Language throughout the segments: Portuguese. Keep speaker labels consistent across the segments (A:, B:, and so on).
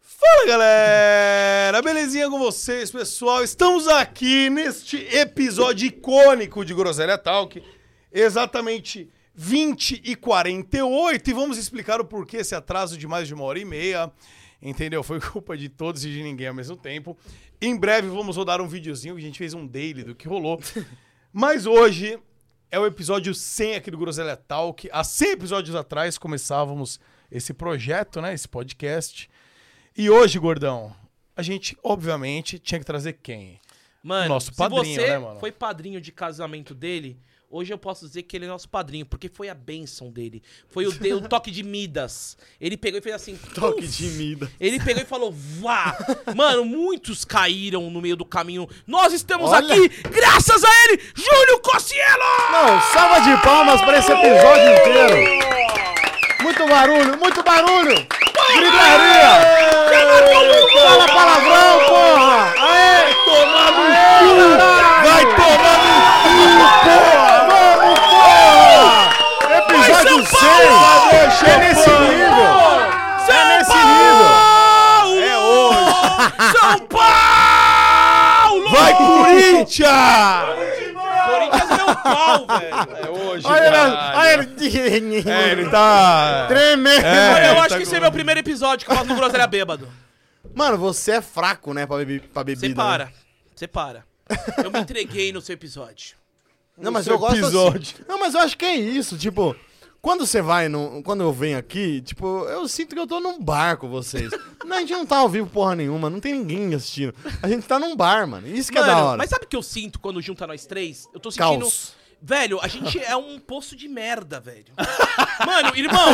A: Fala galera, belezinha com vocês, pessoal? Estamos aqui neste episódio icônico de Groselha Talk, exatamente 20 e 48, e vamos explicar o porquê esse atraso de mais de uma hora e meia. Entendeu? Foi culpa de todos e de ninguém ao mesmo tempo. Em breve vamos rodar um videozinho que a gente fez um daily do que rolou. Mas hoje é o episódio 100 aqui do Groselha Talk. Há 100 episódios atrás começávamos esse projeto, né? Esse podcast. E hoje, gordão, a gente, obviamente, tinha que trazer quem?
B: Mano,
A: Nosso padrinho,
B: se você
A: né, mano?
B: foi padrinho de casamento dele, hoje eu posso dizer que ele é nosso padrinho, porque foi a bênção dele. Foi o, de- o toque de Midas. Ele pegou e fez assim...
C: Toque
B: "Uf!"
C: de mida.
B: Ele pegou e falou, vá! Mano, muitos caíram no meio do caminho. Nós estamos
C: Olha.
B: aqui, graças a ele, Júlio Cossielo!
C: Não, salva de palmas pra esse episódio inteiro. Muito barulho, muito barulho. Gritaria. Fala palavrão, porra. Aê,
A: Vai tomar
C: vamos, porra. Episódio 100. Chega É nesse nível. É nesse nível.
B: Paulo!
A: É hoje!
B: Uh! São Paulo!
A: Vai, Corinthians!
B: Corinthians é meu pau, velho!
A: É hoje,
C: Olha ele,
A: caralho.
C: olha ele.
A: É, ele tá...
C: Tremendo.
A: É,
B: eu
A: tá
B: acho que esse
A: com-
B: é meu primeiro episódio que eu faço no Groselha Bêbado.
C: Mano, você é fraco, né, pra, bebi pra bebida.
B: Você
C: né?
B: para. Você para. Eu me entreguei no seu episódio.
C: Não, mas
A: seu
C: eu gosto
A: é um episódio.
C: assim. Não, mas eu acho que é isso, tipo, quando você vai no, quando eu venho aqui, tipo, eu sinto que eu tô num bar com vocês. não, a gente não tá ao vivo porra nenhuma, não tem ninguém assistindo. A gente tá num bar, mano. Isso que é da hora.
B: mas sabe o que eu sinto quando junta nós três? Eu tô sentindo.
C: Caos.
B: Velho, a gente é um poço de merda, velho. Mano, irmão,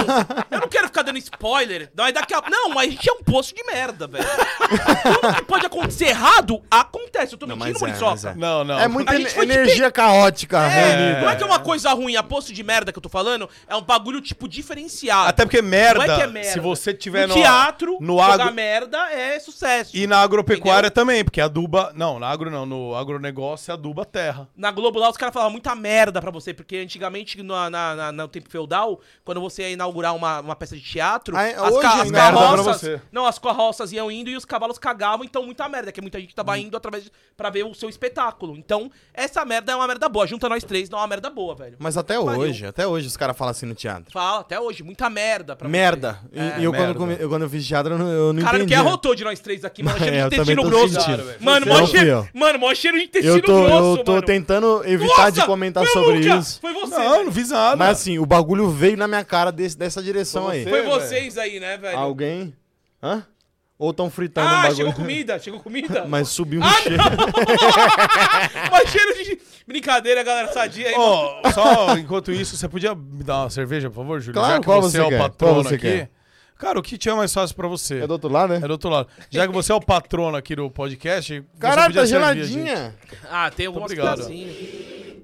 B: eu não quero ficar dando spoiler, mas daqui a. Não, mas a gente é um poço de merda, velho. Tudo que pode acontecer errado, acontece. Eu tô
C: Não,
B: mentindo,
C: mas é, mas
B: Muriçoca.
C: é.
A: Não, não.
C: é muita
B: A gente
C: ener-
B: foi de
C: energia caótica
B: É,
C: reunida.
B: não é que é uma coisa ruim, a poço de merda que eu tô falando é um bagulho, tipo, diferenciado.
A: Até porque merda,
B: Não é que é merda.
A: se você tiver
B: no,
A: no,
B: teatro,
A: no
B: jogar
A: agro
B: merda é sucesso.
A: e na agropecuária também, porque aduba, não, na agro não, no agronegócio aduba a terra.
B: Na Globo lá, os caras falavam muita merda pra você, porque antigamente, na, na- na- no tempo feudal, quando você ia inaugurar uma, uma peça de teatro,
C: Aí,
B: as,
C: Ah, é, hoje
B: ca as
C: merda pra
B: carroças.
A: você.
B: Não, as carroças iam indo e os cavalos cagavam, então muita merda, que muita gente tava
C: Hum.
B: indo através de, pra ver o seu espetáculo. Então, essa merda é uma merda boa. Junta nós três, não é uma merda boa, velho.
C: Mas até
B: Pariu.
C: hoje, até hoje os caras falam assim no teatro.
B: Fala, até hoje, muita merda pra
C: Merda. E,
B: É,
C: e eu,
A: merda.
C: Quando come- eu quando eu fiz teatro, eu não, eu não
B: Caralho,
C: entendi.
B: que é arrotou de nós três aqui, mano.
C: É,
B: Cheiro
C: eu
B: de
C: também
B: intestino
C: tô
B: grosso.
C: sentindo.
B: Mano,
C: Não
B: mó
C: fui
B: cheiro,
C: eu.
B: mano, mó cheiro de intestino
C: eu tô,
B: grosso,
C: eu tô
B: mano.
C: tentando evitar
B: Nossa,
C: de comentar
B: foi o
C: sobre
B: Luca,
C: isso.
B: Foi você,
A: Não,
B: velho.
A: não fiz nada.
C: Mas assim, o bagulho veio na minha cara desse- dessa direção
A: Foi
C: aí.
A: você.
B: Foi
A: É,
B: vocês aí, né, velho?
C: Alguém? Hã? Ou tão fritando um
B: Ah,
C: bagulho.
B: chegou comida, chegou comida.
C: Mas subiu um
B: Ah,
C: cheiro.
B: não! Mas cheiro de... Brincadeira, galera, sadia aí. mano.
A: Ó, só enquanto isso, você podia me dar uma cerveja, por favor, Júlio?
C: Claro,
A: Já que
C: qual
A: você
C: você
A: é o
C: quer?
A: patrono
C: Qual você
A: aqui.
C: quer?
A: Cara, o que tinha mais fácil pra você?
C: É do outro lado,
A: É
C: né?
A: do outro lado. Já que você é o patrono aqui do podcast, você
C: Caralho,
A: podia
C: tá
A: servir a gente.
C: geladinha.
B: Ah, tem algumas
A: obrigado.
B: coisinhas.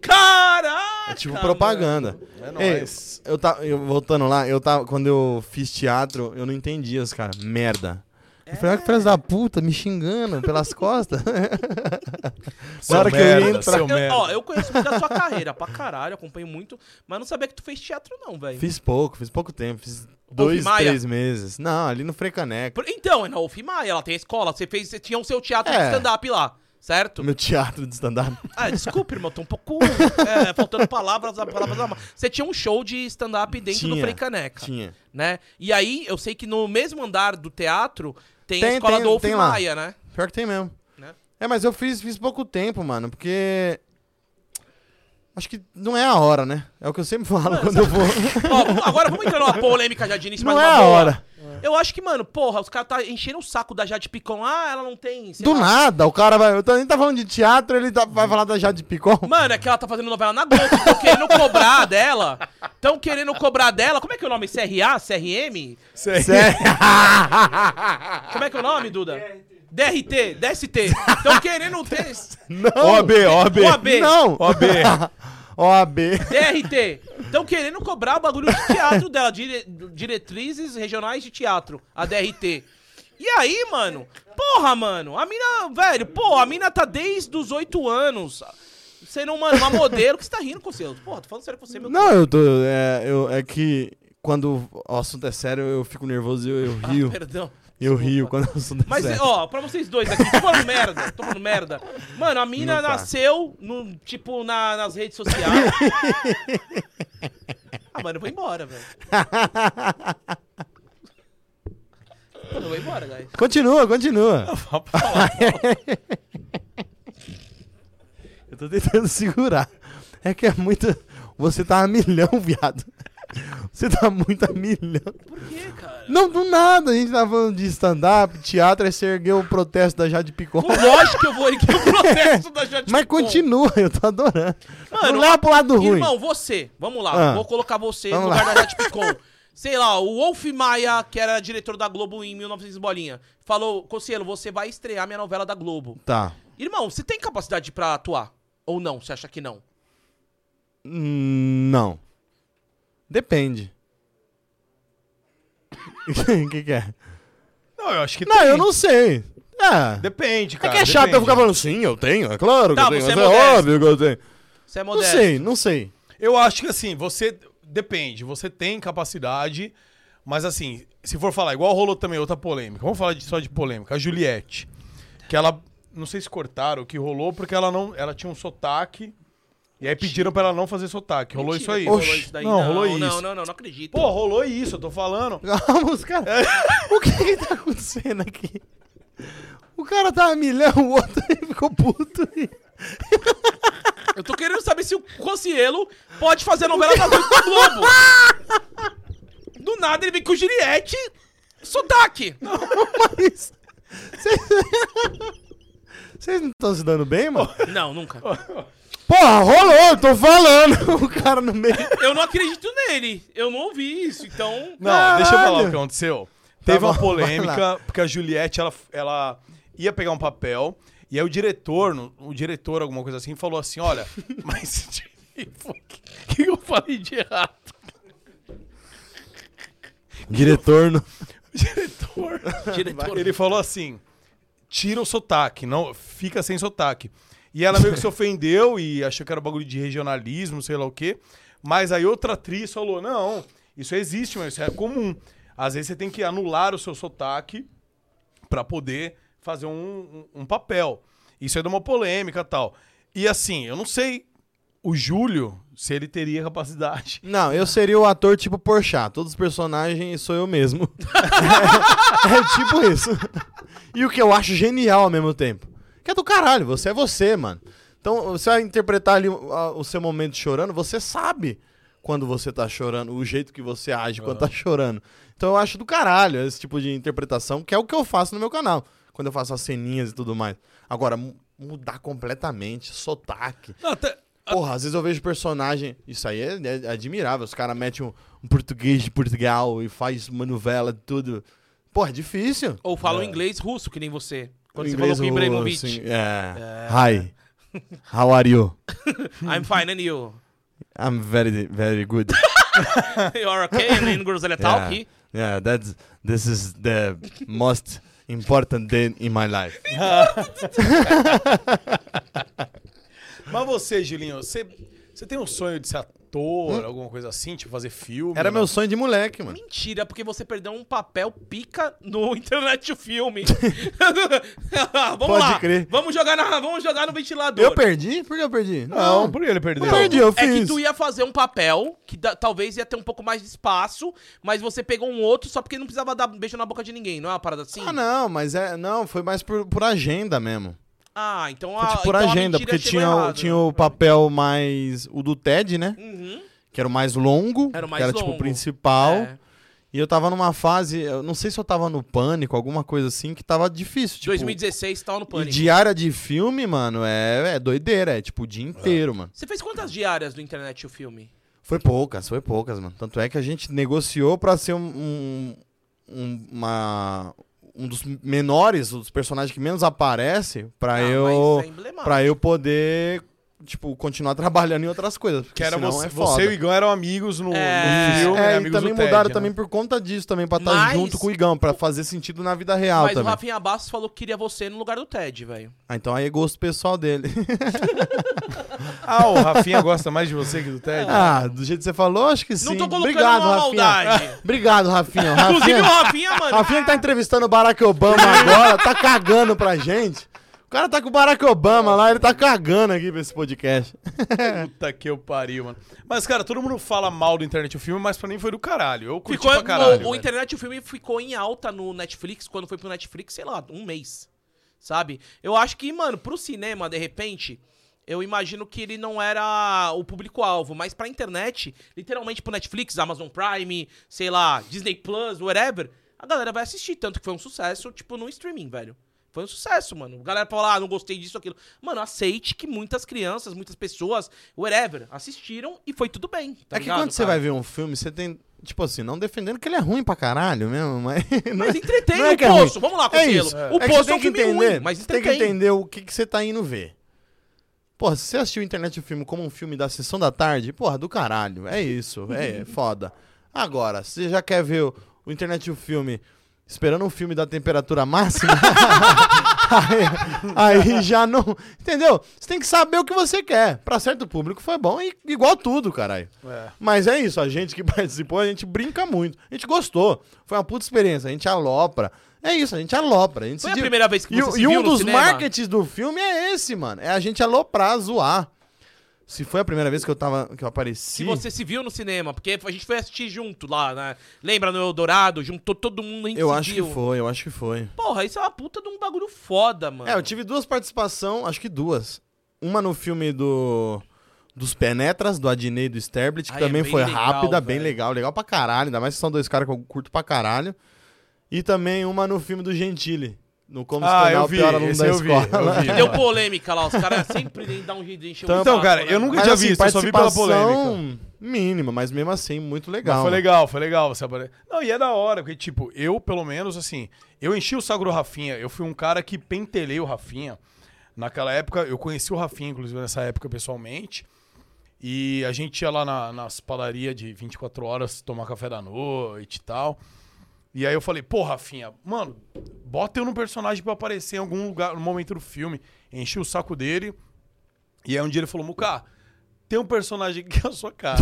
B: Caraca!
C: É tipo
B: mano.
C: propaganda.
A: É
C: Ei,
A: nóis.
C: eu tava. Eu, voltando lá, eu tava. Quando eu fiz teatro, eu não entendia os caras. Merda. Eu falei, olha
B: É.
C: que filhas da puta, me xingando pelas costas.
A: Seu
C: Na hora que eu ia
A: merda,
C: entrar-
A: seu
B: Eu-
A: merda.
B: ó, eu conheço muito da sua carreira, pra caralho, acompanho muito, mas não sabia que tu fez teatro não, velho.
C: fiz pouco, fiz pouco tempo, fiz dois,
B: Maia.
C: três meses. Não, ali no Frecaneca.
B: Por- Então, é na UF Maia, ela tem a escola, você fez, você tinha o seu teatro de
C: É.
B: stand-up lá, certo?
C: Meu teatro de stand-up.
B: Ah, desculpa, irmão, tô um pouco é, faltando palavras, palavras a mais. Você tinha um show de stand-up dentro do
C: Tinha,
B: Frei Caneca.
C: Tinha.
B: né? E aí, eu sei que no mesmo andar do teatro tem, a
C: Tem-
B: escola
C: tem-
B: do Wolf
C: tem lá.
B: Maia, né?
C: Pior que tem mesmo.
B: Né?
C: É, mas eu fiz, fiz pouco tempo, mano, porque. Acho que não é a hora, né? É o que eu sempre falo quando eu vou.
B: Ó, agora vamos entrar numa polêmica já de início,
C: não
B: mas
C: é
B: uma
C: a
B: boa.
C: hora.
B: Eu acho que, mano, porra, os caras tá enchendo o saco da Jade Picon. Ah, ela não tem. sei
C: Do
B: lá.
C: nada, o cara vai. Eu tô- nem tá falando de teatro, ele tá- vai falar da Jade Picon.
B: Mano, é que ela tá fazendo novela na Globo, estão querendo cobrar dela. Estão querendo cobrar dela. Como é que é o nome? CRA? CRM?
A: Sei.
C: Sério?
B: Como é que é o nome, Duda? DRT, DST. Estão querendo ter.
A: OAB, OAB.
B: OAB.
C: Não!
A: OAB.
C: OAB.
B: DRT. Estão querendo cobrar o bagulho de teatro dela, dire- diretrizes regionais de teatro, a DRT. E aí, mano? Porra, mano. A mina, velho, pô, a mina tá desde os oito anos. Sendo, mano, uma modelo que você tá rindo com o seu. Porra, tô falando sério com você, meu.
C: Não, eu tô. É, eu, é que quando o assunto é sério, eu fico nervoso e eu, eu
B: Ah,
C: rio.
B: Perdão.
C: Eu rio quando é eu sou
B: Mas,
C: deserto.
B: ó, pra vocês dois aqui, tô falando merda, tô falando merda. Mano, a mina
C: Não tá.
B: nasceu, no, tipo, na- nas redes sociais. ah, mano, eu vou embora, velho. Mano, eu vou embora, guys.
C: Continua, continua. eu tô tentando segurar. É que é muito. Você tá a milhão, viado. Você tá muito a milhão.
B: Por quê, cara?
C: Não, do nada. A gente tava falando de stand-up, teatro, aí você ergueu o protesto da Jade Picon.
B: Pô, Lógico que eu vou erguer o processo da Jade
C: Mas
B: Picon.
C: continua, eu tô adorando.
B: Mano,
C: não leva pro lado ruim.
B: Irmão, você, vamos lá,
C: Ah.
B: vou colocar você no
C: Vamos
B: lugar
C: lá.
B: da Jade Picon. Sei lá, o Wolf Maia, que era diretor da Globo em 1900 bolinha, falou, Conselho, você vai estrear minha novela da Globo.
C: Tá.
B: Irmão, você tem capacidade pra atuar? Ou não? Você acha que não?
C: Hum, Não. Depende. O que, que é?
A: Não, eu acho que
C: Não,
A: tem.
C: eu não sei. É.
A: Depende,
C: É
A: cara.
C: que é chato eu
A: depende.
C: ficar falando, sim, eu tenho, é claro que
B: Tá,
C: eu tenho,
B: você
C: mas
B: é
C: é,
B: modesto.
C: óbvio que eu tenho.
B: Você é
C: Não
B: modesto.
C: sei, não sei.
A: Eu acho que assim, você. Depende, você tem capacidade, mas assim, se for falar, igual rolou também outra polêmica, vamos falar de, só de polêmica, a Juliette. Que ela. Não sei se cortaram o que rolou, porque ela não. Ela tinha um sotaque. E aí pediram pra ela não fazer sotaque. Rolou
B: Mentira,
A: isso aí.
B: rolou
C: Oxi,
B: isso daí.
A: não, rolou
B: Não,
A: isso.
B: não, não, não acredito.
A: Pô, rolou isso, eu tô falando.
C: Vamos, cara. O que que tá acontecendo aqui? O cara tá a milhão, o outro ficou puto. é
B: Eu tô querendo saber se o Cossielo pode fazer a novela da Globo. Globo. Do nada ele vem com Juliette, sotaque.
C: Mas... Vocês- Vocês não estão se dando bem, mano?
B: Não, nunca.
C: Porra, rolou, eu tô falando. O cara no meio.
B: Eu não acredito nele. Eu não ouvi isso, então...
A: Não, deixa eu falar
C: Caralho. Tá
A: o que aconteceu. Teve uma
C: bom, vai
A: polêmica, porque a Juliette, ela, ela ia pegar um papel, e aí o diretor, no- o diretor, alguma coisa assim, falou assim, olha, mas tipo, o que, que eu falei de errado?
C: Diretor no.
A: O diretor,
B: Diretor.
A: ele falou assim, tira o sotaque, não, fica sem sotaque. E ela meio que se ofendeu e achou que era um bagulho de regionalismo, sei lá o quê. Mas aí outra atriz falou, não, isso existe, mas isso é comum. Às vezes você tem que anular o seu sotaque pra poder fazer um, um, um papel. Isso aí deu uma polêmica e tal. E assim, eu não sei o Júlio se ele teria capacidade.
C: Não, eu seria o ator tipo Porchat. Todos os personagens sou eu mesmo. é, tipo isso. E o que eu acho genial ao mesmo tempo. Que é do caralho, você é você, mano. Então, você vai interpretar ali ah, o seu momento chorando, você sabe quando você tá chorando, o jeito que você age quando tá chorando. Então eu acho do caralho esse tipo de interpretação, que é o que eu faço no meu canal. Quando eu faço as ceninhas e tudo mais. Agora, mu- mudar completamente, sotaque.
A: Não,
B: tá-
A: até,
C: Porra, às vezes eu vejo personagem. Isso aí é, é admirável. Os caras metem um, um português de Portugal e faz uma novela e tudo. Porra, é difícil.
B: Ou fala o inglês russo, que nem você. Quando
C: O
B: você
C: inglês,
B: falou com o
C: o-
B: Ibrahimovic.
C: assim, é. Hi. How are you?
B: I'm fine, and you?
C: I'm very, very good.
B: You are okay, and in
C: É.
B: Groselha Talk?
C: Yeah. Yeah, that's this is the most important day in my life.
A: Mas você, Julinho, você, você tem um sonho de ser ator, alguma coisa assim, tipo fazer filme?
C: Hum? Era
A: não?
C: meu sonho de moleque, mano.
B: Mentira, porque você perdeu um papel pica no internet o filme. vamos
C: Pode
B: lá.
C: crer.
B: Vamos jogar na, vamos jogar no ventilador.
C: Eu perdi? Por que eu perdi?
A: Não, por que ele perdeu?
C: Eu perdi, eu
B: É que
C: fiz.
B: tu ia fazer um papel que da- talvez ia ter um pouco mais de espaço, mas você pegou um outro só porque não precisava dar beijo na boca de ninguém, não é uma parada assim?
C: Ah, não, mas é. Não, foi mais por, por agenda mesmo.
B: Ah, então
C: Foi
B: a
C: tipo por
B: então a
C: agenda,
B: mentira
C: porque
B: chegou Hum.
C: tinha, o-
B: errado.
C: tinha o papel mais. O do Ted, né?
B: Uhum.
C: Que era o mais longo.
B: Era o mais
C: que era tipo
B: longo.
C: o principal.
B: É.
C: E eu tava numa fase. Eu não sei se eu tava no pânico, alguma coisa assim, que tava difícil. Tipo,
B: 2016 tava no
C: E
B: pânico.
C: diária de filme, mano, é, é doideira. É tipo o dia inteiro, mano.
B: Você fez quantas diárias do internet o filme?
C: Foi poucas, foi poucas, mano. Tanto é que a gente negociou pra ser um. um, um- uma. Um dos menores, um dos personagens que menos aparece, pra
B: Ah,
C: eu.
B: mas é emblemático.
C: Pra eu poder tipo, continuar trabalhando em outras coisas. Porque
A: Que era
C: senão
A: você,
C: é foda.
A: você e o Igão eram amigos no,
B: É.
A: no filme, né,
C: É, e
A: amigos
C: também
A: do Ted,
C: mudaram
A: né?
C: também por conta disso, também, pra estar
B: Mas-
C: junto com o Igão, pra fazer sentido na vida real
B: Mas o
C: também.
B: Rafinha Bastos falou que queria você no lugar do Ted, velho.
C: Ah, então aí é gosto pessoal dele.
A: Ah, o Rafinha gosta mais de você que do Ted?
C: ah, do jeito que você falou, acho que sim.
B: tô colocando
C: Obrigado,
B: uma
C: Rafinha.
B: maldade.
C: Obrigado, Rafinha. O
B: Inclusive o
C: Rafinha,
B: Rafinha, mano. né?
C: Rafinha que tá entrevistando o Barack Obama agora, tá cagando pra gente. O cara tá com o Barack Obama lá, ele tá cagando aqui pra esse podcast.
A: Puta que eu pariu, mano. Mas, cara, todo mundo fala mal do internet o filme, mas pra mim foi do caralho. Eu curti
B: Ficou,
A: pra caralho.
B: o, o
A: velho.
B: internet, o filme ficou em alta no Netflix, quando foi pro Netflix, sei lá, um mês. Sabe? Eu acho que, mano, pro cinema, de repente, eu imagino que ele não era o público-alvo, mas pra internet, literalmente pro Netflix, Amazon Prime, sei lá, Disney Plus, whatever, a galera vai assistir. Tanto que foi um sucesso, tipo, no streaming, velho. Foi um sucesso, mano. A galera fala, ah, não gostei disso, aquilo. Mano, aceite que muitas crianças, muitas pessoas, whatever, assistiram e foi tudo bem. tá
C: é que
B: ligado,
C: quando você
B: cara?
C: vai ver um filme, você tem, tipo assim, não defendendo que ele é ruim pra caralho mesmo, mas... não é-
B: Mas entretém
C: não é
B: o
C: que é ruim.
B: Poço. Vamos lá,
C: É
B: Conselho.
C: isso.
B: O
C: que
B: Poço
C: você
B: é
C: tem
B: um
C: que
B: filme
C: entender,
B: ruim, mas
C: você tem que
B: entretém.
C: entender o que, que você tá indo ver. Porra, se você assistiu internet o filme como um filme da sessão da tarde, porra, do caralho. É isso, é, é foda. Agora, se você já quer ver o, o internet o filme esperando um filme da temperatura máxima, aí, aí já não. Entendeu? Você tem que saber o que você quer. Pra certo público foi bom, e igual tudo, caralho.
A: É.
C: Mas é isso, a gente que participou, a gente brinca muito. A gente gostou. Foi uma puta experiência, a gente alopra. É isso, a gente alopra. A gente
B: Foi
C: se
B: a
C: di-
B: primeira vez que
C: E,
B: você
C: o-
B: se
C: e
B: viu
C: um
B: no
C: dos
B: cinema?
C: markets do filme é esse, mano. É a gente aloprar, zoar. Se foi a primeira vez que eu tava. que eu apareci.
B: Que você se viu no cinema, porque a gente foi assistir junto lá, né? Lembra no Eldorado? Juntou todo mundo, a gente
C: eu
B: se
C: acho
B: viu.
C: que foi, eu acho que foi.
B: Porra, isso é uma puta de um bagulho foda, mano.
C: É, eu tive duas participações, acho que duas. Uma no filme do. Dos Penetras, do Adnei e do Sterblit, que
B: Ai, é
C: também
B: bem
C: foi
B: legal,
C: rápida, bem
B: velho.
C: legal, legal pra caralho, ainda mais que são dois caras que eu curto pra caralho. E também uma no filme do Gentili, no Como
A: Ah,
C: Se Tornar
A: eu
C: o
A: vi,
C: Pior Aluno
A: esse
C: da
A: eu vi, eu
C: Escola.
A: vi.
B: Deu polêmica lá, os caras sempre dão um jeito de encher o
A: Então,
B: saco,
A: cara,
B: né,
A: eu nunca
B: mano?
A: tinha visto, eu só vi pela
C: assim, participação mínima, mas mesmo assim, muito
A: Mas
C: legal.
A: foi
C: mano.
A: legal, foi legal você apare- Não, e é da hora, porque, tipo, eu, pelo menos, assim, eu enchi o saco do Rafinha. Eu fui um cara que pentelei o Rafinha. Naquela época, eu conheci o Rafinha, inclusive, nessa época pessoalmente. E a gente ia lá na- nas padarias de 24 horas tomar café da noite e tal. E aí eu falei, pô, Rafinha, mano, bota eu num personagem pra eu aparecer em algum lugar, no momento do filme. Enchi o saco dele. E aí um dia ele falou, Muká, tem um personagem aqui que é a sua cara.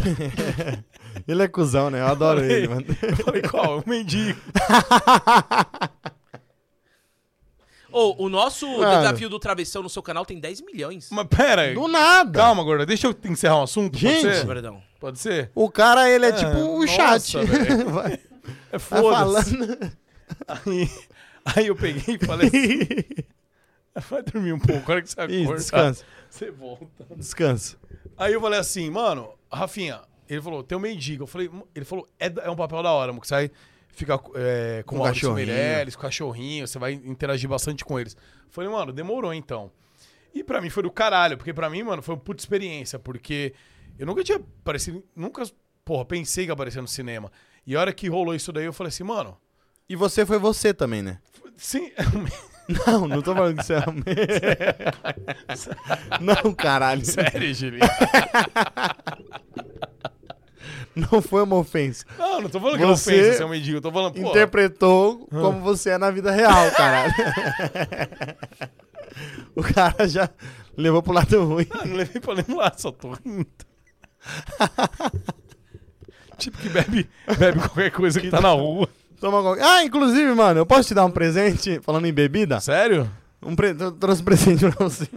C: Ele é cuzão, né? Eu adoro ele, mano.
A: Eu falei, qual? Um mendigo.
B: Ô, o nosso
C: Mano.
B: desafio do travessão no seu canal tem 10 milhões.
A: Mas pera aí.
C: Do nada.
A: Calma, gorda. Deixa eu encerrar um assunto.
C: Gente.
A: pode ser?
B: Gordão.
A: Pode ser?
C: O cara, ele é, tipo o
A: nossa,
C: chat.
A: velho.
C: Vai,
A: É
C: vai
A: foda-se.
C: falando.
A: Aí, aí eu peguei e falei assim, vai dormir um pouco, a hora que você
C: Ih,
A: acorda.
C: descansa,
A: Você volta.
C: descansa.
A: Aí eu falei assim, mano, Rafinha, ele falou, tem um mendigo. Eu falei, "Mu-" ele falou, é, da- é um papel da hora, mano, que sai, fica é, com
C: Com
A: o Maurício
C: cachorrinho.
A: Meirelles, com o cachorrinho, você vai interagir bastante com eles. Eu falei, mano, demorou então. E pra mim foi do caralho, porque pra mim, mano, foi uma puta experiência, porque eu nunca tinha aparecido, nunca, porra, pensei que ia aparecer no cinema. E a hora que rolou isso daí, eu falei assim, mano,
C: E você foi você também, né?
A: sim,
C: Não, não tô falando que você é uma merda. Não, caralho.
A: sério, Julinho.
C: Não foi uma ofensa.
A: Não, não tô falando que eu
C: Você
A: ofensa ser um mendigo, eu tô falando, pô,
C: Interpretou como você é na vida real, caralho. o cara já levou pro lado ruim.
A: não levei pra nenhum lado, só tô rindo. tipo que bebe, bebe qualquer coisa que tá na rua.
C: Toma qualquer- Ah, inclusive, mano, eu posso te dar um presente? Falando em bebida?
A: Sério?
C: Um pre... Eu trouxe um presente pra você.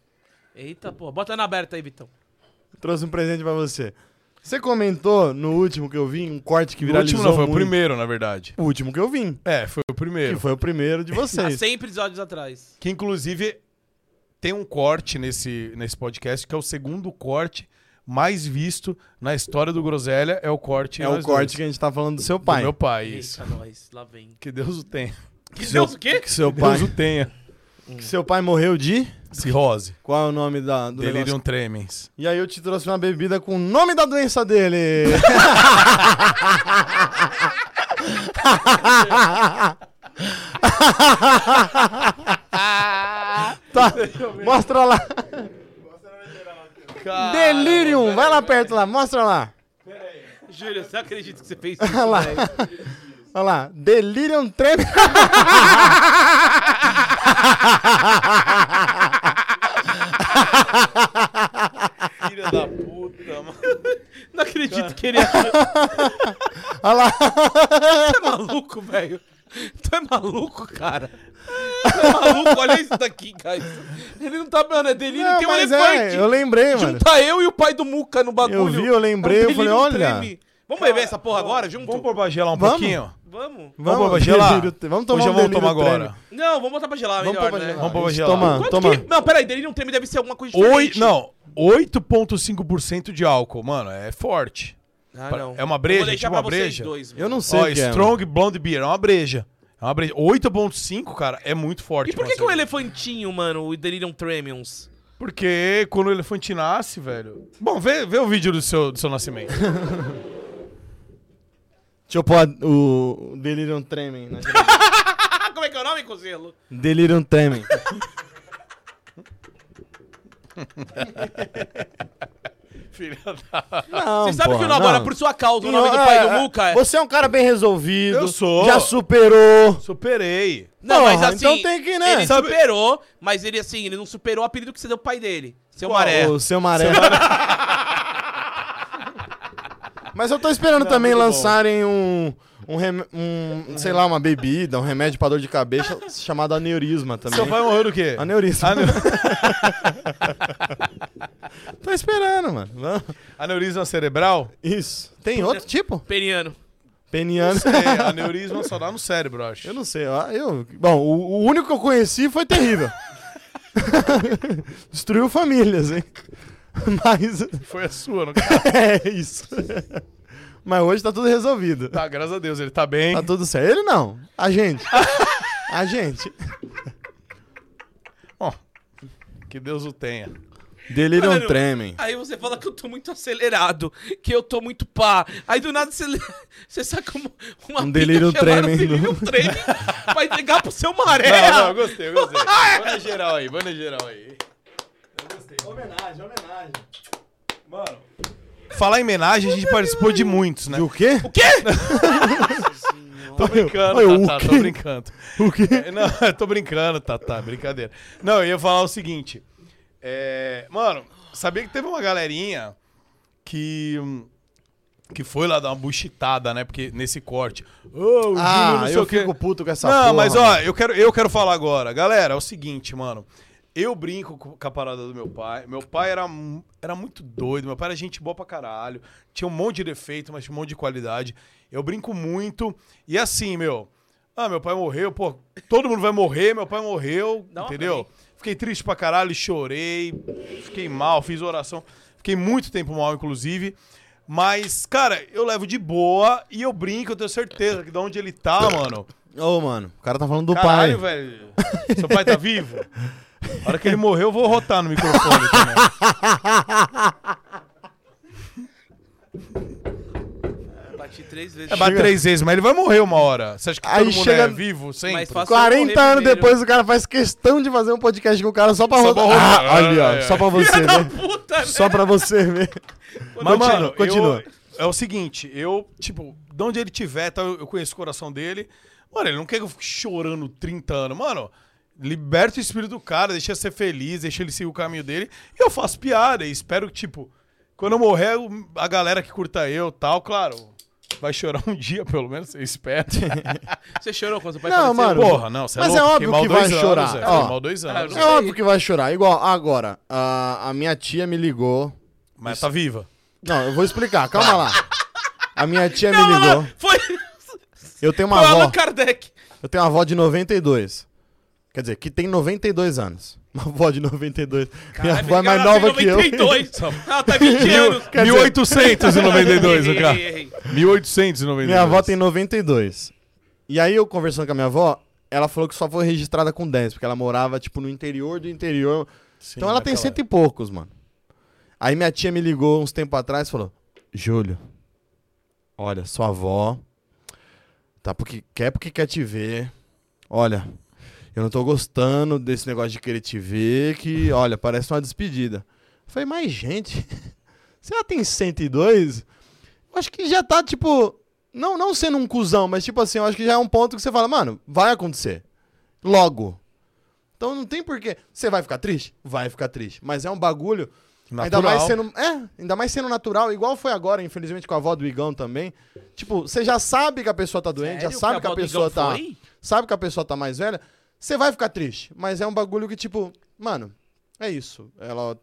B: Eita, porra. Bota na aberta aí, Vitão.
C: Trouxe um presente pra você. Você comentou no último que eu vim, um corte que
A: O
C: viralizou
A: último não, foi o
C: muito.
A: primeiro, na verdade.
C: O último que eu vim.
A: É, foi o
C: Que
A: primeiro.
C: foi o primeiro de
B: Há
C: vocês.
B: 100 episódios atrás.
A: Que inclusive tem um corte nesse, nesse podcast, que é o segundo corte mais visto na história do Groselha, é o corte
C: É o
A: nós
C: corte que
A: dois.
C: a gente tá falando do seu
A: Do
C: pai.
A: meu pai, isso.
B: Eita, nós. Lá vem.
A: Que Deus o tenha.
B: Que Deus o quê?
C: Que seu
A: Que Deus o
C: pai,
A: tenha.
C: que seu pai morreu de?
A: Cirrose.
C: Qual é o nome da, do negócio?
A: Delirium tremens.
C: E aí eu te trouxe uma bebida com o nome da doença dele. tá, mostra lá.
A: Cara,
C: Delirium, vai lá perto lá, mostra lá.
B: Júlio, você acredita que você fez isso,
C: Olha lá.
B: velho?
C: Olha lá, Delirium Trem.
A: Filha da puta, mano.
B: Não acredito que ele é Você
C: Olha lá.
B: é maluco, velho. Tu é maluco, cara. Tu é maluco, olha isso daqui, guys. Ele não tá, mano, é delírio,
C: Não,
B: tem um
C: mas
B: elefante.
C: é, eu lembrei, mano.
B: Junta eu e o pai do Muca no bagulho.
C: Eu vi, eu lembrei,
B: É um
C: eu falei,
B: delírio
C: olha.
B: treme. Vamos beber essa porra agora, junto?
A: Vamos pôr pra gelar um
C: Vamos?
A: pouquinho?
B: Vamos. um
A: pra
C: Vamos,
A: gelar?
C: delírio- vamos tomar
A: Ou já
C: um
A: vamos
C: delírio
A: tomar
C: treme.
A: agora?
B: Não, vamos botar pra gelar
C: Vamos
B: melhor,
C: pôr pra
B: né?
C: gelar.
A: Vamos pôr pra
C: Isso,
A: gelar.
C: Toma,
B: Quanto
C: toma.
B: que- Não, peraí, delírio treme deve ser alguma coisa
A: Oi,
B: diferente.
A: não, 8,5% de álcool, mano, é forte.
B: Ah, não.
A: É uma breja,
B: Vou deixar
A: tipo
B: pra
A: uma
B: vocês
A: breja?
B: dois.
C: Eu não sei
A: Ó,
C: o que é, mano.
A: Strong Blonde Beer, é uma breja. É uma breja. 8,5, cara, é muito forte.
B: E por
A: pra
B: que,
A: uma
C: Tipo, assim,
B: que o
A: cerveja.
B: elefantinho, mano, o Delirium Tremens?
A: Porque quando o elefante nasce, velho. Bom, vê, vê o vídeo do seu, do seu nascimento.
C: Deixa eu pôr a- o o Delirium Tremem. né?
B: Ah, como é que é o nome, Cozelo?
C: Delirium Tremem.
A: Filha
C: Não,
B: Você sabe que
C: porra,
B: o Nabora,
C: não.
B: por sua causa, o
C: Sim,
B: nome do
C: é,
B: pai do
C: é,
B: Muca é...
C: Você é um cara bem resolvido.
A: Eu sou.
C: Já superou.
A: Superei.
B: Não, mas
C: Porra,
B: assim,
C: então tem que, né?
B: ele
A: Sabe-
B: superou, mas ele assim, ele não superou o apelido que você deu pro pai dele. Seu É. Maré.
C: O seu maré. Mas eu tô esperando também
A: muito bom.
C: lançarem um. Um, rem- um, sei lá, uma bebida, um remédio pra dor de cabeça chamado aneurisma também.
A: Seu pai morreu do quê?
C: Aneurisma.
A: Ane-
C: Tô esperando, mano. Vamos.
A: Aneurisma cerebral?
C: Isso. Tem outro tipo?
B: Periano.
C: Peniano.
A: É, aneurisma só dá no cérebro, eu acho.
C: Eu não sei. ó, Eu... Bom, o, o único que eu conheci foi terrível. Destruiu famílias, hein? Mas.
A: Foi a sua, não
C: É isso. Mas hoje tá tudo resolvido.
A: Tá, graças a Deus, ele tá bem.
C: Tá tudo certo. Ele não. A gente. A gente.
A: Ó, que Deus o tenha. é um
C: Delirium
B: Mano,
C: Tremem.
B: Aí você fala que eu tô muito acelerado, que eu tô muito pá. Aí do nada você, você saca um, uma
C: Um
B: pinga
C: delírio
B: chamada
C: tremendo.
B: Delirium tremem pra entregar pro seu Maré. Ah,
A: Não, não, gostei, eu gostei. Vou na geral aí, vou na geral aí.
C: Homenagem, homenagem.
A: Mano. Falar em homenagem, a gente participou de muitos, né?
C: E o quê?
B: O quê?
A: Tô brincando,
C: Olha, olha, o
A: Tatá, tô
C: quê?
A: brincando.
C: O quê?
A: É, Não, eu tô brincando, Tatá, brincadeira. Não, eu ia falar o seguinte. É, mano, sabia que teve uma galerinha que. hum, Que foi lá dar uma buchitada, né? Porque nesse corte. Ô, o Júlio não
C: Ah,
A: sei
C: eu
A: o quê.
C: fico puto com essa
A: não,
C: porra,
A: mas ó,
C: mano.
A: eu quero, eu quero falar agora. Galera, é o seguinte, mano. Eu brinco com com a parada do meu pai. Meu pai era, mu- era muito doido. Meu pai era gente boa pra caralho. Tinha um monte de defeito, mas tinha um monte de qualidade. Eu brinco muito. E assim, meu. Ah, meu pai morreu. Pô, todo mundo vai morrer. Meu pai morreu.
B: Dá uma
A: entendeu?
B: pra
A: Fiquei triste pra caralho. Chorei. Fiquei mal. Fiz oração. Fiquei muito tempo mal, inclusive. Mas, cara, eu levo de boa e eu brinco. Eu tenho certeza que de onde ele tá, mano.
C: Ô, mano, o cara tá falando do
A: Caralho,
C: pai.
A: velho. é Seu pai tá vivo? A hora que ele morrer, eu vou rotar no microfone também.
B: Bati três vezes.
A: É, bate três vezes, mas ele vai morrer uma hora. Você acha que
C: Aí
A: todo mundo
C: chega-
A: é vivo sempre?
B: Mais fácil- morrer
C: 40 anos
B: primeiro.
C: depois o cara faz questão de fazer um podcast com o cara só pra
A: Só pra
C: rodar.
A: rodar.
C: Ah, ali, ó.
A: É, é.
C: Só pra você né?
B: Filha da
C: ver.
B: puta, né?
C: Só pra você ver.
A: Mas,
C: Continua,
A: mano,
C: continua.
A: eu- é o seguinte, eu, tipo, de onde ele tiver, tá, eu eu conheço o coração dele. Mano, ele não quer que eu fique chorando 30 anos. Mano, liberta o espírito do cara, deixa ele ser feliz, deixa ele seguir o caminho dele. E eu faço piada e espero que, tipo, quando eu morrer, eu- a galera que curta eu e tal, claro, vai chorar um dia, pelo menos, eu espero.
B: Você chorou quando seu pai
C: Não,
B: faleceu?
C: mano.
A: Porra, não, você é
C: Mas
A: louco.
C: é
A: fiquei
C: óbvio
A: mal
C: que
A: dois
C: vai
A: anos,
C: chorar.
A: velho,
C: Ó.
A: fiquei mal dois
B: Ah, eu
A: anos.
B: não
C: É óbvio que vai chorar. Igual, agora, a, a minha tia me ligou.
A: Mas tá viva.
C: Não, eu vou explicar, calma lá. A minha tia me
B: Não,
C: ligou.
B: ela foi,
C: Eu tenho
B: foi
C: uma
B: Allan
C: avó.
B: Kardec.
C: Eu tenho uma avó de 92. Quer dizer, que tem 92 anos. Uma avó de 92. minha avó é mais nova que eu.
B: que eu. Ela tá 20 anos.
C: Quer dizer-
A: 1892, o
B: Errei,
A: cara.
B: errei, errei.
A: 1892.
C: Minha avó tem 92. E aí eu conversando com a minha avó, ela falou que só foi registrada com 10, porque ela morava, tipo, no interior do interior. então ela tem cento e poucos, mano. Aí minha tia me ligou uns tempo atrás e falou: Júlio, olha, sua avó tá porque quer porque quer te ver. Olha, eu não tô gostando desse negócio de querer te ver, que, olha, parece uma despedida. Eu Falei, mas gente, se ela tem 102, eu acho que já tá, tipo, não, não sendo um cuzão, mas tipo assim, eu acho que já é um ponto que você fala, mano, vai acontecer. Logo. Então não tem porquê. Você vai ficar triste? Vai ficar triste. Mas é um bagulho. Ainda mais sendo. É, ainda mais sendo natural, igual foi agora, infelizmente, com a avó do Igão também. Tipo, você já sabe que a pessoa tá doente,
B: Sério?
C: já sabe
B: Que
C: que
B: a
C: a,
B: avó do
C: pessoa
B: Igão
C: tá.
B: foi?
C: Sabe que a pessoa tá mais velha. Você vai ficar triste. Mas é um bagulho que, tipo, mano, é isso. Ela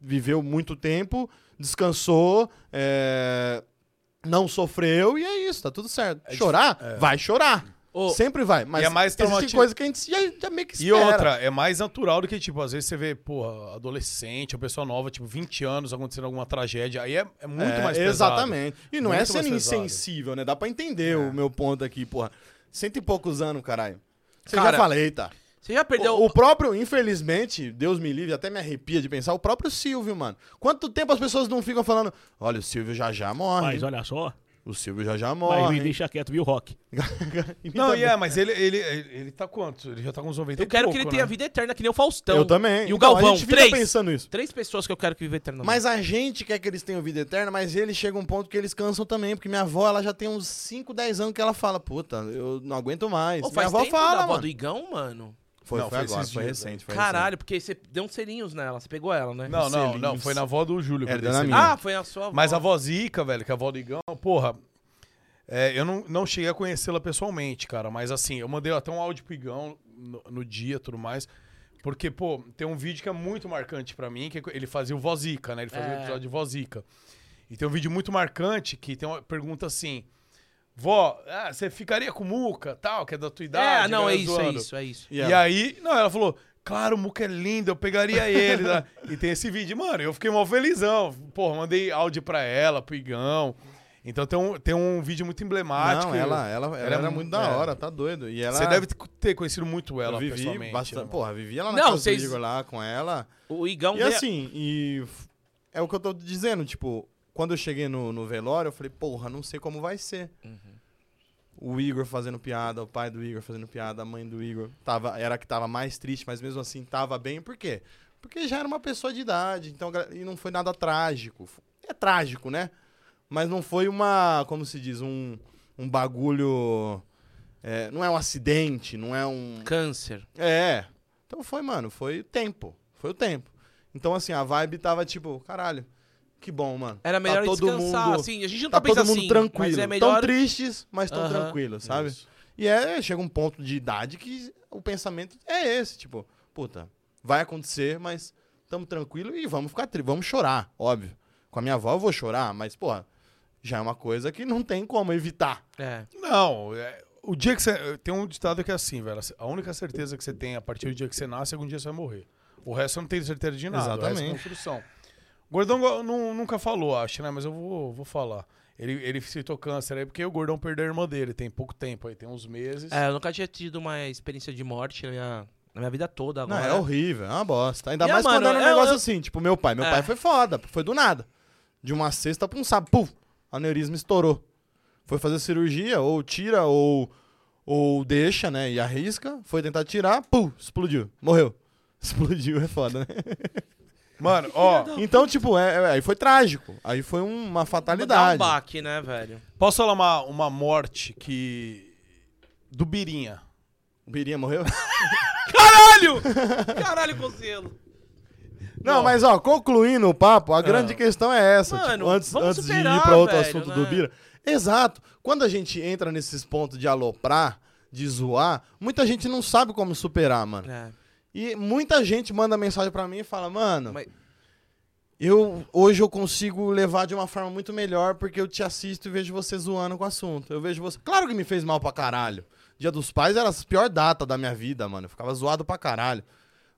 C: viveu muito tempo, descansou, é, não sofreu e é isso, tá tudo certo. chorar, vai chorar.
B: Ô,
C: Sempre vai. Mas
A: e é mais traumati-
C: existe coisa que a gente já, já meio que
A: E
C: espera.
A: outra, é mais natural do que, tipo, às vezes você vê, porra, adolescente, uma pessoa nova, tipo, 20 anos, acontecendo alguma tragédia. Aí é, é muito
C: É,
A: mais pesado.
C: Exatamente. E não é
A: Muito
C: sendo
A: mais pesado.
C: insensível, né? Dá pra entender o meu ponto aqui, porra. Cento e poucos anos, caralho. Você
B: Cara,
C: já falei, tá?
B: Você já perdeu.
C: O, o próprio, infelizmente, Deus me livre, até me arrepia de pensar, o próprio Silvio, mano. Quanto tempo as pessoas não ficam falando, olha, o Silvio já já morre.
D: Mas
C: hein?
D: olha só,
C: O Silvio já já
D: mas
C: morre. Então,
D: me
C: hein?"
D: deixa quieto, viu, Rock?
A: Não, e é, mas ele, ele, ele, ele tá quanto? Ele já tá com uns 90
B: eu quero
A: e pouco,
B: que ele
A: né?
B: tenha vida eterna, que nem o Faustão.
C: Eu também.
B: E o
C: Então,
B: Galvão,
C: a gente fica
B: três.
C: pensando isso.
B: Três pessoas que eu quero que viva eternamente.
C: Mas a gente quer que eles tenham vida eterna, mas eles chegam a um ponto que eles cansam também, porque minha avó, ela já tem uns 5, 10 anos que ela fala, puta, eu não aguento mais.
B: Ô,
C: minha
B: faz
C: avó
B: tempo
C: fala,
B: da avó
C: mano.
B: do Igão, mano.
C: Foi,
A: Não,
C: foi
A: foi esses
C: agora, foi
A: dias,
C: recente. Foi
B: Caralho, porque você deu uns selinhos nela, você pegou ela, né?
A: Não, não, não.
C: Selinhos.
A: Foi na avó do Júlio. que eu
C: Era
A: dei
C: da
A: esse
C: minha.
B: Ah, foi na sua avó.
A: Mas a avó Zica, velho, que é a avó do Igão, porra. é, eu não, não cheguei a conhecê-la pessoalmente, cara. Mas assim, eu mandei até um áudio pro Igão no, no dia e tudo mais. Porque, pô, tem um vídeo que é muito marcante pra mim, que é ele fazia o Vozica, né? Ele fazia
B: É.
A: o episódio de Vozica. E tem um vídeo muito marcante que tem uma pergunta assim: Vó, ah, você ficaria com o Muca, tal, que é da tua idade?
B: É, não,
C: né?
A: galera
B: é isso, é
A: zoando.
B: isso, é isso.
C: E ela?
A: E aí, não, ela falou, claro, o Muca é lindo, eu pegaria ele. né? e tem esse vídeo. Mano, eu fiquei mó felizão. Porra, mandei áudio pra ela, pro Igão. Então tem um, tem um vídeo muito emblemático.
C: Não, ela, ela, ela,
A: Ela é
C: era
A: mu-
C: muito da
A: é.
C: hora, tá doido. E ela,
A: Você deve ter conhecido muito
C: eu
A: ela
C: vivi
A: pessoalmente.
C: bastante.
A: né?
C: Porra, vivi ela na
B: Não,
C: casa
B: vocês-
C: do Igor lá com ela.
B: O Igão é
C: E
B: veio-
C: assim, e f- é o que eu tô dizendo, tipo, quando eu cheguei no, no velório, eu falei, porra, não sei como vai ser. O Igor fazendo piada, o pai do Igor fazendo piada, a mãe do Igor tava, era a que tava mais triste, mas mesmo assim tava bem. Por quê? Porque já era uma pessoa de idade, então gra- e não foi nada trágico. F- É trágico, né? Mas não foi uma, como se diz, um, um bagulho. é, não é um acidente, não é um.
B: Câncer.
C: É. Então foi, mano, foi o tempo. Foi o tempo. Então, assim, a vibe tava tipo, caralho, que bom, mano.
B: Era melhor
C: tá todo
B: descansar,
C: mundo,
B: assim. A gente não tá,
C: Tá todo
B: pensando
C: mundo
B: assim,
C: tranquilo.
B: mas é
C: Tão
B: melhor...
C: tristes, mas tão
B: Aham.
C: tranquilos, sabe?
A: Isso.
C: E é, chega um ponto de idade que o pensamento é esse, tipo, puta, vai acontecer, mas tamo tranquilo e vamos ficar tri vamos chorar, óbvio. Com a minha avó eu vou chorar, mas, porra, já é uma coisa que não tem como evitar.
B: É.
A: Não, é, o dia que você. Tem um ditado que é assim, velho. A única certeza que você tem a partir do dia que você nasce é que um dia você vai morrer. O resto você não tem certeza de nada. O resto é
C: Exatamente.
A: construção. O Gordão go- nu- nunca falou, acho, né? Mas eu vou, vou falar. Ele, ele citou câncer aí porque o Gordão perdeu a irmã dele. Tem pouco tempo aí, tem uns meses.
B: É, eu nunca tinha tido uma experiência de morte na minha, na minha vida toda
C: Não,
B: agora.
C: é horrível, é uma bosta. Ainda
B: E,
C: mais
B: mano,
C: quando era um
B: eu-
C: negócio
B: eu-
C: assim, tipo, meu pai. Meu
B: É.
C: pai foi foda, foi do nada. De uma sexta pra um sábado, puf, aneurisma estourou. Foi fazer cirurgia, ou tira, ou, ou deixa, né, e arrisca. Foi tentar tirar, puf, explodiu, morreu. Explodiu, é foda, né?
A: Mano, ó,
C: Então, tipo, é, é- aí foi trágico. Aí foi um- uma
B: Dá um
C: fatalidade.
B: baque, né, velho?
A: posso falar uma, uma morte que. Do Birinha.
C: O Birinha morreu?
B: Caralho! Caralho, Conselho.
C: Não, mas ó, concluindo o papo, a grande questão é essa.
B: Ah. Mano,
C: tipo, antes
B: vamos
C: antes de
B: superar,
C: ir para outro
B: velho,
C: assunto
B: né?
C: do Bira. Exato. Quando a gente entra nesses pontos de aloprar, de zoar, muita gente não sabe como superar, mano.
B: É.
C: E muita gente manda mensagem pra mim e fala, mano,
B: Mas-
C: eu hoje eu consigo levar de uma forma muito melhor porque eu te assisto e vejo você zoando com o assunto. Eu vejo você. Claro que me fez mal pra caralho. Dia dos Pais era a pior data da minha vida, mano. Eu ficava zoado pra caralho.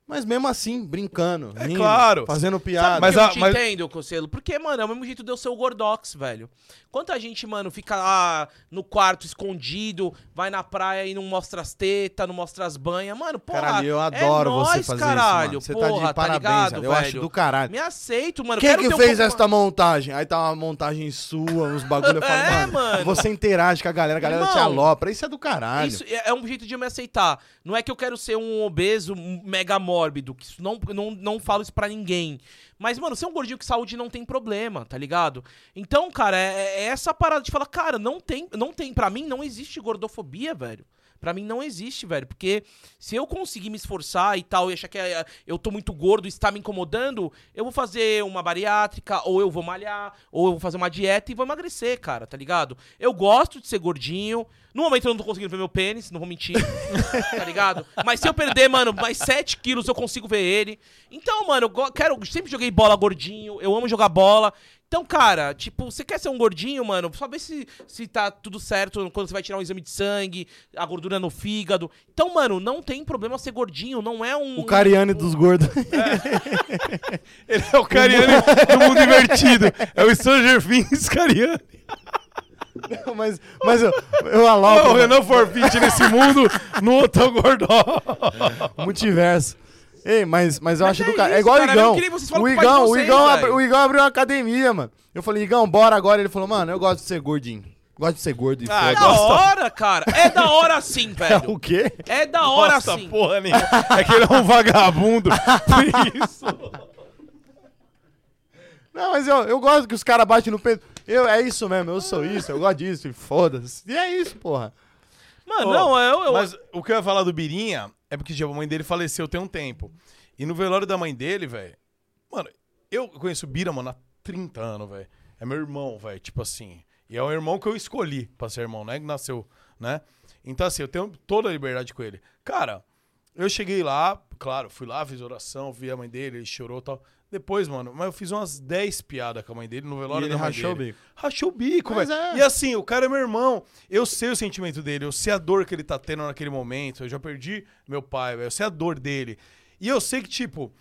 C: Mas mesmo assim, brincando, rindo,
A: claro.
C: fazendo piada.
A: Mas
B: É Mas, eu
A: a-
B: te
A: mas-
B: entendo, Conselho. Porque, mano, é o mesmo jeito de eu ser o Gordox, velho. Quanto a gente, mano, fica lá no quarto escondido, vai na praia e não mostra as tetas, não mostra as banhas. Mano, porra,
C: Caralho, eu adoro
B: é
C: você
B: nóis,
C: fazer
B: caralho,
C: isso, mano.
B: porra,
C: Você tá de parabéns,
B: ligado,
C: velho. Eu
B: velho?
C: acho do caralho.
B: Me aceito, mano.
C: Quem é
B: Quero
C: que
B: ter um
C: fez
B: compa-
C: esta montagem? Aí tá uma montagem sua, uns bagulho. Eu falo,
B: É,
C: mano,
B: mano.
C: você interage com a galera, a galera te
B: Irmão,
C: alopra. Isso é do caralho.
B: Isso é é um jeito de eu me aceitar. Não é que eu quero ser um obeso, um mega mórbido, que isso não, não, não falo isso pra ninguém. Mas, mano, você é um gordinho que saúde não tem problema, tá ligado? Então, cara, é, é essa parada de falar, cara, não tem, não tem, pra mim não existe gordofobia, velho. Pra mim não existe, velho. Porque se eu conseguir me esforçar e tal, e achar que eh, eu tô muito gordo e está me incomodando, eu vou fazer uma bariátrica, ou eu vou malhar, ou eu vou fazer uma dieta e vou emagrecer, cara, tá ligado? Eu gosto de ser gordinho. No momento eu não tô conseguindo ver meu pênis, não vou mentir, tá ligado? Mas se eu perder, mano, mais 7 quilos eu consigo ver ele. Então, mano, eu go- quero, eu sempre joguei bola gordinho, eu amo jogar bola. Então, cara, tipo, você quer ser um gordinho, mano? Só vê se, se tá tudo certo quando você vai tirar um exame de sangue, a gordura no fígado. Então, mano, não tem problema ser gordinho, não é um.
C: O Cariani dos gordos.
A: Ele é o Cariani do mundo invertido. É o Stranger Things Cariani.
C: mas mas eu, eu
A: É o
C: aloco.
A: Renan Forfit nesse mundo, no outro é o Gordó.
C: Multiverso. Ei, mas, mas eu
B: Mas
C: acho
B: é
C: do cara.
B: isso,
C: É igual
B: cara,
C: o Igão.
B: eu queria que vocês falam
C: o
B: com o pai de
C: Igão, o
B: vocês,
C: Igão, abri-
B: velho.
C: o Igão abriu uma academia, mano. Eu falei, Igão, bora agora. Ele falou, mano, eu gosto de ser gordinho. Gosto de ser gordo e
A: Ah,
B: É
C: foda.
B: da hora, cara. É da hora sim, velho.
C: O quê?
B: É da hora
A: Nossa,
B: sim.
A: porra nenhuma. É que ele é um vagabundo. Por isso.
C: Não, mas eu, eu gosto que os caras batem no peito. Eu, é isso mesmo, eu sou isso, eu gosto disso, e foda-se. E é isso, porra.
B: Mano, não, Então, eu. eu
A: Mas o que eu ia falar do Birinha é porque tipo, a mãe dele faleceu tem um tempo. E no velório da mãe dele, velho. Mano, eu conheço o Bira, mano, há 30 anos, velho. É meu irmão, velho. Tipo assim. E é um irmão que eu escolhi pra ser irmão, né? Que nasceu, né? Então, assim, eu tenho toda a liberdade com ele. Cara, eu cheguei lá, claro, fui lá, fiz oração, vi a mãe dele, ele chorou e tal. Depois, mano, mas eu fiz umas 10 piadas com a mãe dele no velório
C: E ele
A: da mãe
C: rachou
A: dele.
C: o bico.
A: Rachou o bico,
C: Mas
A: velho.
C: é.
A: E assim, o cara é meu irmão. Eu sei o sentimento dele, eu sei a dor que ele tá tendo naquele momento. Eu já perdi meu pai, velho. Eu sei a dor dele. E eu sei que, tipo,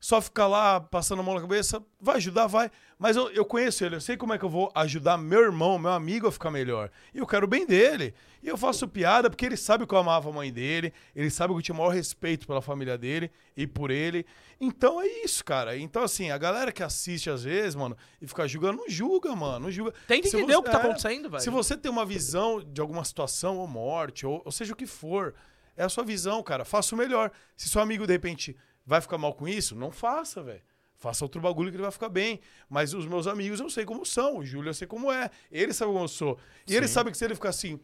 A: só ficar lá passando a mão na cabeça, vai ajudar, vai. Mas eu, eu conheço ele, eu sei como é que eu vou ajudar meu irmão, meu amigo a ficar melhor. E eu quero o bem dele. E eu faço piada porque ele sabe que eu amava a mãe dele, ele sabe que eu tinha o maior respeito pela família dele e por ele. Então é isso, cara. Então, assim, a galera que assiste às vezes, mano, e fica julgando, não julga, mano, não julga.
B: Tem que
A: Se
B: entender
A: você-
B: o que tá
A: é,
B: acontecendo, velho.
A: Se você tem uma visão de alguma situação, ou morte, ou, ou seja o que for, é a sua visão, cara. Faça o melhor. Se seu amigo, de repente, vai ficar mal com isso, não faça, velho. Faça outro bagulho que ele vai ficar bem. Mas os meus amigos eu sei como são. O Júlio eu sei como é. Ele sabe como eu sou. E ele sabe que se ele ficar assim,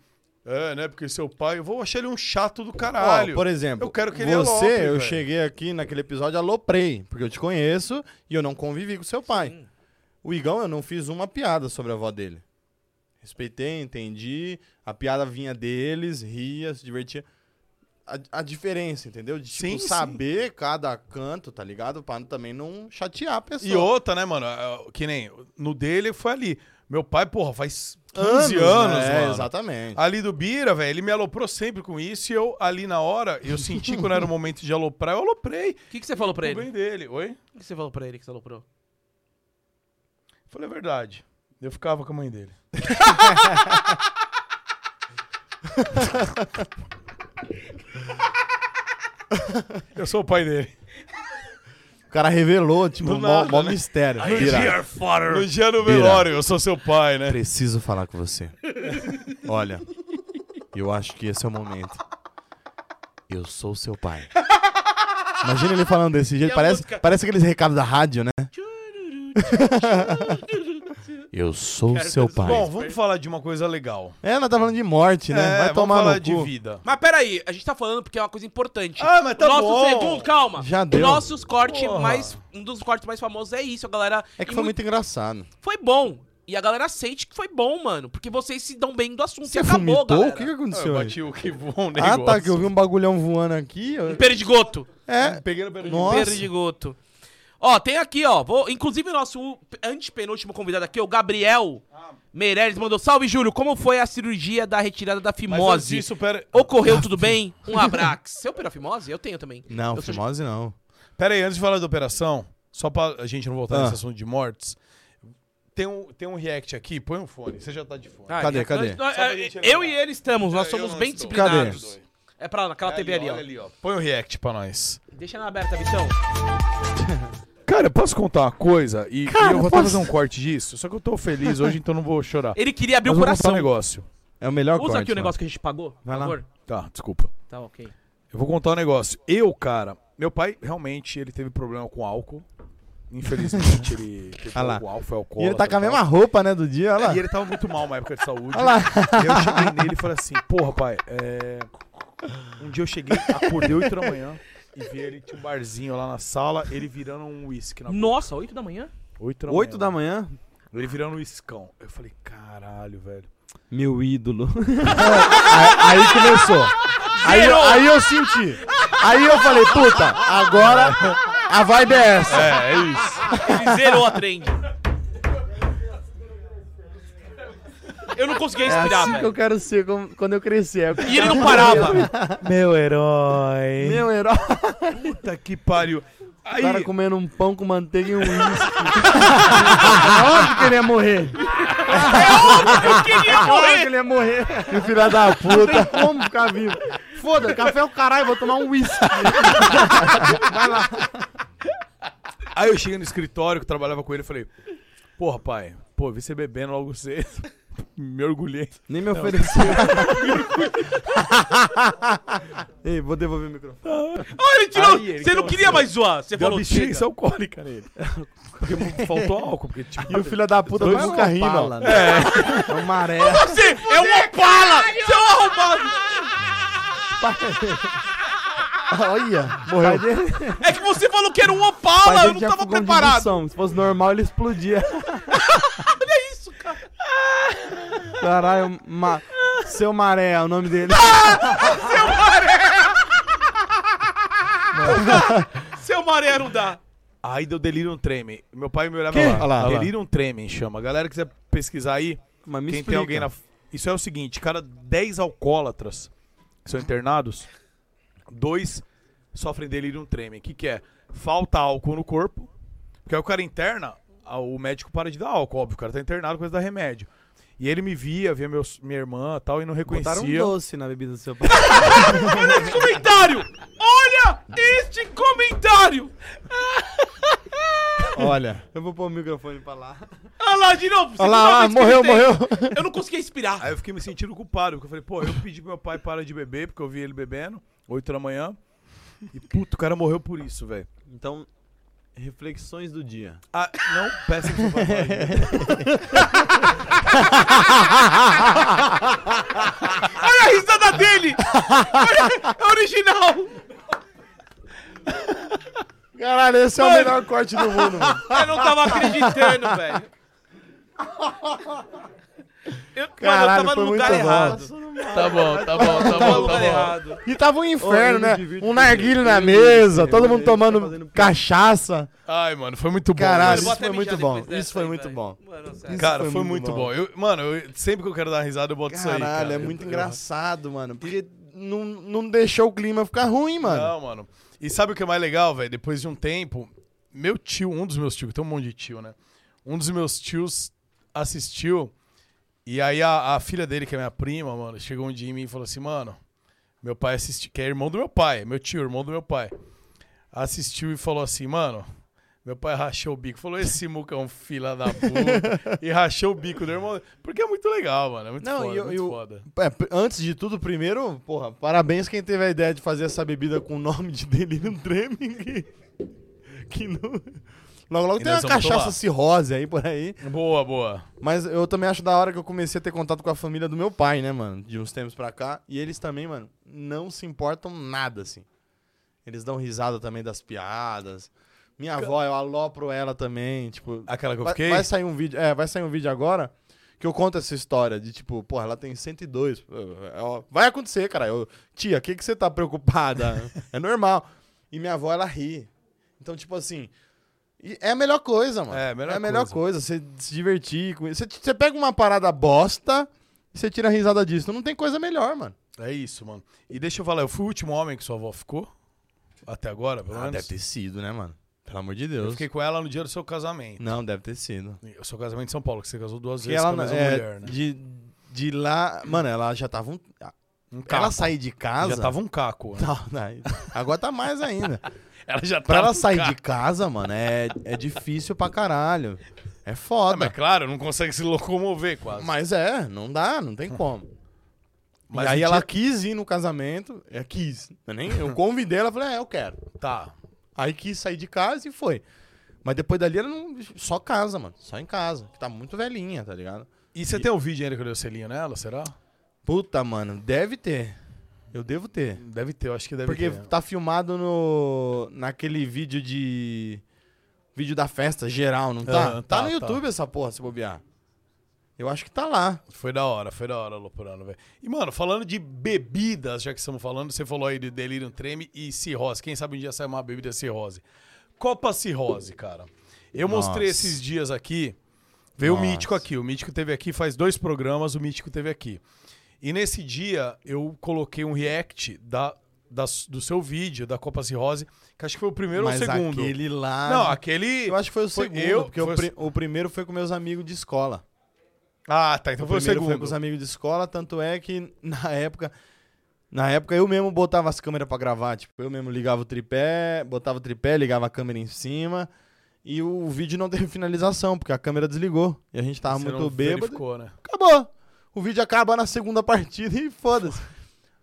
A: é, né? Porque seu pai, eu vou achar ele um chato do caralho.
C: Ó, por exemplo,
A: eu quero que
C: você,
A: ele alopre,
C: eu
A: velho.
C: cheguei aqui naquele episódio, aloprei, porque eu te conheço e eu não convivi com seu pai.
B: Sim.
C: O Igão, eu não fiz uma piada sobre a avó dele. Respeitei, entendi, a piada vinha deles, ria, se divertia. A, a diferença, entendeu? De tipo,
A: Sim, sim.
C: saber cada canto, tá ligado? Pra também não chatear a pessoa.
A: E outra, né, mano? é, Que nem no dele foi ali. Meu pai, porra, faz 15 anos,
C: né?
A: mano.
C: Exatamente.
A: Ali do Bira, velho, ele me aloprou sempre com isso e eu, ali na hora, eu senti quando era o momento de aloprar, eu aloprei.
B: O que, que você falou pra
A: Pro bem
B: ele?
A: dele. Oi?
B: O que você falou pra ele que você aloprou?
A: Falei a verdade. Eu ficava com a mãe dele. eu sou o pai dele.
C: O cara revelou, tipo,
A: Do
C: um
A: nada,
C: mó
A: né?
C: mistério. Vira.
A: No dia do velório, eu sou seu pai, né?
C: Preciso falar com você. Olha, eu acho que esse é o momento. Eu sou seu pai. Imagina ele falando desse jeito,
B: a
C: parece,
B: música?
C: parece aqueles recados da rádio, né? Eu sou
B: Quero
C: seu
B: que
C: pai.
A: Bom, vamos falar de uma coisa legal.
C: é, nós tá falando de morte, né?
A: É,
C: Vai
A: vamos
C: tomar
A: falar
C: no
A: de
C: cu.
A: vida.
B: Mas peraí, a gente tá falando porque é uma coisa importante.
A: Ah, mas tá
B: o nosso
A: bom.
B: segundo, calma.
C: Já deu.
B: O nosso corte
A: Porra.
B: mais. Um dos cortes mais famosos é isso, a galera.
C: É que
B: e
C: foi
B: muito-
C: muito engraçado.
B: Foi bom. E a galera aceite que foi bom, mano. Porque vocês se dão bem do assunto.
C: Você
B: e acabou,
C: vomitou?
B: galera.
C: O que, que
A: Ah,
C: aconteceu?
A: eu
C: aí?
A: bati o que voa um
C: Ah,
A: negócio.
C: tá, que eu vi um bagulhão voando aqui. eu-
B: Um Perdigoto. Um
C: É,
A: Peguei no pé do
C: Nossa.
B: Perdigoto. Ó, tem aqui, ó. Vou, inclusive, o nosso antepenúltimo convidado aqui, o Gabriel
C: Ah.
B: Meirelles, mandou salve, Júlio. Como foi a cirurgia da retirada da
A: Mas antes
B: fimose?
A: disso, pera...
B: Ocorreu tudo bem? Um abraço. Você operou a fimose? Eu tenho também.
C: Não,
B: Eu sou-
C: fimose não.
A: Pera aí, antes de falar da operação, só pra a gente não voltar
C: Ah.
A: nesse assunto de mortes, tem um, tem um react aqui, põe um fone, você já tá de fone.
B: Ah,
C: Cadê,
B: é-
C: cadê?
B: nós- nós-
A: Só pra gente
B: eu
A: lembrar.
B: e ele estamos, nós
A: Eu
B: somos
A: não
B: bem
A: estou.
B: disciplinados.
C: Cadê?
B: É pra lá, naquela TV ali, ó.
A: olha ó. Põe o react pra nós.
B: Deixa ela aberta, Vitão.
A: Cara, eu posso contar uma coisa? E, e
C: Cara,
A: eu vou até
C: posso-
A: fazer um corte disso, só que eu tô feliz hoje, então não vou chorar.
B: Ele queria abrir
A: Mas
B: o
A: eu vou contar um
B: coração.
A: negócio.
C: É o melhor
B: Usa
C: corte,
B: aqui o
C: mano.
B: negócio que a gente pagou,
C: Vai
B: por
C: lá.
B: favor.
A: Tá, desculpa.
B: Tá ok.
A: Eu vou contar um negócio. Eu, cara, meu pai realmente ele teve problema com álcool. Infelizmente, ele teve
C: Ah
A: problema
C: lá.
A: com álcool, foi
C: E ele
A: alcoólatra
C: tá com
A: tal.
C: a mesma roupa, né, do dia, olha lá.
A: E ele tava muito mal uma época de saúde.
C: Olha lá.
A: E eu cheguei nele e falei assim, porra, pai, é... um dia eu cheguei, acordei 8 da manhã e vi ele, tinha um barzinho lá na sala, ele virando um uísque na boca.
B: Nossa, 8 da manhã?
A: 8 da manhã.
C: 8 da manhã,
A: Ele virando um uiscão. Eu falei, caralho, velho.
C: meu ídolo. É, aí, aí começou. Aí, eu- aí eu senti. Aí eu falei, puta, agora a vibe é essa.
A: É, é isso.
B: Ele zerou a trend. Eu não conseguia respirar, velho.
C: quero ser como- quando É assim eu crescer.
B: É, assim
C: É
B: E ele não parava.
A: Meu herói.
C: Meu herói.
A: Puta que pariu. Aí,
C: O cara comendo um pão com manteiga e um uísque. Aonde que ele ia morrer?
B: Eu queria
C: Aonde que
B: morrer.
C: ele ia morrer? E o filho da puta. Como ficar vivo? Foda-se, café é o caralho, vou tomar um uísque.
A: aí eu cheguei no escritório que eu trabalhava com ele e falei, porra, pai, pô, vi você bebendo logo cedo. Me orgulhei.
C: Nem me ofereceu. Ei, vou devolver o microfone.
B: Olha, Ah, ele tirou.
A: Aí, ele
B: você não
A: falou
B: queria
A: assim,
B: mais zoar. Você
A: Deu
B: falou
A: abstinência
B: chega.
A: é alcoólica nele. Porque faltou álcool, porque tipo,
C: E o filho da puta
A: Dois
C: vai
A: nunca
C: num
A: rimam.
C: Opala, né? É. É um maré.
B: Você é um opala! Você é um arrombado!
C: Olha, morreu.
B: É que você falou que era um
C: Pai
B: opala, eu
C: dele
B: não
C: tinha
B: tava
C: fogão de
B: preparado.
C: indução. Se fosse normal, ele explodia.
B: Olha isso, cara.
C: Caralho, ma... seu maré é o nome dele.
B: Seu maré não dá.
A: Aí deu Delirium Tremem. Meu pai me olhava
C: Quê?
A: lá.
C: Olha lá, olha lá.
A: Delirium Tremem chama. Galera quiser pesquisar aí,
C: Mas me
A: quem tem
C: explica.
A: alguém na... Isso é o seguinte, cara, 10 alcoólatras que são internados, dois sofrem Delirium Tremem. O que que é? Falta álcool no corpo, porque aí o cara interna, a- o médico para de dar álcool, óbvio. O cara tá internado, coisa da remédio. E ele me via, via meus, minha irmã e tal, e não reconhecia.
C: Botaram um doce na bebida do seu pai.
B: Olha esse comentário! Olha este comentário!
C: Olha. Eu vou pôr o microfone pra lá.
B: Olha lá de novo.
C: Olha lá,
B: segunda
C: lá,
B: vez que
C: morreu,
B: ele tem.
C: morreu.
B: Eu não conseguia respirar.
A: Aí eu fiquei me sentindo culpado, porque eu falei, pô, eu pedi pro meu pai para de beber, porque eu vi ele bebendo, 8 da manhã. E puto, o cara morreu por isso, velho.
C: Então, reflexões do dia.
A: Ah, não peça pro seu papai. de beber.
B: Olha a risada dele! Olha, é original!
C: Caralho, esse é o melhor corte do mundo, mano.
B: Eu não tava acreditando, velho. Eu, mano, eu
C: Caralho,
B: tava
C: foi
B: no lugar
C: muito bom.
B: errado.
E: Tá bom, tá bom, tá
B: Eu Tava no
E: bom, tá
B: lugar
E: bom.
B: errado.
C: E tava um inferno,
E: eu me
C: né?
E: divirto
C: Um narguilho na mesa, todo mundo tomando cachaça.
A: Ai, mano, foi muito bom.
C: Caralho,
A: velho.
C: isso foi muito
B: mijar
C: bom.
B: depois dessa
C: Isso foi
B: aí,
C: muito
B: velho.
C: bom.
B: Mano, sério.
C: Isso
A: Cara, foi, muito bom. Eu, mano, eu- sempre que eu quero dar uma risada, eu boto isso aí.
C: Caralho,
A: cara.
C: é muito
A: Eu-
C: engraçado, mano. Porque não, não deixou o clima ficar ruim, mano.
A: Não, mano. E sabe o que é mais legal, velho? Depois de um tempo, meu tio, um dos meus tios, tem um monte de tio, né? Um dos meus tios assistiu. E aí a, a filha dele, que é minha prima, mano, chegou um dia em mim e falou assim, mano, meu pai assistiu, que é irmão do meu pai, meu tio, irmão do meu pai. Assistiu e falou assim, mano, meu pai rachou o bico. Falou, esse muca é um fila da puta. e rachou o bico do irmão. Porque é muito legal, mano. É muito
C: Não,
A: foda,
C: e eu-
A: muito
C: eu-
A: foda.
C: É, pr- antes de tudo, primeiro, porra, parabéns quem teve a ideia de fazer essa bebida com o nome de Delirium Treming. Que, que não... Logo, logo
A: E
C: tem uma
A: nós vamos
C: cachaça
A: tomar.
C: cirrose aí por aí.
A: Boa, boa.
C: Mas eu também acho da hora que eu comecei a ter contato com a família do meu pai, né, mano? De uns tempos pra cá. E eles também, mano, não se importam nada, assim. Eles dão risada também das piadas. Minha avó, eu alopro ela também, tipo...
A: Aquela que eu
C: Vai,
A: fiquei?
C: vai sair um vídeo, é, vai sair um vídeo agora que eu conto essa história de tipo, porra, ela tem 102. é, ó, Vai acontecer, cara. Eu, Tia, o que, que você tá preocupada? é normal. E minha avó, ela ri. Então, tipo assim. e É a melhor coisa, mano.
A: É, a melhor
C: a melhor coisa. Você se divertir com isso. Você, você pega uma parada bosta e você tira a risada disso. Então, Não tem coisa melhor, mano.
A: É isso, mano. E deixa eu falar, eu fui o último homem que sua avó ficou? Até agora, pelo menos?
C: sido, né, mano? Pelo amor de
A: Eu fiquei com ela no dia do seu casamento.
C: Não, deve ter sido.
A: O seu casamento em São Paulo, que você casou duas
C: Porque
A: vezes
C: ela,
A: com a mesma
C: é,
A: mulher, né?
C: de, de lá. Mano, ela já tava um.
A: Um
C: Ela
A: caco.
C: sair de casa.
A: Já tava um caco, né?
C: Não, não, agora tá mais ainda.
A: Ela já tava
C: Pra ela
A: um
C: sair
A: caco.
C: de casa, mano, é, é difícil pra caralho. É
A: Ah,
C: foda.
A: mas claro, não consegue se locomover quase.
C: Mas é, não dá, não tem como.
A: Mas
C: e aí
A: não
C: ela quis ir no casamento, é, quis, não é nem, eu convidei ela, falei, é, eu quero.
A: Tá.
C: Aí quis sair de casa e foi. Mas depois dali ela não, só casa, mano, só em casa, que tá muito velhinha, tá ligado?
A: E você tem um vídeo ainda que eu dei o selinho nela, será?
C: Puta, mano, deve ter, eu devo ter.
A: Deve ter, eu acho que deve
C: Porque
A: ter. né?
C: tá filmado no naquele vídeo de vídeo da festa geral, não tá?
A: Ah,
C: tá,
A: tá,
C: no
A: tá.
C: YouTube essa porra, se bobear. Eu acho que tá lá.
A: Foi da hora, foi da hora, Lopurano, velho. E, mano, falando de bebidas, já que estamos falando, você falou aí de Delirium Treme e Cirrose. Quem sabe um dia sai uma bebida Cirrose. Copa Cirrose, cara. Eu
C: Nossa.
A: mostrei esses dias aqui. Veio
C: Nossa.
A: o Mítico aqui. O Mítico teve aqui faz dois programas, o Mítico teve aqui. E nesse dia eu coloquei um react da, da- do seu vídeo da Copa Cirrose, que acho que foi o primeiro
C: Mas
A: ou o segundo.
C: aquele lá.
A: Não, aquele.
C: eu acho que foi o
A: foi
C: segundo,
A: eu,
C: porque
A: foi
C: o,
A: o-
C: pri- o primeiro foi com meus amigos de escola.
A: Ah, tá. Então
C: O
A: foi o
C: primeiro
A: segundo.
C: foi com os amigos de escola, tanto é que na época na época eu mesmo botava as câmeras pra gravar, tipo, eu mesmo ligava o tripé, botava o tripé, ligava a câmera em cima. E o vídeo não teve finalização, porque a câmera desligou. E a gente tava
A: Você
C: muito
A: não
C: bêbado.
A: verificou, né?
C: acabou. O vídeo acaba na segunda partida e foda-se.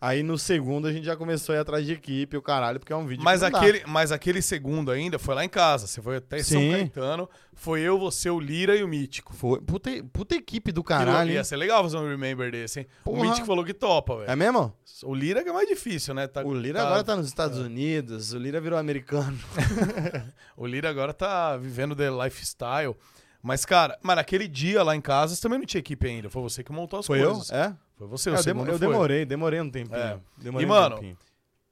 C: Aí no segundo a gente já começou a ir atrás de equipe, o caralho, porque é um vídeo
A: Mas
C: que não dá.
A: aquele, mas aquele segundo ainda foi lá em casa. Você foi até São
C: Sim.
A: Caetano. Foi eu, você, o Lira e o Mítico.
C: Foi. Puta, puta equipe do
A: Que
C: caralho.
A: Ia
C: hein?
A: ser legal fazer um remember desse, hein? O
C: Porra.
A: Mítico falou que topa, velho.
C: É mesmo?
A: O Lira que é mais difícil, né? Tá-
C: O Lira
A: tá-
C: agora tá nos Estados Unidos, o Lira virou americano.
A: O Lira agora tá vivendo the lifestyle. Mas, cara, mas naquele dia lá em casa você também não tinha equipe ainda. Foi você que montou as
C: Foi eu?
A: coisas.
C: É?
A: Foi você, o
C: É, eu,
A: segundo
C: demo- eu
A: foi.
C: demorei, demorei um tempinho.
A: É.
C: Demorei
A: E,
C: um
A: mano,
C: tempinho.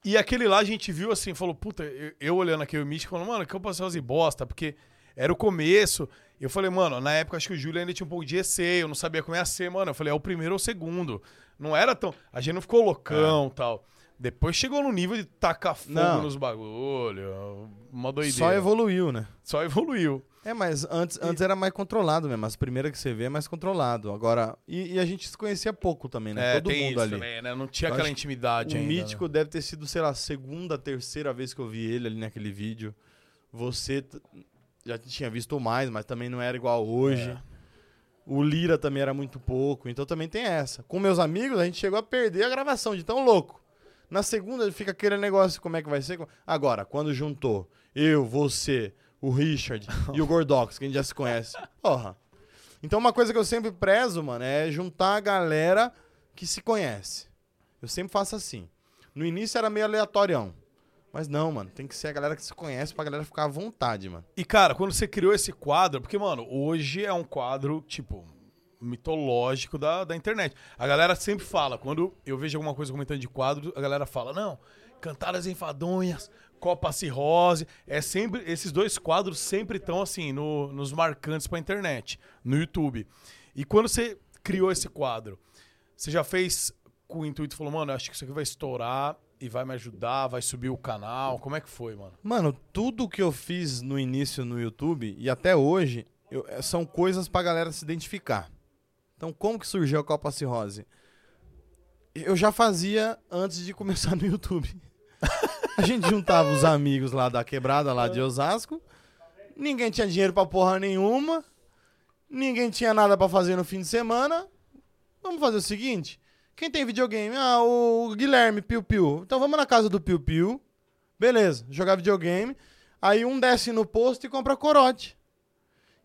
A: E aquele lá a gente viu assim, falou, puta, eu, eu olhando aqui o Mítico, falando, mano, que eu passei umas e bosta, porque era o começo. Eu falei, mano, na época acho que o Júlio ainda tinha um pouco de receio, eu não sabia como ia ser, mano. Eu falei, é o primeiro ou o segundo. Não era tão. A gente não ficou loucão e tal. Depois chegou no nível de tacar fogo
C: É. Não.
A: nos bagulho, uma doideira.
C: Só evoluiu, né?
A: Só evoluiu.
C: É, mas antes, antes era mais controlado mesmo. As primeiras que você vê é mais controlado. Agora. E, e a gente se conhecia pouco também, né?
A: É,
C: Todo
A: tem
C: mundo
A: isso
C: ali.
A: também, né? Não tinha
C: Eu
A: aquela
C: acho que
A: intimidade
C: O
A: ainda. né?
C: Mítico deve ter sido, sei lá, a segunda, terceira vez que eu vi ele ali naquele vídeo. Você t- já tinha visto mais, mas também não era igual hoje.
A: É.
C: O Lira também era muito pouco, então também tem essa. Com meus amigos, a gente chegou a perder a gravação de tão louco. Na segunda fica aquele negócio, como é que vai ser? Agora, quando juntou eu, você, o Richard e o Gordox, que a gente já se conhece. Porra. Então uma coisa que eu sempre prezo, mano, é juntar a galera que se conhece. Eu sempre faço assim. No início era meio aleatorião. Mas não, mano, tem que ser a galera que se conhece pra galera ficar à vontade, mano.
A: E, cara, quando você criou esse quadro, porque, mano, hoje é um quadro, tipo, mitológico da, da internet. A galera sempre fala, quando eu vejo alguma coisa comentando de quadro, a galera fala, não, cantadas enfadonhas, Copa Cirrose, é sempre, esses dois quadros sempre estão, assim, no- nos marcantes pra internet, no YouTube. E quando você criou esse quadro, você já fez com o intuito, falou, mano, acho que isso aqui vai estourar e vai me ajudar, vai subir o canal, como é que foi, mano?
C: Mano, tudo que eu fiz no início no YouTube e até hoje eu- eh, são coisas pra galera se identificar. Então, como que surgiu a Copa Cirrose? Eu já fazia antes de começar no YouTube. A gente juntava os amigos lá da quebrada, lá de Osasco. Ninguém tinha dinheiro pra porra nenhuma. Ninguém tinha nada pra fazer no fim de semana. Vamos fazer o seguinte: quem tem videogame? Ah, o Guilherme, Piu Piu. Então vamos na casa do Piu Piu. Beleza, jogar videogame. Aí um desce no posto e compra corote.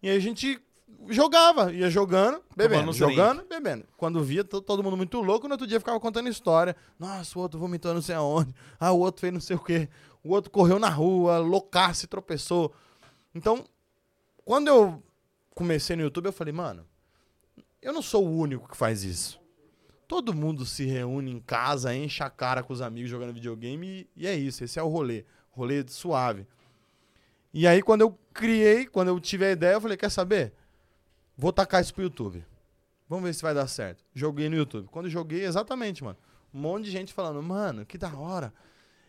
C: E aí a gente jogava, ia jogando, bebendo,
A: Tomando
C: jogando, bebendo. Quando via, to- todo mundo muito louco, no outro dia ficava contando história. Nossa, o outro vomitou não sei aonde. Ah, o outro fez não sei o quê. O outro correu na rua, loucaço, e tropeçou. Então, quando eu comecei no YouTube, eu falei, mano, eu não sou o único que faz isso. Todo mundo se reúne em casa, enche a cara com os amigos jogando videogame e, e é isso, esse é o rolê. Rolê suave. E aí, quando eu criei, quando eu tive a ideia, eu falei: quer saber? Vou tacar isso pro YouTube. Vamos ver se vai dar certo. Joguei no YouTube. Quando joguei, exatamente, mano. Um monte de gente falando: mano, que da hora.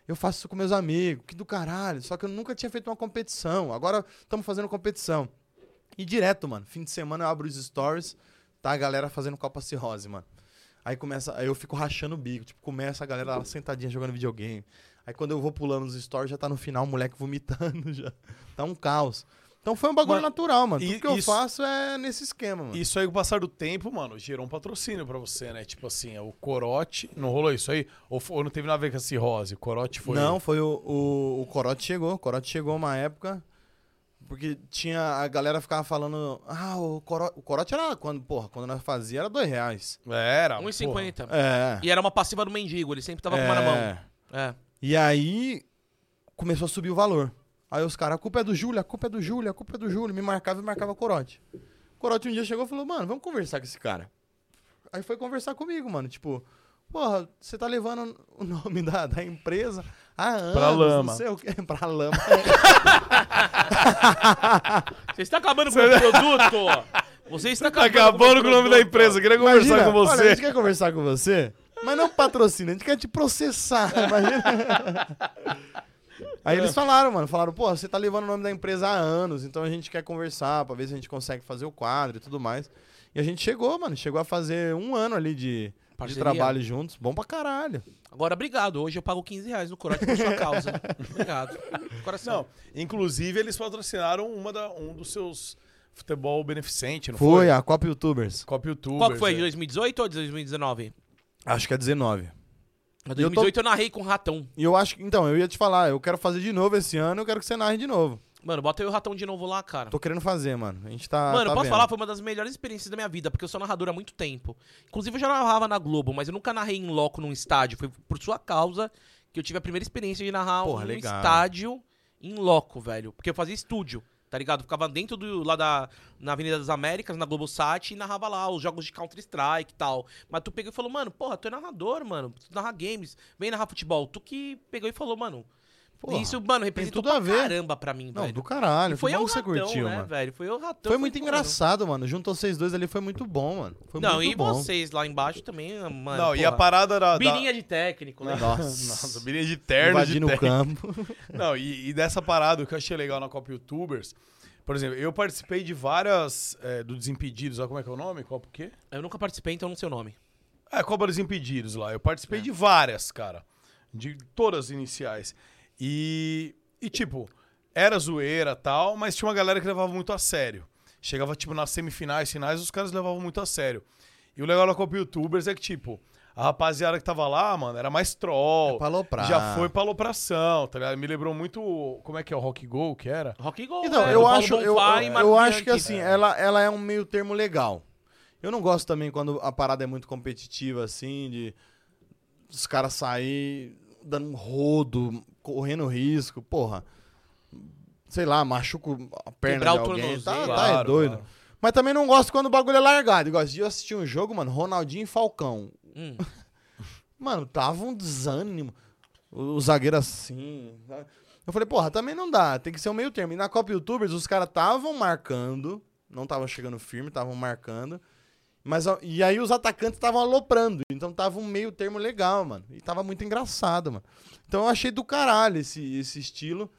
C: Eu faço isso com meus amigos, que do caralho. Só que eu nunca tinha feito uma competição. Agora estamos fazendo competição. E direto, mano. Fim de semana eu abro os stories, tá a galera fazendo Copa Cirrose, mano. Aí começa, aí eu fico rachando o bico, tipo, começa a galera lá sentadinha jogando videogame. Aí quando eu vou pulando os stories, já tá no final o moleque vomitando já. Tá um caos. Então foi um bagulho
A: Mano,
C: natural, mano.
A: e
C: Tudo que eu
A: isso-
C: faço é nesse esquema, mano.
A: Isso aí, com o passar do tempo, mano, gerou um patrocínio pra você, né? Tipo assim, o Corote. Não rolou isso aí? Ou, fo- ou não teve nada a ver com a cirrose? O Corote foi.
C: Não, foi o, o, o Corote chegou. O Corote chegou uma época. Porque tinha. A galera ficava falando. Ah, o Corote. O Corote era. Quando, porra, quando nós fazia era dois reais.
A: Era.
B: 1,50.
C: É.
B: E era uma passiva do mendigo, ele sempre tava com uma na mão. É.
C: E aí começou a subir o valor. Aí os caras, a culpa é do Júlio, a culpa é do Júlio, a culpa é do Júlio. Me marcava e marcava o Corote. O Corote um dia chegou e falou, mano, vamos conversar com esse cara. Aí foi conversar comigo, mano. Tipo, porra, você tá levando o nome da, da empresa há anos.
A: Pra lama.
C: Não sei o quê. Pra lama.
B: Você está acabando com o meu produto! Você está
A: Tá
B: acabando,
A: acabando com o nome da
B: produto.
A: empresa. Queria conversar
C: Imagina,
A: com
C: olha, a gente
A: você.
C: quer conversar com você, mas não patrocina, a gente quer te processar. imagina. Aí eles falaram, mano, falaram, pô, você tá levando o nome da empresa há anos, então a gente quer conversar pra ver se a gente consegue fazer o quadro e tudo mais. E a gente chegou, mano, chegou a fazer um ano ali de, de
B: Parceria.
C: trabalho juntos, bom pra caralho.
B: Agora, obrigado. Hoje eu pago 15 reais no corote por sua causa. obrigado. Coração.
A: Não, inclusive eles patrocinaram uma da, um dos seus futebol beneficente, não
C: Foi
A: foi?
C: a Copa Youtubers,
A: Copa YouTube.
B: Qual que foi? De 2018 ou de 2019?
C: acho que é 19.
B: Em
C: Eu tô-
B: 2018 eu, narrei com o ratão.
C: E eu acho que, então, eu ia te falar, eu quero fazer de novo esse ano, eu quero que você narre de novo.
B: Mano, bota eu e o ratão de novo lá, cara.
C: Tô querendo fazer, mano, a gente tá
B: Mano,
C: tá
B: posso
C: vendo.
B: falar? Foi uma das melhores experiências da minha vida, porque eu sou narrador há muito tempo. Inclusive, eu já narrava na Globo, mas eu nunca narrei em loco num estádio. Foi por sua causa que eu tive a primeira experiência de narrar
C: Porra,
B: um
C: legal.
B: estádio em loco, velho. Porque eu fazia estúdio, tá ligado? Eu ficava dentro do, lá da, na Avenida das Américas, na Globosat, e narrava lá os jogos de Counter-Strike e tal. Mas tu pegou e falou, mano, porra, tu é narrador, mano. Tu narra games, vem narrar futebol. Tu que pegou e falou, mano.
C: Porra,
B: isso, mano, representou
C: tudo a
B: pra
C: ver.
B: caramba pra mim,
C: Não,
B: velho.
C: do caralho,
B: E foi
C: que
B: eu
C: bom
B: o
C: que você
B: ratão,
C: curtiu,
B: né,
C: mano.
B: velho? Foi eu o ratão.
C: Foi muito
B: pô,
C: engraçado, mano. Juntou vocês dois ali, foi muito bom, mano. Foi
B: Não,
C: muito
B: e
C: bom.
B: vocês lá embaixo também, ah, mano.
A: Não, e a
B: porra.
A: parada da. da-
B: Bilinha de técnico, né?
C: Nossa,
A: Nossa, bilinha de terno. de
C: invadindo o
A: terno.
C: campo.
A: Não, e, e dessa parada, o que eu achei legal na Copa Youtubers, por exemplo, eu participei de várias é, do Desimpedidos, lá como é que é o nome? Copa o quê?
B: Eu nunca participei, então não sei o nome.
A: É, Copa dos Impedidos lá. Eu participei de várias, cara. De todas as iniciais. E, e, tipo, era zoeira tal, mas tinha uma galera que levava muito a sério. Chegava, tipo, nas semifinais, finais, os caras levavam muito a sério. E o legal da Copa Youtubers é que, tipo, a rapaziada que tava lá, mano, era mais troll.
C: É pra aloprar.
A: já foi pra alopração, tá ligado? Me lembrou muito. Como é que é o Rock Go que era?
B: Rock Go,
C: Então,
B: velho,
C: eu
B: Paulo
C: acho, eu,
B: Bonfá e
C: eu
B: Marco
C: acho que
B: Bianchi. né?
C: assim, ela, ela é um meio termo legal. Eu não gosto também quando a parada é muito competitiva, assim, de os caras sair dando um rodo, correndo risco, porra. Sei lá, machuco a perna
B: Quebrar
C: de
B: o
C: alguém.
B: tornozelo.
C: Tá, tá, é
A: Claro,
C: doido.
A: claro.
C: Mas também não gosto quando o bagulho é largado. Igual esse dia eu assisti um jogo, mano, Ronaldinho e Falcão.
B: Hum.
C: Mano, tava um desânimo. O, o zagueiro assim. sabe? Eu falei, porra, também não dá, tem que ser um meio termo. E na Copa Youtubers, os caras estavam marcando, não estavam chegando firme, estavam marcando. Mas, ó, e aí os atacantes estavam aloprando. Então tava um meio termo legal, mano. E tava muito engraçado, mano. Então eu achei do caralho esse, esse estilo.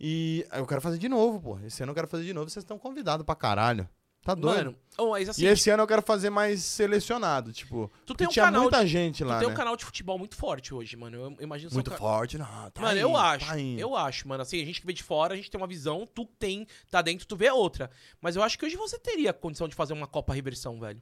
C: E aí eu quero fazer de novo, porra. Esse ano eu quero fazer de novo, vocês estão convidados pra caralho. Tá doido.
B: Mano, oh, mas assim,
C: e esse ano eu quero fazer mais selecionado, tipo.
B: tu
C: Porque
B: tem um
C: tinha
B: canal.
C: muita
B: de-
C: gente
B: Tu
C: lá,
B: tem um
C: né?
B: canal de futebol muito forte hoje, mano. Eu imagino seu
C: Muito
B: ca-
C: forte, não. Tá
B: Mano,
C: indo,
B: eu
C: tá
B: acho.
C: indo.
B: eu acho, mano. Assim, a gente que vê de fora, a gente tem uma visão, tu tem, tá dentro, tu vê outra. Mas eu acho que hoje você teria condição de fazer uma Copa Reversão, velho.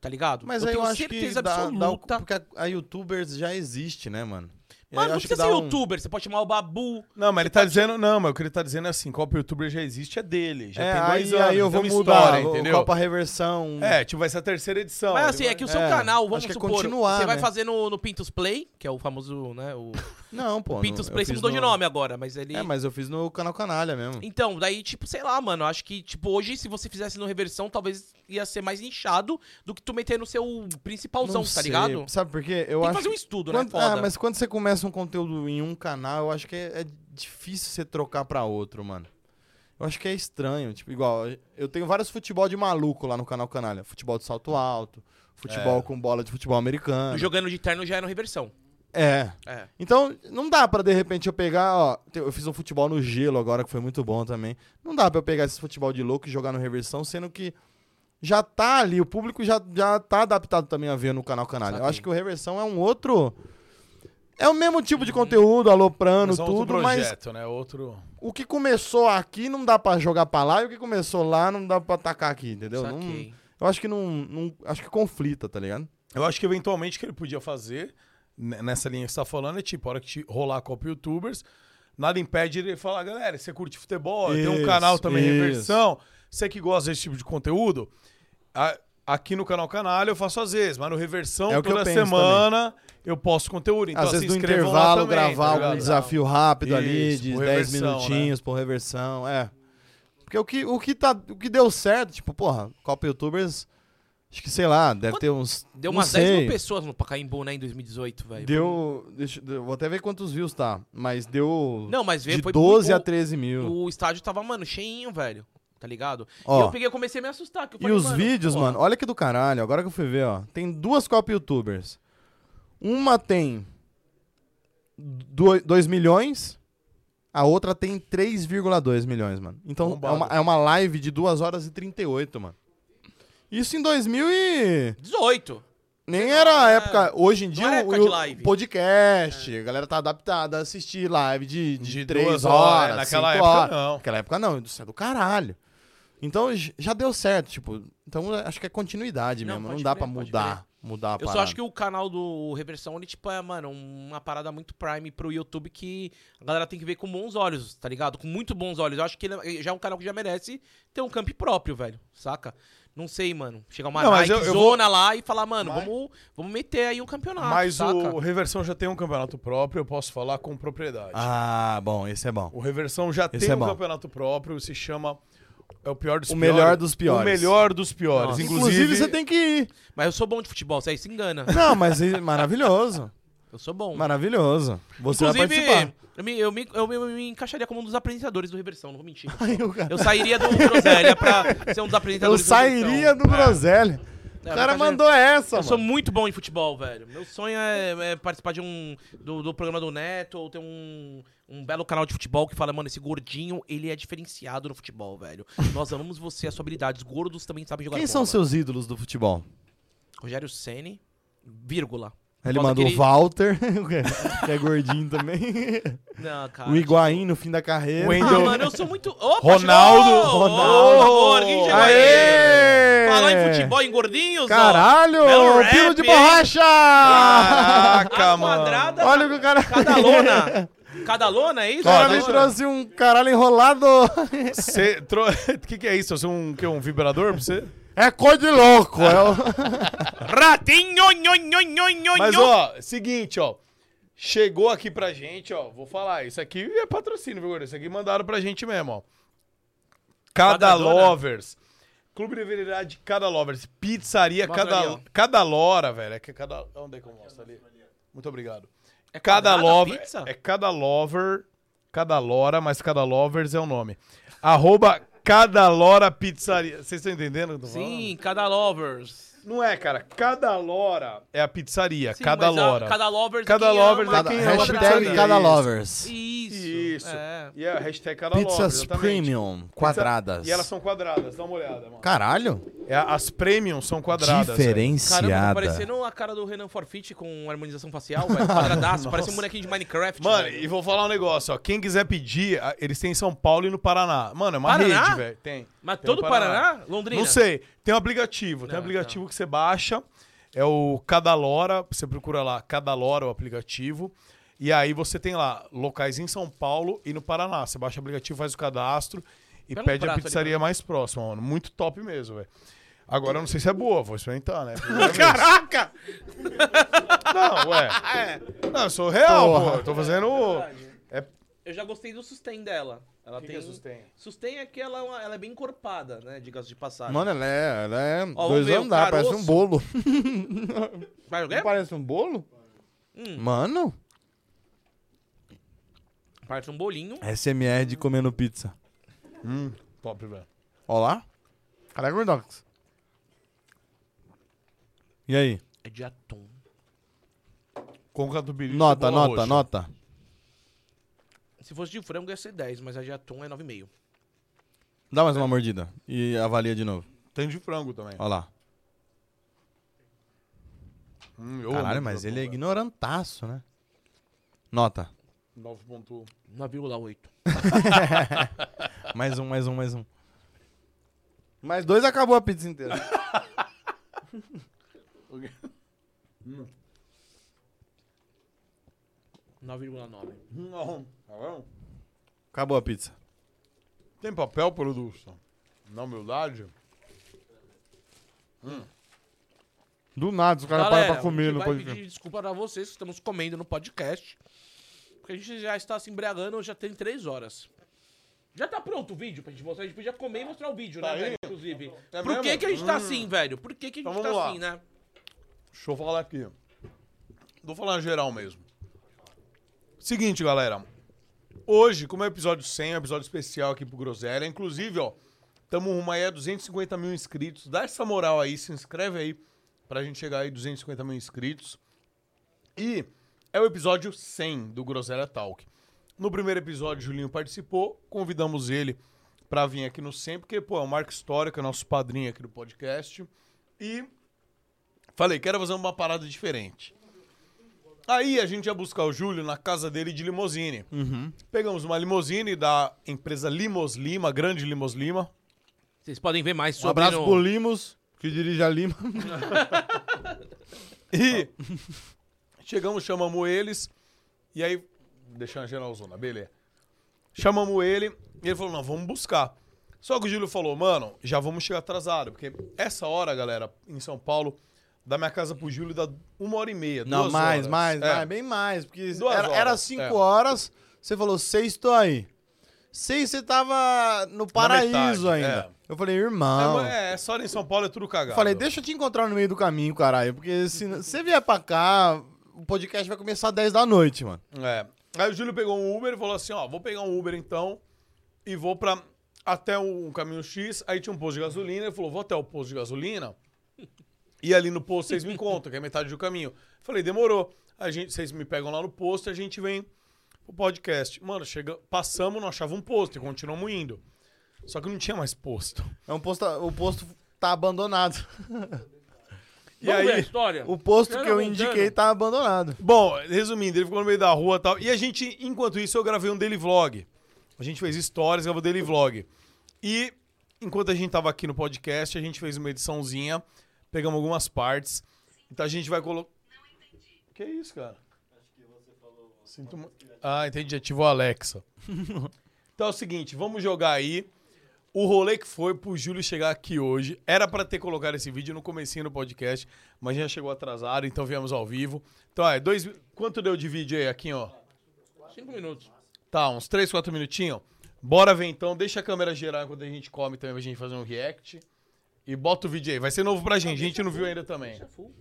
B: Tá ligado?
C: Mas
B: eu
C: aí eu
B: tenho
C: acho
B: certeza
C: que dá- dá o-
B: absoluta.
C: porque a, a YouTubers já existe, né, mano? E aí
B: Mano,
C: eu
B: não
C: acho que
B: precisa
C: dá
B: ser
C: um-
B: youtuber, você pode chamar o Babu.
A: Não, mas ele tá dizendo. Não, mas o que ele tá dizendo é assim: Copa Youtuber já existe, é dele. Já
C: É,
A: tem
C: aí,
A: dois anos.
C: aí eu
A: tem
C: vou
A: uma
C: mudar,
A: história,
C: entendeu?
A: entendeu?
C: Copa Reversão.
A: É, tipo, vai ser a terceira edição.
B: Mas
A: Ele
B: assim,
A: vai-
B: é que o seu
C: é,
B: canal, vamos
C: acho que é
B: supor,
C: continuar,
B: você vai
C: né?
B: fazer no, no Pintos Play, que é o famoso, né, o
C: Não, pô.
B: Pintos
C: não, eu
B: Play se
C: fiz
B: mudou de
C: no-
B: nome agora, mas ele...
C: É, mas eu fiz no canal Canalha mesmo.
B: Então, daí, tipo, sei lá, mano, acho que, tipo, hoje, se você fizesse no Reversão, talvez ia ser mais nichado do que tu meter no seu principalzão,
C: Não
B: tá
C: sei,
B: ligado?
C: Sabe por quê?
B: Tem
C: Eu
B: que
C: acho
B: fazer um estudo, né,
C: Quando-
B: foda.
C: Ah, mas quando você começa um conteúdo em um canal, eu acho que é, é difícil você trocar pra outro, mano. Eu acho que é estranho. Tipo, igual, eu tenho vários futebol de maluco lá no canal Canalha. Futebol de salto alto,
A: É.
C: futebol com bola de futebol americano.
B: O Jogando de terno já é no Reversão.
C: É.
B: É.
C: Então, não dá pra, de repente, eu pegar, ó... te- Eu fiz um futebol no gelo agora, que foi muito bom também. Não dá pra eu pegar esse futebol de louco e jogar no reversão, sendo que já tá ali, o público já, já tá adaptado também a ver no canal Canalha. Eu
B: Saquei.
C: acho que o reversão é um outro... É o mesmo tipo de conteúdo, aloprando,
A: Uhum. Mas é outro
C: tudo, mas
A: projeto, né? Outro.
C: o que começou aqui não dá pra jogar pra lá e o que começou lá não dá pra atacar aqui, entendeu? Não-
B: Saquei.
C: eu acho que não, não- Acho que conflita, tá ligado?
A: Eu acho que eventualmente o que ele podia fazer ne- nessa linha que você tá falando é tipo, a hora que te rolar a Copa Youtubers, nada impede ele falar, galera, você curte futebol, tem um
C: Isso,
A: canal também
C: isso.
A: Reversão, você que gosta desse tipo de conteúdo, a- aqui no canal Canalha eu faço às vezes, mas no Reversão
C: É o que eu
A: toda
C: penso
A: semana eu posto conteúdo, então
C: Às vezes
A: se
C: no
B: assim,
A: inscrevam lá
C: intervalo,
A: também, tá
C: gravar
A: ligado?
C: um desafio rápido ali
A: Isso,
C: de
A: por
C: 10
A: reversão,
B: né?
C: minutinhos por reversão, é. Porque o que, o, que tá, o que deu certo, tipo, porra, Copa Youtubers, acho que sei lá, deve
B: Quanto-
C: ter uns.
B: Deu
C: não
B: umas 10
C: sei.
B: mil pessoas no Pacaembu, né, em 2018, velho.
C: Deu. Deixa, eu- vou até ver quantos views tá, mas deu.
B: Não, mas veio-
C: de
B: foi
C: 12
B: o-
C: a 13 mil.
B: O estádio tava, mano, cheinho, velho. Tá ligado?
C: Ó.
B: e eu peguei, eu comecei a me assustar. que eu
C: E
B: falei,
C: os vídeos,
B: pô,
C: mano, olha que do caralho. Agora que eu fui ver, ó. Tem duas Copa Youtubers. Uma tem 2 milhões, a outra tem 3,2 milhões, mano. Então é
A: Bombado.
C: uma, é uma live de 2 horas e 38, mano. Isso em 2000 e...
B: 18.
C: Nem
B: Não,
C: era a
B: é.
C: época... Hoje em dia
B: Não é
C: o-
B: época
C: o,
B: de live. É.
C: podcast, a galera tá adaptada a assistir live de, de
A: De
C: 3
A: duas
C: horas,
A: horas,
B: É,
C: cinco
A: naquela época,
C: horas.
A: não.
C: Naquela época não, isso é do caralho. Então j- já deu certo, tipo, então acho que é continuidade
B: Não,
C: mesmo, não
B: pode
C: dá
B: crer,
C: pra
B: pode
C: mudar, mudar a
B: Eu só acho que o canal do Reversão, ele, tipo, é, mano, uma parada muito prime pro YouTube que a galera tem que ver com bons olhos, tá ligado? Com muito bons olhos. Eu acho que ele é- já é um canal que já merece ter um camp próprio, velho, saca? Não sei, mano. Chegar uma
A: Não, mas
B: Nike
A: eu- eu
B: zona lá e falar, mano,
A: Mas-
B: vamos, vamos meter aí um campeonato,
A: Mas
B: saca?
A: o Reversão já tem um campeonato próprio, eu posso falar com propriedade.
C: Ah, bom, esse é bom.
A: O Reversão já
C: Esse
A: tem
C: é
A: um
C: bom.
A: campeonato próprio, se chama é o pior dos
C: O
A: piores.
C: melhor dos piores.
A: O melhor dos piores.
B: Nossa.
A: Inclusive,
C: você tem que ir.
B: Mas eu sou bom de futebol, você aí se engana.
C: Não, mas é maravilhoso,
B: Eu sou bom.
C: maravilhoso. Você vai
B: Inclusive,
C: participar.
B: eu me, eu, me, eu, me, eu me encaixaria como um dos apresentadores do Reversão, não vou mentir.
C: Aí o cara-
B: Eu sairia do Groselha pra ser um dos
C: Eu
B: apresentadores do
C: sairia
B: Reversão.
C: do Groselha. O
B: É,
C: cara
B: mas-
C: mandou essa,
B: Eu
C: mano.
B: sou muito bom em futebol, velho. Meu sonho é, é participar de um do, do programa do Neto ou ter um, um belo canal de futebol que fala, mano, esse gordinho, ele é diferenciado no futebol, velho. Nós amamos você, a sua habilidade. Os gordos também sabem jogar
C: Quem
B: bola.
C: são seus ídolos do futebol?
B: Rogério Ceni, vírgula.
C: Ele
B: Por causa
C: mandou o
B: daquele-
C: Walter, que é gordinho também.
B: Não, cara.
C: o Higuaín no fim da carreira.
A: Wendel.
B: Ah, mano, eu sou muito... Opa,
A: Ronaldo,
B: chegou! Ô,
C: Ronaldo.
B: amor, quem chegou aí?
C: Aê!
B: Falar Ah, em futebol, em gordinhos, ó.
C: Caralho!
B: Belo rap,
C: Pilo de
B: hein?
C: borracha!
A: Caraca,
B: A
A: mano.
B: quadrada,
C: Olha o que o cara...
B: cada lona. Cada lona, é isso?
C: O cara
B: Cada
C: me
B: lona?
C: trouxe um caralho enrolado.
A: Você tro... que que é isso? Você é um que um vibrador pra você?
C: É cor de louco. É o-
B: Ratinho, nho, nho, nho, nho,
A: Mas
B: nho.
A: ó, seguinte, ó. Chegou aqui pra gente, ó. Vou falar, isso aqui é patrocínio, viu, gordo? Isso aqui mandaram pra gente mesmo, ó. Cada
B: Cada dona.
A: Lovers. Clube de Verdade Cada Lovers. Pizzaria
B: Mostra
A: Cada,
B: ali, ó.
A: cada Lora, velho. É que é cada. Onde é que eu mostro ali? Muito obrigado.
B: É
A: Cada
B: quadrada a
A: lover.
B: pizza?
A: É cada lover. Cada Lora, mas cada Lovers é o nome. Arroba Cada Lora Pizzaria. Vocês estão entendendo o que eu tô falando?
B: Sim, cada lovers.
A: Não é, cara. Cada Lora é a pizzaria.
B: Sim,
A: cada
B: mas a-
A: Lora.
B: cada lovers. é
A: Cada
B: quem
A: lovers
B: ama
A: é quem
B: a
A: ama
B: outra.
C: Hashtag
A: pizzaria.
C: cada
A: Isso.
C: lovers.
B: Isso.
A: Isso.
B: É.
A: E a hashtag cada
C: Pizzas
A: loja, exatamente.
C: premium
A: Pizza-
C: quadradas.
A: E elas são quadradas, dá uma olhada, mano.
C: Caralho.
A: É, as premium são quadradas.
B: Caramba, tá
C: Diferenciada.
B: parecendo a cara do Renan Forfit com harmonização facial, velho. Quadradaço, parece um bonequinho de Minecraft.
A: velho. Mano,
B: velho.
A: e vou falar um negócio, ó. Quem quiser pedir, a- eles têm em São Paulo e no Paraná. Mano, é uma
B: Paraná?
A: rede, velho. Tem.
B: Mas
A: Tem
B: todo o
A: no
B: Paraná? Londrina?
A: Não sei. Tem um aplicativo. tem um
B: Não,
A: aplicativo que você baixa. É o Cadalora. Você procura lá Cadalora o aplicativo. E aí você tem lá locais em São Paulo e no Paraná. Você baixa o aplicativo, faz o cadastro e
B: Pega um
A: pede a
B: prato ali,
A: pizzaria mais próxima, mano. Muito top mesmo, velho. Agora eu não sei se é boa, vou experimentar, né? Primeira vez.
B: Caraca! É.
A: Não, ué. Não, eu sou real,
C: Porra.
A: pô. Eu tô fazendo. É,
B: Eu já gostei do sustain dela. Ela
A: Que
B: tem.
A: que é sustain?
B: Sustain é que ela, é uma- ela é bem encorpada, né? Diga-se de passagem.
C: Mano, ela é, ela é
B: vamos
C: dois
B: ver, o
C: andares, parece
B: caroço.
C: um bolo.
B: Vai
C: Não
B: jogar?
C: parece um bolo?
B: Hum.
C: Mano,
B: Parece um bolinho.
C: SMR de comendo pizza.
A: hum,
B: um-
A: top, velho.
C: Olá? Cadê Gordox? E aí?
B: É de atum.
A: Com catupiry.
C: Nota,
A: cebola
C: nota,
A: roxa.
C: nota.
B: Se fosse de frango ia ser 10, mas a de atum é 9,5.
C: Dá mais uma mordida e avalia de novo.
A: Tem de frango também.
C: Olha lá.
A: Hum, eu amo
C: Caralho, mas
A: Hum, frango,
C: ele é
A: velho.
C: ignorantaço, né?
D: Nota.
A: 9.1.
B: 9,8.
D: Mais um, mais um, mais um. Mais dois acabou a pizza inteira.
A: Ok.
B: 9,9.
A: Não. Tá vendo?
D: Acabou a pizza.
A: Tem papel, produção? Na humildade?
D: Do nada, os caras param pra comer no
B: vai
D: podcast.
B: pedir desculpa pra vocês que estamos comendo no podcast. Porque a gente já está se embriagando, já tem três horas. Já tá pronto o vídeo pra gente mostrar. A gente podia comer e mostrar o vídeo, né,
A: Tá aí?
B: velho? Inclusive.
A: É
B: Por que,
A: mesmo?
B: que a gente tá assim, velho? Por que, que a gente
A: Então
B: tá
A: vamos lá.
B: assim, né?
A: Deixa eu falar aqui. Vou falar geral mesmo. Seguinte, galera. Hoje, como é o episódio 100, é um episódio especial aqui pro Groselha. Inclusive, ó, tamo rumo aí a 250 mil inscritos. Dá essa moral aí, se inscreve aí pra gente chegar aí a 250 mil inscritos. E é o episódio 100 do Groselha Talk. No primeiro episódio, Julinho participou, convidamos ele pra vir aqui no 100, porque, pô, é um marco histórico, é nosso padrinho aqui do podcast. E Falei, quero fazer uma parada diferente. Aí a gente ia buscar o Júlio na casa dele de limousine.
F: Uhum.
A: Pegamos uma limousine da empresa Limos Lima, grande Limos Lima.
B: Vocês podem ver mais
D: Um
B: sobre
D: abraço
B: no-
D: pro Limos, que dirige a Lima.
A: E chegamos, chamamos eles. E aí, deixando a geralzona, beleza. Chamamos ele e ele falou: não, vamos buscar. Só que o Júlio falou: mano, já vamos chegar atrasado. Porque essa hora, galera, em São Paulo, da minha casa pro Júlio dá uma hora e meia.
F: Não,
A: É duas
F: mais,
A: horas.
F: mais,
A: É.
F: mais, bem mais. Porque
A: Duas
F: era, era
A: horas,
F: cinco
A: é.
F: horas, você falou, seis, tô aí. Seis, você tava no paraíso
A: metade,
F: ainda. Eu falei, irmão.
A: É, é, só em São Paulo é tudo cagado.
F: Eu falei, deixa eu te encontrar no meio do caminho, caralho. Porque se n- você vier pra cá, o podcast vai começar às 10 da noite, mano.
A: É. Aí o Júlio pegou um Uber e falou assim: ó, vou pegar um Uber então e vou pra. até um caminho X. Aí tinha um posto de gasolina. Ele falou: vou até o posto de gasolina e ali no posto vocês me encontram, que é metade do caminho. Falei: demorou. A gente, vocês me pegam lá no posto e a gente vem pro podcast. Mano, chega, passamos, não achava um posto e continuamos indo. Só que não tinha mais posto.
F: É um posto, o posto tá abandonado.
A: E
B: Vamos ver a
A: aí-
B: história?
F: O posto
B: Era
F: que eu
B: um
F: indiquei
B: dano.
F: tá abandonado.
A: Bom, resumindo, ele ficou no meio da rua e tal. E a gente, enquanto isso, eu gravei um daily vlog. A gente fez stories, gravou daily vlog. E enquanto a gente tava aqui no podcast, a gente fez uma ediçãozinha, pegamos algumas partes. Então a gente vai colocar. Que isso, cara? Acho que você falou. Sinto mu- Ah, entendi, ativou a Alexa. então é o seguinte, vamos jogar aí. O rolê que foi pro Júlio chegar aqui hoje. Era pra ter colocado esse vídeo no comecinho do podcast, mas já chegou atrasado, então viemos ao vivo. Então é, dois. Quanto deu de vídeo aí, aqui, ó?
B: Cinco minutos.
A: Tá, uns 3, 4 minutinhos. Bora ver então, deixa a câmera gerar enquanto a gente come também pra gente fazer um react. E bota o vídeo aí. Vai ser novo pra gente, a gente não viu ainda também.
B: Deixa full.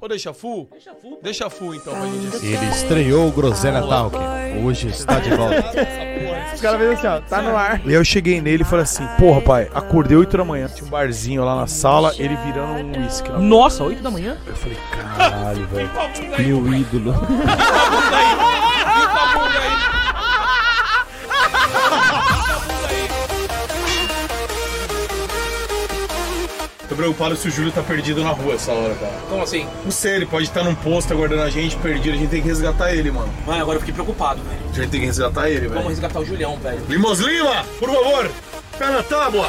A: Ou deixa full?
B: Deixa full.
A: Deixa full então pra gente assistir.
D: Ele estreou o Groselha
G: tá,
D: Talk. Hoje está de volta.
H: Os caras veem assim, ó, tá no ar.
A: E aí eu cheguei nele e falei assim, porra, pai, acordei 8 da manhã. Tinha um barzinho lá na sala, ele virando um uísque.
B: Nossa, 8 da manhã?
A: Eu falei, caralho, velho.
D: Meu ídolo.
A: Tô preocupado se o Júlio tá perdido na rua essa hora, cara.
B: Como assim?
A: Não sei, ele pode estar num posto aguardando a gente, perdido. A gente tem que resgatar ele, mano.
B: Mano, agora eu fiquei preocupado, velho.
A: A gente tem que resgatar ele, velho.
B: resgatar o Julião, velho.
A: Limos Lima, por favor, pé na tábua.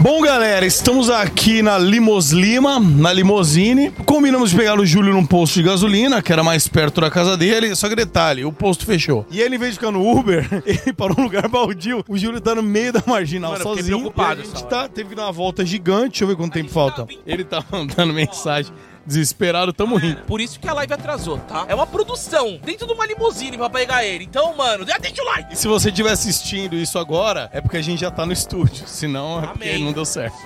A: Bom, galera, estamos aqui na Limos Lima, na limousine. Combinamos de pegar o Júlio num posto de gasolina, que era mais perto da casa dele. Só que detalhe, o posto fechou. E ele, em vez de ficar no Uber, ele parou num lugar baldio. O Júlio tá no meio da marginal
B: Mano, eu fiquei
A: sozinho.
B: preocupado
A: e a gente
B: essa
A: tá, teve que dar uma volta gigante. Deixa eu ver quanto tempo falta. Ele tá mandando mensagem. Desesperado, tamo rindo.
B: Por isso que a live atrasou, tá? É uma produção dentro de uma limusine pra pegar ele. Então, mano, já deixa o like.
A: E se você estiver assistindo isso agora, é porque a gente já tá no estúdio. Senão é porque
B: Amém.
A: não deu certo.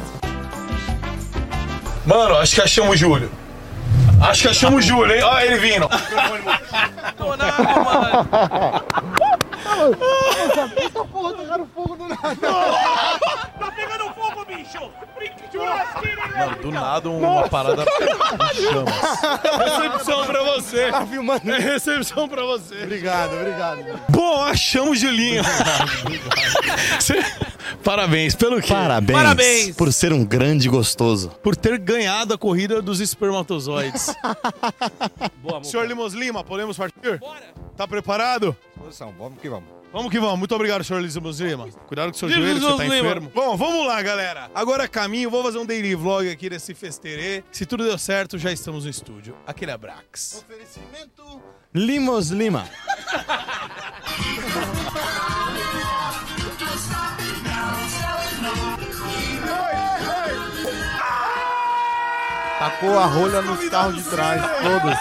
A: Mano, acho que achamos o Júlio. Acho que achamos o Júlio, hein? Ó, ele vindo.
B: Tô na água, mano.
F: Essa porra tocaram fogo do nada.
B: Tá pegando fogo, bicho.
A: Mano, do nada uma parada chama. Recepção pra você.
F: Tá filmando.
A: É recepção pra você.
F: Obrigado, obrigado.
A: Bom, achamos o Julinho. Você- Parabéns pelo quê?
G: Parabéns,
B: Parabéns.
G: por ser um grande gostoso.
A: Por ter ganhado a corrida dos espermatozoides.
B: Boa, amor.
A: Senhor Limos Lima, podemos partir? Bora! Tá preparado?
C: Posição, vamos que vamos.
A: Vamos que vamos. Muito obrigado, senhor Lisamos Lima. Cuidado com o seu
B: Lisamos
A: joelho, que você tá
B: Lima.
A: enfermo. Bom, vamos lá, galera. Agora caminho, vou fazer um daily vlog aqui nesse festerê. Se tudo deu certo, já estamos no estúdio. Aquele abraço.
G: Limos Lima.
C: Tacou a rolha nos carros de trás,
G: né?
C: todos.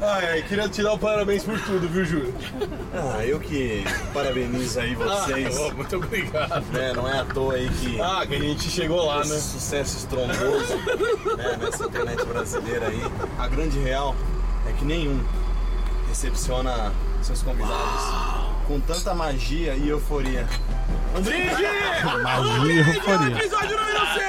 A: Ai, queria te dar um parabéns por tudo, viu, Júlio?
G: Ah, eu que parabenizo aí vocês.
A: Ah, muito obrigado.
G: né? Não é à toa aí que
A: Ah, que a gente chegou lá, né?
G: esse sucesso estrondoso né, nessa internet brasileira aí. A grande real é que nenhum recepciona seus convidados com tanta magia e euforia.
A: Magia e euforia.
B: Episódio número 6!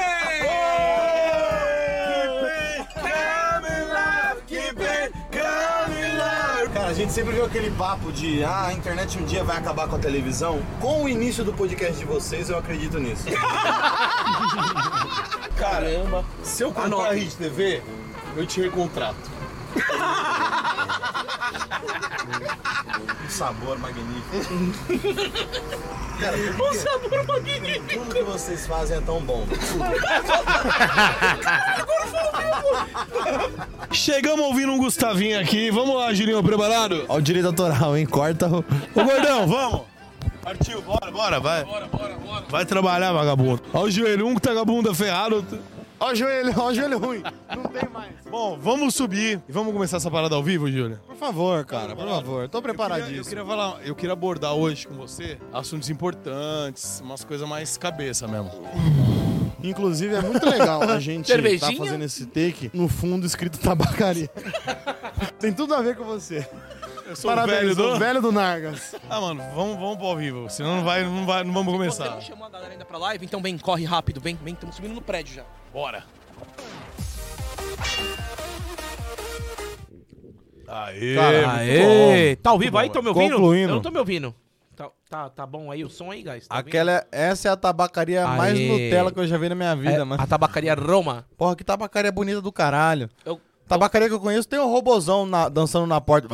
G: Cara, a gente sempre viu aquele papo de ah, a internet um dia vai acabar com a televisão. Com o início do podcast de vocês, eu acredito nisso.
C: É
A: Caramba. Se eu comprar a Rede TV, eu te recontrato.
G: Um sabor magnífico. Cara, um sabor magnífico. Tudo que vocês fazem é tão bom.
A: Chegamos ouvindo um Gustavinho aqui. Vamos lá, Julinho, preparado?
C: Olha o direito autoral, hein? Corta o.
A: Então, Ô, gordão, vamos! Partiu, bora, bora, vai. Bora, bora, bora. Vai trabalhar, vagabundo. Olha o joelho, um que tá com a bunda ferrada. outro-
C: Ó o joelho, ó o joelho ruim.
A: Bom, vamos subir e vamos começar essa parada ao vivo, Júlia?
C: Por favor, cara, por favor. Tô
A: Eu
C: preparadíssimo.
A: queria falar, eu queria abordar hoje com você assuntos importantes, umas coisas mais cabeça mesmo.
C: Inclusive, é muito legal a gente tá
B: Cervejinha?
C: fazendo esse take no fundo escrito tabacaria. Tem tudo a ver com você.
A: Eu sou
C: Parabéns,
A: o velho do...
C: o velho do Nargas.
A: Ah, mano, vamos, vamos pro ao vivo, senão não vai, não vai, não vamos
B: Você
A: começar.
B: não chamou a galera ainda pra live? Então vem, corre rápido, vem, vem, estamos subindo no prédio já.
A: Bora. Aê,
B: É, Aê! Tá ao vivo aí? Tô me ouvindo?
C: Concluindo.
B: Eu não tô me ouvindo. Tá, tá, tá bom aí o som aí, guys? Tá
C: Aquela, essa é a tabacaria
B: Aê.
C: mais Nutella que eu já vi na minha
B: ouvindo?
C: vida,
B: É,
C: mano.
B: A tabacaria Roma.
C: Porra, que tabacaria bonita do caralho.
B: Eu...
C: Tabacaria que eu conheço tem um robozão na- dançando na porta.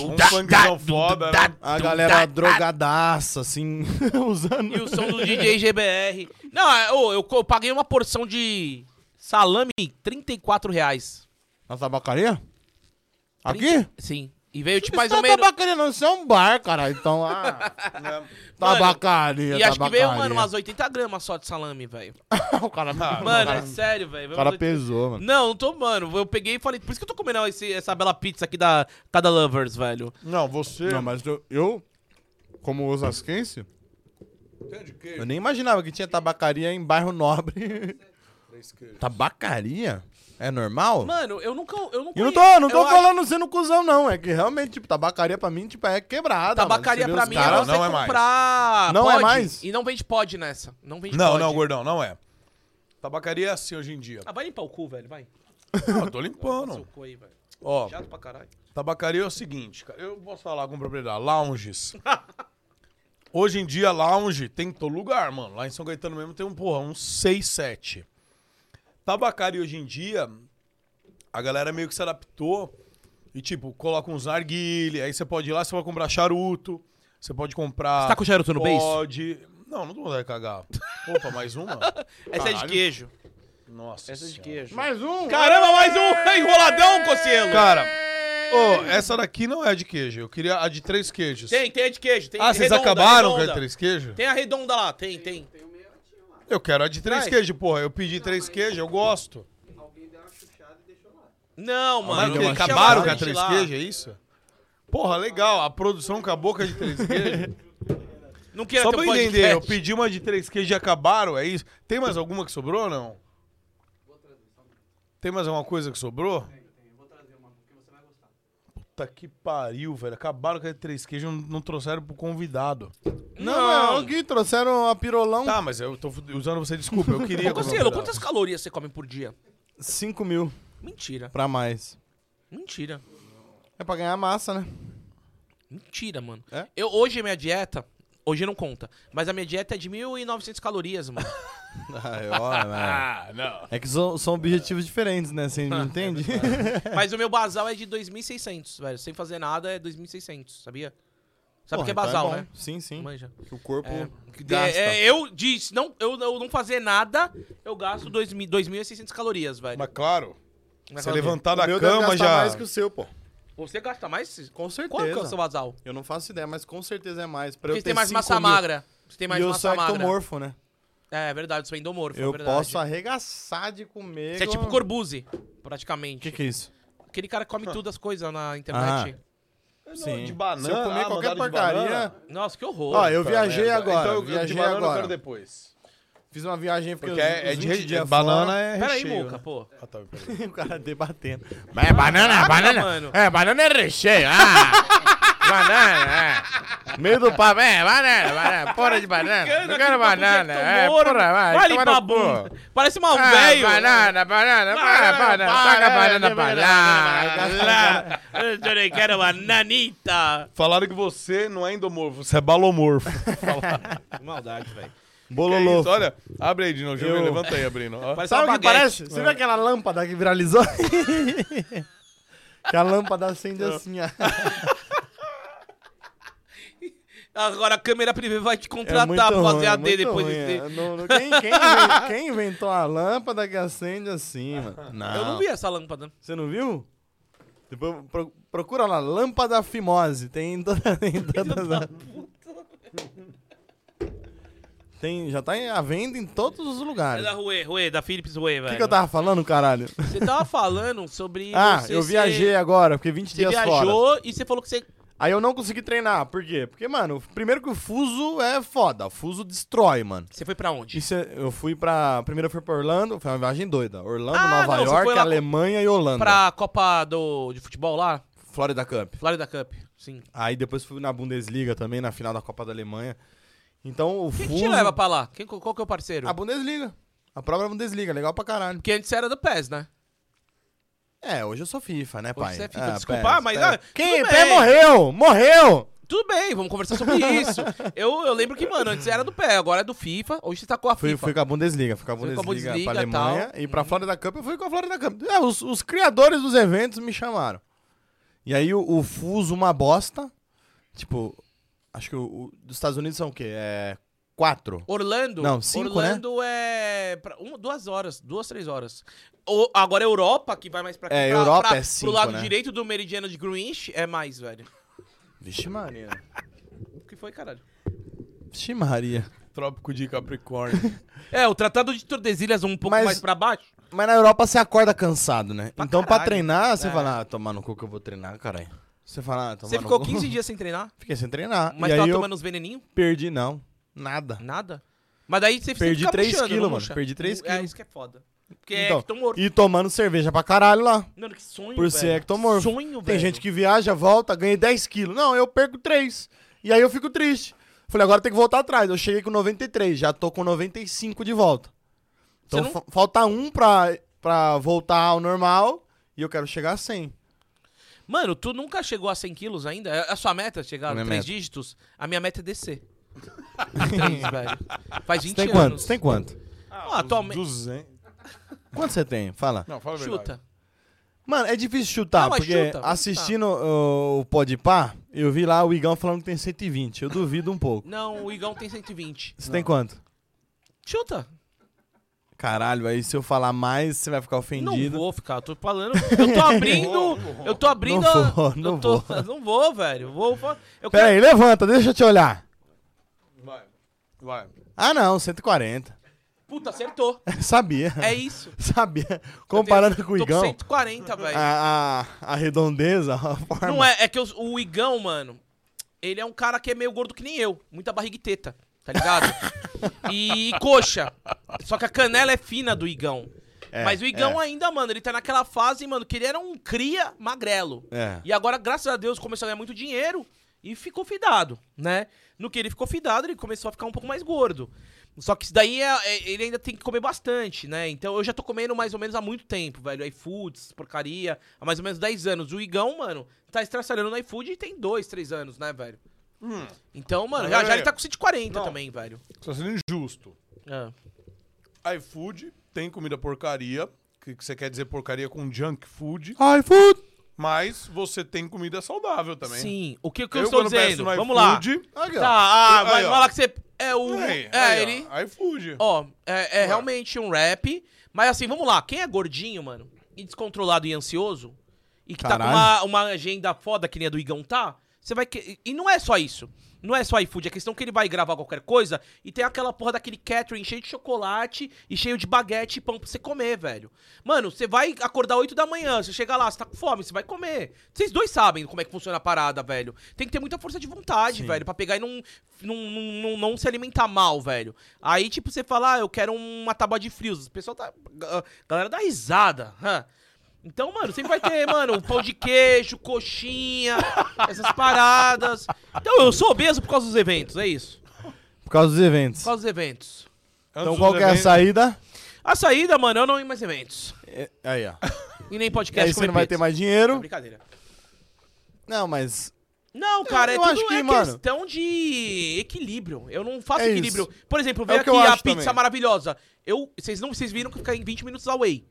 A: Um funkzão foda, né?
C: A galera drogadaça, assim, usando.
B: E o som do DJ GBR. Não, é, ô, eu, co- eu paguei uma porção de salame, 34 reais.
C: Na tabacaria? Aqui?
B: Trinta- Sim. E veio tipo
C: Isso
B: mais
C: não
B: ou
C: é
B: menos...
C: tabacaria, não. Isso é um bar, cara. Então, ah, tabacaria.
B: E acho que veio, mano,
C: tabacaria.
B: umas 80 gramas só de salame, velho.
A: Tá
C: o cara,
B: Mano, é sério, velho.
C: o
B: veio
C: cara
B: umas 80
C: pesou, mano.
B: Não, não tô, mano. Eu peguei e falei, por isso que eu tô comendo esse- essa bela pizza aqui da Cada Lovers, velho.
A: Não, você.
C: Não, mas eu, eu como osasquense,
A: né?
C: eu nem imaginava que tinha tabacaria em bairro nobre. tabacaria? É normal?
B: Mano, eu nunca. Eu não,
C: eu não
B: conhe-
C: tô, não tô
B: eu acho-
C: falando sendo cuzão, não. É que realmente, tipo, tabacaria pra mim, tipo, é quebrada. mano.
B: Tabacaria
C: Você vê
B: pra
C: os
B: mim
C: caras-
B: é você
A: não é mais.
B: comprar.
C: Não é
B: pod,
C: mais?
B: E não vende pod nessa. Não vende
A: Não,
B: pod.
A: não, gordão, não é. Tabacaria é assim hoje em dia.
B: Ah, vai limpar o cu, velho. Vai.
A: Ah, tô
B: Seu
A: limpando.
B: cu aí, velho.
A: Ó,
B: Chato pra caralho.
A: tabacaria é o seguinte, cara. Eu posso falar com propriedade. Lounges. Hoje em dia, lounge tem em todo lugar, mano. Lá em São Caetano mesmo tem um, porra, uns 6, 7. Tabacaria hoje em dia, a galera meio que se adaptou e, tipo, coloca uns narguile. Aí você pode ir lá, você vai comprar charuto. Você pode comprar.
B: Você tá com charuto no beijo?
A: Pode. Não, não tô com vontade de cagar. Opa, mais uma?
B: Essa é de
A: Caralho.
B: queijo.
A: Nossa.
B: Essa é de
A: Senhora.
B: queijo.
C: Mais um!
B: Caramba, mais um! Enroladão, Cocielo!
A: Cara, ô, essa daqui não é de queijo. Eu queria a de três queijos.
B: Tem, tem a de queijo. Tem
A: ah, vocês
B: redonda,
A: acabaram com a
B: redonda.
A: de três queijos?
B: Tem a redonda lá, tem, tem.
A: Eu quero a de três
B: Vai.
A: queijos, porra. Eu pedi três queijos, eu gosto.
B: Não,
A: Ah, Mas
B: mano.
A: o quê?
B: tem que
A: acabaram
B: chamar
A: com a
B: gente
A: três
B: lá.
A: queijos, é isso? Porra, legal. A produção acabou com a de três queijos.
B: Não queira
A: Só
B: ter
A: pra
B: podcast.
A: entender, eu pedi uma de três queijos e acabaram, é isso? Tem mais alguma que sobrou ou não? Tem mais alguma coisa que sobrou? Puta que pariu, velho. Acabaram com a de três queijos e não- não trouxeram pro convidado.
C: Não, não, aqui trouxeram a pirolão
A: Tá, mas eu tô usando você de desculpa. Eu queria.
B: Ô, Cocielo, quantas calorias você come por dia?
C: 5 mil
B: Mentira,
C: pra mais.
B: mentira.
C: É pra ganhar massa, né?
B: Mentira, mano.
I: É?
B: Eu, hoje a minha dieta. Hoje não conta. Mas a minha dieta é de 1.900 calorias, mano.
I: Ai, ó, né?
A: Ah, não.
I: É que são, são objetivos diferentes, né? Você não entende?
B: É Mas o meu basal é de 2.600, velho. Sem fazer nada é 2.600, sabia? Sabe o que é
I: Porra, então
B: basal,
I: bom.
B: né?
I: Sim, sim.
B: Manja.
I: Que o corpo
B: É,
I: gasta.
B: é, eu disse, não, eu, eu não fazer nada, eu gasto 2.000 2.600 calorias, velho.
A: Mas claro,
B: Mas
A: você
B: fala,
A: levantar
C: O
A: da
C: meu deve
A: cama
C: gastar
A: já.
C: mais que o seu, pô.
B: Você gasta mais? Qual
C: Com
B: que é o
C: certeza.
B: seu basal?
C: Eu não faço ideia, mas com certeza é mais. Pra
B: Porque
C: eu
B: você tem
C: ter
B: mais
C: 5
B: massa
C: mil-
B: magra. Você tem mais
I: e eu
B: massa
I: sou
B: magra.
I: ectomorfo, né?
B: É, é verdade, eu sou endomorfo, é
I: Eu
B: verdade.
I: posso arregaçar de comer.
B: Você é tipo
I: igual-
B: Corbuzi,
I: O que,
B: praticamente.
I: que é isso?
B: Aquele cara que
C: Ah.
B: come todas as coisas na internet.
I: Sim.
A: De banana.
I: Se eu comer
A: ah,
I: qualquer
A: mandado de banana.
I: porcaria.
B: Nossa, que horror.
C: Ó, eu
A: Puta
C: viajei
A: merda.
C: agora.
A: Então eu, de
C: viajei
A: banana eu
C: agora.
A: quero depois.
C: Fiz uma viagem porque,
A: Porque
C: os-
A: é, é
C: os
A: de
C: 20
A: re-
C: dias
A: banana
C: fora-
A: é
B: Pera aí,
A: recheio.
B: Muca, pô.
A: Ah, tá, me perdoei.
C: o cara debatendo. Mas é banana,
B: Caraca,
C: banana.
B: mano.
C: É, banana é recheio. Ah! banana, é. Meio do papo, é, banana, banana. Porra de banana. Não quero banana.
B: né,
C: É, porra, vai.
B: Vale
C: toma
B: pra
C: no cu.
B: bunda. Parece uma
C: Ah,
B: É um velho. É
C: Banana, banana, banana, banana, para, banana, banana.
B: Lá, Eu também quero uma nanita.
A: Falaram que você não é endomorfo, você é balomorfo.
B: Maldade, velho.
A: Que é
C: Bololô.
A: isso, olha, abre aí, Dino. Júnior,
C: Eu-
A: Levanta aí, abrindo. ó.
B: Parece
C: Sabe
B: uma
C: o que
B: baguete.
C: parece? Você viu aquela lâmpada que viralizou? que a lâmpada acende assim, ó.
B: Agora a câmera privê vai te
C: É muito
B: contratar pra fazer
C: ruim, é
B: AD
C: muito
B: depois
C: ruim,
B: desse.
C: é. Não- não- quem, quem inven- quem inventou a lâmpada que acende assim, mano?
I: Não.
B: Eu não vi essa lâmpada.
C: Você não viu? Depois pro- procura lá, lâmpada fimose. Tem em toda, tem em todas as- Tem, já tá em- à venda em todos os
B: É
C: lugares.
B: da
C: O
B: Rue, Rue, da Philips Rue, velho.
C: que, que eu tava falando, caralho?
B: Você tava falando sobre.
C: Ah,
B: você
C: eu
B: ser-
C: viajei agora, porque 20
B: Você
C: dias fora.
B: viajou e você falou que você.
C: Aí eu não consegui treinar. Por quê? Porque, mano, primeiro que o fuso é foda. O fuso destrói, mano.
B: Você foi pra onde?
C: Isso é- eu fui pra. Primeiro eu fui pra Orlando, foi uma viagem doida. Orlando,
B: Ah,
C: Nova
B: não, você foi
C: York,
B: lá-
C: Alemanha e Holanda.
B: Pra Copa do, de Futebol lá?
C: Florida Cup.
B: Florida Cup, sim.
C: Aí depois fui na Bundesliga também, na final da Copa da Alemanha. Então o
B: Quem
C: fuso.
B: que te leva pra lá? Quem, qual que é o parceiro?
C: A Bundesliga. A própria Bundesliga, legal pra caralho.
B: Porque antes você era do PES, né?
C: É, hoje eu sou FIFA, né,
B: Hoje
C: pai?
B: você é FIFA,
C: Ah,
B: desculpa,
C: pera,
B: mas,
C: pera.
B: ah,
C: Quem?
B: tudo
C: Pé
B: bem.
C: morreu! Morreu!
B: Tudo bem, vamos conversar sobre isso. eu, eu lembro que, mano, antes era do PES, agora é do FIFA. Hoje você tá com a
C: Fui,
B: FIFA.
C: fui com a Bundesliga, fui com a
B: Foi com
C: Bundesliga,
B: a Bundesliga
C: pra
B: e tal.
C: Alemanha e pra Florida Cup eu fui com a Florida Cup. É, os, os criadores dos eventos me chamaram. E aí o, o fuso uma bosta, tipo, acho que o, o- dos Estados Unidos são o quê? É quatro.
B: Orlando.
C: Não, cinco, né?
B: Orlando é. pra- um, duas horas, duas, três horas. O- agora é Europa, que vai mais pra cá.
C: É,
B: pra-
C: Europa
B: pra-
C: é cinco,
B: Pro lado
C: né?
B: direito do meridiano de Greenwich é mais, velho.
C: Vixe Maria.
B: O que foi, caralho?
C: Vixe Maria.
A: Trópico de Capricórnio.
B: É, o Tratado de Tordesilhas um pouco
C: Mas-
B: mais pra baixo.
C: Mas na Europa você acorda cansado, né?
B: Pra
C: então pra
B: caralho. É.
C: treinar, você fala, ah, tomar no cu que eu vou treinar, caralho. Você fala, ah, tomar
B: Você
C: no
B: ficou
C: cu.
B: 15 dias sem treinar,
C: Fiquei sem treinar.
B: mas
C: e aí
B: tava
C: eu
B: tomando uns veneninhos?
C: perdi, não. Nada.
B: Nada. Mas daí você
C: Perdi
B: fica
C: três
B: puxando,
C: quilos,
B: não
C: mano.
B: puxa?
C: Perdi três
B: É,
C: quilos.
B: isso que é foda. Porque é
C: Então,
B: ectomorfo.
C: E tomando cerveja pra caralho lá.
B: Mano, que sonho,
C: Por
B: velho.
C: ser ectomorfo.
B: Sonho, velho.
C: Tem gente que viaja, volta, ganha 10 quilos. Não, eu perco 3. E aí eu fico triste. Falei, agora tem que voltar atrás. Eu cheguei com 93, já tô com 95 de volta. Então
B: não-
C: fa- falta um pra, pra voltar ao normal e eu quero chegar a 100.
B: Mano, tu nunca chegou a 100 quilos ainda? É A sua meta é chegar a
C: Minha
B: 3
C: meta.
B: dígitos? A minha meta é descer. Três, velho. Faz 20
C: Você tem quanto?
B: anos.
C: Você tem quanto?
B: Ah, atualmente...
A: 200.
C: Quanto você tem? Fala.
A: Não, fala a verdade.
B: Chuta.
C: Mano, é difícil chutar,
B: Não, mas
C: porque
B: chuta, vamos
C: assistindo uh, o Podpah, eu vi lá o Igão falando que tem 120. Eu duvido um pouco.
B: Não, o Igão tem 120.
C: Você tem quanto?
B: Chuta.
C: Caralho, aí se eu falar mais, você vai ficar ofendido.
B: Não vou ficar, tô falando. Eu tô abrindo. eu tô abrindo.
C: Não
B: a-
C: vou, não
B: eu tô-
C: vou.
B: Não vou, velho. Eu Vou, eu
C: Pera
B: quero.
C: aí, levanta, deixa eu te olhar.
A: Vai. Vai.
C: Ah, não, 140.
B: Puta, acertou.
C: Sabia.
B: É isso.
C: Sabia. Comparando
B: Eu tenho-
C: com o Igão, Ah,
B: Tô com 140, velho.
C: a, a, a redondeza, a forma.
B: Não é, é que os- o Igão, mano, ele é um cara que é meio gordo que nem eu. Muita barriga e teta, tá ligado? e coxa. Só que a canela é fina do Igão.
C: É,
B: Mas o Igão ainda, mano, ele tá naquela fase, mano, que ele era um cria magrelo.
C: É.
B: E agora, graças a Deus, começou a ganhar muito dinheiro. e ficou fidado, né? No que ele ficou fidado, ele começou a ficar um pouco mais gordo. Só que isso daí é- é- ele ainda tem que comer bastante, né? Então eu já tô comendo mais ou menos há muito tempo, velho. iFoods, porcaria, há mais ou menos 10 anos. O Igão, mano, tá estraçalhando no iFood e tem 2, 3 anos, né, velho?
A: Hum.
B: Então, mano, já, já ele tá com 140
A: Não.
B: também, velho.
A: Tá sendo injusto.
B: É.
A: iFood tem comida porcaria, que que você quer dizer porcaria com junk food,
B: é.
D: Ai, food!
A: mas você tem comida saudável também.
B: Sim, o que, o que eu,
A: Eu,
B: estou
A: quando peço
B: dizendo?
A: no
B: Vamos lá.
A: iFood-
F: Aqui, ó.
B: Tá, ah, vai
A: Aí, ó.
B: falar que você. É o.
A: Aí,
B: é,
A: aí,
B: ele.
A: ó, iFood.
B: Ó, é, é realmente um rap. Mas assim, vamos lá. Quem é gordinho, mano, e descontrolado e ansioso, e que tá
D: Caralho.
B: com uma, uma agenda foda que nem a do Igão tá, você vai. Que... E não é só isso. Não é só iFood, é questão que ele vai gravar qualquer coisa e tem aquela porra daquele catering cheio de chocolate e cheio de baguete e pão pra você comer, velho. Mano, você vai acordar 8 da manhã, você chega lá, você tá com fome, você vai comer. Vocês dois sabem como é que funciona a parada, velho. Tem que ter muita força de vontade, velho, pra pegar e não, não, não, não, não se alimentar mal, velho. Aí, tipo, você fala, ah, eu quero uma tábua de frios. O pessoal tá. A galera dá risada. hã? Então, mano, sempre vai ter, mano, pão de queijo, coxinha, essas paradas. Então, eu sou obeso por causa dos eventos, é isso.
D: Por causa dos eventos.
B: Por causa dos eventos.
A: Antes
D: Então
A: dos
D: qual que é a
A: eventos-
D: saída?
B: A saída, mano, eu não ia mais eventos.
D: É- Aí, ó.
B: E nem
D: Que
B: podcast
D: aí você
B: comer
D: não vai
B: pizza.
D: ter mais dinheiro.
B: Brincadeira.
D: Não, mas.
B: Não, cara,
D: eu
B: é tudo
D: acho que,
B: é
D: mano-
B: questão de equilíbrio. Eu não faço
D: É
B: equilíbrio. Por exemplo, veio
D: o que
B: aqui
D: eu
B: a
D: acho
B: pizza
D: também.
B: maravilhosa. Eu, vocês não, vocês viram que eu fiquei em 20 minutos away.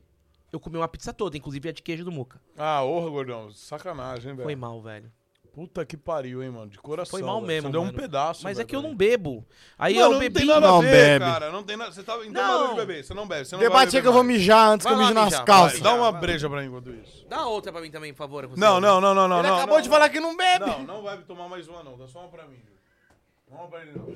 B: Eu comi uma pizza toda, inclusive a de queijo do Muca.
A: Ah, orra, gordão. Sacanagem, hein,
D: É.
A: velho.
B: Foi mal, velho.
A: Puta que pariu, hein, mano. De coração.
B: Foi mal
A: velho.
B: mesmo,
A: Você deu um
B: mano.
A: pedaço.
B: Mas é
A: velho,
B: que eu
A: pra
B: não
A: mim.
B: bebo. Aí
A: Mano,
B: eu
A: não
B: bebi.
A: tem nada a
D: Não
A: ver,
D: bebe.
A: cara. Não tem nada. Você tá então
B: Não.
A: barulho de beber. Você não bebe. Você não
D: Debate
A: vai
D: é que eu vou
A: beber
D: mijar antes
B: Vai
D: que eu
B: lá
D: mije nas
B: mijar,
A: mais.
D: calças.
A: Vai, Dá um- uma breja pra mim enquanto isso.
B: Dá outra pra mim também, por favor. você.
A: Não, não, não, não, não.
D: Ele
A: não,
D: acabou
A: não,
D: de falar que não bebe.
A: Não, não vai tomar mais uma, não. Dá só uma pra mim, Júlio. Não uma pra ele, não.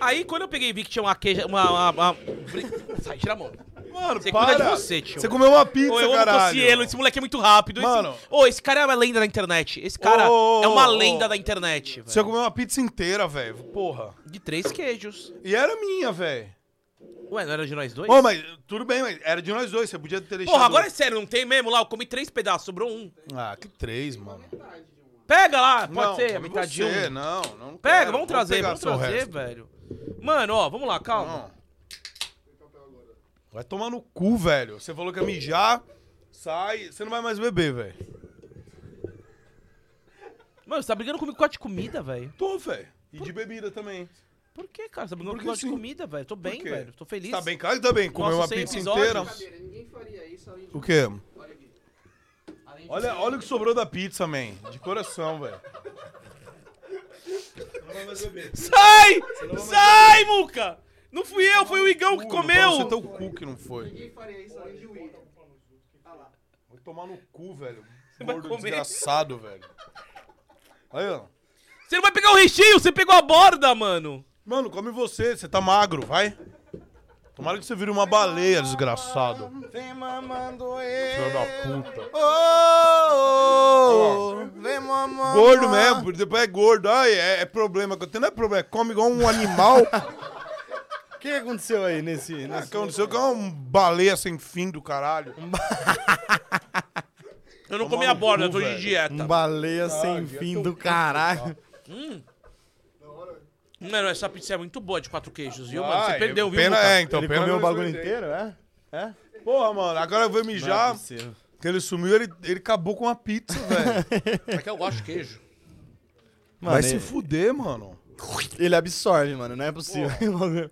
B: Aí quando eu peguei e vi que tinha uma queijo. Uma. uma, uma... Bri- Sai, tira a mão.
A: Mano,
B: Você cuida
A: para.
B: de você, tio.
A: Você comeu uma pizza,
B: Ô, eu amo o
A: caralho.
B: Cossielo, esse moleque é muito rápido.
A: Mano.
B: Esse... Ô, esse cara é uma lenda da internet. Esse cara
A: Ô, ô,
B: é uma
A: ô, ô.
B: lenda da internet,
A: Você
B: velho.
A: comeu uma pizza inteira, velho. Porra.
B: De três queijos.
A: E era minha, velho.
B: Ué, não era de nós dois?
A: Ô, mas tudo bem, mas era de nós dois. Você podia ter deixado...
B: Porra, agora é sério, não tem mesmo lá? Eu comi três pedaços, sobrou um.
A: Ah, que três, mano.
B: Pega lá, pode
A: Não,
B: ser, a
A: come
B: metade de
A: você,
B: um.
A: Não, não
B: Pega,
A: quero.
B: vamos
A: Vou
B: trazer,
A: pegar
B: vamos
A: seu
B: trazer,
A: resto.
B: velho. Mano, ó, vamos lá, calma.
A: Não. Vai tomar no cu, velho. Você falou que ia mijar, sai, você não vai mais beber, velho.
B: Mano, você tá brigando comigo com a de comida, velho?
A: Tô, velho. E de bebida também.
B: Por que, cara? Você tá brigando
A: Porque
B: comigo com a de
A: sim.
B: comida, velho? Tô bem,
A: quê?
B: velho. Tô feliz.
A: Tá bem, claro que tá bem. Comeu
B: Nossa,
A: uma
B: cem
A: pizza
B: episódios.
A: inteira. O quê? Olha, olha o que sobrou da pizza, man. De coração, velho.
B: Sai! Sai, Muca! Não fui eu, foi o Igão que
A: Cu,
B: comeu!
A: Você tá- teu cu que não foi.
D: Tá
A: Vai tomar no cu, velho.
B: vai
A: Gordo
B: comer.
A: desgraçado, velho. Aí, ó.
B: Você não vai pegar o recheio, você pegou a borda, mano!
A: Mano, come você, você tá magro, vai. Tomara que você vire uma baleia, desgraçado.
D: Vem mamando eu.
A: Filho da puta.
D: Ô, ô, Vem mamando.
A: Gordo mesmo, por- depois é gordo. Ai, é, é problema que eu tenho. Não é problema, é come igual um animal.
D: O que aconteceu aí nesse.
A: O
D: nesse...
A: que aconteceu que é uma baleia sem fim do caralho.
B: Eu não
A: Tomar
B: comi
A: no
B: a borda,
A: cu,
B: tô de
A: Tá velho.
B: dieta.
D: Um baleia sem
A: Ai,
D: fim
A: eu
D: do caralho.
B: Mano, essa pizza é muito boa de quatro queijos, viu, mano?
A: Ai,
B: Você perdeu, viu,
A: pena,
B: Muca?
A: É, então,
D: Ele
A: pena
D: comeu o
A: nós
D: bagulho
A: dois, hein?
D: inteiro, é? É?
A: Porra, mano, agora eu vou
D: Não é
A: mijar.
D: possível.
A: Que ele sumiu, ele, ele acabou com a pizza, velho.
B: É que eu gosto de queijo.
D: Mano,
A: Vai se
D: ele-
A: fuder, mano.
D: Ele absorve, mano, não é possível. O bagulho-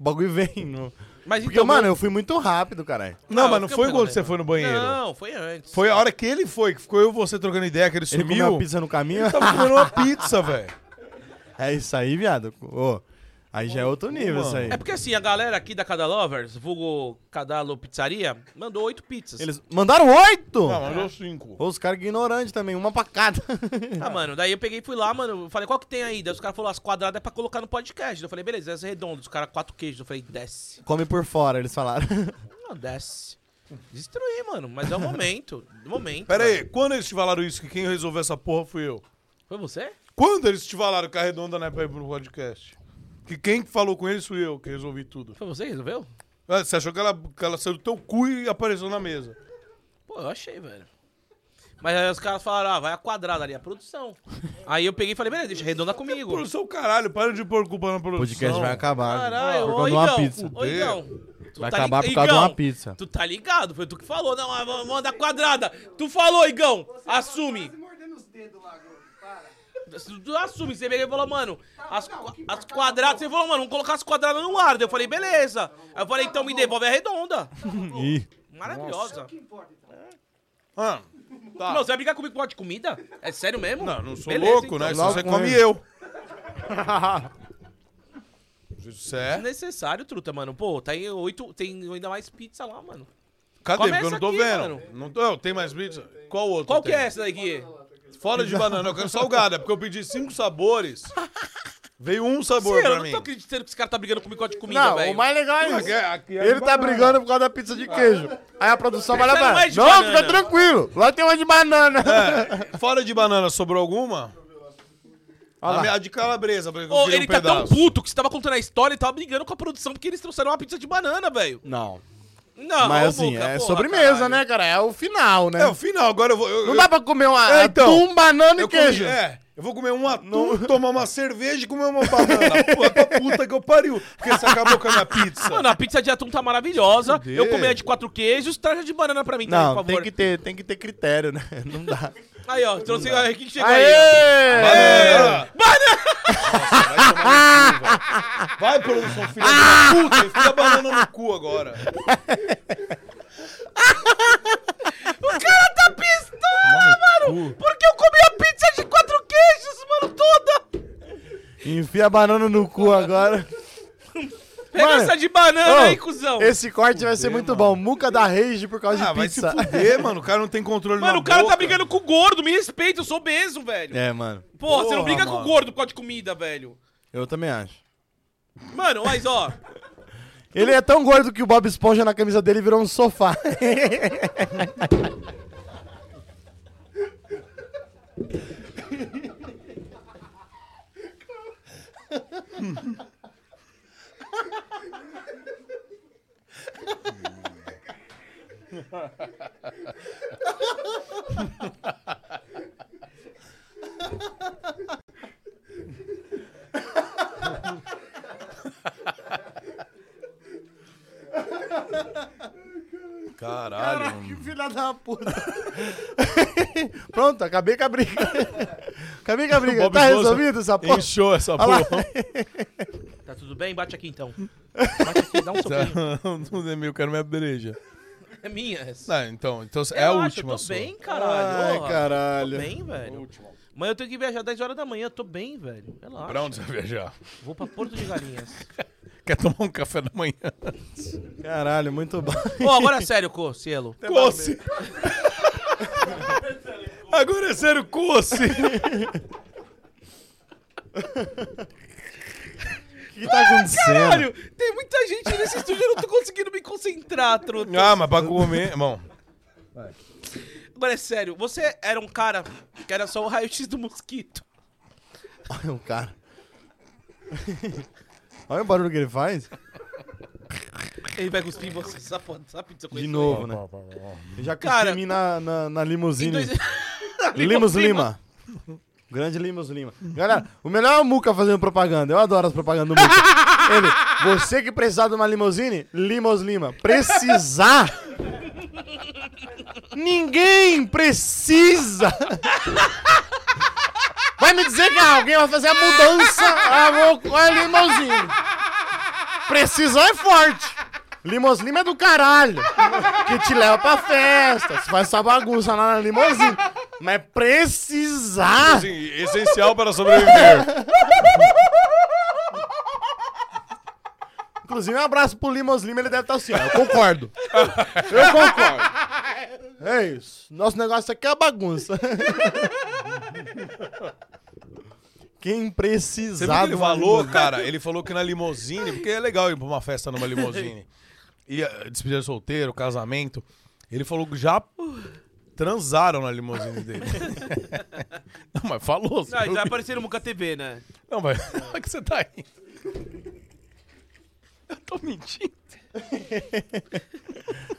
D: o bagulho vem. No...
B: Mas
D: Porque,
B: então,
D: mano, eu fui muito rápido, caralho.
A: Não,
B: Não,
A: mas não
B: fica
A: foi
B: pela
A: quando
B: merda.
A: você foi no banheiro.
B: Não, foi antes.
A: Foi a hora que ele foi, que ficou eu e você trocando ideia, que ele
D: Ele
A: sumiu.
D: comeu uma pizza no caminho.
A: Ele tava comendo uma pizza, velho.
D: É isso aí, viado. Ô, aí já é outro nível isso aí.
B: É porque assim, a galera aqui da Cada Lovers, vulgo Cadalo Pizzaria, mandou oito pizzas.
D: Eles mandaram oito!
A: Não, mandou cinco.
D: Ô, os caras ignorantes também, uma pra cada.
B: Ah, mano, daí eu peguei e fui lá, mano, eu falei, qual que tem aí? Daí os caras falaram, as quadradas é pra colocar no podcast. Eu falei, beleza, essa é redonda, os caras quatro queijos. Eu falei, desce.
D: Come por fora, eles falaram.
B: Não, desce. Destruir, mano, mas é o momento, é o momento.
A: Pera
B: mano.
A: aí, quando eles te falaram isso, que quem resolveu essa porra fui eu.
B: Foi você?
A: Quando eles te falaram que a Redonda não é pra ir pro podcast? Que quem falou com eles fui eu, que resolvi tudo.
B: Foi você que resolveu?
A: Ah, Você achou que ela, que ela saiu do teu cu e apareceu na mesa.
B: Pô, eu achei, velho. Mas aí os caras falaram, ah, vai a quadrada ali, a produção. aí eu peguei e falei, beleza, deixa redonda comigo.
A: Produção, caralho, para de pôr culpa na
C: O
A: produção.
C: podcast vai acabar.
B: Caralho,
C: por
B: ô
C: causa de uma
B: Igão,
C: pizza.
B: ô Igão. tu
C: Vai
B: tá
C: acabar
B: lig-
C: por causa de uma
B: Igão,
C: pizza.
B: Tu tá ligado, foi tu que falou, não, ah, vamos mandar quadrada. Tu falou, Igão, assume. Tu- Tu assume, você pegou e falou, mano, as, qua- as quadradas, você falou, mano, vamos colocar as quadradas no ar. Daí Eu falei, beleza. Aí eu falei, então me devolve a redonda.
C: Ih,
B: Maravilhosa.
A: Ah,
B: Não, você vai brigar comigo por causa de comida? É sério mesmo?
A: não, não sou
B: Beleza,
A: louco,
B: então.
A: né? Se
C: Logo
A: você
C: com
A: come
C: ele.
A: eu. Isso é.
B: Desnecessário, truta, mano. Pô, tá aí oito, tem ainda mais pizza lá, mano.
A: Cadê?
B: Come
A: Porque eu não tô
B: essa aqui,
A: vendo.
B: mano.
A: Não tô, eu, tem mais pizza? Qual outro?
B: Qual que
A: tem?
B: é essa daqui?
A: Fora de banana, eu quero salgada, porque eu pedi cinco sabores. Veio um sabor
B: Sim, eu
A: pra
B: não
A: mim.
B: tô acreditando que esse cara tá brigando comigo por causa de comida,
J: Não,
B: velho.
J: o mais legal é
A: Aqui
J: isso.
A: é- aqui é de
J: Ele tá
A: banana.
J: brigando por causa da pizza de queijo. Aí a produção vai lá
B: Essa não
J: pra.
B: é de
J: Não,
B: banana."
J: fica tranquilo. Lá tem uma de banana.
A: É, fora de banana, sobrou alguma?
J: lá.
A: A minha- a de calabresa, porque eu
B: Ô,
A: queria
B: ele
A: um
B: tá tão
A: pedaço.
B: puto que você tava contando a história e tava brigando com a produção porque eles trouxeram uma pizza de banana, velho.
J: Não.
B: Não,
J: Mas
B: ô,
J: assim,
B: Boca,
J: é
B: porra,
J: sobremesa,
B: caralho.
J: né, cara? É o final, né?
A: É, o final, agora eu vou... Eu,
J: Não
A: eu-
J: dá pra comer uma
A: É, então.
J: atum, banana e
A: eu comi-
J: queijo.
A: é, eu vou comer um atum, tomar uma cerveja e comer uma banana. Pô, tá puta que eu pariu, porque você acabou com a minha pizza.
B: Mano, a pizza de atum tá maravilhosa. Eu
A: Deus.
B: comi a de quatro queijos. Traja de banana pra mim também,
C: Não,
B: Tá por favor.
C: tem que, ter, tem que ter critério, né? Não dá.
B: Aí, ó, trouxe aí, quem que chegou é, aí.
J: Aê!
A: Banana!
B: é.
A: Banana! Vai, produção, filha da puta, enfia a banana no cu agora.
B: ó. O cara tá pistola, mano! Porque eu comi a pizza de quatro queijos, mano, toda!
C: Enfia a banana no cu agora.
B: Pega
J: Mano,
B: essa de banana
J: ô,
B: aí, cuzão.
J: Esse corte vai ser muito bom. Muca da Rage por causa
A: Ah,
J: de
A: vai se
J: pizza.
A: fuder, mano, o cara não tem controle
B: Mano,
A: na
B: o cara
A: boca.
B: tá brigando com o gordo, me respeita, eu sou obeso, velho.
C: É, mano.
B: Porra, você não
C: Porra,
B: briga com o
C: mano.
B: gordo por causa de comida, velho.
C: Eu também acho.
B: Mano, mas ó, Então
J: Ele é tão gordo que o Bob Esponja na camisa dele virou um sofá.
A: Caralho,
J: que filha da puta. Pronto, acabei com a briga. Acabei com a briga.
A: Bob
J: Tá
A: Esponja
J: resolvido essa porra?
A: Encheu essa
J: Olha lá.
A: porra.
B: tá tudo bem? Bate aqui então. Bate aqui, dá um soquinho.
A: Então, Não é meu, eu quero minha breja.
B: É minha essa.
A: Não, então, então é a
B: Relaxa,
A: última
B: Eu tô
A: sua.
B: bem, caralho.
J: Ai,
B: porra. Tô
J: caralho.
B: bem, velho. Mas eu tenho que viajar 10 horas da manhã, eu tô bem, velho. Relaxa.
A: Pra onde você vai viajar?
B: Vou pra Porto de Galinhas.
A: Quer tomar um café da manhã?
C: Caralho, muito bom.
B: Pô, agora é sério, Cocielo.
A: Coce! Agora é sério, coce!
C: O que tá acontecendo?
B: Caralho, tem muita gente nesse estúdio, eu não tô conseguindo me concentrar, truta.
A: Ah, mas pra comer, bom.
B: Agora é sério, você era um cara que era só o raio-x do mosquito.
J: Um
C: Olha o cara. Olha o barulho que ele faz.
B: Ele vai cuspir em você, essa porra, essa pizza
C: De
B: coisa.
C: novo, né? Eu já
B: Cara-
C: cuspi em mim na, na, na
B: Em
C: limusine.
B: dois-
C: Limos
B: Lima.
C: Lima. Grande Limos Lima. Galera, o melhor é o Muca fazendo propaganda. Eu adoro as propagandas do Muca. Ele, você que precisar de uma limusine, Limos Lima. Precisar? Ninguém precisa. Vai me dizer que
J: é
C: alguém vai fazer a mudança, eu vou com a limusine. Precisar é forte. Limos Lima é do caralho. Que te leva pra festa. Você faz essa bagunça lá na limusine. Mas precisar.
A: Assim, essencial para sobreviver.
C: Inclusive, um abraço pro Limos Lima, ele deve estar assim, ó. Eu concordo. Eu concordo. É isso. Nosso negócio aqui é bagunça. Quem
A: Você viu que
C: precisar um
A: ele falou, cara? Ele falou que na limusine, porque é legal ir pra uma festa numa limusine. E eh, despedida de solteiro, casamento. Ele falou que já transaram na limusine dele. Não, mas falou. você
B: Não, ele
A: viu?
B: vai aparecer no Muca TV, né?
A: Não, mas como é que você tá aí? Eu tô mentindo.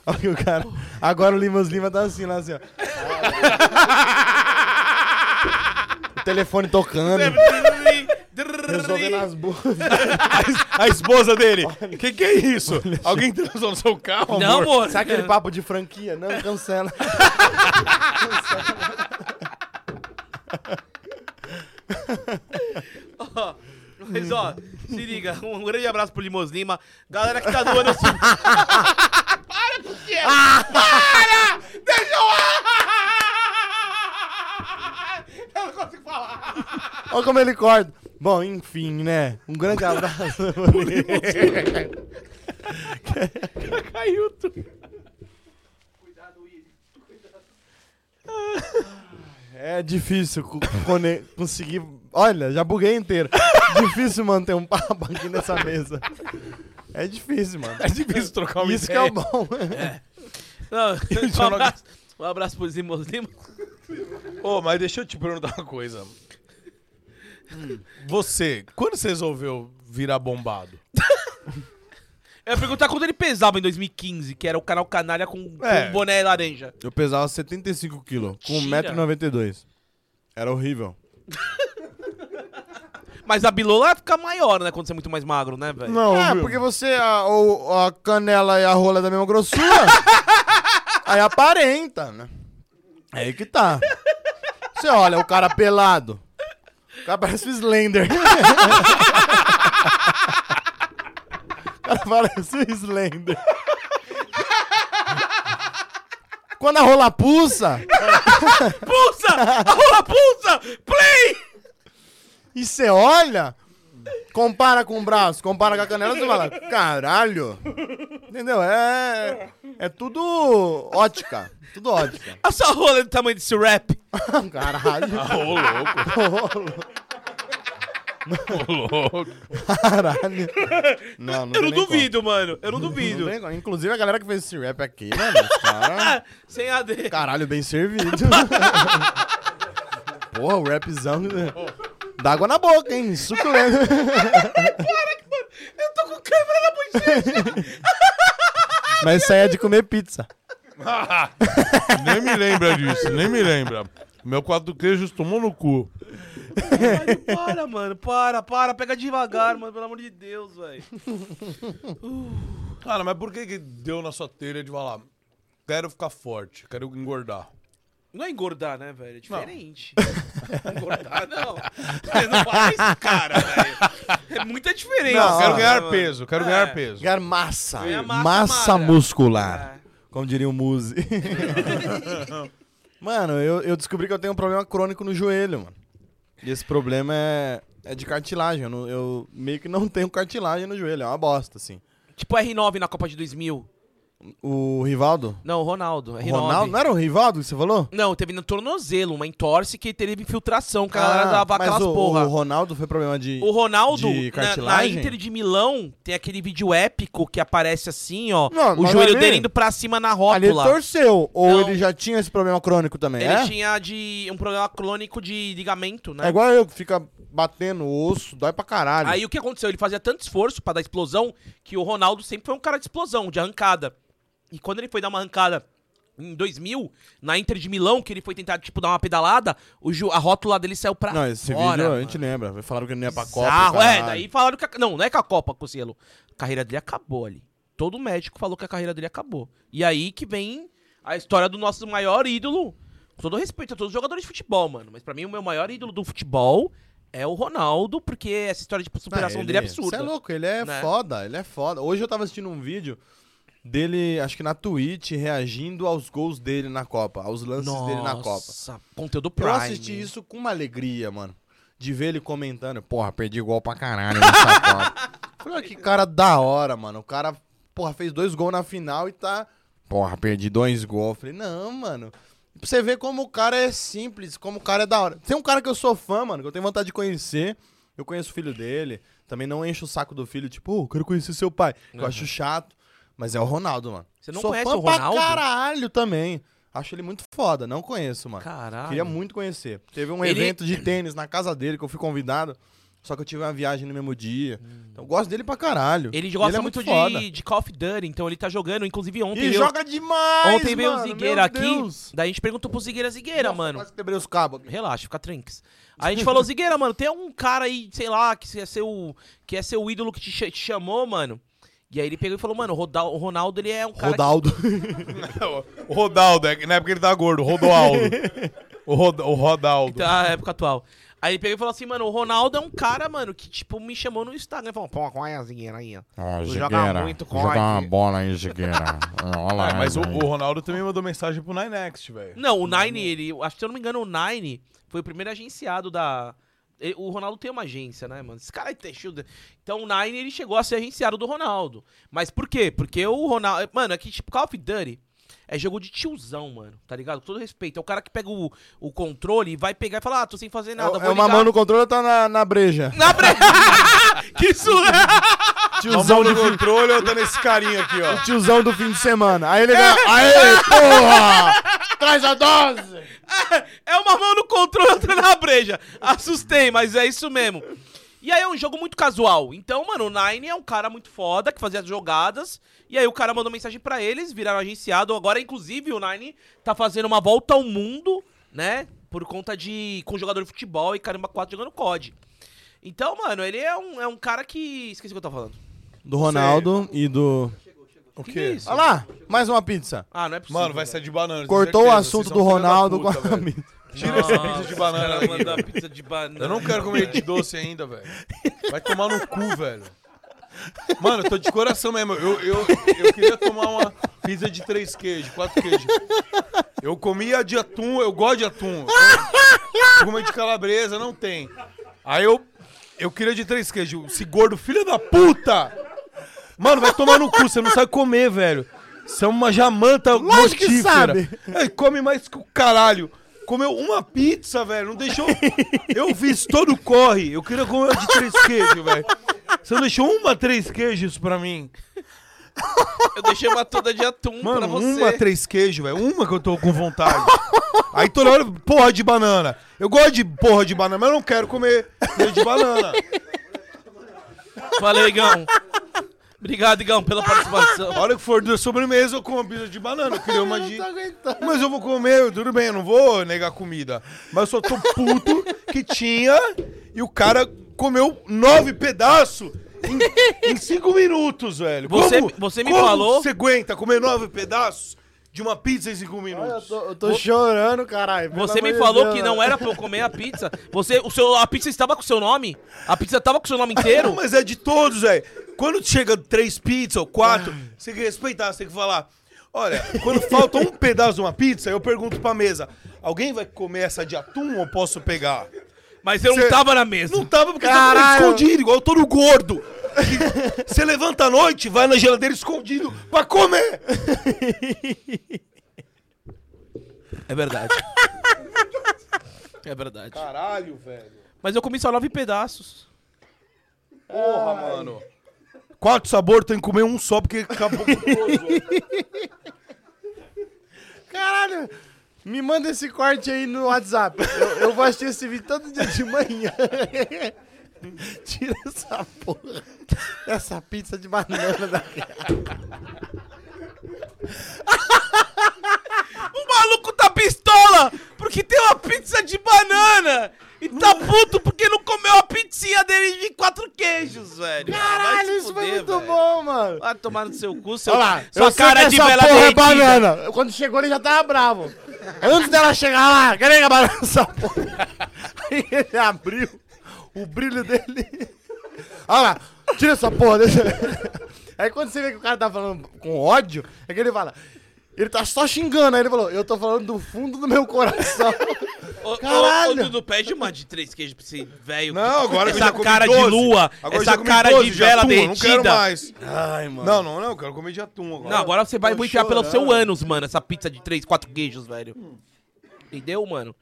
C: Olha que o cara. Agora o Limos Lima tá assim, lá assim, ó. o telefone tocando, resolvendo as burras.
A: A esposa dele. O que, que é isso? Alguém transou no seu carro,
B: Não,
A: amor?
B: amor.
C: Sabe aquele papo de franquia? Não, cancela.
B: Ó, Mas ó, se liga, um grande abraço pro Limos Lima. Galera que tá doando assim. Para, Cristiano! Para! Deixa eu. Eu não consigo falar.
C: Olha como ele corta. Bom, enfim, né? Um grande abraço.
A: Caiu tudo.
C: é difícil co- cone- conseguir. Olha, já buguei inteiro. difícil manter um papo aqui nessa mesa. É difícil, mano.
A: É difícil trocar uma
C: Isso que é
A: ideia.
C: o bom.
B: Não, um, abraço, um abraço pro Limos Lima.
A: Ô, mas deixa eu te perguntar uma coisa. Hum. Você, quando você resolveu virar bombado?
B: Eu ia perguntar quando ele pesava em 2015, que era o canal Canalha com, com
A: É.
B: boné laranja.
C: Eu pesava 75 quilos, com
B: Mentira.
C: 1,92m. Era horrível.
B: Mas a bilola fica maior, né? Quando você é muito mais magro, né, velho?
C: Não, é, porque você, a, ou- a canela e a rola é da mesma grossura, aí aparenta, né? É aí que tá. Você olha o cara pelado. O cara parece o Slender. o cara parece o Slender. Quando a rola pulsa,
B: Pulsa! A rola pulsa! Play!
C: E você olha, compara com o braço, compara com a canela, você fala, caralho. Entendeu? É, é tudo ótica. Tudo ótica.
B: A sua rola é do tamanho desse rap.
C: Caralho.
A: Ô, louco. Ô, louco.
C: Caralho. Não,
B: Eu não
C: tem nem
B: duvido, mano. Eu não
C: como. Não
B: duvido.
C: tem como. Inclusive a galera que fez esse rap aqui, mano, os caras,
B: Ah, Sem AD.
C: caralho, bem servido. Porra, o rapzão. né? Dá água na boca, hein? Suculento.
B: Eu tô com câmera na bochecha.
C: Mas isso aí é de comer pizza.
A: nem me lembra disso, nem me lembra. Meu quatro queijos tomou no cu.
B: Caralho, para, mano. Para, para. Pega devagar, mano. Pelo amor de Deus, velho.
A: Cara, mas por que, que deu na sua telha de falar? Quero ficar forte, quero engordar.
B: Não é engordar, né, velho? É diferente. Não é engordar, não. Você não faz isso, cara, velho. É muita diferença.
C: Não,
A: quero
C: Ah,
A: ganhar
B: né,
A: peso, quero
B: É.
A: ganhar peso.
C: Ganhar massa.
B: Ganhar massa É.
C: Massa
B: magra.
C: muscular.
B: mano?
C: Como diria o Muse. mano, eu, eu descobri que eu tenho um problema crônico no joelho, mano. E esse problema é, é de cartilagem. Eu, não- eu meio que não tenho cartilagem no joelho. É uma bosta, assim.
B: É. Tipo R9 na Copa de 2000.
C: O Rivaldo?
B: Não, o Ronaldo. R9.
C: Ronaldo? né? Não era o Rivaldo que você falou?
B: Não, teve no tornozelo, uma entorse que teve infiltração, que a galera dava
C: Ah, mas
B: aquelas
C: o,
B: porra.
C: o Ronaldo foi problema de...
B: O Ronaldo,
C: De
B: na, na
C: cartilagem?
B: Inter de Milão, tem aquele vídeo épico que aparece assim, ó.
C: Não,
B: o
C: mas
B: joelho
C: ali-
B: dele indo pra cima na
C: Ali Ah, ele
B: rótula.
C: torceu. Ou
B: Não.
C: ele já tinha esse problema crônico também,
B: Ele
C: é?
B: tinha de um problema crônico de ligamento, né?
C: É igual eu que fica batendo o osso, dói pra caralho.
B: Aí o que aconteceu? Ele fazia tanto esforço pra dar explosão que o Ronaldo sempre foi um cara de explosão, de arrancada. E quando ele foi dar uma arrancada em 2000, na Inter de Milão, que ele foi tentar, tipo, dar uma pedalada, o jo- a rótula dele saiu pra
C: Não, esse
B: fora,
C: vídeo a
B: mano.
C: gente lembra. Falaram que ele não ia pra
B: Bizarro,
C: Copa.
B: é,
C: caralho.
B: daí falaram que. a- não, não é que a Copa, Cocielo. A carreira dele acabou ali. Todo médico falou que a carreira dele acabou. E aí que vem a história do nosso maior ídolo. Com todo respeito a todos os jogadores de futebol, mano. Mas pra mim, o meu maior ídolo do futebol é o Ronaldo, porque essa história de superação
C: Não,
B: dele é
C: ele-
B: absurda.
C: Você é louco, ele é
B: Né?
C: foda, ele é foda. Hoje eu tava assistindo um vídeo dele, acho que na Twitch, reagindo aos gols dele na Copa, aos lances dele na Copa.
B: Nossa, conteúdo
C: Eu
B: Prime.
C: assisti isso com uma alegria, mano. De ver ele comentando, porra, perdi gol pra caralho nessa Copa. Falei, "Olha que cara da hora, mano. O cara, porra, fez dois gols na final e tá. Porra, perdi dois gols. Falei, não, mano. Pra você ver como o cara é simples, como o cara é da hora. Tem um cara que eu sou fã, mano, que eu tenho vontade de conhecer. Eu conheço o filho dele. Também não encho o saco do filho, tipo, ô, quero conhecer seu pai. que Eu acho chato. Mas é o Ronaldo, mano.
B: Você não
C: sou
B: conhece
C: fã
B: o Ronaldo?
C: Pra caralho também. Acho ele muito foda. Não conheço, mano.
B: Caralho.
C: Queria muito conhecer. Teve um
B: Ele-
C: evento de tênis na casa dele que eu fui convidado. Só que eu tive uma viagem no mesmo dia. Então eu gosto dele pra caralho.
B: Hum. Ele gosta
C: é
B: muito,
C: foda.
B: de, de Call of Duty, então ele tá jogando. Inclusive ontem
C: E
B: veio-
C: joga demais,
B: Ontem veio
C: mano,
B: o Zigueira
C: meu
B: aqui.
C: Deus.
B: Daí a gente perguntou pro Zigueira, Zigueira, mano.
C: Quase quebrei os cabos. aqui.
B: Relaxa, fica tranques. Aí a gente falou, Zigueira, mano, tem algum cara aí, sei lá, que é seu, que é seu ídolo que te, cha- te chamou, mano? E aí ele pegou e falou, mano, o Rodal- o Ronaldo, ele é um cara... que-
C: Rodaldo.
A: O Rodaldo, é que na época ele tava gordo, o Rodoaldo. o, Rod- o Rodaldo.
B: Então, a época atual. Aí ele pegou e falou assim, mano, o Ronaldo é um cara, mano, que, tipo, me chamou no Instagram. Falou, pô, qual é a Zigueira aí, ó?
K: Ah,
B: Joga muito
K: Joga uma
B: corte.
K: bola aí, Jigueira. Olha lá.
A: Ah, mas o,
K: velho.
A: o Ronaldo também mandou mensagem pro Ninext, velho.
B: Não, o Nine, ele... eu Acho que, se eu não me engano, o Nine foi o primeiro agenciado da... ele- O Ronaldo tem uma agência, né, mano? Esse cara é texudo. Então o Nine, ele chegou a ser agenciado do Ronaldo. Mas por quê? Porque o Ronaldo... Mano, aqui, tipo, Call of Duty é jogo de tiozão, mano. Tá ligado? Com todo respeito. É o cara que pega o, o controle e vai pegar e falar, ah, tô sem fazer nada,
C: é
B: vou
C: uma
B: ligar.
C: mão no controle tá na, na breja.
B: Na bre... que surra!
C: Tiozão
A: Mão
C: de
A: no controle, eu tô nesse carinha aqui, ó.
C: tiozão do fim de semana. Aí
B: É.
C: ele dá. Aê, porra! Traz a dose!
B: É uma mão no controle, outra na breja. Assustei, mas é isso mesmo. E aí é um jogo muito casual. Então, mano, o Nine é um cara muito foda que fazia as jogadas. E aí o cara mandou mensagem pra eles, viraram agenciado. Agora, inclusive, o Nine tá fazendo uma volta ao mundo, né? Por conta de. com jogador de futebol e caramba 4 jogando COD. Então, mano, ele é um, é um cara que. Esqueci o que eu tava falando.
C: Do Ronaldo e do.
A: O
B: O que, que é isso?
C: Olha lá, mais uma pizza.
B: Ah, não é possível.
A: Mano, vai ser de banana. tenho
C: Cortou o
A: certeza.
C: assunto
A: Vocês
C: do
A: são filha da
C: Ronaldo
A: puta,
C: com a
A: velho.
C: pizza.
A: Tira essa pizza de banana aí.
B: Manda pizza de banana.
A: Eu não quero comer de doce ainda, velho. Vai tomar no cu, velho. Mano, eu tô de coração mesmo. Eu, eu, eu queria tomar uma pizza de três queijos, quatro queijos. Eu comi a de atum, eu gosto de atum. Eu comi de calabresa, não tem. Aí eu, eu queria de três queijos. Esse gordo, filho da puta! Mano, vai tomar no cu, você não sabe comer, velho. Você é uma jamanta
C: Lógico
A: mortífera.
C: que sabe.
A: É, come mais que o caralho. Comeu uma pizza, velho. Não deixou. Eu vi isso todo corre. Eu queria comer uma de três queijos, velho. Você não deixou uma três queijos pra mim.
B: Eu deixei uma toda de atum pra
A: Mano,
B: você.
A: uma três queijos, velho. Uma que eu tô com vontade. Aí toda hora, porra de banana. Eu gosto de porra de banana, mas eu não quero comer porra de banana.
B: Valeu, Igão. Obrigado, Igão, pela
A: A
B: participação.
A: hora que for da sobremesa, eu como uma pizza de banana. Eu queria uma de. Mas eu vou comer, tudo bem, eu não vou negar comida. Mas eu só tô puto que tinha e o cara comeu nove pedaços em, em cinco minutos, velho.
B: Você-
A: Como-
B: você me
A: como
B: falou-
A: Você aguenta comer nove pedaços de uma pizza em cinco minutos?
F: Eu tô chorando, caralho. pelo
B: Você me
F: amor de
B: falou
F: Deus.
B: que não era pra eu comer a pizza. Você, o seu, a pizza estava com o seu nome? A pizza estava com o seu nome
A: Não,
B: inteiro?
A: mas é de todos, velho. Quando chega três pizzas ou quatro, você tem que respeitar, você tem que falar. Olha, quando falta um pedaço de uma pizza, eu pergunto pra mesa: alguém vai comer essa de atum ou posso pegar?
B: Mas eu não
A: Cê-
B: tava na mesa.
A: Não tava porque tava escondido, igual todo gordo. Que Você levanta à noite, vai na geladeira escondido pra comer.
B: É verdade. É verdade.
A: Caralho, velho.
B: Mas eu comi só nove pedaços.
A: Porra, mano. Quatro sabores, tem que comer um só porque acabou.
F: Caralho, me manda esse corte aí no WhatsApp. Eu, eu vou assistir esse vídeo todo dia de manhã. Tira essa porra dessa pizza de banana da
B: O maluco tá pistola porque tem uma pizza de banana. E tá
F: Hum.
B: puto porque não comeu a pizzinha dele de quatro queijos, velho. Vai
F: Caralho,
B: se
F: isso foi
B: fuder,
F: muito
B: velho.
F: bom, mano.
B: Vai tomar no seu cu, seu,
F: Olha lá,
B: sua
F: eu sei
B: cara
F: que
B: de
F: essa
B: bela
F: porra é
B: derretida.
F: banana. Quando chegou ele já tava bravo. Antes dela chegar lá, cadê que banana essa porra? Aí ele abriu o brilho dele. Olha lá, tira essa porra. Deixa... Aí quando você vê que o cara tá falando com ódio, é que ele fala... Ele tá só xingando, aí ele falou, eu tô falando do fundo do meu coração.
B: Ô, Caralho!
F: Caralho.
B: Ô, Dudu, pede uma de três queijos pra esse velho.
A: Não, agora eu
B: Essa
A: já comi
B: cara
A: 12.
B: de lua,
A: Agora eu já
B: essa
A: comi
B: cara
A: 12
B: de vela
A: atum, eu
B: derretida.
A: Não quero mais.
F: Ai, mano.
A: Não, não, não, eu quero comer de atum agora.
B: Não, agora você vai
F: Tô
B: boitear pelo
F: chorando.
B: seu ânus, mano, essa pizza de três, quatro queijos, velho. Entendeu, mano?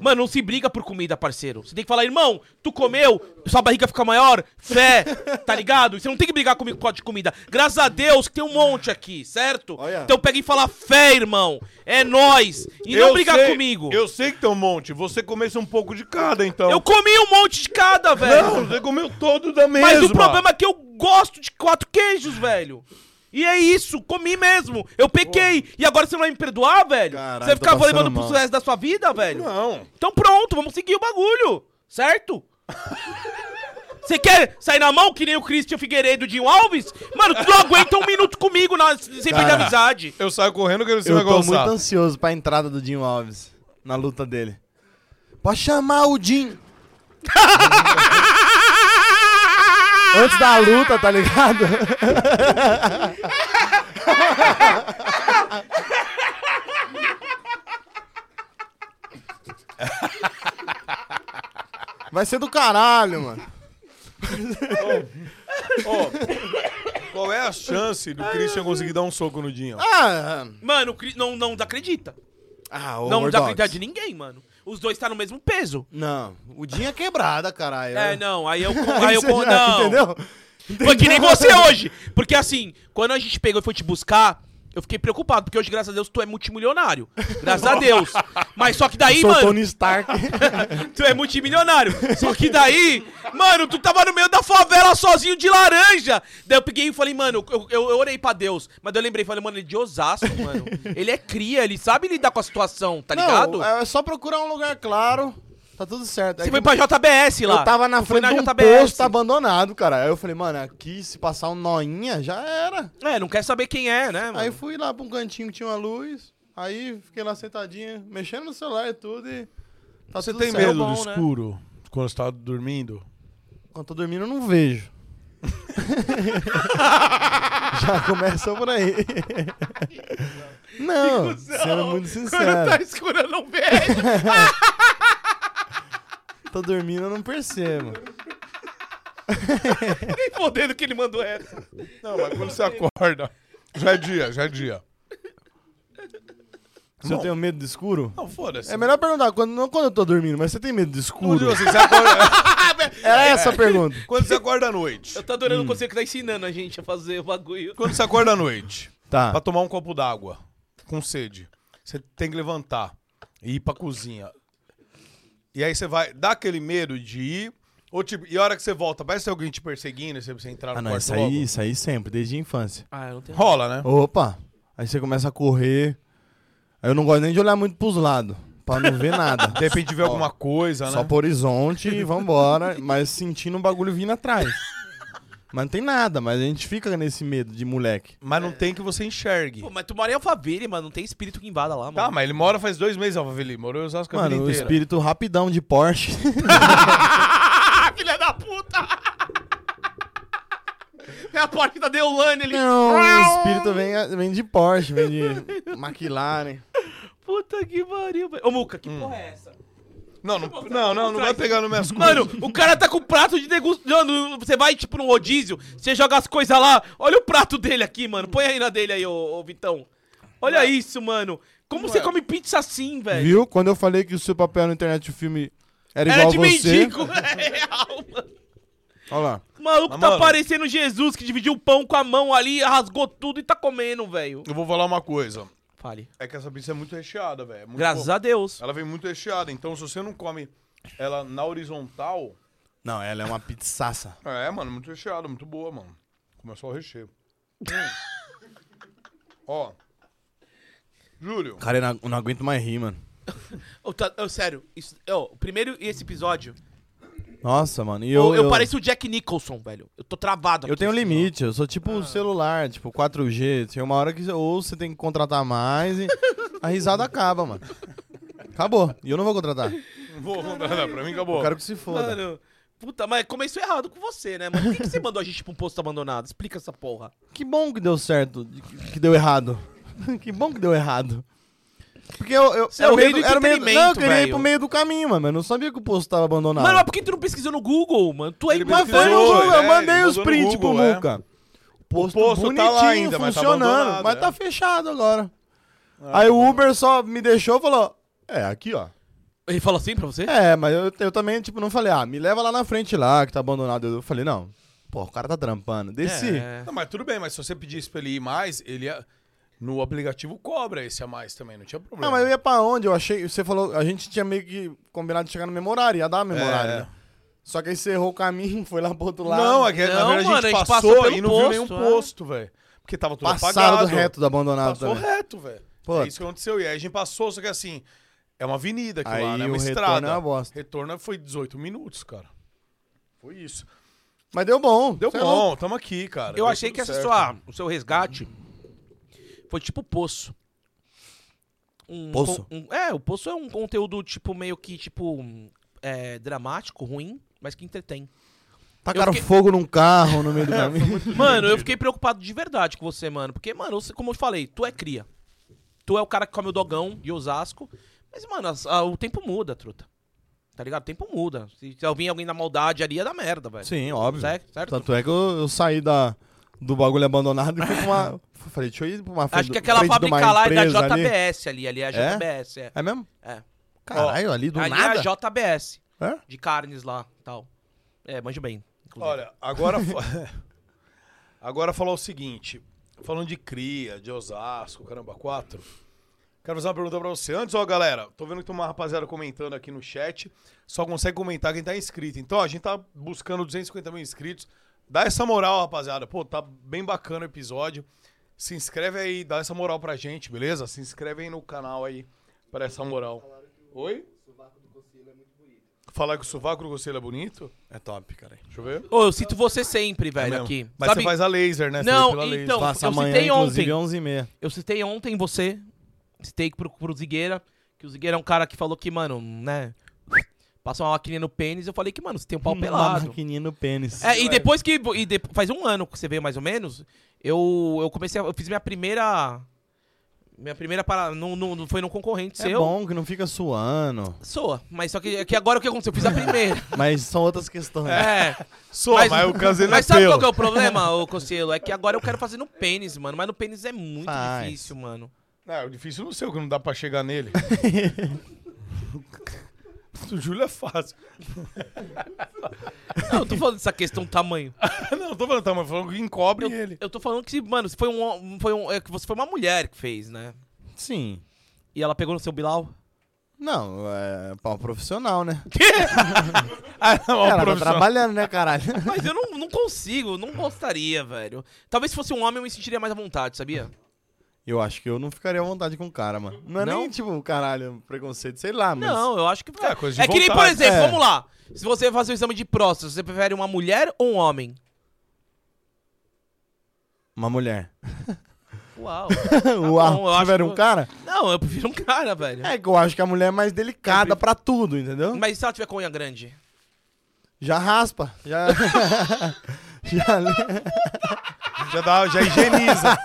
B: Mano, não se briga por comida, parceiro. Você tem que falar, irmão, tu comeu, sua barriga fica maior, fé, tá ligado? Você não tem que brigar comigo por causa de comida. Graças a Deus que tem um monte aqui, certo?
C: Olha.
B: Então pega e fala fé, irmão. É nós. E não brigar
A: sei-
B: comigo. Eu...
A: Eu sei que tem um monte. Você comece um pouco de cada, então.
B: comi um monte de cada, velho.
A: Não, você comeu todo da mesma.
B: Mas o problema é que eu gosto de quatro queijos, velho. E é isso, comi mesmo. Eu pequei. E agora você não vai me perdoar, velho?
C: Caralho,
B: você vai
C: tô
B: ficar
C: passando
B: levando
C: mal.
B: pro resto da sua vida, velho?
A: Não.
B: Então pronto, vamos seguir o bagulho, certo? Você quer sair na mão que nem o Christian Figueiredo de Alves? Mano, tu não aguenta um minuto comigo na, sem perder a amizade.
A: é Eu saio correndo um que você
C: Eu
A: vai
C: tô
A: gostar.
C: muito ansioso pra entrada do Dinho Alves na luta dele. Pode chamar o Dinho. Antes da luta, tá ligado?
L: Vai ser do caralho, mano.
A: Qual é a chance do Christian conseguir dar um soco no Dinho?
L: Ah,
B: Mano, o Cri- não, não acredita.
L: ah o
B: não
L: Hordox.
B: desacredita de ninguém, mano. Os dois tá no mesmo peso.
L: Não, o Dinho é quebrada, caralho.
B: É, não, aí eu. con- Aí eu con-
L: Você já-
B: não.
L: Entendeu?
B: Foi que nem você hoje. Porque assim, quando a gente pegou e foi te buscar, eu fiquei preocupado, porque hoje, graças a Deus, tu é multimilionário. Graças a Deus. Mas só que daí,
C: Sou
B: mano.
C: Tony Stark.
B: tu é multimilionário. Só que daí, mano, tu tava no meio da favela sozinho de laranja. Daí eu peguei e falei, mano, eu, eu, eu orei pra Deus. Mas daí eu lembrei, falei, mano, ele é de Osasco, mano. Ele é cria, ele sabe lidar com a situação, tá ligado?
L: Não, é só procurar um lugar claro. Tá tudo certo.
B: Você foi pra JBS lá.
L: Eu tava na
B: Foi
L: frente de um
B: JBS.
L: posto abandonado, cara. Aí eu falei, mano, aqui se passar um noinha, já era.
B: É, não quer saber quem é, né, mano?
L: Aí fui lá pra um cantinho que tinha uma luz. Aí fiquei lá sentadinha, mexendo no celular e tudo. E tá
A: Você
L: tudo
A: tem
F: é
L: certo.
A: medo
B: bom,
A: do
B: né?
A: escuro quando você tá dormindo?
L: Quando tô dormindo, eu não vejo. já começa por aí. Não, sendo muito
B: tá
L: sincero.
B: escuro, eu não vejo.
L: Tô dormindo, eu não percebo.
B: Nem fodendo que ele mandou essa.
A: Não, mas quando você acorda. Já é dia, já é dia.
L: Se eu tenho medo do escuro?
A: Não, foda-se.
L: É melhor perguntar, quando, não quando eu tô dormindo, mas você tem medo do
A: Não É.
L: escuro?
A: digo assim, você acorda-
L: Era essa a pergunta.
A: quando você acorda à noite.
B: Eu tô adorando você que tá ensinando a gente a fazer o bagulho.
A: Quando você acorda à noite,
C: Ah.
L: Tá.
A: pra tomar um copo d'água, com sede, você tem que levantar e ir pra cozinha. E aí você vai, dá aquele medo de ir, ou tipo, e a hora que você volta, parece alguém te perseguindo, você precisa entrar no
C: Ah, não,
A: quarto
C: isso
A: logo.
C: aí, isso aí sempre, desde a infância.
B: Ah, eu não tenho.
A: Rola, né?
C: Opa! Aí você começa a correr. Aí eu não gosto nem de olhar muito pros lados, pra não ver nada.
A: De repente vê alguma coisa, né?
C: Só pro horizonte e vambora, mas sentindo um bagulho vindo atrás. Mas não tem nada, mas a gente fica nesse medo de moleque.
A: Mas não tem que você enxergue.
B: Pô, mas tu mora em Alphaville, mano. Não tem espírito que invada lá, mano.
A: Tá, mas ele mora faz dois meses, Alphaville. Morou em Osasco a
C: Mano, o
A: vida inteira.
C: espírito rapidão de Porsche.
B: Filha da puta! É a porta da Deolane ali.
C: Não, o espírito vem, vem de Porsche, vem de McLaren.
B: Puta que pariu, velho. Ô, Muca, que porra é essa?
A: Não, não, não, não, não vai pegar no minhas coisas.
B: Mano, o cara tá com prato de degustação. Você vai, tipo, num rodízio, você joga as coisas lá. Olha o prato dele aqui, mano. Põe aí na dele aí, ô, ô Vitão. Olha isso, mano. Como você come pizza assim, velho?
C: Viu? Quando eu falei que o seu papel na internet o filme É. era
B: Era
C: igual
B: de
C: a você.
B: mendigo. É real, mano.
C: Olha lá.
B: O maluco
A: Mas,
B: tá
A: mano-
B: parecendo Jesus que dividiu o pão com a mão ali, rasgou tudo e tá comendo, velho.
A: Eu vou falar uma coisa.
B: Fale.
A: É que essa pizza é muito recheada, velho. É muito
B: Graças
A: boa.
B: a Deus.
A: Ela vem muito recheada, então se você não come ela na horizontal...
C: Não, ela é uma pizzaça.
A: É, mano, muito recheada, muito boa, mano. Começou o recheio. Hum. Ó. Júlio,
C: Cara, eu não, eu não aguento mais rir, mano.
B: Ô, tá- ô, sério, isso, ô, primeiro esse episódio,
C: Nossa, mano. E
B: eu,
C: eu,
B: eu pareço o Jack Nicholson, velho. Eu tô travado
C: Eu
B: aqui,
C: tenho
B: assim,
C: limite, eu sou tipo um celular, tipo 4G. Tem uma hora que ou você tem que contratar mais e a risada acaba, mano. Acabou. E eu não vou contratar.
A: vou contar pra mim, acabou.
C: Eu quero que se
B: ó.
C: foda.
B: Mano, puta, mas começou errado com você, né, mano? Por que, que você mandou a gente pra um posto abandonado? Explica essa porra.
C: Que bom que deu certo, que- que deu errado. que bom que deu errado. Porque eu, eu
B: Você é o rei
C: meio
B: do
C: era meio- Não, eu
B: entretenimento,
C: queria ir
B: velho.
C: pro meio do caminho, mano. mas Eu não sabia que o posto tava abandonado.
B: Mano, mas por que tu não pesquisou no Google, mano? Tu é aí,
A: Ele
C: Mas
A: pesquisou,
C: foi no Google,
A: é,
C: eu
A: ele
C: mandei
A: mandou
C: os
A: no
C: prints pro
A: Google, é.
C: Muca. O posto,
A: posto tá
C: bonitinho,
A: lá ainda, mas tá
C: funcionando,
A: abandonado,
C: mas
A: é.
C: tá fechado agora. Aí o Uber só me deixou e falou, É, aqui, ó.
B: Ele falou assim pra você?
C: É, mas eu, eu também, tipo, não falei, ah, me leva lá na frente lá, que tá abandonado. Eu falei, não, pô, o cara tá trampando. Desci.
B: É.
A: Não, mas tudo bem, mas se você pedisse pra ele ir mais, ele ia- No aplicativo cobra esse a mais também, não tinha problema.
C: Não, mas eu ia pra onde? Eu achei. Você falou, a gente tinha meio que combinado de chegar no mesmo horário, ia dar mesmo
A: É.
C: horário. né? Só que aí você errou o caminho, foi lá pro outro lado.
A: Não, é que, na
B: Não,
A: verdade
B: mano,
A: a gente passou,
B: pelo
A: e não viu nenhum
B: posto, é.
A: posto, velho. Porque tava
B: tá
A: tudo
C: passaram do
A: apagado.
C: reto do abandonado
A: Passou
C: também.
A: reto, velho.
C: Pô.
A: É isso que aconteceu. E aí a gente passou, só que assim, é uma avenida aqui lá,
C: Aí
A: né? É
C: o
A: uma
C: retorno
A: estrada.
C: é uma bosta.
A: Retorno foi 18 minutos, cara. Foi isso.
C: Mas deu bom. é
A: Deu
C: sei lá.
A: bom, tamo aqui, cara.
B: é Eu
A: Deu
B: achei
A: tudo
B: que essa
A: certo.
B: sua,
C: né?
B: o seu resgate foi tipo poço. Um
C: Poço?
B: con- um- é, o poço é um conteúdo tipo meio que tipo um, é, dramático, ruim, mas que entretém.
C: Tacaram
B: Eu fiquei- É,
C: fogo num carro no meio do caminho.
B: Mano, eu fiquei preocupado de verdade com você, mano, porque mano, você- como eu falei, tu é cria. Tu é o cara que come o dogão de Osasco, mas mano, as- a- o tempo muda, truta. Tá ligado? O tempo muda. Se, se eu vir alguém na maldade ali, é da merda, velho.
C: Sim, óbvio.
B: Certo? certo?
C: Tanto é que eu, eu saí da, do bagulho abandonado e fui pra uma. Falei, deixa eu ir pra uma frente
B: Acho
C: do-
B: que aquela
C: frente de uma
B: fábrica lá é da
C: empresa ali.
B: JBS ali, ali é a JBS, é.
C: É mesmo?
B: É.
C: Caralho, ali do
B: ali é
C: nada?
B: a JBS.
C: É?
B: De carnes lá tal. É, manjo bem. inclusive.
A: Olha, agora. fa- agora falar o seguinte. Falando de cria, de Osasco, caramba, quatro. Quero fazer uma pergunta pra você. Antes, ó, galera, tô vendo que tem uma rapaziada comentando aqui no chat. Só consegue comentar quem tá inscrito. Então, ó, a gente tá buscando 250 mil inscritos. Dá essa moral, rapaziada. Pô, tá bem bacana o episódio. Se inscreve aí, dá essa moral pra gente, beleza? Se inscreve aí no canal aí pra essa moral. Oi? Falar que o sovaco do Conselho é bonito?
C: É top, cara.
A: Deixa eu ver.
B: Ô, eu sinto você sempre, velho,
A: É mesmo.
B: aqui.
A: Mas
B: Sabe-
A: você faz a laser, né? Você
B: Não,
A: vê pela laser.
B: então,
C: Passa
B: eu
C: amanhã,
B: citei
C: inclusive,
B: ontem.
C: 11h30.
B: Eu citei ontem você, citei pro, pro Zigueira, que o Zigueira é um cara que falou que, mano, né, passa uma maquininha no pênis, eu falei que, mano, você tem um pau
C: Uma
B: pelado.
C: maquininha no pênis.
B: É, e depois que, e de- faz um ano que você veio mais ou menos, eu, eu comecei, a, eu fiz minha primeira, minha primeira parada, não, não, não foi num concorrente
C: É
B: seu.
C: bom que não fica suando.
B: Soa, mas só que, é que agora o que aconteceu? Eu fiz a primeira.
C: Mas são outras questões.
B: É.
A: Sou, mas, eu casei na
B: Mas sabe
A: pelo.
B: qual que é o problema, ô Conselho? É que agora eu quero fazer no pênis, mano. Mas no pênis é muito
C: Faz.
B: difícil, mano.
A: Não, o difícil não sei o que não dá pra chegar nele. o Júlio é fácil.
B: Não, eu tô falando dessa questão do tamanho.
A: não, tô falando, tá, mas falando que encobre
B: Eu,
A: ele.
B: eu tô falando que, mano, se foi um. hom- Foi um é que você foi uma mulher que fez, né?
C: Sim.
B: E ela pegou no seu Bilal.
C: Não, é pau profissional, né?
A: Ah, não, é o
C: Ela tá
A: profissional.
C: trabalhando, né, caralho?
B: Mas eu não, não consigo, não gostaria, velho. Talvez se fosse um homem eu me sentiria mais à vontade, sabia?
C: Eu acho que eu não ficaria à vontade com o cara, mano. Não é
B: Não?
C: nem, tipo, caralho, preconceito, sei lá, mas...
B: Não, eu acho que.
A: É, coisa de
B: é que nem, por
A: vontade.
B: exemplo,
C: É.
B: vamos lá. Se você fazer um exame de próstata, você prefere uma mulher ou um homem?
C: Uma mulher.
B: Uau. Tá bom, eu
C: Uau,
B: acho
C: tiver
B: que
C: um
B: eu-
C: cara?
B: Não, eu prefiro um cara, velho.
C: É que eu acho que a mulher é mais delicada pra tudo, entendeu?
B: Mas e se ela tiver com unha grande?
C: Já raspa, já... já...
A: Já, dá, já higieniza.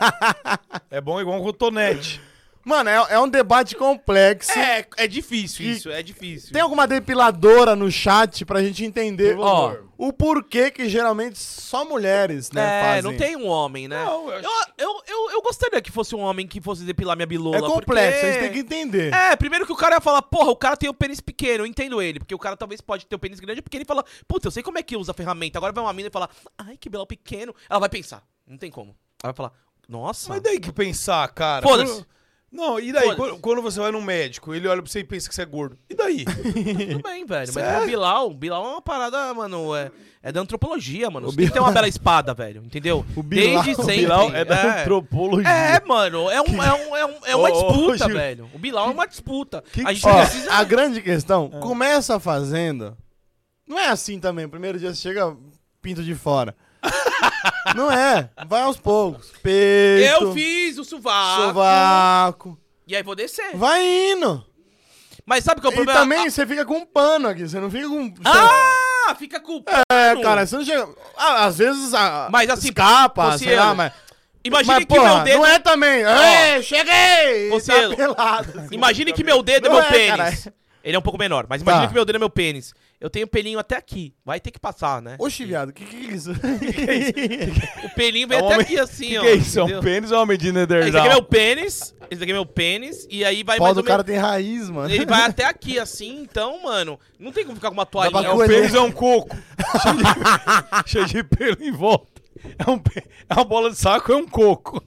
A: é bom igual um cotonete.
C: Mano, é, é um debate complexo.
B: É, é difícil
C: E-
B: isso, é difícil.
C: Tem alguma depiladora no chat pra gente entender,
A: Por
C: ó,
A: favor.
C: o porquê que geralmente só mulheres, né,
B: é,
C: fazem.
B: não tem um homem, né?
A: Não, eu acho-
B: eu, eu, eu, eu gostaria que fosse um homem que fosse depilar minha bilola.
C: É complexo,
B: porque...
C: a gente tem que entender.
B: É, primeiro que o cara ia falar, porra, o cara tem o pênis pequeno, eu entendo ele, porque o cara talvez pode ter o pênis grande, porque ele fala, puta, eu sei como é que usa a ferramenta. Agora vai uma mina e falar, ai, que belo pequeno. Ela vai pensar, não tem como. Ela vai falar, nossa.
A: Mas daí que pensar, cara.
B: Foda-se.
A: Quando- Não, e daí?
B: Foda-se.
A: Quando, quando você vai num médico, ele olha pra você e pensa que você é gordo. E daí?
B: Tudo bem, velho. Mas o Bilal, o Bilal é uma parada, mano, é, é da antropologia, mano.
C: O
B: Você tem que ter
C: Bilal-
B: uma bela espada, velho, entendeu?
C: O Bilal-
B: Desde
C: o
B: sempre.
A: Bilal é da antropologia.
B: É, mano, é, um, é, um, é, um- é uma
A: Ô, ô,
B: disputa,
A: Gil.
B: velho. O Bilal é uma disputa.
A: que
B: a gente
A: que-
C: Ó,
B: precisa... É.
C: a grande questão, começa a fazenda, não é assim também, primeiro dia você chega, pinto de fora. não é, vai aos poucos. Peito,
B: Eu fiz o sovaco,
C: é sovaco,
B: e aí vou descer.
C: vai indo.
B: Mas sabe qual é o
C: E
B: problema?
C: também você fica com um pano aqui, você não fica com...
B: Ah, fica culpa.
C: É, cara, você não chega... Ah, Às vezes a...
B: Mas assim,
C: escapa, sei
B: Cossielo,
C: lá, mas...
B: Imagine
C: mas,
B: que
C: porra,
B: meu dedo...
C: não é também. Ei, cheguei!
B: Cossielo.
C: Tá pelado. assim.
B: Imagine que meu dedo é
C: Não
B: meu
C: é,
B: pênis.
C: caralho.
B: Ele é um pouco menor, mas imagine
C: Tá.
B: que meu dedo é meu pênis. Eu tenho pelinho até aqui. Vai ter que passar, né?
C: Oxi, viado, o que, que é isso?
B: O pelinho vem
A: É um
B: até
A: homem-
B: aqui assim, ó.
A: que é isso? É um
B: entendeu?
A: pênis ou é uma medida
B: Esse aqui é
A: nerdal?
B: meu pênis, esse daqui é meu pênis, e aí vai
C: O
B: É
C: pau
B: mais
C: do
B: ou menos-
C: cara tem raiz, mano.
B: Ele vai até aqui, assim, então, mano, não tem como ficar com uma
C: pra
B: toalhinha.
A: É um pênis, é um coco. cheio, de, cheio de pelo em volta. É, um, pe- é uma bola de saco, é um coco.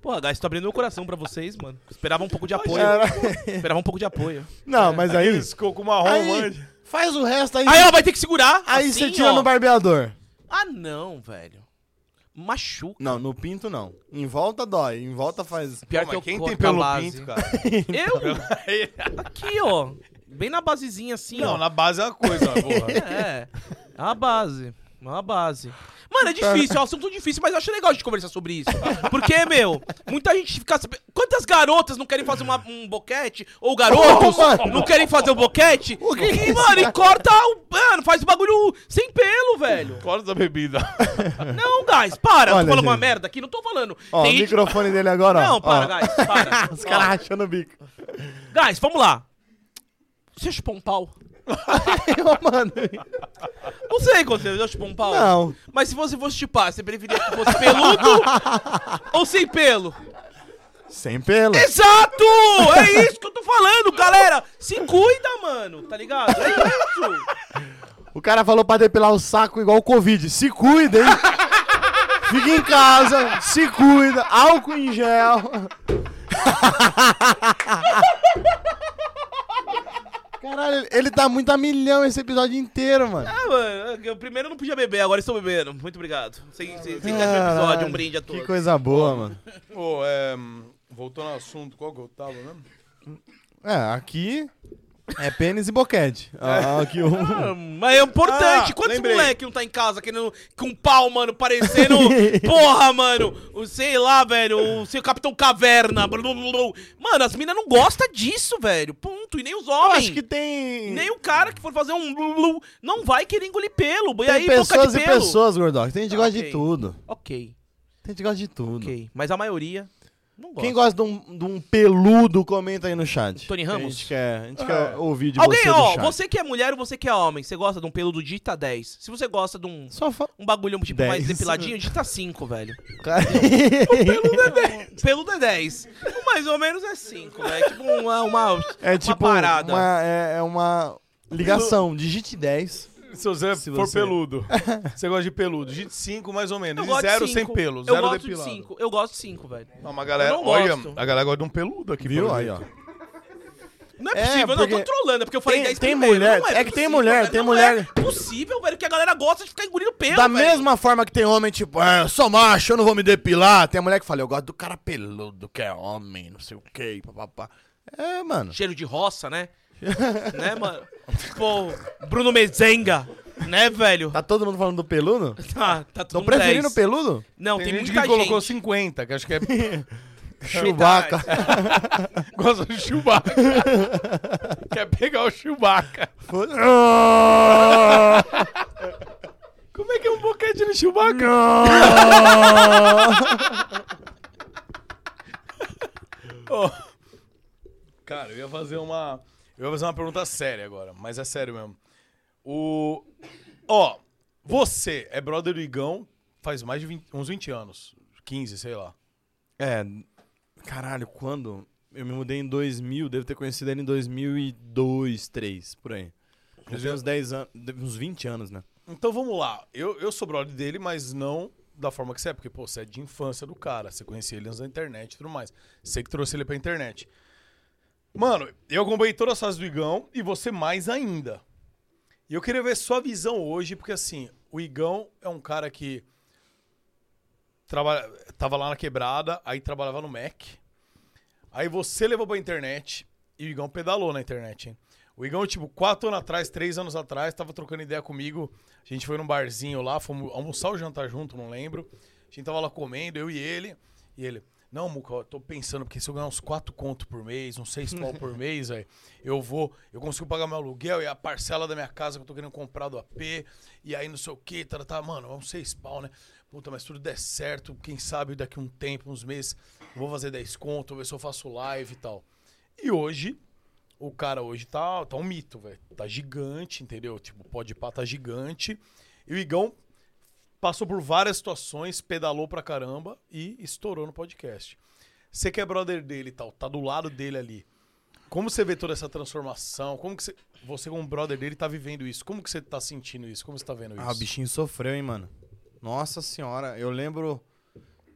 B: Porra, guys, tô tá abrindo meu coração pra vocês, mano. Esperava um pouco de apoio. Esperava um pouco de apoio.
C: Não, mas aí.
A: Esse coco marrom,
C: aí
A: mande.
C: faz o resto aí.
B: Aí, ó, vai ter que segurar.
C: Aí
B: assim,
C: você tira
B: ó.
C: no barbeador.
B: Ah, não, velho. Machuca.
C: Não, no pinto não. Em volta dói, em volta faz.
B: Pior
A: Pô,
B: que
A: mas
B: eu
A: quem
B: corto
A: tem
B: a
A: pelo
B: base.
A: pinto, cara? Tá
B: Eu? Aqui, ó. Bem na basezinha, assim, ó.
A: Não, na base é uma coisa, ó, porra.
B: É. É uma base. É uma base. Mano, é difícil, é um assunto difícil, mas eu acho legal a gente conversar sobre isso. Porque, meu, muita gente fica sabendo. Quantas garotas não querem fazer uma- um boquete? Ou garotos
C: Oh, mano.
B: não querem fazer um boquete?
C: O que
B: e,
C: é isso,
B: mano, e
C: cara?
B: corta o. Mano, faz o bagulho sem pelo, velho.
A: Corta da bebida.
B: Não, guys, para. eu
C: Olha,
B: tô falando uma
C: gente.
B: merda aqui, não tô falando.
C: Ó,
B: Tem
C: o
B: gente-
C: microfone dele agora, ó.
B: Não, para,
C: ó.
B: guys, para.
C: Os caras rachando o bico.
B: Ó, guys, vamos lá. Você chupou um pau?
C: Ô, mano.
B: Não sei quando você chupou um pau.
C: Não.
B: Mas se você fosse chupar, você preferia que fosse peludo ou sem pelo?
C: Sem pelo.
B: Exato! É isso que eu tô falando, galera! Se cuida, mano, tá ligado? É isso!
C: O cara falou pra depilar o saco igual o Covid. Se cuida, hein? Fica em casa, se cuida, álcool em gel. Caralho, ele tá muito a milhão esse episódio inteiro, mano.
B: Ah, mano, eu primeiro não podia beber, agora estou bebendo. Muito obrigado. Sem, sem, sem mais um episódio, um brinde a todos.
C: Ah, Que coisa boa, mano.
A: Pô, é, hum, voltando ao assunto, qual que eu tava mesmo?
C: É, aqui é pênis e boquete. Ah, Aqui o...
B: Ah, Mas é importante.
A: Ah,
B: Quantos
A: lembrei.
B: moleque não tá em casa querendo com um pau, mano, parecendo. porra, mano. O, sei lá, velho. O seu Capitão Caverna. blu, blu, blu, blu. Mano, as minas não gostam disso, velho. Ponto. E nem os
C: Eu
B: homens.
C: acho que tem...
B: Nem o cara que for fazer um blu, blu, blu, não vai querer engolir pelo. E
C: tem
B: aí, boca
C: pessoas
B: de
C: e
B: pelo.
C: pessoas, Gordox. Tem gente que
B: Ah,
C: gosta
B: ok.
C: de tudo.
B: Ok,
C: Tem gente que gosta de tudo.
B: ok. Mas a maioria não gosta.
C: Quem gosta de um, de um peludo, comenta aí no chat. É.
B: Tony
C: Que A
B: Ramos?
C: gente quer, a gente quer ouvir de
B: Alguém,
C: você do
B: ó,
C: chat.
B: você que é mulher ou você que é homem, você gosta de um pelo do digita 10. Se você gosta de um,
C: Só fala...
B: um bagulho tipo, mais
C: 10.
B: depiladinho, digita 5, velho. Peludo é 10. Peludo é 10. Mais ou menos é 5, né? É tipo uma, uma,
C: é tipo
B: uma parada.
C: uma- é, é uma ligação. Digite 10.
A: Se você
C: Se
A: for
C: você-
A: peludo, você gosta de peludo. De 5, mais ou menos.
B: Eu
A: De
B: gosto de
A: zero
B: cinco.
A: sem pelo.
B: Eu
A: Zero
B: gosto
A: depilado.
B: de 5. Eu gosto de 5, velho.
A: Não, mas a galera,
B: Eu não
A: olha,
B: gosto.
A: a galera gosta de um peludo aqui.
C: Viu?
A: pelo
C: Aí, ó.
A: jeito.
B: Não é
C: É,
B: possível, não, eu tô
C: porque
B: trolando, é porque eu falei
C: tem-
B: 10
C: tem
B: primeiro.
C: mulher-
B: Não
C: é que tem
B: possível,
C: mulher,
B: velho,
C: tem
B: não
C: mulher-
B: É possível, velho, que a galera gosta de ficar engolindo pelo.
C: Da
B: velho.
C: mesma forma que tem homem, tipo, é, eu sou macho, eu não vou me depilar. Tem a mulher que fala, eu gosto do cara peludo, que é homem, não sei o quê, papapá. É, mano.
B: Cheiro de roça, né? né, mano? Pô, Bruno Mezenga, né, velho?
C: Tá todo mundo falando do peludo?
B: Tá, tá
C: Estão
B: tudo
C: preferindo
B: 10.
C: o peludo?
B: Não,
A: Tem,
B: tem,
A: gente
B: muita
A: que
B: gente.
A: colocou 50, que acho que é.
C: Chubaca.
A: gosta de Chewbacca. Quer pegar o Chewbacca. Como é que é um boquete no Chewbacca? Ô, Cara, eu ia fazer uma. Eu ia fazer uma pergunta séria agora, mas é sério mesmo. O. Ó, você é brother do Igão faz mais de 20 uns 20 anos. 15, sei lá.
C: É. Caralho, quando? Eu me mudei em 2000, devo ter conhecido ele em 2002, 3, por aí. Já tem uns 10 anos, uns 20 anos, né?
A: Então vamos lá. Eu, eu sou brother dele, mas não da forma que você é, porque pô, você é de infância do cara. Você conhecia ele antes da internet e tudo mais. Você que trouxe ele pra internet. Mano, eu acompanhei todas as fases do Igão e você mais ainda. E eu queria ver sua visão hoje, porque assim, o Igão é um cara que trabalha, tava lá na quebrada, aí trabalhava no Mac. Aí você levou pra internet e o Igão pedalou na internet, hein? O Igão, tipo, quatro anos atrás, três anos atrás, tava trocando ideia comigo. A gente foi num barzinho lá, fomos almoçar ou jantar junto, não lembro. A gente tava lá comendo, eu e ele. E ele, não, Muca, eu tô pensando, porque se eu ganhar uns quatro conto por mês, uns seis pau por mês, aí, eu vou, eu consigo pagar meu aluguel e a parcela da minha casa que eu tô querendo comprar do AP. E aí não sei o que, tá, tá, mano, é uns seis pau, né? Puta, mas tudo der certo, quem sabe daqui um tempo, uns meses, eu vou fazer 10 conto, ver se eu faço live e tal. E hoje, o cara hoje tá, tá um mito, velho. Tá gigante, entendeu? Tipo, pode pá, tá gigante. E o Igão passou por várias situações, pedalou pra caramba e estourou no podcast. Você que é brother dele e tal, tá do lado dele ali. Como você vê toda essa transformação? Como que você, você como brother dele, tá vivendo isso? Como que você tá sentindo isso? Como você tá vendo isso?
C: Ah, o bichinho sofreu, hein, mano. Nossa senhora, eu lembro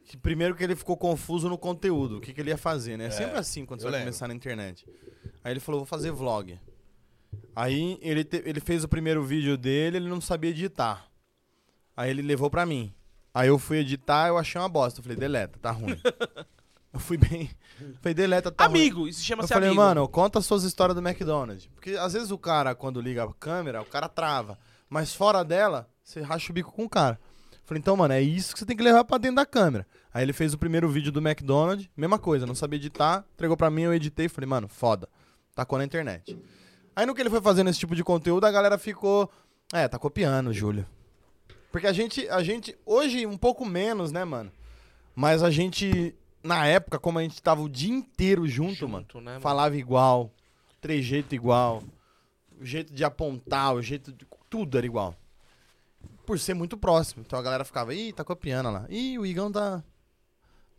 C: que primeiro que ele ficou confuso no conteúdo, o que, que ele ia fazer, né? É sempre assim quando
A: eu
C: você vai
A: lembro.
C: começar na internet. Aí ele falou, vou fazer vlog. Aí ele, te- ele fez o primeiro vídeo dele, ele não sabia editar. Aí ele levou pra mim. Aí eu fui editar, eu achei uma bosta. Eu falei, deleta, tá ruim. eu fui bem. Falei, deleta, tá ruim.
B: amigo, isso
C: Eu
B: chama-se
C: falei,
B: amigo.
C: mano, conta as suas histórias do McDonald's. Porque às vezes o cara, quando liga a câmera, o cara trava. Mas fora dela, você racha o bico com o cara. Eu Falei, então, mano, é isso que você tem que levar pra dentro da câmera. Aí ele fez o primeiro vídeo do McDonald's, mesma coisa, não sabia editar, entregou pra mim, eu editei. Falei, mano, foda. Tacou na internet. Aí no que ele foi fazendo esse tipo de conteúdo, a galera ficou. É, tá copiando, Júlio. Porque a gente, a gente, hoje um pouco menos, né, mano? Mas a gente, na época, como a gente tava o dia inteiro junto mano.
B: Junto, né, mano?
C: Falava igual, trejeito igual, o jeito de apontar, o jeito de. Tudo era igual. Por ser muito próximo. Então a galera ficava, ih, tá copiando olha lá. Ih, o Igão tá.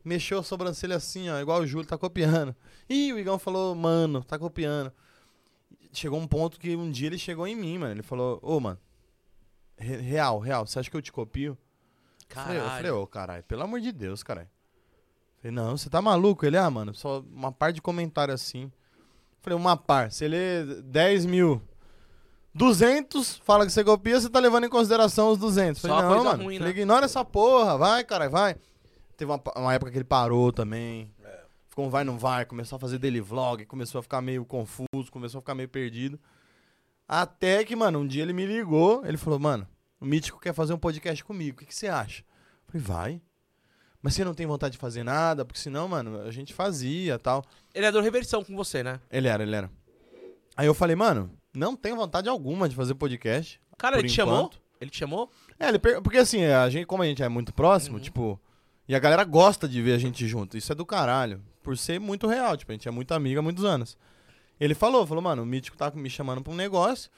C: Mexeu a sobrancelha assim, ó, igual o Júlio, tá copiando. Ih, o Igão falou, mano, tá copiando. Chegou um ponto que um dia ele chegou em mim, mano. Ele falou, ô, mano, re- real, real, você acha que eu te copio? Falei, eu falei,
B: Caralho.
C: ô, caralho, pelo amor de Deus, caralho. Falei, não, você tá maluco? Ele, ah, mano, só uma par de comentário assim. Falei, uma par, você lê 10 mil. 200, fala que você copia, você tá levando em consideração os 200. Falei,
B: Só
C: não,
B: coisa
C: mano,
B: ruim,
C: falei,
B: né?
C: ignora essa porra, vai, caralho, vai. Teve uma, pa- uma época que ele parou também. Ficou um vai, não vai, começou a fazer dele vlog, começou a ficar meio confuso, começou a ficar meio perdido. Até que, mano, um dia ele me ligou, ele falou, mano, o Mítico quer fazer um podcast comigo, o que, que você acha? Eu falei, vai. Mas você não tem vontade de fazer nada, porque senão, mano, a gente fazia tal.
B: Ele é dor reversão com você, né?
C: Ele era, ele era. Aí eu falei, mano, não tenho vontade alguma de fazer podcast.
B: Cara,
C: Por
B: ele te
C: enquanto.
B: chamou? Ele te chamou?
C: É, ele per- porque assim, a gente, como a gente é muito próximo, tipo, e a galera gosta de ver a gente junto. Isso é do caralho. Por ser muito real, tipo, a gente é muito amigo há muitos anos. Ele falou, falou, mano, o Mítico tá me chamando pra um negócio,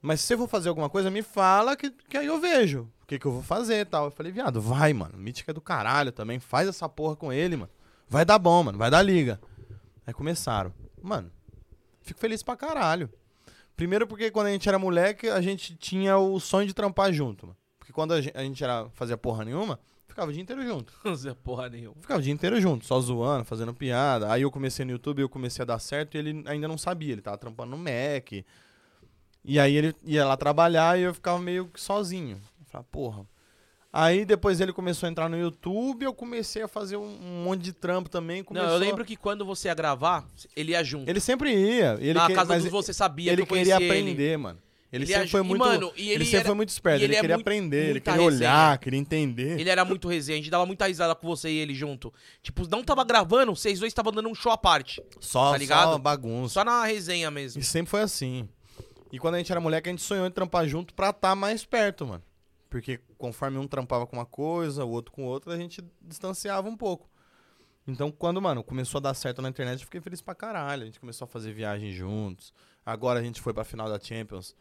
C: mas se você for fazer alguma coisa, me fala que, que aí eu vejo o que, que eu vou fazer e tal. Eu falei, viado, vai, mano. O Mítico é do caralho também, faz essa porra com ele, mano. Vai dar bom, mano, vai dar liga. Aí começaram. Mano, fico feliz pra caralho. Primeiro porque quando a gente era moleque, a gente tinha o sonho de trampar junto, mano. Porque quando a gente, a gente era, fazia porra nenhuma, ficava o dia inteiro junto.
B: Não sei porra nenhuma.
C: Ficava o dia inteiro junto, só zoando, fazendo piada. Aí eu comecei no YouTube, eu comecei a dar certo e ele ainda não sabia. Ele tava trampando no Mac. E aí ele ia lá trabalhar e eu ficava meio que sozinho. Eu falava, porra. Aí depois ele começou a entrar no YouTube, eu comecei a fazer um, um monte de trampo também. Começou...
B: Não, eu lembro que quando você ia gravar, ele ia junto.
C: Ele sempre ia. Ele
B: Na
C: que-
B: casa
C: mas
B: dos você sabia
C: ele
B: que eu conhecia
C: queria aprender, mano. Ele,
B: Ele
C: sempre
B: aju-
C: foi
B: e,
C: muito.
B: mano, e
C: ele,
B: ele
C: sempre
B: era-
C: foi muito esperto.
B: e
C: Ele,
B: ele é
C: queria
B: muito-
C: aprender, ele
B: muita
C: queria
B: resenha.
C: olhar, queria entender.
B: Ele era muito resenha, a gente dava muita risada com você e ele junto. Tipo, não tava gravando, vocês dois estavam dando um show à parte.
C: Só,
B: tá ligado?
C: só bagunça.
B: Só na resenha mesmo.
C: E sempre foi assim. E quando a gente era moleque, a gente sonhou em trampar junto pra estar mais perto, mano. Porque conforme um trampava com uma coisa, o outro com outra, a gente distanciava um pouco. Então, quando, mano, começou a dar certo na internet, eu fiquei feliz pra caralho. A gente começou a fazer viagem juntos. Agora a gente foi pra final da Champions.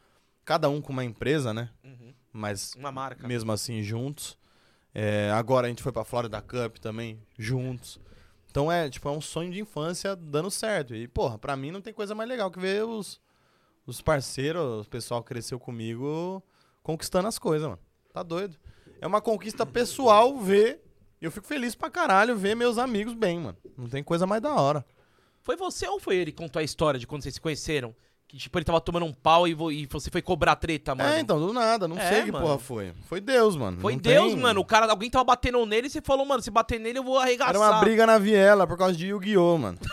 C: Cada um com uma empresa, né?
B: Uhum.
C: Mas
B: Uma marca.
C: mesmo assim juntos. É, agora a gente foi pra Florida Cup também, juntos. Então é, tipo, é um sonho de infância dando certo. E, porra, pra mim não tem coisa mais legal que ver os, os parceiros, o pessoal que cresceu comigo conquistando as coisas, mano. Tá doido. É uma conquista pessoal ver. Eu fico feliz pra caralho ver meus amigos bem, mano. Não tem coisa mais da hora.
B: Foi você ou foi ele que contou a história de quando vocês se conheceram? Que, tipo, ele tava tomando um pau e, vo- e você foi cobrar treta, mano.
C: É, então, do nada. Não
B: É,
C: sei que
B: mano.
C: porra foi. Foi Deus, mano.
B: Foi
C: Não
B: Deus,
C: tem-
B: mano. O cara, alguém tava batendo nele e você falou, mano, se bater nele eu vou arregaçar.
C: Era uma briga na viela por causa de Yu-Gi-Oh, mano.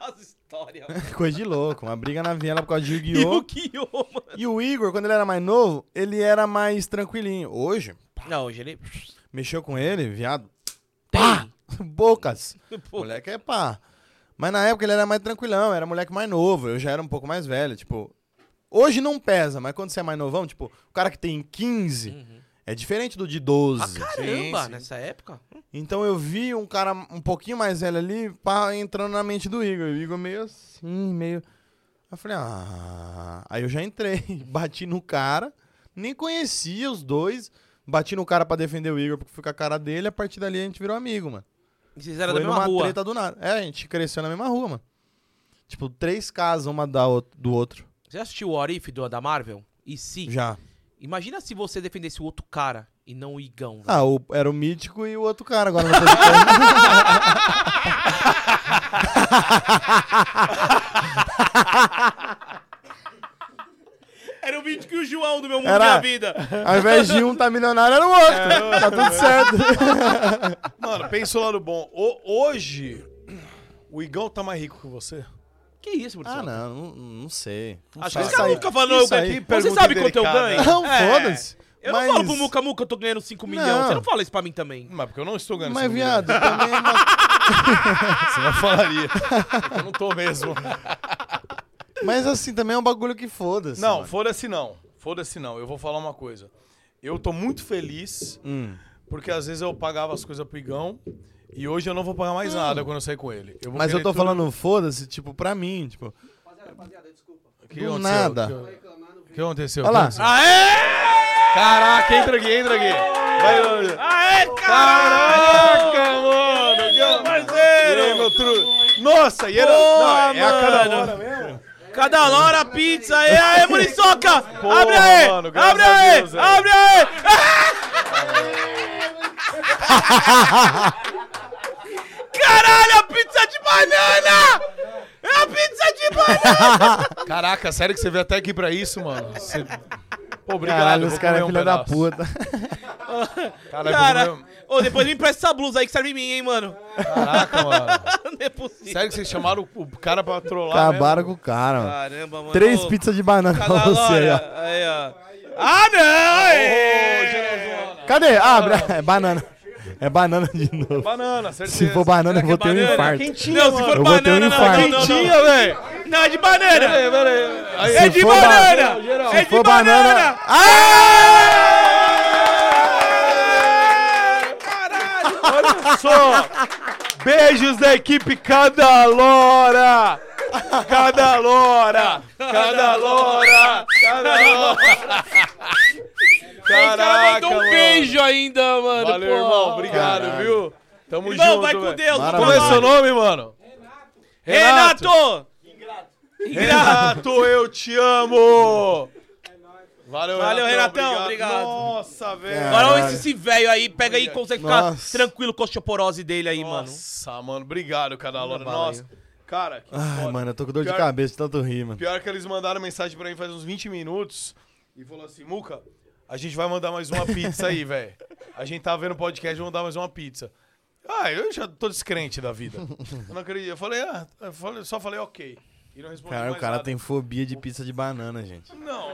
B: As histórias. mano.
C: Coisa de louco, uma briga na viela por causa de
B: E
C: Yu-Gi-Oh!
B: o que mano.
C: E o Igor, quando ele era mais novo, ele era mais tranquilinho. Hoje,
B: Não, hoje ele.
C: mexeu com ele, viado,
B: Tem.
C: bocas.
B: Pô,
C: Moleque é pá. Mas na época ele era mais tranquilão, era moleque mais novo, eu já era um pouco mais velho, tipo. Hoje não pesa, mas quando você é mais novão, tipo, o cara que tem 15 é diferente do de 12.
B: Uhum. Ah, caramba,
C: Sim, sim.
B: nessa época.
C: Então eu vi um cara um pouquinho mais velho ali pá, entrando na mente do Igor. E O Igor meio assim, meio. Aí eu falei, ah. Aí eu já entrei, bati no cara, nem conhecia os dois. Bati no cara pra defender o Igor porque fui com a cara dele. A partir dali a gente virou amigo, mano.
B: E Vocês eram da
C: foi
B: mesma
C: numa
B: rua.
C: treta do nada. É, a gente cresceu na mesma rua, mano. Tipo, três casas uma da o- do outro.
B: Você já assistiu o Orif do, da Marvel? E se?
C: Já.
B: Imagina se você defendesse o outro cara e não o Igão. velho.
C: Ah, o- era o Mítico e o outro cara agora não tô
B: Era o vídeo que o João do meu mundo
C: Era-
B: minha vida.
C: Ao invés de um tá milionário, era o outro.
B: É,
C: Tá tudo certo.
A: Mano, pensa o lado bom. O- hoje, o Igão tá mais rico que você.
B: Que isso, Bruno?
C: Ah, não, não, não sei. Não
B: Acho
C: sei.
B: que o cara nunca falou.
C: isso aí.
B: que Você
A: Pergunta
B: sabe quanto eu
A: delicada.
B: ganho?
C: Não,
B: É.
C: foda-se.
B: Eu
C: Mas-
B: não falo pro Muca Muca, eu tô ganhando 5 milhões.
C: Não.
B: Você não fala isso pra mim também.
A: Mas porque eu não estou ganhando
C: Mas,
A: esse
C: viado, também é uma
A: Você não falaria. eu não tô mesmo.
C: Mas assim, também é um bagulho que foda-se.
A: Não,
C: mano.
A: foda-se não. Foda-se não. Eu vou falar uma coisa. Eu tô muito feliz
C: Hum.
A: porque às vezes eu pagava as coisas pro Igão e hoje eu não vou pagar mais nada quando eu sair com ele. vou
C: Hum. Mas eu
A: querer
C: tô
A: tudo
C: falando foda-se, tipo, pra mim, tipo.
A: que
C: do
A: aconteceu?
C: nada.
A: O que aconteceu?
C: Olha lá.
A: O que aconteceu?
B: Aê!
A: Caraca, entra aqui, entra aqui. Vai, vai, vai.
B: Aê, cara!
A: Caraca, mano! Meu
B: parceiro!
A: Meu tru... Nossa, e era.
B: Boa,
A: não, é a cada
B: mano.
A: hora mesmo?
B: Cada hora pizza aí, aê, Muriçoca!
A: Porra,
B: Abre aí!
A: mano, graças
B: abre
A: a
B: aí!
A: Deus, velho.
B: abre aí! Caralho, a pizza de banana! É a pizza de banana!
A: Caraca, sério que você veio até aqui pra isso, mano? Você... Pô, obrigado.
C: Caralho,
A: vou
C: os
A: comer
C: caras é
A: um
C: filha da
A: pedaço.
C: puta.
A: Caralho,
B: Cara,
A: vou comer
B: ô, depois me empresta essa blusa aí que serve em mim, hein, mano.
A: um- Caraca, mano.
B: Não é possível.
A: Sério que vocês chamaram o cara pra trollar?
C: Acabaram com o cara, mano.
B: Caramba, mano.
C: Três
B: Ô,
C: pizzas de banana pra
B: Cada
C: você aí, ó.
B: hora. Tá Aí, ó. Ah, não! é.
A: mesmo?
C: Cadê? Ah, Abre. É banana. É banana de novo.
A: Banana, certeza.
C: Se for banana, eu
B: Será
C: vou
B: que é
C: ter um
B: banana?
C: infarto.
B: não, se for
C: Eu vou ter um
B: banana, não, não, não,
C: infarto.
B: não.
A: Tinha, velho.
B: Não, é de banana!
A: Aí,
B: É de
C: for ba-
B: banana! É
C: Se
B: de
C: for banana.
B: banana!
A: Ah! Olha só! Beijos da equipe Cadalora! Cadalora! Cadalora! Cadalora!
B: O cara mandou um
A: mano.
B: beijo ainda, mano.
A: Valeu,
B: pô.
A: irmão. Obrigado, viu? Tamo
B: Irmão,
A: junto,
B: vai com
A: velho.
B: Deus. bom
A: Como é
B: trabalho.
A: seu nome, mano?
B: Renato!
A: Renato, eu te amo! Valeu,
B: Valeu, Renatão, obrigado.
A: Nossa, velho.
B: Agora esse, esse velho aí pega aí e consegue ficar
C: Nossa.
B: tranquilo com a osteoporose dele aí, mano.
A: Nossa, mano, obrigado, Cadalora. Nossa, cara, que
C: Ai,
A: foda.
C: mano, eu tô com dor de
A: Pior-
C: cabeça de tanto rir, mano.
A: Pior é que eles mandaram mensagem pra mim faz uns 20 minutos e falou assim: Muca, a gente vai mandar mais uma pizza aí, velho. A gente tá vendo o podcast, vamos mandar mais uma pizza. Ah, eu já tô descrente da vida. Eu não acredito. Eu falei, ah, eu falei- só falei ok. E não respondi
C: Cara,
A: mais
C: o cara
A: nada.
C: tem fobia de pizza de banana, gente.
A: Não,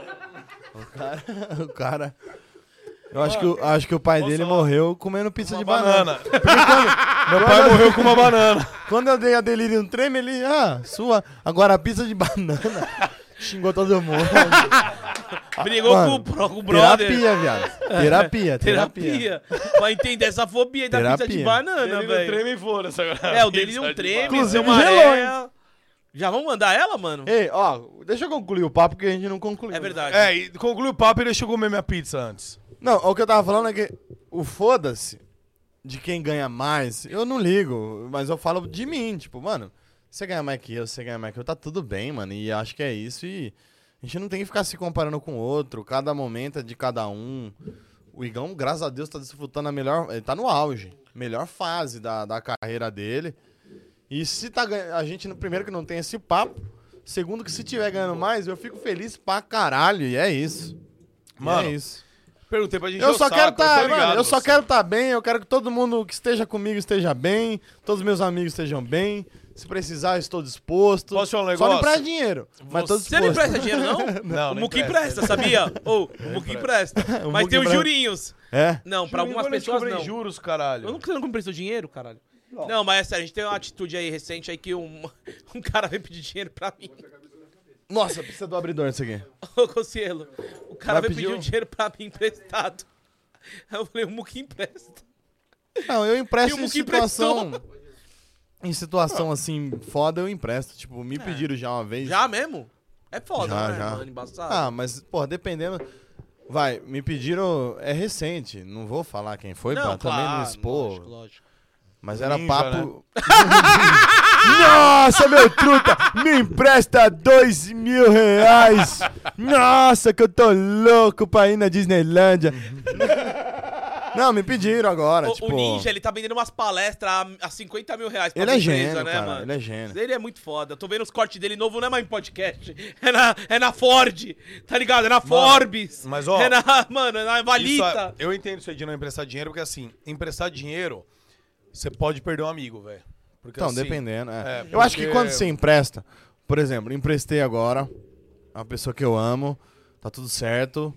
C: O cara. Eu acho que, o- acho que o pai dele
A: falar?
C: morreu comendo pizza de banana.
A: banana. Meu pai morreu com uma banana.
C: Quando eu dei a delírio treme, ele. Ah, sua. Agora a pizza de banana. Xingou todo mundo.
B: Brigou
C: Ah, Mano,
B: com o pro- com o brother.
C: terapia, viado.
A: É.
C: Terapia, terapia.
B: Terapia. Pra entender essa fobia aí da pizza de
C: Terapia.
B: banana,
A: Ele não
B: velho.
A: treme e foda-se agora.
B: É, o dele não treme,
C: um Inclusive,
B: seu
C: gelou,
B: amarelo. Já vamos mandar ela, mano?
C: Ei, ó, deixa eu concluir o papo que a gente não concluiu. né?
B: É verdade.
A: É, e conclui o papo e deixa eu comer minha pizza antes.
C: Não, o que eu tava falando é que o foda-se de quem ganha mais, eu não ligo, mas eu falo de mim, tipo, mano, você ganha mais que eu, você ganha mais que eu, tá tudo bem, mano, e acho que é isso e a gente não tem que ficar se comparando com o outro, cada momento é de cada um. O Igão, graças a Deus, tá desfrutando a melhor, ele tá no auge, melhor fase da, da carreira dele. E se tá ganhando, a gente, no primeiro que não tem esse papo, segundo que se tiver ganhando mais, eu fico feliz pra caralho, e é isso. E
A: Mano,
C: é isso.
A: Perguntei pra gente.
C: Eu só quero
A: tá
C: tá, mano, eu só quero tá bem, eu quero que todo mundo que esteja comigo esteja bem, todos meus amigos estejam bem. Se precisar, eu estou disposto.
A: Posso te falar um
C: Só não
A: negócio?
C: empresta dinheiro, mas tô
B: Você não
C: disposto.
B: empresta dinheiro, não?
A: Não,
B: o
A: não
B: Muki
A: empresta.
B: empresta, sabia? Ou, o Muki empresta.
C: O
B: Mas
C: Muki
B: tem os
C: empresta.
B: jurinhos.
C: É.
B: Não, pra algumas pessoas não.
A: juros,
B: Eu
A: caralho.
B: nunca não comprei seu dinheiro, caralho. Não. mas é sério, a gente tem uma atitude aí recente aí que um, um cara veio pedir dinheiro pra mim.
C: Nossa, precisa do abridor isso aqui.
B: Ô, Cossielo, o cara
C: Vai
B: veio
C: pedir
B: pedir um
C: um?
B: dinheiro pra mim emprestado. Aí eu falei, o Muki empresta.
C: Não, eu empresto
B: E o
C: em
B: Muki
C: situação em situação assim foda, eu empresto, tipo, me pediram já uma vez.
B: Já mesmo? É foda,
C: Já,
B: né,
C: já.
B: mano? Embaçado.
C: Ah, mas pô, dependendo Vai, me pediram, é recente, não vou falar quem foi, pra também não expor.
B: Lógico, lógico.
C: Mas era
A: Ninja,
C: papo.
B: né?
C: Nossa, meu truta, me empresta dois mil reais. Nossa, que eu tô louco pra ir na Disneylândia. Não, me pediram agora.
B: Uhum. O,
C: tipo,
B: o Ninja, ele tá vendendo umas palestras a- a 50 mil reais pra
C: ele é
B: uma empresa,
C: gênio,
B: né,
C: cara,
B: mano?
C: Ele é gênio.
B: Ele é muito foda. Eu tô vendo os cortes dele novo, não é mais em podcast. É na, é na Ford, tá ligado? É na Forbes.
A: mas, ó,
B: É na, mano, é na
A: Isso é-
B: Valita.
A: eu entendo isso aí de não emprestar dinheiro, porque assim, emprestar dinheiro, você pode perder um amigo, velho. Porque,
C: Então,
A: assim,
C: dependendo. é.
A: é,
C: Eu acho que
A: porque-
C: quando você empresta, por exemplo, emprestei agora a pessoa que eu amo, tá tudo certo.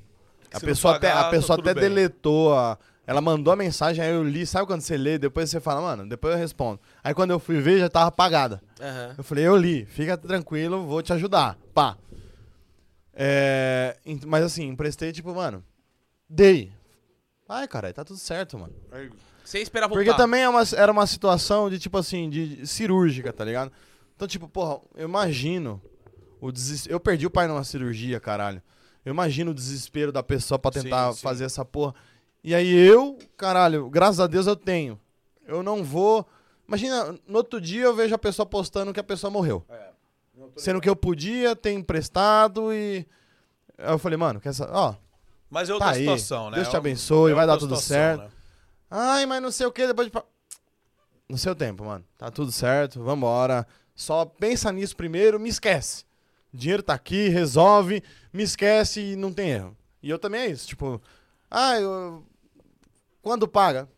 C: A
A: Se não
C: pessoa
A: pagar,
C: até, a
A: tá
C: pessoa
A: tudo
C: até
A: bem.
C: deletou a. Ela mandou a mensagem, aí eu li. Sabe quando você lê, depois você fala, mano, depois eu respondo. Aí quando eu fui ver, já tava apagada.
B: Aham.
C: Eu falei, eu li, fica tranquilo, vou te ajudar. Pá. É, ent- mas assim, emprestei, tipo, mano, dei. Ai, caralho, tá tudo certo, mano.
B: Sem esperar voltar.
C: Porque também é uma- era uma situação de, tipo assim, de cirúrgica, tá ligado? Então, tipo, porra, eu imagino o desespero. Eu perdi o pai numa cirurgia, caralho. Eu imagino o desespero da pessoa pra tentar
A: Sim, sim.
C: fazer essa porra. E aí eu, caralho, graças a Deus eu tenho. Eu não vou. Imagina, no outro dia eu vejo a pessoa postando que a pessoa morreu.
A: É,
C: Sendo que eu podia ter emprestado e. Aí eu falei, mano, quer saber? Ó,
A: Mas é outra
C: tá aí.
A: situação, né?
C: Deus te
A: É uma-
C: abençoe,
A: é
C: vai dar
A: outra
C: tudo
A: situação,
C: certo.
A: né?
C: Ai, mas não sei o que, depois de. pa- No seu tempo, mano. Tá tudo certo, vambora. Só pensa nisso primeiro, me esquece. Dinheiro tá aqui, resolve, me esquece e não tem erro. E eu também é isso, tipo. Ah, eu. Quando paga?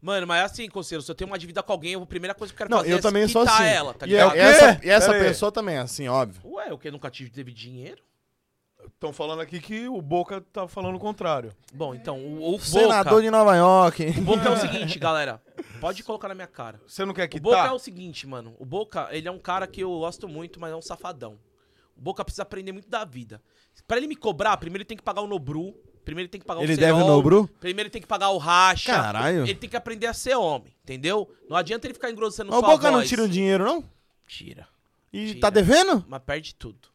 B: Mano, mas é assim, Conselho, se eu tenho uma dívida com alguém, eu- a primeira coisa que eu quero
C: Não,
B: fazer
C: eu
B: é
C: também sou
B: quitar
C: assim.
B: ela, tá
C: e eu-
B: ligado?
C: essa, e essa
A: Pera aí.
C: pessoa também é assim, óbvio.
B: Ué, eu que nunca tive teve dinheiro?
A: Estão falando aqui que o Boca tá falando o contrário.
B: Bom, então, o, o
C: Senador
B: Boca...
C: de Nova York.
B: O Boca é o seguinte, galera. Pode colocar na minha cara.
A: Você não quer
B: O
A: que
B: Boca
A: tá?
B: é o seguinte, mano. O Boca, ele é um cara que eu gosto muito, mas é um safadão. O Boca precisa aprender muito da vida. Pra ele me cobrar, primeiro ele tem que pagar o Nobru. Primeiro ele tem que pagar
C: Ele
B: o Serol,
C: deve o Nobru?
B: Primeiro ele tem que pagar o Racha.
C: Caralho.
B: Ele tem que aprender a ser homem, entendeu? Não adianta ele ficar engrossando
C: Mas o
B: sua
C: Boca não
B: voz.
C: tira o dinheiro, não?
B: Tira.
C: E
B: Tira.
C: tá devendo?
B: Mas perde tudo.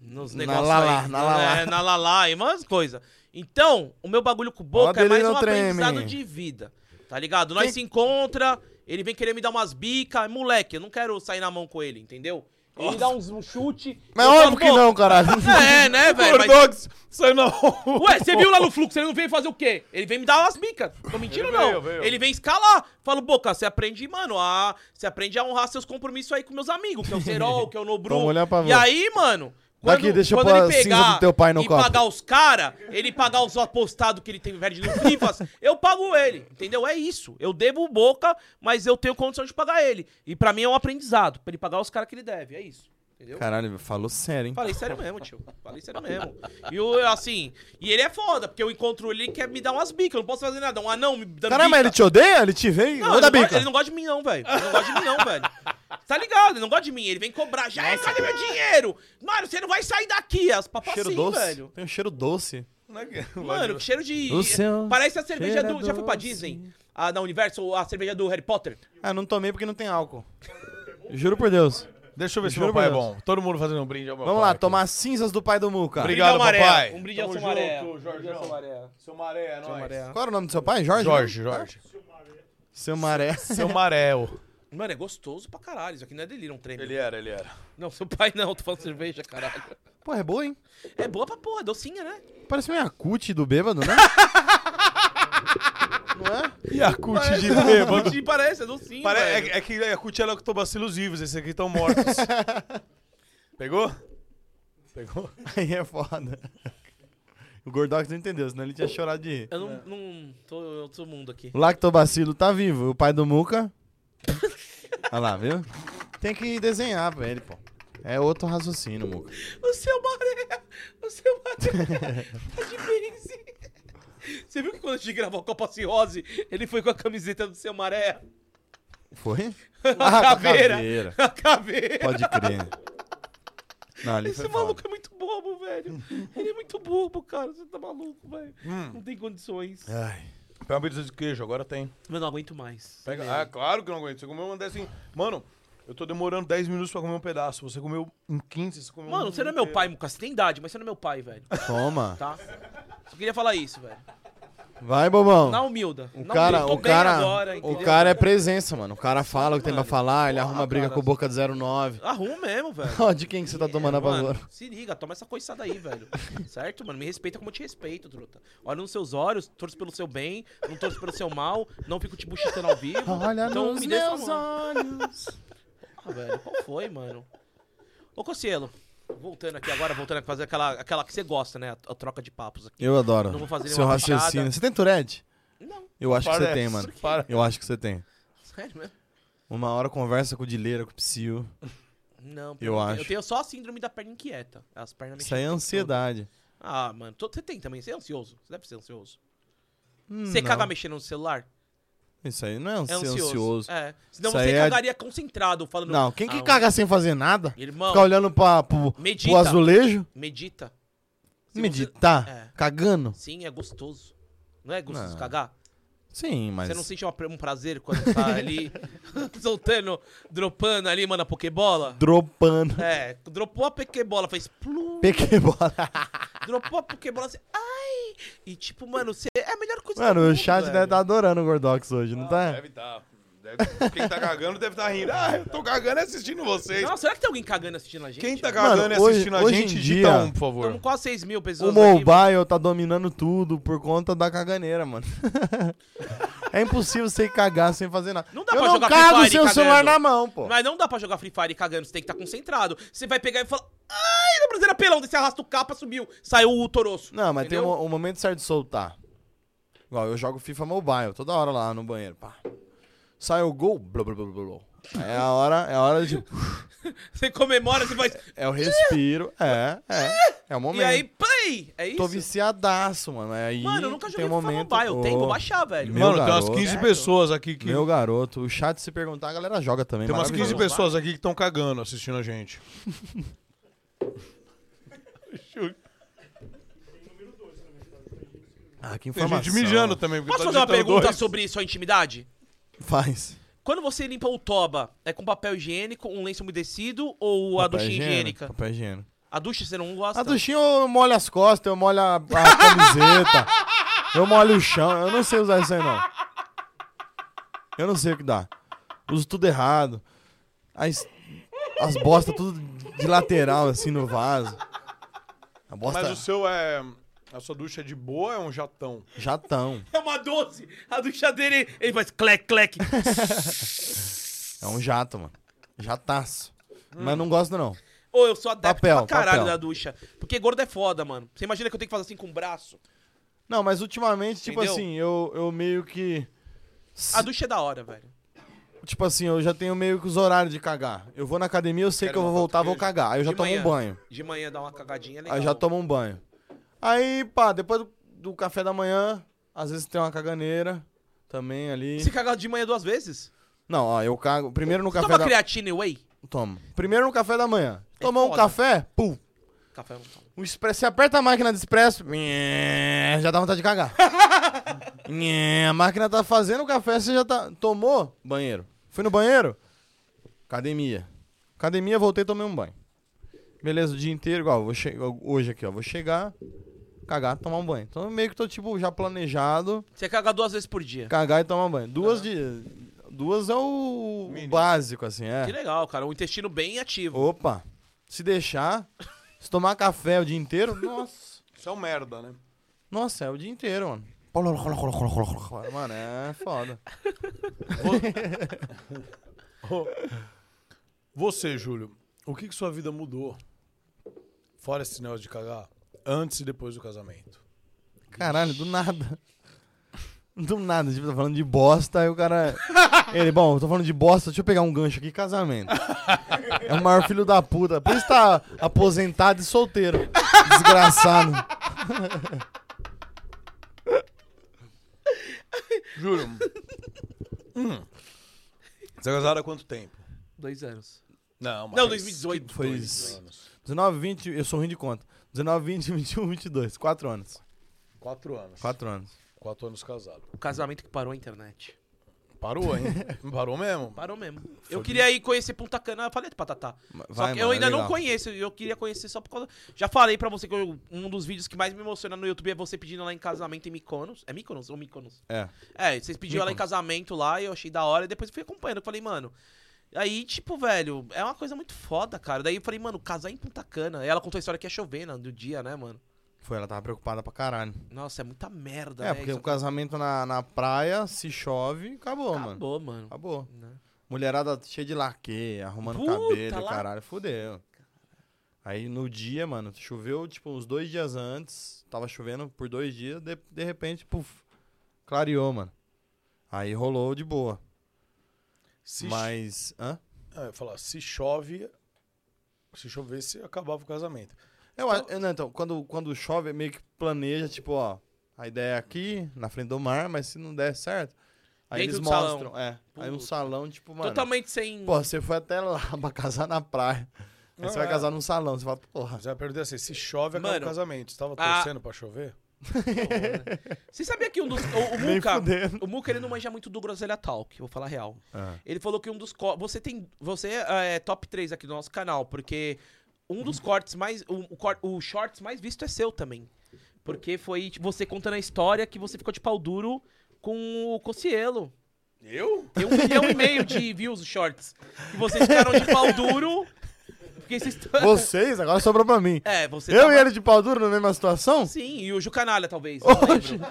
B: Nos
C: Na
B: negócios
C: lalá,
B: aí,
C: na lalá.
B: É, na lalá e umas coisas. Então, o meu bagulho com o Boca
C: Ó,
B: é mais
C: Adelino
B: um
C: treme.
B: aprendizado de vida. Tá ligado? Nós se encontra, ele vem querer me dar umas bicas. Moleque, eu não quero sair na mão com ele, entendeu? Ele me dá uns, um chute.
C: Mas
B: eu
C: óbvio
B: falo,
C: que
B: "Pô,
C: não, caralho.
B: É, né, velho? Mas-
A: Gordox, saiu na rua.
B: Ué, você viu lá no fluxo, ele não veio fazer o quê? Ele vem me dar umas bicas. Tô mentindo,
A: Ele
B: não.
A: veio, veio.
B: Ele vem escalar. Falo, Boca, você aprende, mano, a... Você aprende a honrar seus compromissos aí com meus amigos, que é o Serol, que é o Nobru.
C: Vamos olhar pra
B: E
C: ver.
B: aí, mano... Quando,
C: Daqui, deixa eu
B: quando
C: pôr
B: ele
C: a cinza
B: pegar
C: do teu pai no
B: e
C: copo.
B: pagar os caras, ele pagar os apostados que ele tem verde no Fifas, eu pago ele, entendeu? É isso. Eu devo o Boca, mas eu tenho condição de pagar ele. E pra mim é um aprendizado, pra ele pagar os caras que ele deve, é isso. Entendeu?
C: Caralho, falou sério, hein?
B: Falei sério mesmo, tio. Falei sério mesmo. E o, assim, e ele é foda, porque eu encontro ele e ele quer me dar umas bicas. Eu não posso fazer nada. Um anão me dando
C: Caralho, mas ele
B: bica.
C: te odeia? Ele te vem?
B: Não,
C: Ô,
B: ele, não gosta,
C: da bica.
B: ele não gosta de mim, não, velho. Ele não gosta de mim, não, velho. Tá ligado? Ele não gosta de mim. Ele vem cobrar. Já é, cadê meu dinheiro? Mano, você não vai sair daqui. As papas
C: cheiro
B: assim,
C: doce.
B: velho.
C: Tem um cheiro doce.
A: Não é que-
B: Mano, que cheiro de.
C: O seu
B: Parece a cerveja
C: cheiro
B: do. Já foi pra
C: doce.
B: Disney? A da Universo, a cerveja do Harry Potter? Um
C: Ah, não tomei porque não tem álcool. Juro por Deus.
A: Deixa eu ver se
C: Juro
A: meu pai é
C: por Deus.
A: bom. Todo mundo fazendo um brinde ao meu
C: Vamos
A: pai
C: lá,
A: aqui.
C: tomar as cinzas do pai do Muca.
A: Obrigado,
B: Brinde
A: papai.
B: ao Maré. Um brinde ao
A: Tamo
B: seu Maré.
A: junto,
B: Um brinde ao
A: Jorgão.
B: seu Maré.
A: Seu Maré, é nóis.
C: Qual era o nome do seu pai? Jorge?
A: Jorge, Jorge.
C: Seu Maré.
A: Seu Maréu.
B: Mano, é gostoso pra caralho. Isso aqui não é delírio, é um trem.
A: Ele era, ele era.
B: Não, seu pai não, tô falando cerveja, caralho.
C: Pô, é boa, hein?
B: É boa pra porra, docinha, né?
C: Parece meio acute do bêbado, né?
A: Yakut de bêbado.
B: Docinha parece, é docinho.
A: Pare-
B: velho.
A: é, é que Yakut é lactobacilos vivos, esses aqui estão mortos. Pegou? Pegou?
C: Aí é foda. O Gordox não entendeu, senão ele tinha chorado de rir.
B: Eu não,
A: é.
B: não tô em outro mundo aqui.
C: O Lactobacilo tá vivo. O pai do Muca. Olha lá, viu? Tem que desenhar pra ele, pô. É outro raciocínio, Muca.
B: O seu maré, o seu maré tá de base. Você viu que quando a gente gravou a Copa Cirrose, ele foi com a camiseta do seu maré?
C: Foi?
B: Ah, A caveira.
C: Ah, caveira.
B: A caveira.
C: Pode crer. Não, ali
B: Esse
C: foi
B: maluco
C: foda.
B: é muito bobo, velho. Ele é muito bobo, cara. Você tá maluco, velho.
A: Hum.
B: Não tem condições.
C: Ai.
A: Pega uma pizza de queijo, agora tem.
B: Mas não aguento mais.
A: Pega- Ah, claro que eu não aguento. Você comeu uma dessas assim. Mano, eu tô demorando 10 minutos pra comer um pedaço. Você comeu em 15, você comeu um
B: Mano, você não é meu pai, Muca. Você tem idade, mas você não é meu pai, velho.
C: Toma.
B: Tá? Só queria falar isso, velho.
F: Vai, bobão.
B: Na humilda.
F: O
B: Na
F: cara,
B: humilda. Tô
F: o
B: bem
F: cara,
B: agora,
F: o
B: entendeu?
F: cara é presença, mano. O cara fala o que tem pra
B: Mano,
F: falar, ele arruma
B: porra,
F: briga
B: cara.
F: com o Boca de 09.
B: Arruma Tá mesmo, velho. É,
F: Ó, de quem que é- você tá tomando a
B: Mano,
F: valor?
B: Se liga, toma essa coiçada aí, velho. certo, mano? Me respeita como eu te respeito, truta. Olho nos seus olhos, torço pelo seu bem, não torço pelo seu mal, não fico te buchitando ao vivo.
F: Olha
B: então
F: nos
B: me deixa
F: meus olhos.
B: Ah, velho, qual foi, mano? Ô, Cossielo, voltando aqui agora, voltando a fazer aquela, aquela que você gosta, né? A, a troca de papos aqui.
C: Eu adoro.
B: Não vou fazer
C: Seu
B: nenhuma
C: raciocínio.
B: puxada.
C: Você tem Tourette?
B: Não,
C: Eu acho que
A: Parece.
C: você tem, mano.
A: Para.
C: Eu acho que você tem.
B: sério mesmo?
C: Uma hora conversa com o Dileira, com o Psyu.
B: Não,
C: Eu
B: não tenho.
C: acho.
B: Eu tenho só a síndrome da perna inquieta. As pernas me
C: Isso aí é
B: chateiam
C: ansiedade.
B: tudo. Ah, mano, tô- você tem também. Você é ansioso. Você deve ser ansioso.
C: Hum,
B: Você
C: não.
B: caga mexendo no celular?
C: Isso aí não é ansi-
B: É ansioso.
C: ansioso.
B: É. Senão
C: Isso
B: você
C: aí é-
B: cagaria concentrado, falando.
C: Não, quem
B: "Ah,
C: que
B: um-
C: caga sem fazer nada?
B: Irmão,
C: Ficar olhando pra, pro, pro
B: medita.
C: azulejo?
B: Medita. Se
C: Meditar?
B: É.
C: Cagando?
B: você- Sim, é gostoso. Não é gostoso
C: Não.
B: cagar?
C: Sim, mas.
B: Você não sente uma- um prazer quando tá ali soltando, dropando ali, mano, a Pokébola?
C: Dropando.
B: É, dropou a Pokébola, fez plum,
C: Pequebola.
B: dropou a Pokébola, você, ai! E tipo, mano, você é a melhor coisa do
C: Mano, o
B: mundo,
C: chat
B: velho. Ah,
C: deve tá adorando o Gordox hoje, não tá?
A: Deve tá. Deve- Quem tá cagando deve tá rindo. Ah, eu tô cagando e assistindo vocês.
B: Não, será que tem alguém cagando assistindo a gente?
A: Quem tá cagando
B: cagando?
C: Mano,
A: e
C: hoje-
A: assistindo
C: hoje
A: a
C: em
A: gente,
C: dia-
A: digita um, por favor.
B: Estamos quase 6 mil
C: O
B: pessoas aqui.
C: mobile tá dominando tudo por conta da caganeira, mano. é impossível você cagar sem fazer nada.
B: Não dá
C: Eu
B: pra
C: não
B: jogar Free
C: cago
B: Fire
C: sem o
B: cagando.
C: celular na mão, pô.
B: Mas não dá pra jogar Free Fire cagando, você tem que estar concentrado. Você vai pegar e falar, ai, na brasileira pelão, daí você arrasta o capa, subiu, saiu o Toroço.
C: Não, mas tem
B: Entendeu?
C: um, um momento certo de soltar. Igual, eu jogo FIFA Mobile toda hora lá no banheiro, pá. Sai o gol, blá, blá, blá, blá, blá. É a hora, é a hora de...
B: Você comemora, você faz,
C: É o respiro, é, é. É o
B: e
C: momento.
B: aí, play! É isso?
C: Tô viciadaço, mano. Aí
B: Mano, eu nunca
C: tem
B: joguei
C: um
B: FIFA
C: momento...
B: Mobile. Eu tenho, vou
C: Ô,
B: baixar, velho.
C: Meu
A: Mano, tem umas
C: garoto.
A: 15 pessoas aqui que.
C: Meu garoto, o chat se perguntar, a galera joga também.
A: Tem umas 15
C: maravilhoso.
A: pessoas aqui que estão cagando assistindo a gente.
C: Ah,
A: Tem
C: que informação.
A: gente mijando também. Porque
B: Posso
A: tá
B: fazer uma
A: digitando
B: pergunta
A: dois.
B: sobre sua intimidade?
C: Faz.
B: Quando você limpa o toba, é com papel higiênico, um lenço umedecido ou a
C: Papel
B: ducha
C: higiênico,
B: higiênica?
C: Papel higiênico.
B: A ducha você não gosta?
C: A duchinha eu molho as costas, eu molho a, a camiseta, eu molho o chão. Eu não sei usar isso aí, não. Eu não sei o que dá. Uso tudo errado. As, as bostas tudo de lateral, assim, no vaso. A bosta
A: Mas o seu é. A sua ducha de boa é um jatão.
C: jatão.
B: É uma 12. A ducha dele, ele faz clec, clec.
C: É um jato, mano. Jataço. Mas não gosto, não.
B: Ô, eu sou adepto
C: Papel,
B: pra caralho
C: papel.
B: da ducha. Porque gordo é foda, mano. Você imagina que eu tenho que fazer assim com o braço?
C: Não, mas ultimamente, tipo
B: Entendeu?
C: assim, eu, eu meio que.
B: A ducha é da hora, velho.
C: Tipo assim, eu já tenho meio que os horários de cagar. Eu vou na academia, eu sei
A: Quero
C: que eu vou
A: uma
C: voltar, vou
A: portuguesa.
C: cagar. Aí eu já
B: De
C: tomo
B: manhã.
C: um banho.
B: De manhã dá uma cagadinha é legal.
C: Aí já tomo um banho. Aí, pá, depois do, do café da manhã, às vezes tem uma caganeira também ali.
B: Você caga de manhã duas vezes?
C: Não, ó, eu cago. Primeiro no café
B: Toma
C: da
B: creatina e whey?
C: Tomo. Primeiro no café da manhã.
B: É
C: Tomou um
B: foda.
C: café, pum.
B: Café eu não tomo.
C: Um expresso, você aperta a máquina de expresso, nhê, já dá vontade de cagar. Nhê, a máquina tá fazendo o café, você já tá. Tomou? Banheiro. Fui no banheiro? Academia. Academia, voltei, tomei um banho. Beleza, o dia inteiro, igual, vou che- hoje aqui, ó, vou chegar, cagar, tomar um banho. Então meio que tô, tipo, já planejado,
B: Você caga duas vezes por dia.
C: cagar e tomar banho. Duas de. Duas é o o básico, assim, é.
B: Que legal, cara. O intestino bem ativo.
C: Opa, se deixar, se tomar café o dia inteiro, nossa.
A: Isso é um merda, né?
C: Nossa, é o dia inteiro, mano. Mano, é foda.
A: Você, Júlio, o que, que sua vida mudou? Fora esse negócio de cagar, antes e depois do casamento.
C: Caralho, do nada. Do nada, tipo, tá falando de bosta, aí o cara. Ele, bom, eu tô falando de bosta, deixa eu pegar um gancho aqui, casamento. É o maior filho da puta. Por isso tá aposentado e solteiro. Desgraçado.
A: Júlio. hum, Você é casado há quanto tempo?
B: Dois anos.
A: Não, mas.
B: Não, 2018.
C: Foi
A: Dois
C: isso.
A: anos.
C: 19, 20, eu sou ruim de conta. 19, 20, 21, 22. 4 anos.
A: Quatro anos. Quatro,
C: 4 anos.
A: anos casado.
B: O casamento que parou a internet.
A: Parou, hein? Parou mesmo.
B: Parou mesmo. Eu queria ir conhecer Punta Cana, eu falei de Patatá. só
C: vai,
B: que
C: mano,
B: eu
C: é
B: ainda não
C: legal.
B: conheço, eu queria conhecer só por causa... Já falei pra você que eu- um dos vídeos que mais me emociona no YouTube é você pedindo lá em casamento em Mykonos. É Mykonos ou Mykonos?
C: É.
B: É, vocês pediram ela em casamento lá, eu achei da hora, e depois eu fui acompanhando, eu falei, mano. Aí, tipo, velho, é uma coisa muito foda, cara. Daí eu falei, mano, casar em Punta Cana. Aí ela contou a história que é chovendo do dia, né, mano?
C: Foi, ela tava preocupada pra caralho.
B: Nossa, é muita merda,
C: É,
B: né?
C: porque
B: Isso
C: o casamento na, na praia, se chove, acabou, mano.
B: acabou, mano.
C: Acabou.
B: Né?
C: Mulherada cheia de laque, arrumando
B: Puta,
C: cabelo,
B: lá-
C: caralho, fudeu. Aí no dia, mano, choveu, tipo, uns dois dias antes, tava chovendo por dois dias, de, de repente, puf, clareou, mano. Aí rolou de boa.
A: Se
C: Mas. Hã?
A: cho- Ah, eu ia falar, se chove. Se chovesse, acabava o casamento.
C: Eu, acho- eu- não, então, quando, quando chove, meio que planeja, tipo, ó, a ideia é aqui, na frente do mar, mas se não der certo, aí
B: Dentro
C: eles
B: do salão.
C: mostram. É. Aí um
B: Puta.
C: salão, tipo, mano.
B: Totalmente sem. né?
C: Pô, você foi até lá pra casar na praia. Aí
A: Não,
C: você vai
A: é.
C: casar num salão. Você fala, porra.
A: Mas eu ia perguntar assim: se chove, acaba
B: Mano,
A: o casamento. Você tava
B: a-
A: torcendo pra chover?
B: Você sabia que um dos. O, o
C: Nem
B: Muca.
C: fudendo.
B: O Muca ele não manja muito do Groselha Talk, vou falar a real.
C: Ah.
B: Ele falou que um dos. co- Você tem. Você é top 3 aqui do nosso canal, porque um dos cortes mais. O, o, cor- o shorts mais visto é seu também. Porque foi tipo, você contando a história que você ficou de pau duro com o Cocielo.
A: Eu?
B: Tem um milhão e meio de views os shorts. E vocês ficaram de pau duro. Porque vocês.
F: Vocês, agora sobrou pra mim.
B: É, você
F: eu
B: tava-
F: e ele de pau duro na mesma situação?
B: Sim, e o Jucanalha, talvez. Não lembro.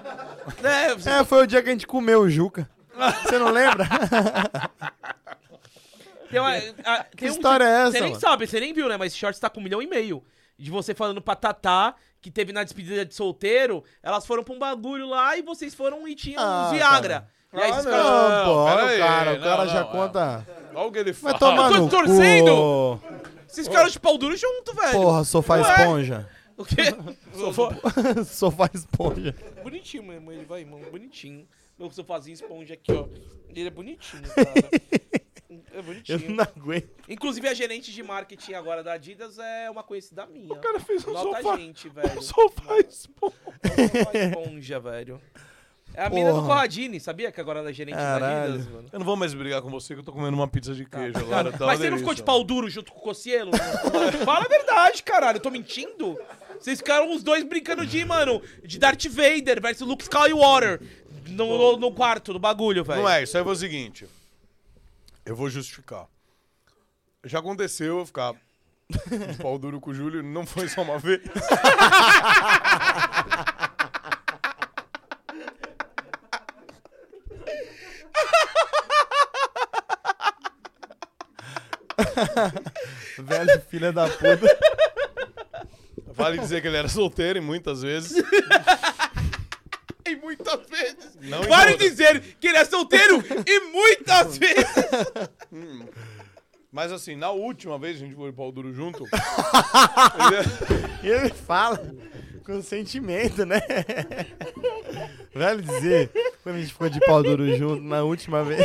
B: É, você
F: É, foi o dia que a gente comeu o Juca. Você não lembra?
B: Tem uma, Então, a- tem um-
F: história é essa,
B: Você nem
F: mano?
B: sabe, você nem viu, né? Mas esse shorts tá com um milhão e meio. De você falando pra Tatá, que teve na despedida de solteiro, elas foram pra um bagulho lá e vocês foram e tinham
F: Ah,
B: uns Viagra. E aí
A: Ah,
B: vocês
A: não.
B: ficaram.
F: Não, pô, olha
A: pera aí,
F: o cara, o
A: não,
F: cara já
A: não,
F: conta.
A: Olha o que ele fala.
F: Vai tomar
B: tô
F: no
B: torcendo.
F: cu.
B: Vocês ficaram de pau duro junto, velho.
F: Porra, sofá
B: Ué.
F: esponja.
B: O quê?
F: sofá esponja.
B: bonitinho mesmo, ele vai, mano. Bonitinho. Meu sofazinho esponja aqui, ó. Ele é bonitinho, cara. É
F: Eu
B: bonitinho.
F: não aguento.
B: Inclusive, a gerente de marketing agora da Adidas é uma conhecida minha. O
A: cara fez um
B: Nota
A: sofá-
B: gente, velho.
A: Sofá esponja.
B: Uma esponja, velho. É a mina do
F: Porra.
B: Corradini, sabia que agora ela é gerente da Adidas, mano?
A: Eu não vou mais brigar com você, que eu tô comendo uma pizza de queijo agora. tá uma
B: Mas você não ficou
A: delícia.
B: de pau duro junto com o Cocielo? Fala a verdade, caralho. Eu tô mentindo? Vocês ficaram os dois brincando de, mano, de Darth Vader versus Luke Skywalker no, no, no quarto do bagulho, velho.
A: Não é, isso aí foi o seguinte. Eu vou justificar. Já aconteceu eu ficar de pau duro com o Júlio, não foi só uma vez.
C: Velho filha da puta.
A: Vale dizer que ele era solteiro e muitas vezes.
B: E muitas vezes.
A: Não
B: Para
A: em todas.
B: de dizer que ele é solteiro e muitas vezes.
A: Mas assim, na última vez que a gente foi de pau duro junto.
F: E ele fala com sentimento, né? Vale dizer, quando a gente ficou de pau duro junto na última vez.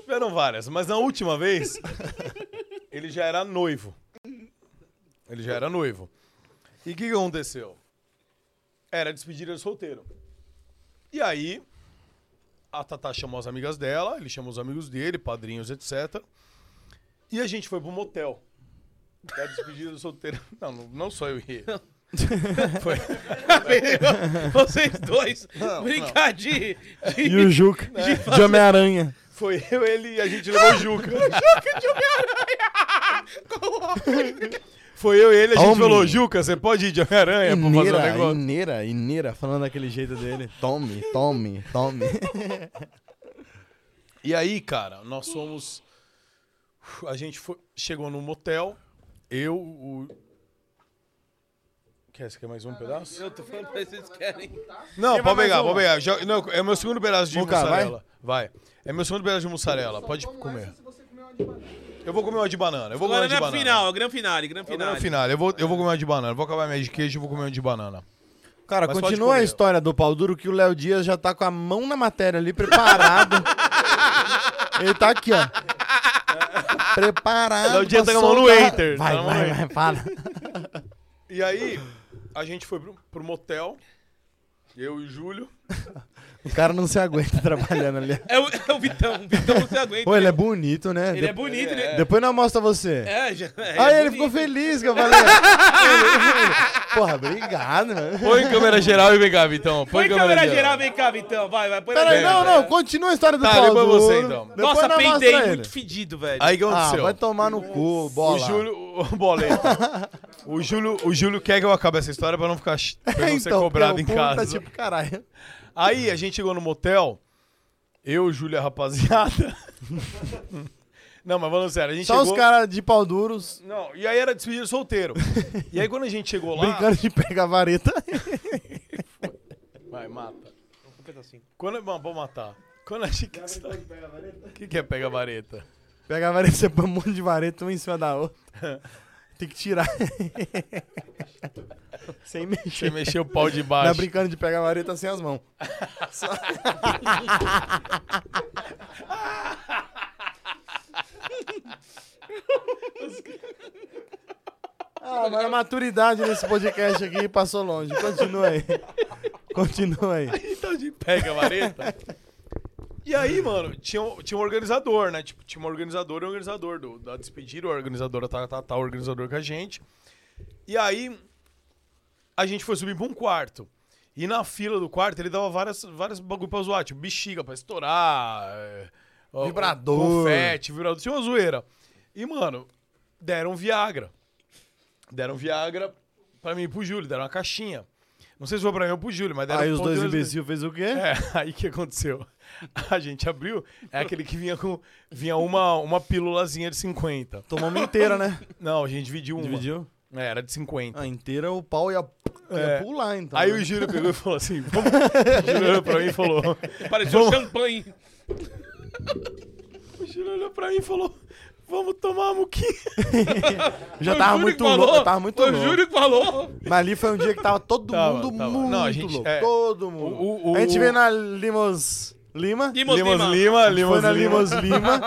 A: Tiveram várias, mas na última vez, ele já era noivo. Ele já era noivo. E o que, que aconteceu? Era despedida de solteiro. E aí, a Tatá chamou as amigas dela, ele chamou os amigos dele, padrinhos, etc. E a gente foi pro motel. Da despedida do solteiro. Não, não, não só eu e ele. Foi.
B: Vocês dois brincar de- de
F: E o Juca, de Homem-Aranha.
A: Foi eu, ele e a gente levou o Juca. o Juca de Homem-Aranha! Foi eu e ele, a gente
F: Homem.
A: falou, Juca, você pode ir de Homem-Aranha pra fazer um
F: Ineira,
A: negócio?
F: Ineira, Ineira, falando daquele jeito dele. Tome, tome, tome.
A: E aí, cara, nós fomos... A gente foi- chegou num motel, eu, o... Quer, você quer mais um pedaço?
B: Eu tô falando pra vocês que querem.
A: Não, pode
F: mais
A: pegar,
F: uma?
A: pode pegar. Já- não, é o meu segundo pedaço de
F: Muca, vai?
A: mussarela. Vai. É meu segundo pedaço de mussarela, pode comer. Eu vou comer uma de banana, eu vou comer
B: Agora
A: uma de
B: na
A: banana.
B: final, grande finale, grande
A: Eu vou comer
B: finale.
A: uma final, eu vou, eu vou comer uma de banana. Vou acabar minha de queijo e vou comer uma de banana.
F: Cara,
A: Mas pode
F: continua a
A: comer.
F: história do pau duro que o Léo Dias já tá com a mão na matéria ali, preparado. Ele tá aqui, ó. Preparado.
A: Léo Dias
F: pra
A: tá com a mão no
F: soltar.
A: enter, tá
F: Vai,
A: na mão
F: vai,
A: no
F: vai, fala.
A: E aí, a gente foi pro, pro motel, eu e o Júlio.
C: O cara não se aguenta trabalhando ali.
B: É o, é o Vitão. O Vitão não se aguenta.
C: Pô, ele é bonito, né?
B: Ele é
C: De-
B: bonito. Ele é,
C: Depois nós mostra você.
B: é, já- é
C: Aí ele
B: bonito.
C: ficou feliz que eu falei. Ele- Porra,
A: né,
C: obrigado, mano.
M: Põe em câmera geral e vem cá, Vitão.
B: Põe câmera geral, vem cá, Vitão. Vai, vai. Põe na
C: Peraí,
B: câmera
C: não,
B: geral.
C: não, continua a história do
A: Tá,
C: pau
A: depois
C: duro.
A: você, então.
C: Depois
B: Nossa,
C: nós mostra
B: peidei
C: ele.
B: muito fedido, velho.
A: Aí o que
C: Ah,
A: aconteceu?
C: vai tomar no cu,
A: o
C: bola.
A: Júlio, o boleto. O Júlio, o Júlio quer que eu acabe essa história pra não ficar ch- pra não ser cobrado
C: porque
A: em
C: o povo tá
A: casa.
C: tipo, caralho.
A: Aí a gente chegou no motel, eu, Júlio e a rapaziada. Não, mas falando sério, a gente
C: Só
A: chegou...
C: os caras de pau duros
A: Não, e aí era despedido solteiro. E aí quando a gente chegou lá...
C: brincando de pegar vareta.
A: Vai, mata. Quando... Bom, vou matar. Quando a gente... O que, que é pega vareta?
C: Pega a vareta, você põe um monte de vareta um em cima da outra. Tem que tirar. Sem
A: Você
C: mexer.
A: mexeu o pau de
C: Tá
A: baixo.
C: brincando de pegar a vareta sem as mãos. Ah, mas a maturidade nesse podcast aqui passou longe. Continua aí. Continua aí.
A: Então de pega a vareta. E aí, mano, tinha, um- tinha um organizador, né? Tipo, tinha um organizador e um organizador do, da despedida, o organizador tá, tá, tá, o organizador com a gente. E aí, a gente foi subir pra um quarto. E na fila do quarto, ele dava várias, várias bagulho pra zoar, tipo, bexiga pra estourar. é, ó,
C: Vibrador.
A: Confete, vibrador. Tinha uma zoeira. E, mano, deram Viagra. Deram Viagra pra mim e pro Júlio, deram uma caixinha. Não sei se foi pra mim ou pro Júlio, mas deram
C: Aí os
A: pra um
C: dois
A: deles-
C: imbecil fez o quê?
A: é, aí que aconteceu? A gente abriu, é aquele que vinha com vinha uma, uma pílulazinha de 50.
C: Tomou uma inteira, né?
A: Não, a gente dividiu uma.
C: Dividiu?
A: É, era de 50.
C: A Ah, inteira, o pau ia, ia
A: É.
C: pular, então.
A: Aí
C: né?
A: o Júlio pegou e falou assim, vamos... O Júlio olhou pra mim e falou...
B: Pareceu
A: Vamos-
B: champanhe.
A: O Júlio olhou pra mim e falou, vamos tomar a muquinha.
C: já
B: Foi o
C: tava
B: Júlio
C: muito
B: que
C: louco.
B: falou.
C: Tava muito
B: Foi o
C: louco.
B: Júlio que falou.
C: Mas ali foi um dia que tava todo
A: Tava,
C: mundo
A: tava.
C: muito
A: Não, a gente-
C: louco.
A: é.
C: Todo mundo.
A: O- o-
C: a gente
A: o-
C: veio na Limos Lima.
B: Limos Lima.
A: Lima,
C: foi na Limos Lima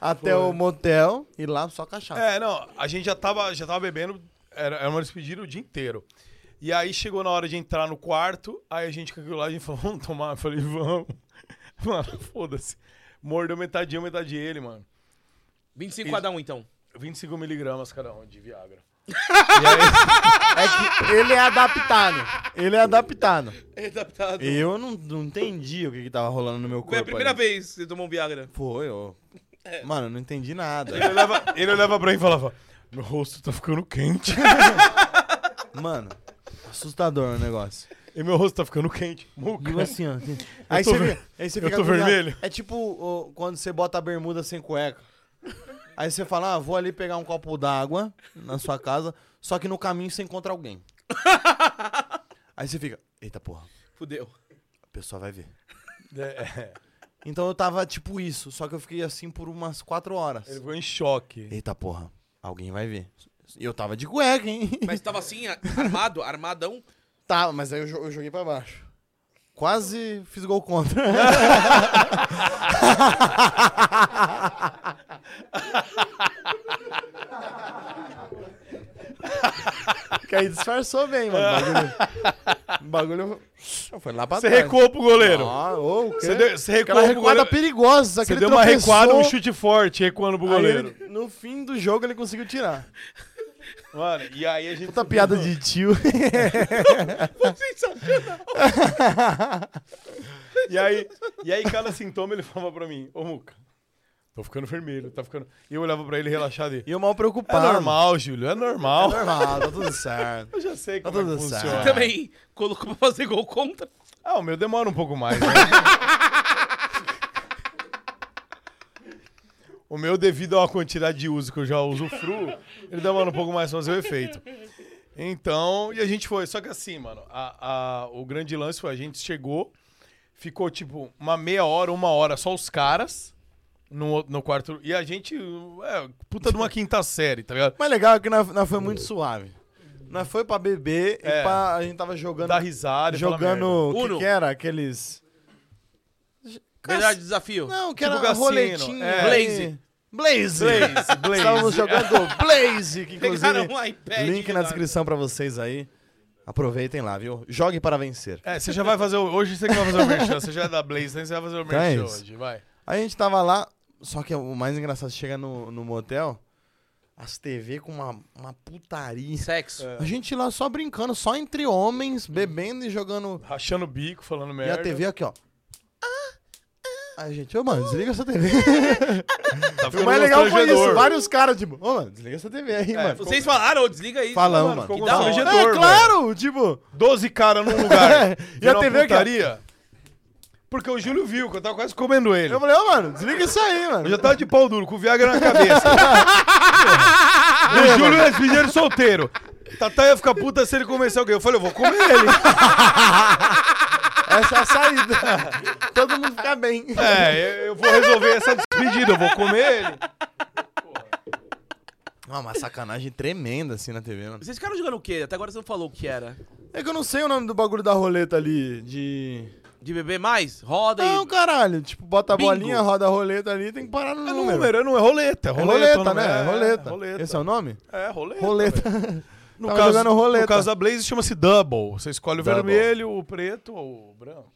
C: até o motel e lá só cachaça.
A: É, não, a gente já tava, já tava bebendo, era, era uma despedida o dia inteiro. E aí chegou na hora de entrar no quarto, aí a gente com aquilo lá, a gente falou, vamos tomar? Eu falei, vamos. Mano, foda-se. Mordeu metadinha, metade ele, mano.
B: 25 cada um, então.
A: 25 miligramas cada um de Viagra.
C: Ele é adaptado. Ele é adaptado.
B: Adaptado.
C: Eu não, não entendi o que, que tava rolando no meu corpo.
B: tá, Foi a primeira
C: ali.
B: vez que você tomou um Viagra.
C: Foi, ô.
A: É.
C: Mano, eu não entendi nada.
A: Ele olhava, ele olhava pra mim e falava, meu rosto tá ficando quente.
C: Mano, assustador o negócio.
A: E meu rosto tá ficando quente. Muca.
C: Digo assim, ó. assim. Aí
A: tô
C: você,
A: ver-
C: fica, aí você
A: eu
C: fica
A: tô
C: agoniado.
A: vermelho.
C: É tipo ô, quando você bota a bermuda sem cueca. Aí você fala, ah, vou ali pegar um copo d'água na sua casa, só que no caminho você encontra alguém. Aí você fica, eita porra,
B: Fudeu.
C: a pessoa vai ver.
A: É, é.
C: Então eu tava tipo isso, só que eu fiquei assim por umas quatro horas.
A: Ele ficou em choque.
C: Eita porra, alguém vai ver. E eu tava de cueca, hein?
B: Mas tava assim, a- armado, armadão.
C: Tá, mas aí eu, jo- eu joguei pra baixo. Quase fiz gol contra. que aí disfarçou bem, mano. O bagulho, o bagulho foi lá pra
A: Você
C: trás.
A: recuou pro goleiro.
C: Ah, ô, o quê?
A: Você deu, você recuou
C: Aquela
A: pro
C: recuada
A: goleiro.
C: perigosa.
A: Você
C: aquele
A: deu uma
C: tropeçou,
A: recuada, um chute forte, recuando pro
C: aí
A: goleiro.
C: ele- no fim do jogo ele conseguiu tirar.
A: Mano, e aí a gente.
C: Puta piada de tio.
A: E aí, e aí cada sintoma ele falava pra mim, ô Muca, tô ficando vermelho, tá ficando. E eu olhava pra ele relaxado e.
C: E eu mal
A: É
C: preocupado.
A: normal, Júlio, é normal.
C: Normal, tá tudo certo.
A: Eu já sei como
C: Tá
A: é que
C: tudo certo.
A: funciona.
B: Também colocou pra fazer gol contra.
A: Ah, o meu demora um pouco mais. Né? o meu, devido à quantidade de uso que eu já uso fru, ele demora um pouco mais pra fazer o efeito. Então, e a gente foi. Só que assim, mano, a- a- o grande lance foi a gente chegou, ficou tipo uma meia hora, uma hora só os caras no, no quarto. E a gente, é, puta de uma quinta série, tá ligado?
C: Mas legal é que nós, nós foi muito suave. Nós foi pra beber
A: Hum. É.
C: e pra, a gente tava jogando.
A: Dá risada, e fala merda.
C: jogando. O que,
B: Uno.
C: que era? Aqueles.
B: Verdade, desafio.
C: Não, que
A: Tipo
C: era
A: cassino,
C: roletinha.
A: é.
C: Blaze. Blaze.
A: Blaze, Blaze.
C: Estávamos jogando Blaze, que
B: Pegaram
C: inclusive.
B: um iPad.
C: Link na descrição pra vocês aí. Aproveitem lá, viu? Jogue para vencer.
A: É, você já vai fazer. o- Hoje você que vai fazer o merchan. Você já é da Blaze, né? Você vai fazer o merchan
C: Então é isso.
A: hoje. Vai.
C: Aí a gente tava lá, só que o mais engraçado, chega no, no motel, as TV com uma, uma putaria.
B: Sexo.
C: A gente lá só brincando, só entre homens, bebendo e jogando.
A: Rachando o bico, falando
C: E
A: merda.
C: a TV aqui, ó. Aí, gente, ô, mano, desliga essa TV.
A: Tá
C: o
A: ficando
C: é mais legal foi
A: constrangedor.
C: isso. Vários caras, tipo, ô, mano, desliga essa TV aí, mano.
B: Vocês falaram, ô, desliga aí.
C: Falamos, É, mano.
A: Ficou
B: Que da hora.
A: constrangedor.
C: É,
A: velho.
C: claro, tipo.
A: 12 caras num lugar.
C: E a é
A: virou
C: TV aqui, ó.
A: putaria. Porque o Júlio viu que eu tava quase comendo ele.
C: Eu falei, ô, mano, desliga isso aí,
A: Eu
C: mano.
A: já tava de pau duro, com o Viagra na cabeça. o Júlio ia despedir ele solteiro. Tatá ia ficar puta se ele começar alguém. Eu falei, eu vou comer ele.
C: Essa é a saída. Todo mundo fica bem.
A: É, eu- eu vou resolver essa despedida, eu vou comer ele.
C: Ah, uma sacanagem tremenda assim na TV, mano.
B: Vocês ficaram jogando o quê? Até agora você não falou o que era.
C: É que eu não sei o nome do bagulho da roleta ali, de...
B: De beber mais? Roda
C: Não,
B: e.
C: caralho, tipo, bota a
B: Bingo.
C: bolinha, roda a roleta ali, tem que parar no
A: É
C: número.
A: número, não é roleta.
C: É roleta,
A: o nome.
C: né? É roleta.
A: É, roleta.
C: Esse é o nome?
A: É, roleta.
C: Roleta.
A: No
C: Tava
A: caso,
C: jogando roleta.
A: No caso da Blaze chama-se Double. Você escolhe o
C: Double.
A: vermelho, o preto ou o branco.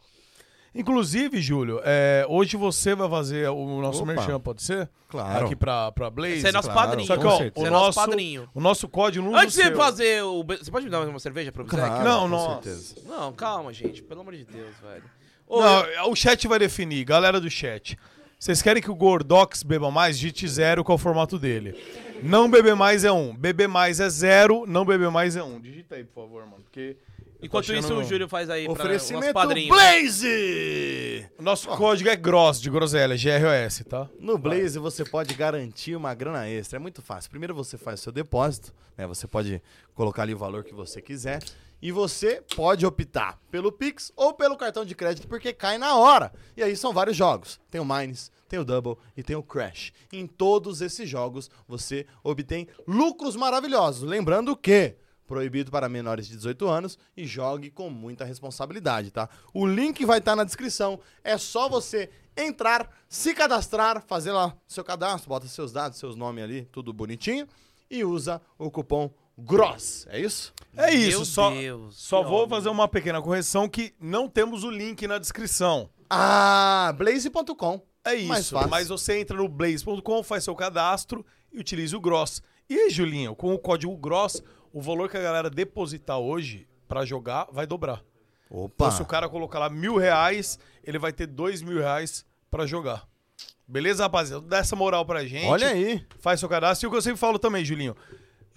A: Inclusive, Júlio, é, hoje você vai fazer o nosso
C: Opa.
A: merchan, pode ser?
C: Claro.
A: Aqui pra, pra Blaze.
B: Você é nosso
C: claro.
B: padrinho.
A: Só que,
C: Com
A: ó,
C: certeza.
A: o
B: Você é nosso
A: nosso,
B: padrinho.
A: o nosso código não é
B: um Antes
A: do
B: de
A: seu.
B: fazer o. be- Você pode me dar mais uma cerveja pra você?
C: Claro,
A: Não,
C: com
A: nossa.
C: certeza.
B: Não, calma, gente. Pelo amor de Deus, velho. Ô,
A: Não, o chat vai definir, galera do chat. Vocês querem que o Gordox beba mais? Digite zero, qual é o formato dele. Não beber mais é um. Beber mais é zero, não beber mais é um. Digita aí, por favor, mano. Porque
B: enquanto
A: tô achando
B: isso, o
A: não.
B: Júlio faz aí pra nosso
C: Oferecimento
B: padrinho.
C: Blaze!
A: o nosso código é gross de groselha, GROS, tá?
C: No Blaze você pode garantir uma grana extra. É muito fácil. Primeiro você faz o seu depósito, né? Você pode colocar ali o valor que você quiser. E você pode optar pelo Pix ou pelo cartão de crédito, porque cai na hora. E aí são vários jogos. Tem o Mines, tem o Double e tem o Crash. Em todos esses jogos você obtém lucros maravilhosos. Lembrando que proibido para menores de 18 anos e jogue com muita responsabilidade, tá? O link vai estar na descrição. É só você entrar, se cadastrar, fazer lá seu cadastro, bota seus dados, seus nomes ali, tudo bonitinho e usa o cupom GROSS. É isso?
A: É isso,
B: Meu
A: só,
B: Deus,
A: só
B: que
A: vou
B: homem.
A: fazer uma pequena correção que não temos o link na descrição.
C: Ah, blaze.com.
A: É
C: Mais
A: isso,
C: fácil.
A: mas você entra no blaze.com, faz seu cadastro e utiliza o Gross. E aí, Julinho, com o código Gross, o valor que a galera depositar hoje pra jogar vai dobrar.
C: Opa.
A: Então, se o cara colocar lá mil reais, ele vai ter dois mil reais pra jogar. Beleza, rapaziada? Dá essa moral pra gente.
C: Olha aí.
A: Faz seu cadastro. E o que eu sempre falo também, Julinho.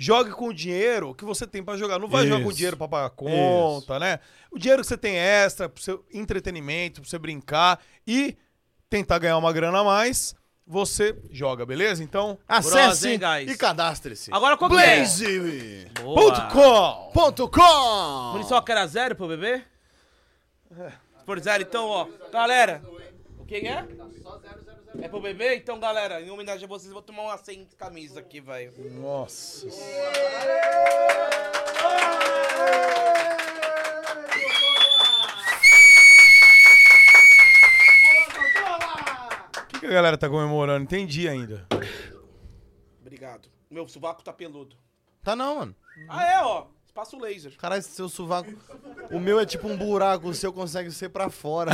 A: Jogue com o dinheiro que você tem pra jogar. Não vai jogar com
C: Isso.
A: dinheiro pra pagar conta, né? O dinheiro que você tem extra pro seu entretenimento, pro você brincar e tentar ganhar uma grana a mais, você joga, beleza? Então,
B: Bros,
C: Acesse
B: hein, guys?
C: e cadastre-se.
B: Agora qual que é?
C: Blaze.com.
B: Boa.
C: Munição.
B: Munição que era zero pro bebê? Se for zero, então, ó. Galera. O que que é? É pro bebê? Então, galera, em homenagem a vocês, eu vou tomar uma sem camisa aqui, velho.
A: nossa. O que, que a galera tá comemorando? Entendi ainda.
B: Obrigado. Meu sovaco tá peludo.
C: Tá não, mano.
B: Ah, é, ó. Espaço laser.
C: Caralho, seu sovaco. O meu é tipo um buraco, o seu consegue ser pra fora.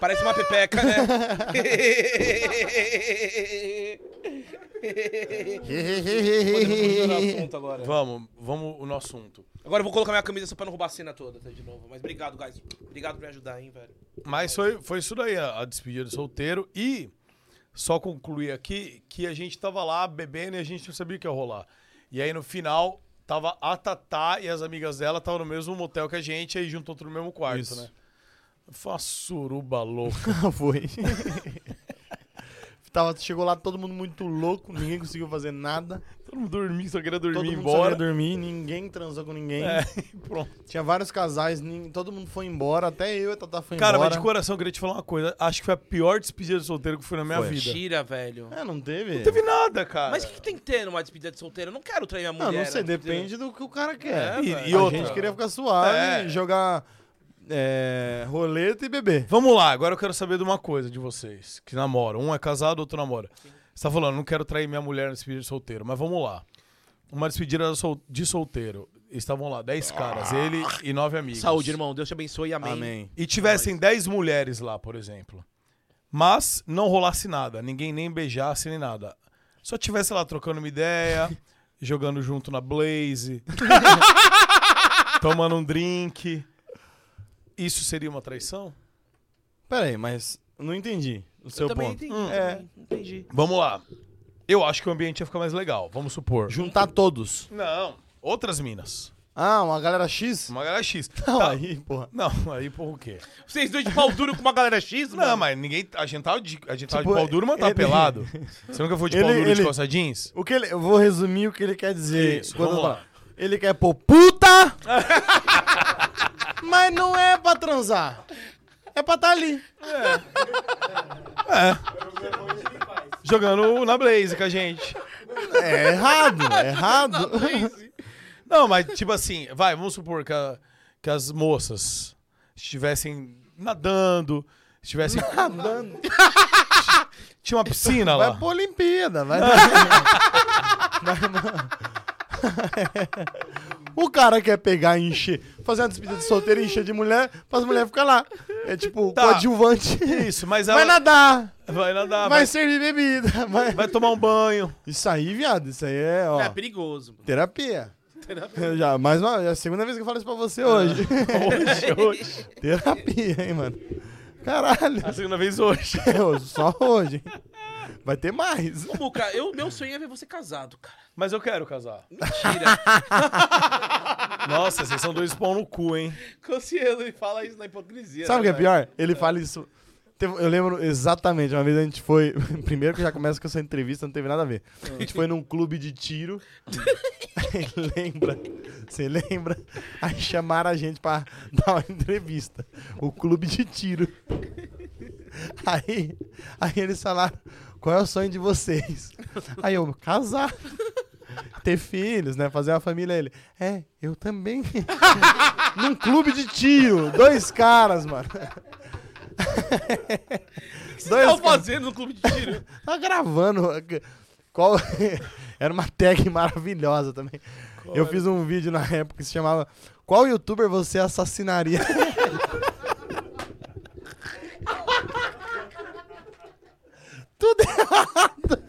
B: Parece uma pepeca, né? Podemos mudar o assunto agora.
A: Vamos, vamos no assunto.
B: Agora eu vou colocar minha camisa só pra não roubar a cena toda, tá? De novo. Mas obrigado, guys. Obrigado por me ajudar, hein, velho.
A: Mas foi, foi isso daí, a, a despedida do solteiro. E só concluir aqui que a gente tava lá bebendo e a gente não sabia o que ia rolar. E aí no final, tava a Tatá e as amigas dela estavam no mesmo motel que a gente, aí juntou tudo no mesmo quarto,
C: Isso.
A: né? Foi uma suruba louca.
C: Foi. Tava, chegou lá todo mundo muito louco, ninguém conseguiu fazer nada.
A: Todo mundo dormindo, só queria
C: todo
A: dormir
C: mundo só
A: embora.
C: ia dormir, ninguém transou com ninguém.
A: É, pronto.
C: Tinha vários casais, nin- todo mundo foi embora, até eu e a Tata foi
A: Cara,
C: embora.
A: mas de coração, eu queria te falar uma coisa. Acho que foi a pior despedida de solteiro que eu fui na minha
C: Foi.
A: vida.
B: Mentira, velho.
C: É, não teve.
A: Não teve nada, cara.
B: Mas o que, que tem que ter numa despedida de solteiro? Eu não quero trair minha
C: Não,
B: mulher.
C: Ah,
B: né?
C: não sei,
B: entendeu?
C: depende do que o cara quer.
A: né? É,
C: E-
A: velho.
C: e a
A: outra.
C: gente queria ficar suave,
A: É.
C: jogar é, roleta e beber.
A: Vamos lá, agora eu quero saber de uma coisa de vocês que namoram. Um é casado, outro namora. Você tá falando, não quero trair minha mulher nesse vídeo de solteiro, mas vamos lá. uma despedida sol- de solteiro. Estavam lá 10 caras, ele e nove amigos.
B: Ah. Saúde, irmão. Deus te abençoe. Amém.
C: Amém.
A: E tivessem 10 mulheres lá, por exemplo. Mas não rolasse nada, ninguém nem beijasse nem nada. Só tivesse lá trocando uma ideia, jogando junto na Blaze, tomando um drink. Isso seria uma traição?
C: Peraí, mas não entendi o seu
B: Eu também
C: ponto.
B: entendi.
A: É.
B: também Entendi.
A: Vamos lá. Eu acho que o ambiente ia ficar mais legal, vamos supor.
C: Juntar todos.
A: Não, outras minas.
C: Ah, uma galera X?
A: Uma galera X.
C: Não,
A: Tá.
C: aí, porra.
A: Não, aí por o quê?
B: Vocês dois de pau duro com uma galera X, mano?
A: Não, mas ninguém. A gente tava de, a gente tava
C: Tipo,
A: de pau duro, mas tava
C: ele-
A: pelado. Você nunca foi de pau
C: Ele-
A: duro de
C: ele-
A: calça jeans?
C: O que ele, eu vou resumir o que ele quer dizer.
A: Isso,
C: Quando
A: vamos
C: eu
A: lá.
C: falo, Ele quer pôr puta, mas não é pra transar. É pra estar ali.
A: Jogando na Blaze com a gente.
C: É errado, é errado.
A: Não, mas tipo assim, vai, vamos supor que, a- que as moças estivessem nadando, estivessem. Nadando. Tinha uma piscina lá.
C: Vai pra Olimpíada, vai dar. O cara quer pegar e encher, fazer uma despedida de solteiro e encher de mulher, pra as mulheres ficar lá. É tipo,
A: Tá.
C: coadjuvante.
A: Isso, mas ela.
C: Vai nadar,
A: Vai nadar, Tá, vai,
C: vai servir bebida, vai...
A: vai tomar um banho.
C: Isso aí, viado, isso aí é, ó,
B: É perigoso. mano.
C: terapia. Eu Já, mais uma, é a segunda vez que eu falo isso pra você hoje. terapia, hein, mano. Caralho,
A: A segunda vez hoje.
C: só hoje, hein. Vai ter mais.
B: Ô, Muca, eu, meu sonho é ver você casado, cara.
A: Mas eu quero casar.
B: Mentira.
A: Nossa, vocês são dois pão no cu, hein?
B: Concielo, ele fala isso na hipocrisia.
C: Sabe o que
B: né,
C: é pior? Ele fala isso. Teve- Eu lembro exatamente, uma vez a gente foi. Primeiro que já começa com essa entrevista, não teve nada a ver. A gente foi num clube de tiro. lembra? Você lembra? Aí chamaram a gente pra dar uma entrevista. O clube de tiro. Aí, aí eles falaram: qual é o sonho de vocês? Aí eu, casar. Ter filhos, né? Fazer uma família. Ele, é, eu também. Num clube de tiro. Dois caras, mano.
B: velho? O que
C: Dois
B: você tá fazendo no clube de tiro?
C: Tá gravando. Qual... Era uma tag maravilhosa também. eu fiz um vídeo na época que se chamava Qual youtuber você assassinaria? Tudo errado.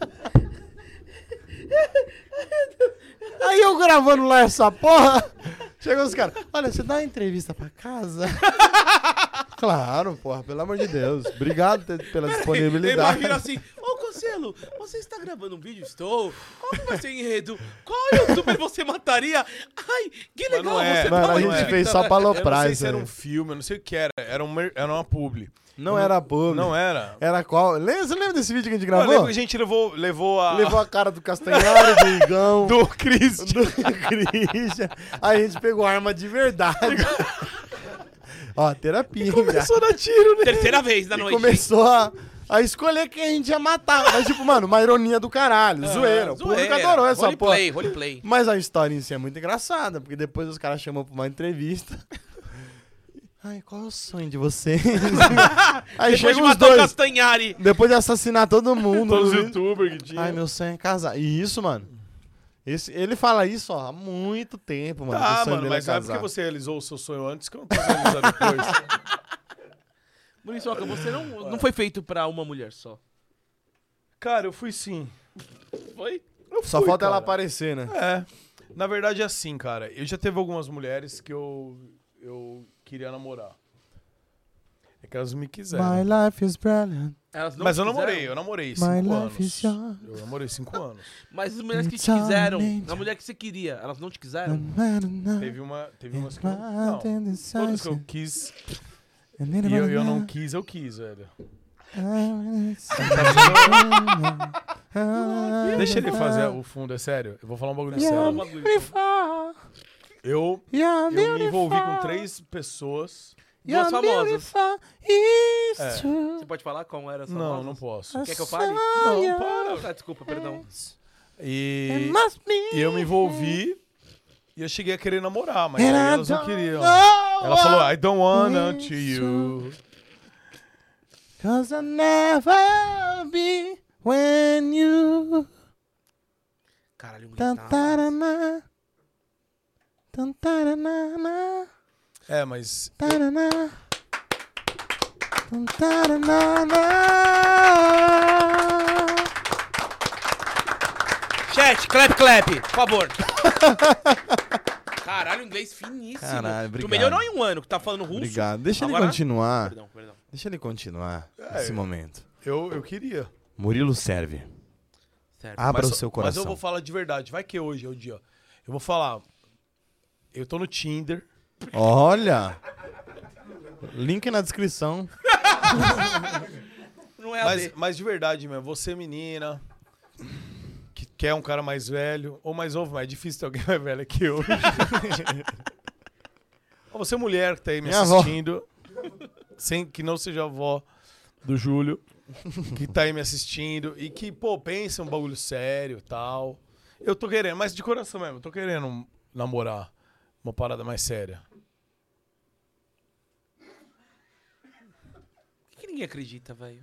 C: Aí eu gravando lá essa porra, chegou os caras. Olha, você dá uma entrevista pra casa? claro, porra, pelo amor de Deus. Obrigado te- pela
B: Ele
C: disponibilidade.
B: imagina assim, ô Concielo, você está gravando um víeo? Estou. Qual que vai ser o enredo? Qual youtuber você mataria? Ai, que
A: Mas
B: legal
A: não é,
B: você
A: mas
B: tá
C: Mano, a
A: não
C: gente
A: é.
C: fez só pra
A: Eu não
C: aloprar
A: sei
C: isso
A: se era
C: aí.
A: um filme, eu não sei o que era. Era, um, mer- era uma publi.
C: Não era público.
A: Não era.
C: Era qual? Lembra- Você lembra desse vídeo que a gente
A: Eu
C: gravou?
A: lembro que a gente levou, levou a.
C: Levou a cara do Castanhari, do Igão, do,
A: do Chris.
C: Christian. Aí a gente pegou arma de verdade. Ó, terapia. hein,
A: Começou a dar tiro, né?
B: Terceira vez da
C: cara?
B: noite.
C: Começou a, a escolher quem a gente ia matar. Mas, tipo, mano, uma ironia do
A: Ah,
C: caralho. zoeira. O público adorou essa porra.
B: roleplay, Roleplay,
C: Mas a história em si é muito engraçada, porque depois os caras chamam pra uma entrevista. Ai, qual é o sonho de vocês?
B: Depois
C: Aí
B: de
C: chegam os
B: matar o
C: dois.
B: Castanhari.
C: Depois de assassinar todo mundo.
A: Todos os youtubers que tinha.
C: Ai, meu sonho é casar. E isso, mano. Esse, ele fala isso, ó, há muito tempo, mano. que o
A: Tá,
C: sonho
A: mano,
C: dele é
A: mas não é porque
C: casar.
A: você realizou o seu sonho antes que eu não posso realizar depois.
B: Muriçoca, você não, não foi feito pra uma mulher só.
A: Cara, eu fui sim.
B: Foi?
C: Só
A: fui,
C: falta ela
A: cara.
C: aparecer, né?
A: É. Na verdade é assim, cara. Eu já teve algumas mulheres que eu, eu queria namorar. É que elas me quiseram.
C: My life is brilliant.
B: Elas não
A: Mas eu
B: quiseram.
A: namorei, eu namorei cinco
C: My life is
A: anos.
C: yours. Ah,
A: Eu namorei cinco anos.
B: Mas as mulheres que te
C: It's all
B: quiseram,
C: nature.
B: a mulher que você queria, elas não te quiseram?
A: Teve uma. Teve umas
C: ah,
A: que eu. Não, todas que
C: assim.
A: eu quis. E eu, eu não quis, eu quis, velho.
C: Ah,
A: Deixa ele fazer o fundo, é sério. Eu vou falar um bagulho
B: Fala um
A: sério.
B: bagulho.
A: Eu, eu me envolvi com três pessoas.
B: Duas famosas.
A: É.
B: Você pode falar qual era essa
A: Não, não posso.
B: Quer que eu fale?
A: Não, para.
B: Ah, desculpa,
C: É.
B: perdão.
A: E, e eu me envolvi e eu cheguei a querer namorar, mas aí
C: And I
A: elas não
C: don't
A: queriam.
C: know
A: Ela falou, I don't wanna
C: it's
A: to you.
C: Cause I'll never be when you.
B: Caralho, um
C: tá.
B: gritava.
C: Tantaraná. Tantaraná.
A: É, mas.
C: Taraná. Tantaraná.
B: Chat, clap, clap, por favor. Caralho, inglês finíssimo.
C: Caralho, obrigado.
B: Tu melhorou em um ano que tá falando russo.
C: Obrigado. Deixa ele
B: Agora-
C: continuar.
B: Perdão, perdão.
C: Deixa ele continuar esse
A: eu-
C: momento.
A: Eu, eu queria.
C: Murilo serve.
B: Serve.
C: Abra
A: Mas-
C: o seu
A: Mas eu
C: coração.
A: vou falar de verdade. Vai que hoje é o dia. Eu vou falar. Eu tô no Tinder.
C: Olha! Link na descrição.
B: Não é a
A: Mas,
B: D.
A: mas de verdade mesmo, você menina que quer um cara mais velho ou mais novo, mas é difícil ter alguém mais velho que eu. ou você mulher que tá aí me
C: Minha avó.
A: assistindo, sem que não seja a avó do Júlio, que tá aí me assistindo e que, pô, pensa um bagulho sério e tal. Eu tô querendo, mas de coração mesmo, eu tô querendo namorar uma parada mais séria.
B: Por que ninguém acredita, velho?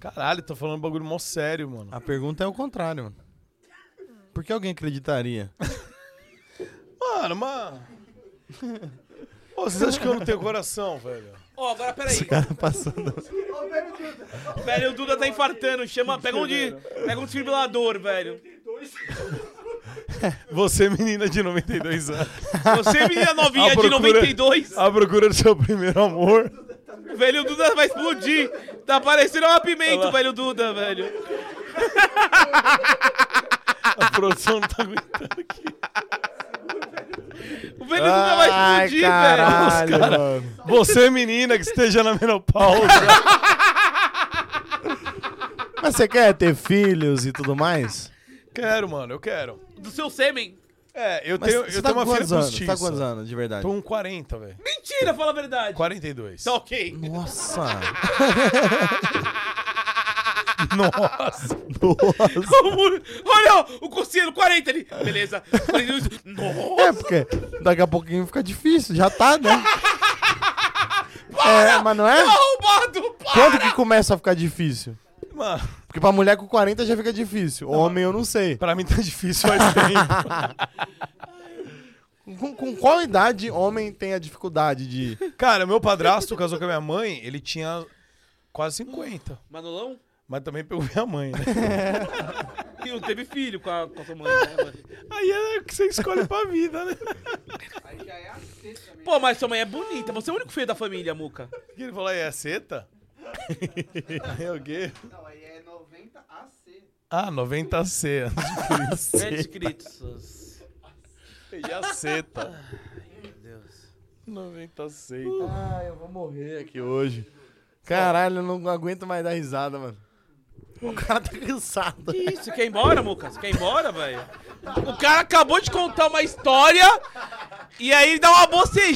A: Caralho, tô falando um bagulho mó sério, mano.
C: A pergunta é o contrário, mano. Por que alguém acreditaria?
A: Mano, mano. Pô, vocês acham que eu não tenho coração, velho?
B: Ó, agora peraí.
C: Cara tá passando.
B: Velho, o Duda tá infartando. Chama, pega um de. Pega um desfibrilador, velho.
A: Você, menina de 92 anos,
B: Você, menina novinha
A: A
B: de
A: procura-
B: 92,
A: à procura do seu primeiro amor.
B: velho, o Duda vai explodir. Tá parecendo uma pimenta, o velho Duda, velho.
A: A produção não tá aguentando.
B: O velho Duda vai explodir, velho.
F: Caralho, mano.
A: Você, menina que esteja na menopausa.
C: Mas você quer ter filhos e tudo mais?
A: Quero, mano, eu quero.
B: Do seu sêmen.
A: É, eu
C: Mas
A: tenho,
C: você
A: eu
C: tá
A: tenho uma
C: com
A: filha
C: quantos anos? Você
A: postiça.
C: tá com quantos anos, de verdade?
A: Tô com 40, velho. Então,
B: Mentira, fala a verdade.
A: 42.
B: Tá ok.
C: Nossa!
A: Nossa.
C: Nossa!
B: Olha, ó, o Cossino, 40 ali. Beleza. 42. Nossa.
C: É, porque daqui a pouquinho fica difícil, já tá, né? É, mas não é?
B: Arrombado, pá.
C: Quando que começa a ficar difícil?
A: Mano,
C: Porque pra mulher com 40 já fica difícil. Homem, eu não sei.
A: pra mim tá difícil faz tempo.
C: Com, com qual idade homem tem a dificuldade de.
A: Cara, meu padrasto casou com a minha mãe, ele tinha quase 50.
B: Manolão?
A: Mas também pegou minha mãe, né?
B: Que não teve filho com a, com a sua mãe, né, mano?
A: Aí é o que você escolhe pra vida, né?
B: Pô, mas sua mãe é bonita. Você é o único feio da família, Muca.
A: E ele falou, aí é seta? aí é o quê?
N: Não, aí é 90 AC.
A: Ah, 90C.
B: Sete inscritos.
A: E a seta.
B: Meu Deus.
A: 90C.
C: Ah, eu vou morrer aqui hoje. Caralho, eu não aguento mais dar risada, mano. O cara tá cansado.
B: Que isso? Você quer ir embora, Muca? Você quer ir embora, velho? O cara acabou de contar uma história e aí ele dá uma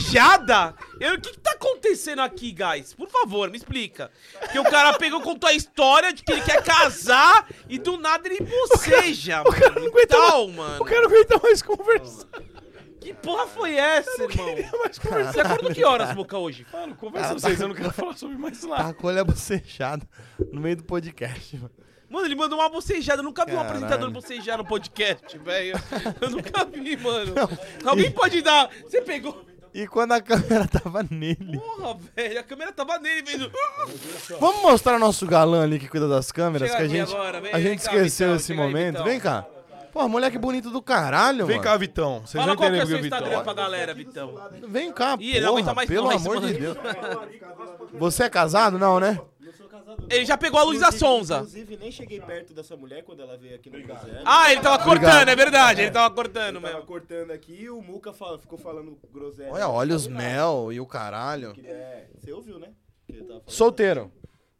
B: bocejada. Eu, o que, que tá acontecendo aqui, guys? Por favor, me explica. Que o cara pegou, contou a história de que ele quer casar e do nada ele boceja, mano. e tal, mano.
A: Eu quero aguentar mais conversa.
B: Que porra foi essa, irmão? Você acordou que horas, Muca, hoje?
A: Mano, conversa com vocês, eu não quero falar sobre mais nada.
C: Tacou a bocejada no meio do podcast, mano.
B: Mano, ele mandou uma bocejada. Eu nunca vi um
C: Caralho.
B: apresentador bocejar no podcast, velho. Eu nunca vi, mano. Alguém pode dar. Você pegou.
C: E quando a câmera tava nele.
B: Porra, velho. A câmera tava nele, velho.
C: Vamos mostrar nosso galã ali que cuida das câmeras,
B: Chega
C: que a
B: aqui
C: gente,
B: agora, vem,
C: a
B: vem
C: gente
B: cá,
C: esqueceu
B: Vitão,
C: esse
B: chega aí,
C: momento.
B: Vitão.
C: vem cá. Pô, moleque bonito do caralho,
A: Vem cá,
C: mano.
A: Vitão. Vocês
B: Fala
A: não
B: qual que é
A: entenderam o que
B: o seu
A: é Vitão.
B: Instagram pra galera, Vitão.
C: Vem cá,
B: Ih, ele não
C: porra,
B: aguenta mais não,
C: pelo
B: vai em
C: amor
B: cima
C: de
B: dele.
C: Deus. Você é casado? Não, né?
B: Ele já pegou a Luísa Sonza.
N: Inclusive, nem cheguei perto da sua mulher quando ela veio aqui no Cruzeiro.
B: Ah, ele tava cortando, é verdade. Ele tava cortando
N: Tava
B: mesmo.
N: cortando aqui e o Muca fala- ficou falando groselha.
C: Olha, olha os mel e o caralho.
N: É, você ouviu, né? Que ele tava falando.
C: Solteiro.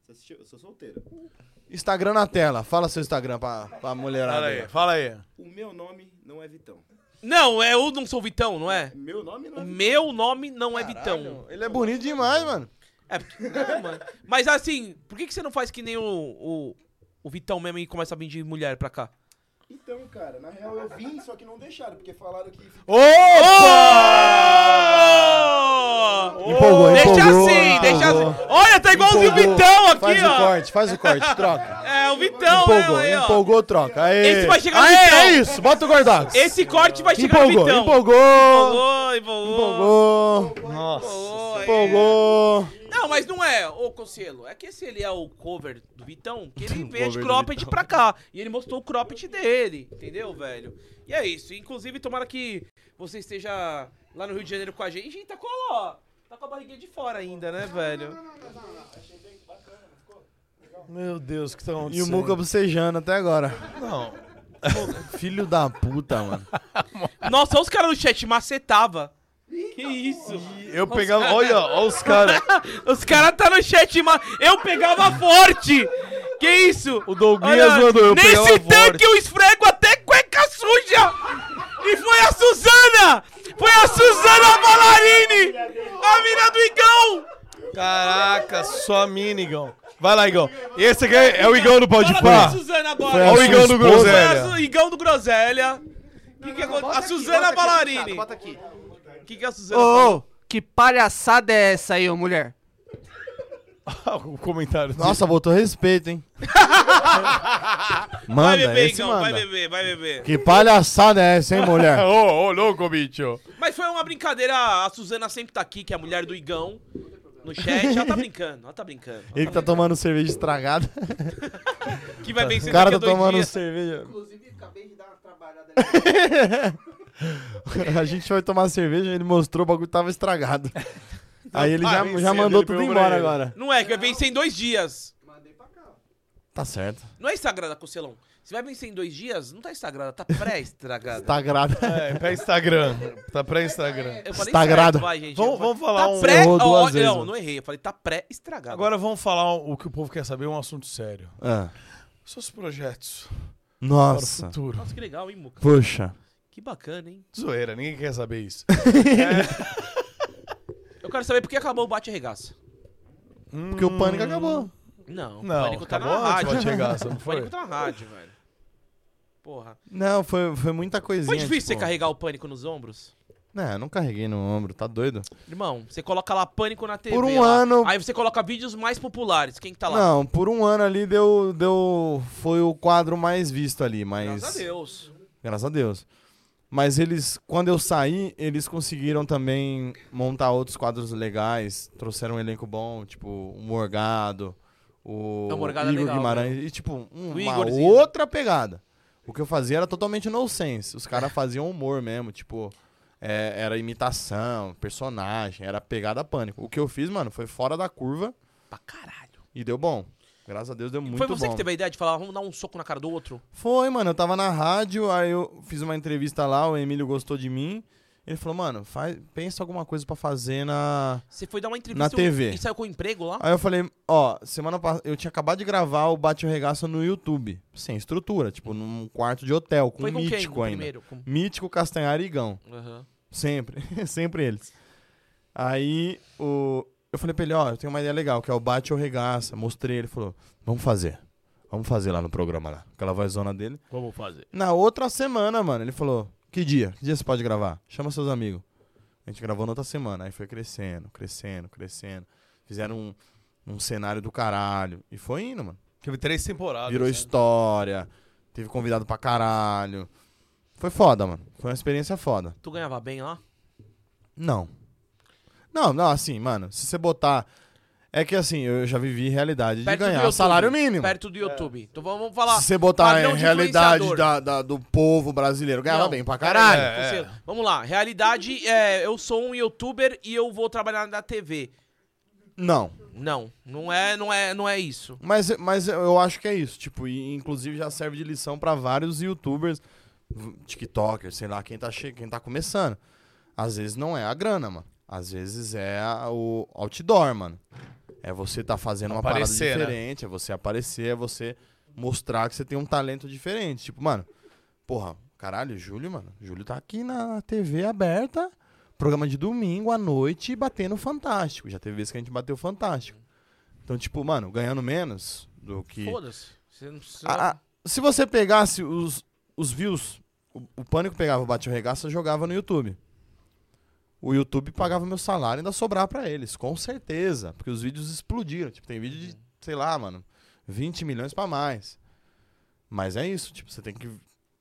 N: Você assistiu? Eu sou solteiro.
C: Instagram na tela. Fala seu Instagram pra, pra mulherada.
A: Fala
C: aí.
A: aí, fala aí.
N: O meu nome não é Vitão.
B: Não, é o Não Sou Vitão, não é?
N: Meu nome não
B: O
N: é
B: meu nome não é Vitão.
C: Ele é bonito demais, mano.
B: É porque. Não, mano. Mas assim, por que, que você não faz que nem o, o, o Vitão mesmo e começa a vir de mulher pra cá?
N: Então, cara, na real eu vim, só que não deixaram, porque falaram que.
A: Opa!
C: Empolgou,
B: Deixa
C: empolgou,
B: assim, deixa
C: empolgou.
B: assim. Olha, tá igualzinho o
C: Empolgou.
B: Vitão aqui,
C: Faz o
B: ó.
C: corte, faz o corte, troca.
B: É, o Vitão,
C: empolgou,
B: é, aí, ó.
C: empolgou, troca. Aê.
B: Esse vai chegar no
C: Aê,
B: Vitão.
C: é isso, bota o Gordox.
B: Esse corte vai chegar
C: Empolgou,
B: no Vitão. Empolgou,
C: empolgou,
B: empolgou.
C: empolgou,
B: empolgou, é.
C: empolgou.
B: Não, mas não é, ô Conselho. É que esse ele é o cover do Vitão, que ele veio de
C: cover do
B: cropped
C: Vitão.
B: pra cá. E ele mostrou o cropped dele, entendeu, velho? E é isso. Inclusive, tomara que você esteja lá no Rio de Janeiro com a gente. Gente, tá com a, ó, tá com a barriguinha de fora ainda, né, velho?
A: Meu Deus, o que tá
C: E
A: acontecendo?
C: o Muca bocejando até agora.
A: Não.
C: Filho da puta, mano.
B: Nossa, olha os caras no chat, macetava. Que isso?
A: Eu pegava. Olha, olha os caras.
B: Os caras tá no chat, mas eu pegava forte. Que isso?
A: O Douglas
B: Olha,
A: mandou eu pegar
B: Nesse
A: uma forte.
B: tanque eu esfrego até cueca suja. E foi a Suzana. Foi a Suzana Ballarini. A mina do Igão.
A: Caraca, só mini, Igão. Vai lá, Igão. Esse aqui é o Igão do Pode
B: Parabéns,
A: Pá.
B: Suzana, bora.
A: Olha o
C: sua
A: Igão do
C: esposa.
B: Foi a
A: Groselha.
B: Su- Igão do Groselha. Que que aconte- a Suzana Ballarini.
J: Bota aqui.
B: O que, que a Suzana
J: Ô, ô,
B: falou?
J: que palhaçada é essa aí, ô mulher?
A: o comentário.
C: Nossa, botou respeito, hein? manda,
B: Vai beber,
C: esse
B: Igão.
C: manda.
B: Vai beber, vai beber.
C: Que palhaçada é essa, hein, mulher?
A: Ô, ô, louco, bicho.
B: Mas foi uma brincadeira, a Suzana sempre tá aqui, que é a mulher do Igão, no chat. Ela tá brincando, ela tá brincando.
C: Ele que tá tomando cerveja estragada.
B: Que vai vencer
C: O cara
B: daqui a
C: tá
B: dois
C: tomando
B: dias.
C: cerveja.
J: Inclusive, acabei de dar uma trabalhada
C: A gente foi tomar cerveja, ele mostrou o bagulho tava estragado. Aí Ah, ele já,
A: parei
C: já
A: cedo,
C: mandou
A: ele
C: tudo
A: pegou
C: embora
A: pra ele.
C: agora.
B: Não é, que vai vencer em dois dias.
C: Tá certo.
B: Não é estragada, Cocelão. Se vai vencer em dois dias, não tá estragada, tá pré-estragada.
C: Tá grado.
A: É, pra Instagram. Tá pra Instagram.
B: Eu falei
C: Estragada.
B: certo, vai, gente.
A: Vamos,
B: Eu falei-
A: vamos falar
B: Tá
A: um.
B: pré...
C: Errou
B: ó,
C: duas
B: ó,
C: vezes,
B: não,
C: mano.
B: não errei. Eu falei, tá pré-estragada.
A: Agora vamos falar o que o povo quer saber, um assunto sério. Seus projetos para o
C: É. Nossa.
A: futuro.
B: Nossa, que legal, hein, Muca?
C: Puxa.
B: Que bacana, hein?
A: Zoeira, ninguém quer saber isso.
B: Eu quero saber por que acabou o bate-regaça.
C: Porque o
B: Hum.
C: pânico acabou.
B: Não,
A: Hum, Não,
B: o pânico tá na
A: acabou antes do
B: rádio.
A: Bate-Regaça, não
B: O
A: foi?
B: pânico tá na rádio, velho. Porra.
C: Não, foi, foi muita coisinha.
B: Foi difícil você
C: tipo-
B: carregar o pânico nos ombros?
C: Não, eu não carreguei no ombro, tá doido?
B: Irmão, você coloca lá pânico na TV.
C: Por um
B: lá.
C: ano-
B: Aí você coloca vídeos mais populares. Quem que tá lá?
C: Não, por um ano ali deu, deu. Foi o quadro mais visto ali, mas.
B: Graças a Deus.
C: Graças a Deus. Mas eles, quando eu saí, eles conseguiram também montar outros quadros legais, trouxeram um elenco bom, tipo o Morgado, o
B: É, o Morgado é
C: Igor
B: legal,
C: Guimarães, e tipo, um-
B: O assim,
C: uma
B: Igorzinho.
C: outra pegada. O que eu fazia era totalmente nonsense. Os caras faziam humor mesmo, tipo, é, era imitação, personagem, era pegada pânico. O que eu fiz, mano, foi fora da curva
B: Pra caralho.
C: e deu bom. Graças a Deus deu muito
B: Foi você
C: bom.
B: que teve a ideia de falar, vamos dar um soco na cara do outro?
C: Foi, mano. Eu tava na rádio, aí eu fiz uma entrevista lá, o Emílio gostou de mim. Ele falou, mano, faz, pensa alguma coisa pra fazer na.
B: Você foi dar uma entrevista
C: Na Ah,
B: e-
C: TV.
B: e saiu com emprego lá?
C: Aí eu falei, ó, semana passada. Eu tinha acabado de gravar o Bate o Regaço no YouTube. Sem estrutura, tipo, num quarto de hotel, com
B: foi com
C: mítico
B: quem
C: ainda.
B: primeiro? Com...
C: Mítico, Castanhar e Igão.
B: Aham.
C: Sempre, sempre eles. Aí o... eu falei pra ele, ó, eu tenho uma ideia legal, que é o Bate ou Regaça. Mostrei, ele falou, vamos fazer. Vamos fazer lá no programa lá. Aquela vozona dele. Vamos fazer. Na outra semana, mano, ele falou, que dia? Que dia você pode gravar? Chama seus amigos. A gente gravou na outra semana. Aí foi crescendo, crescendo, crescendo. Fizeram um, um cenário do caralho. E foi indo, mano.
A: Teve três temporadas.
C: Virou
A: né?
C: história. Teve convidado pra caralho. Foi foda, mano. Foi uma experiência foda.
B: Tu ganhava bem lá?
C: Não. Não, não, assim, mano, se você botar. É que assim, eu já vivi realidade de
B: Perto do
C: ganhar
B: YouTube.
C: salário mínimo.
B: Perto do YouTube. Então vamos falar.
C: Se você botar
B: padrão
C: em
B: de
C: realidade
B: influenciador.
C: da- da- do povo brasileiro, ganhava
B: Não,
C: bem pra
B: pera aí,
C: caralho.
B: Conselho. Vamos lá. Realidade é, eu sou um youtuber e eu vou trabalhar na TV.
C: Não.
B: Não, não é, não é, não é isso.
C: Mas, mas eu acho que é isso. Tipo, e inclusive já serve de lição pra vários youtubers, v- TikTokers, sei lá, quem tá, che quem tá começando. Às vezes não é a grana, mano. Às vezes é a- o outdoor, mano. É você tá fazendo uma
A: Aparecer, né?
C: parada diferente, é você aparecer, é você mostrar que você tem um talento diferente. Tipo, mano, porra, caralho, Júlio, mano. Júlio tá aqui na TV aberta, programa de domingo à noite, batendo fantástico. Já teve vezes que a gente bateu fantástico. Então, tipo, mano, ganhando menos do que.
B: Foda-se. Você não precisa.
C: A- a- se você pegasse os, os views, o, o pânico pegava o bate o regaça e jogava no YouTube. o YouTube pagava meu salário e ainda sobrava pra eles, com certeza. Porque os vídeos explodiram. Tipo, tem vídeo
A: Uhum.
C: de, sei lá, mano, 20 milhões pra mais. Mas é isso, tipo, você tem que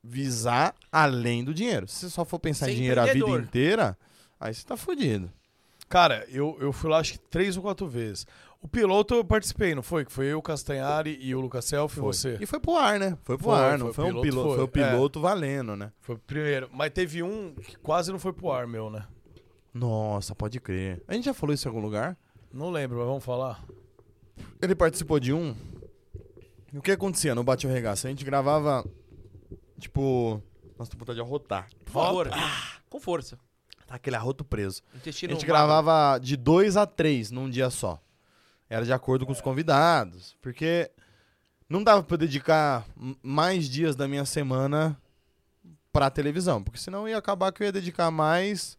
C: visar além do dinheiro. Se você só for pensar
B: Ser
C: em dinheiro a vida
B: empreendedor.
C: inteira, aí você tá fudido.
A: Cara, eu, eu fui lá acho que três ou quatro vezes. O piloto eu participei, não foi? Que foi eu, Castanhari e o Lucas Self e
C: Foi.
A: você.
C: E foi pro ar, né? Foi pro
A: Foi,
C: ar,
A: foi,
C: não foi,
A: o
C: um
A: piloto
C: piloto,
A: foi. É.
C: foi o piloto valendo, né?
A: Foi o primeiro. Mas teve um que quase não foi pro ar, meu, né?
C: Nossa, pode crer. A gente já falou isso em algum lugar?
A: Não lembro, mas vamos falar.
C: Ele participou de um. E o que acontecia no Bate o Regaço? A gente gravava, tipo... Nossa, tô com vontade de arrotar.
B: Por favor. Com força.
C: Tá aquele arroto preso. A
B: Intestino
C: gente
B: magro.
C: gravava de dois a três num dia só. Era de acordo com os convidados. Porque não dava pra eu dedicar m- mais dias da minha semana pra televisão. Porque senão ia acabar que eu ia dedicar mais.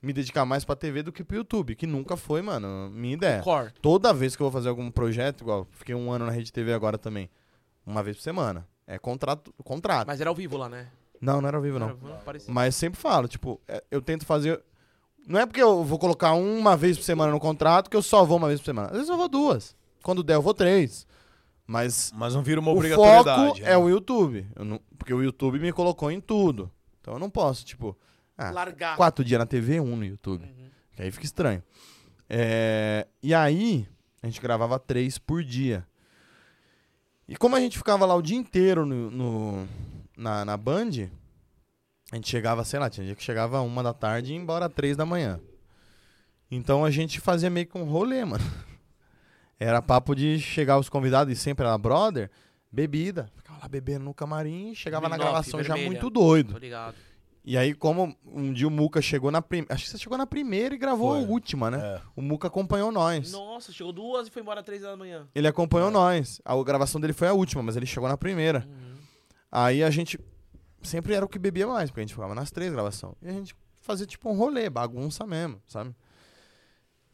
C: Me dedicar mais pra TV do que pro YouTube. Que nunca foi, mano, minha ideia.
B: um Core.
C: Toda vez que eu vou fazer algum projeto, igual fiquei um ano na Rede TV agora também. Uma vez por semana. É contrato. contrato.
B: Mas era ao vivo lá, né?
C: Não, não era ao vivo, não.
B: Era, um parecia.
C: Mas sempre falo, tipo, é, eu tento fazer. Não é porque eu vou colocar uma vez por semana no contrato que eu só vou uma vez por semana. Às vezes eu vou duas. Quando der, eu vou três. Mas
A: Mas não vira uma
C: o
A: obrigatoriedade. né?
C: foco é o YouTube. Eu não- porque o YouTube me colocou em tudo. Então eu não posso, tipo, ah,
B: Largar.
C: quatro dias na TV, um no YouTube. Que aí fica estranho. É, e aí, a gente gravava três por dia. E como a gente ficava lá o dia inteiro no, no- na, na Band, a gente chegava, sei lá, tinha dia que chegava uma da tarde e ia embora três da manhã. Então a gente fazia meio que um rolê, mano. Era papo de chegar os convidados e sempre era brother, bebida. Ficava lá bebendo no camarim, chegava na
B: Minoff,
C: gravação já
B: vermelha.
C: muito doido.
B: Tô ligado.
C: E aí, como um dia o Muca chegou na primeira. Acho que você chegou na primeira e gravou a última, né? O Muca acompanhou nós.
B: Nossa, chegou duas e foi embora às três da manhã.
C: Ele acompanhou nós. A gravação dele foi a última, mas ele chegou na primeira. Aí a gente sempre era o que bebia mais, porque a gente ficava nas três gravações. E a gente fazia tipo um rolê, bagunça mesmo, sabe?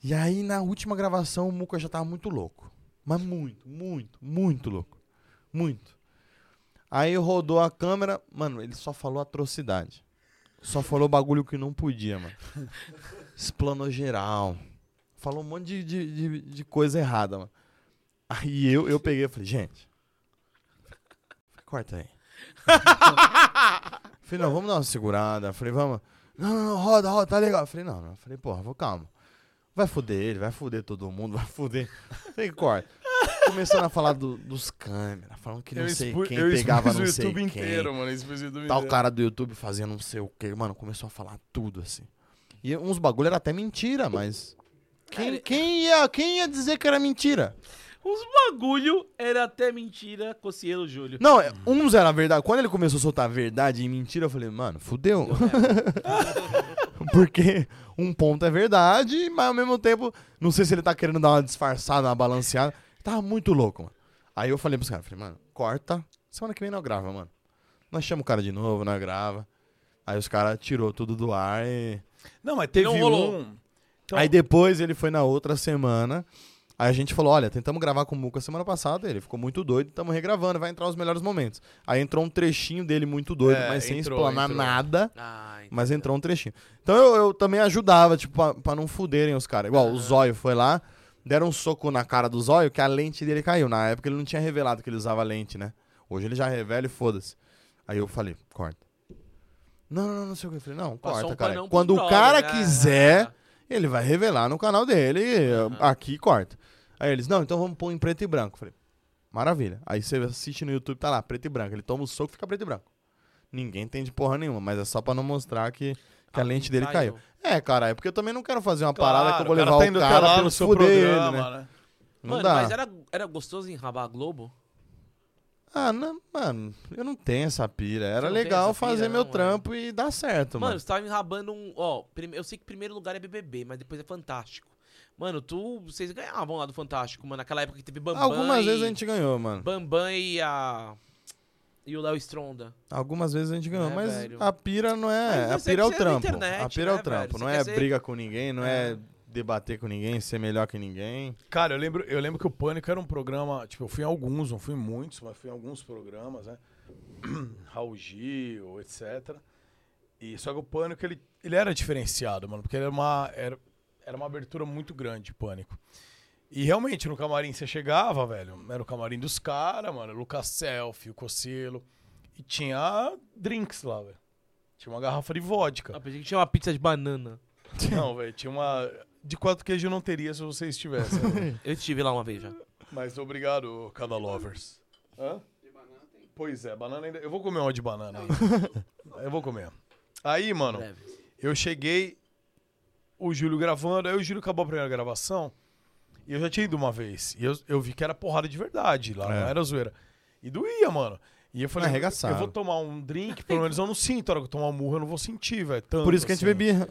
C: E aí na última gravação o Muca já tava muito louco. Mas muito, muito, muito louco. Muito. Aí rodou a câmera, mano, ele só falou atrocidade. Só falou bagulho que não podia, mano. Explanou geral. Falou um monte de, de, de- de coisa errada, mano. Aí eu, eu peguei e falei, gente. Corta aí. falei, não, vamos dar uma segurada. Falei, vamos. Não, não, não, roda, roda, tá legal. Falei, não, não. Falei, porra, vou calma. Vai foder ele, vai foder todo mundo, vai foder. Falei, corta. Começando a falar do- dos câmeras, falando que não sei
A: expu-
C: quem
A: eu
C: pegava
A: expus
C: não
A: o
C: sei
A: YouTube
C: quem.
A: inteiro, mano. Eu expus o YouTube
C: Tal
A: inteiro.
C: Tá cara do YouTube fazia não sei o que, mano, começou a falar tudo assim. E uns bagulho era até mentira, mas. Quem, quem, ia, quem ia dizer que era mentira?
B: Os bagulho era até mentira, Cocielo Júlio.
C: Não, é, uns era verdade. Quando ele começou a soltar verdade e mentira, eu falei, mano, fudeu. Porque um ponto é verdade, mas ao mesmo tempo, não sei se ele tá querendo dar uma disfarçada, uma balanceada. Tava muito louco, mano. Aí eu falei pros caras, falei, mano, corta. Semana que vem não grava, mano. Nós chamamos o cara de novo, nós grava. Aí os caras tirou tudo do ar e.
A: Não, mas teve
B: Não rolou.
A: um. Então-
C: Aí depois ele foi na outra semana. Aí a gente falou: olha, tentamos gravar com o Muca semana passada, ele ficou muito doido, estamos regravando, vai entrar os melhores momentos. Aí entrou um trechinho dele muito doido,
A: É,
C: mas sem
A: entrou,
C: explanar
A: entrou.
C: nada.
B: Ah, entendi.
C: Mas entrou um trechinho. Então eu, eu também ajudava, tipo, pra, pra não fuderem os caras. Igual, o Zóio foi lá, deram um soco na cara do Zóio que a lente dele caiu. Na época ele não tinha revelado que ele usava lente, né? Hoje ele já revela e foda-se. Aí eu falei, corta. Não, não, não, não sei o que. Eu falei, não,
B: Passou
C: corta,
B: um
C: cara.
B: panão pro
C: Quando o
B: brother,
C: cara
B: né?
C: quiser, ele vai revelar no canal dele, e, aqui corta. Aí eles, não, então vamos pôr em preto e branco. Eu falei, maravilha. Aí você assiste no YouTube, tá lá, preto e branco. Ele toma o soco e fica preto e branco. Ninguém entende porra nenhuma, mas é só pra não mostrar que, que
B: Ah,
C: a
B: tá
C: lente dele caiu. É, cara, é porque eu também não quero fazer uma parada que eu vou levar o
B: tá
A: tá
C: cara, pelo fuder ele, né? Não
B: Mano,
C: dá.
B: mas é- era, era gostoso enrabar a Globo?
C: Ah, não, mano, eu não tenho essa pira. Era
B: não tem
C: legal
B: essa pira,
C: fazer meu
B: não, é.
C: trampo e dar certo,
B: Mano,
C: mano.
B: você tava enrabando um. Ó, prime- eu sei que primeiro lugar é BBB, mas depois é Fantástico. Mano, tu. Vocês ganhavam lá do Fantástico, mano. Naquela época que teve Bambam.
C: Algumas
B: e-
C: vezes a gente ganhou, mano.
B: Bambam e a. E o Léo Stronda.
C: Algumas vezes a gente ganhou,
B: É,
C: mas
B: velho.
C: a pira não
B: Mas
C: é. A
B: você
C: pira é o
B: precisa da
C: trampo.
B: internet,
C: a pira é
B: né,
C: o trampo.
B: velho?
C: Não
B: Você
C: é
B: quer ser-
C: briga com ninguém, não é debater com ninguém, ser melhor que ninguém.
A: Cara, eu lembro, eu lembro que o Pânico era um programa. Tipo, eu fui em alguns, não fui em muitos, mas fui em alguns programas, né? Raul Gil, etc. E só que o Pânico, ele, ele era diferenciado, mano, porque era uma, era, era uma abertura muito grande, Pânico. E realmente, no camarim você chegava, velho, era o camarim dos caras, mano, Lucas Selfie, o Cocelo, e tinha drinks lá, velho. Tinha uma garrafa de vodka.
B: Eu Ah, pensei que tinha uma pizza de banana.
A: Ah, Não, velho, tinha uma... De quatro queijos não teria se você estivesse. né?
B: Eu estive lá uma vez já.
A: Mas obrigado, cada lovers. Hã? Pois é, banana ainda. Eu vou comer uma de banana. ainda. eu vou comer. Aí, mano, eu cheguei, o Júlio gravando, aí o Júlio acabou a primeira gravação, e eu já tinha ido uma vez. E eu, eu vi que era porrada de verdade
C: É.
A: lá, não era zoeira. E doía, mano. E eu falei,
C: Arregaçaram.
A: eu vou tomar um drink, pelo menos eu não sinto. A hora que eu tomar um murro, eu não vou sentir, velho. tanto
C: Por isso que a gente
A: assim.
C: bebia.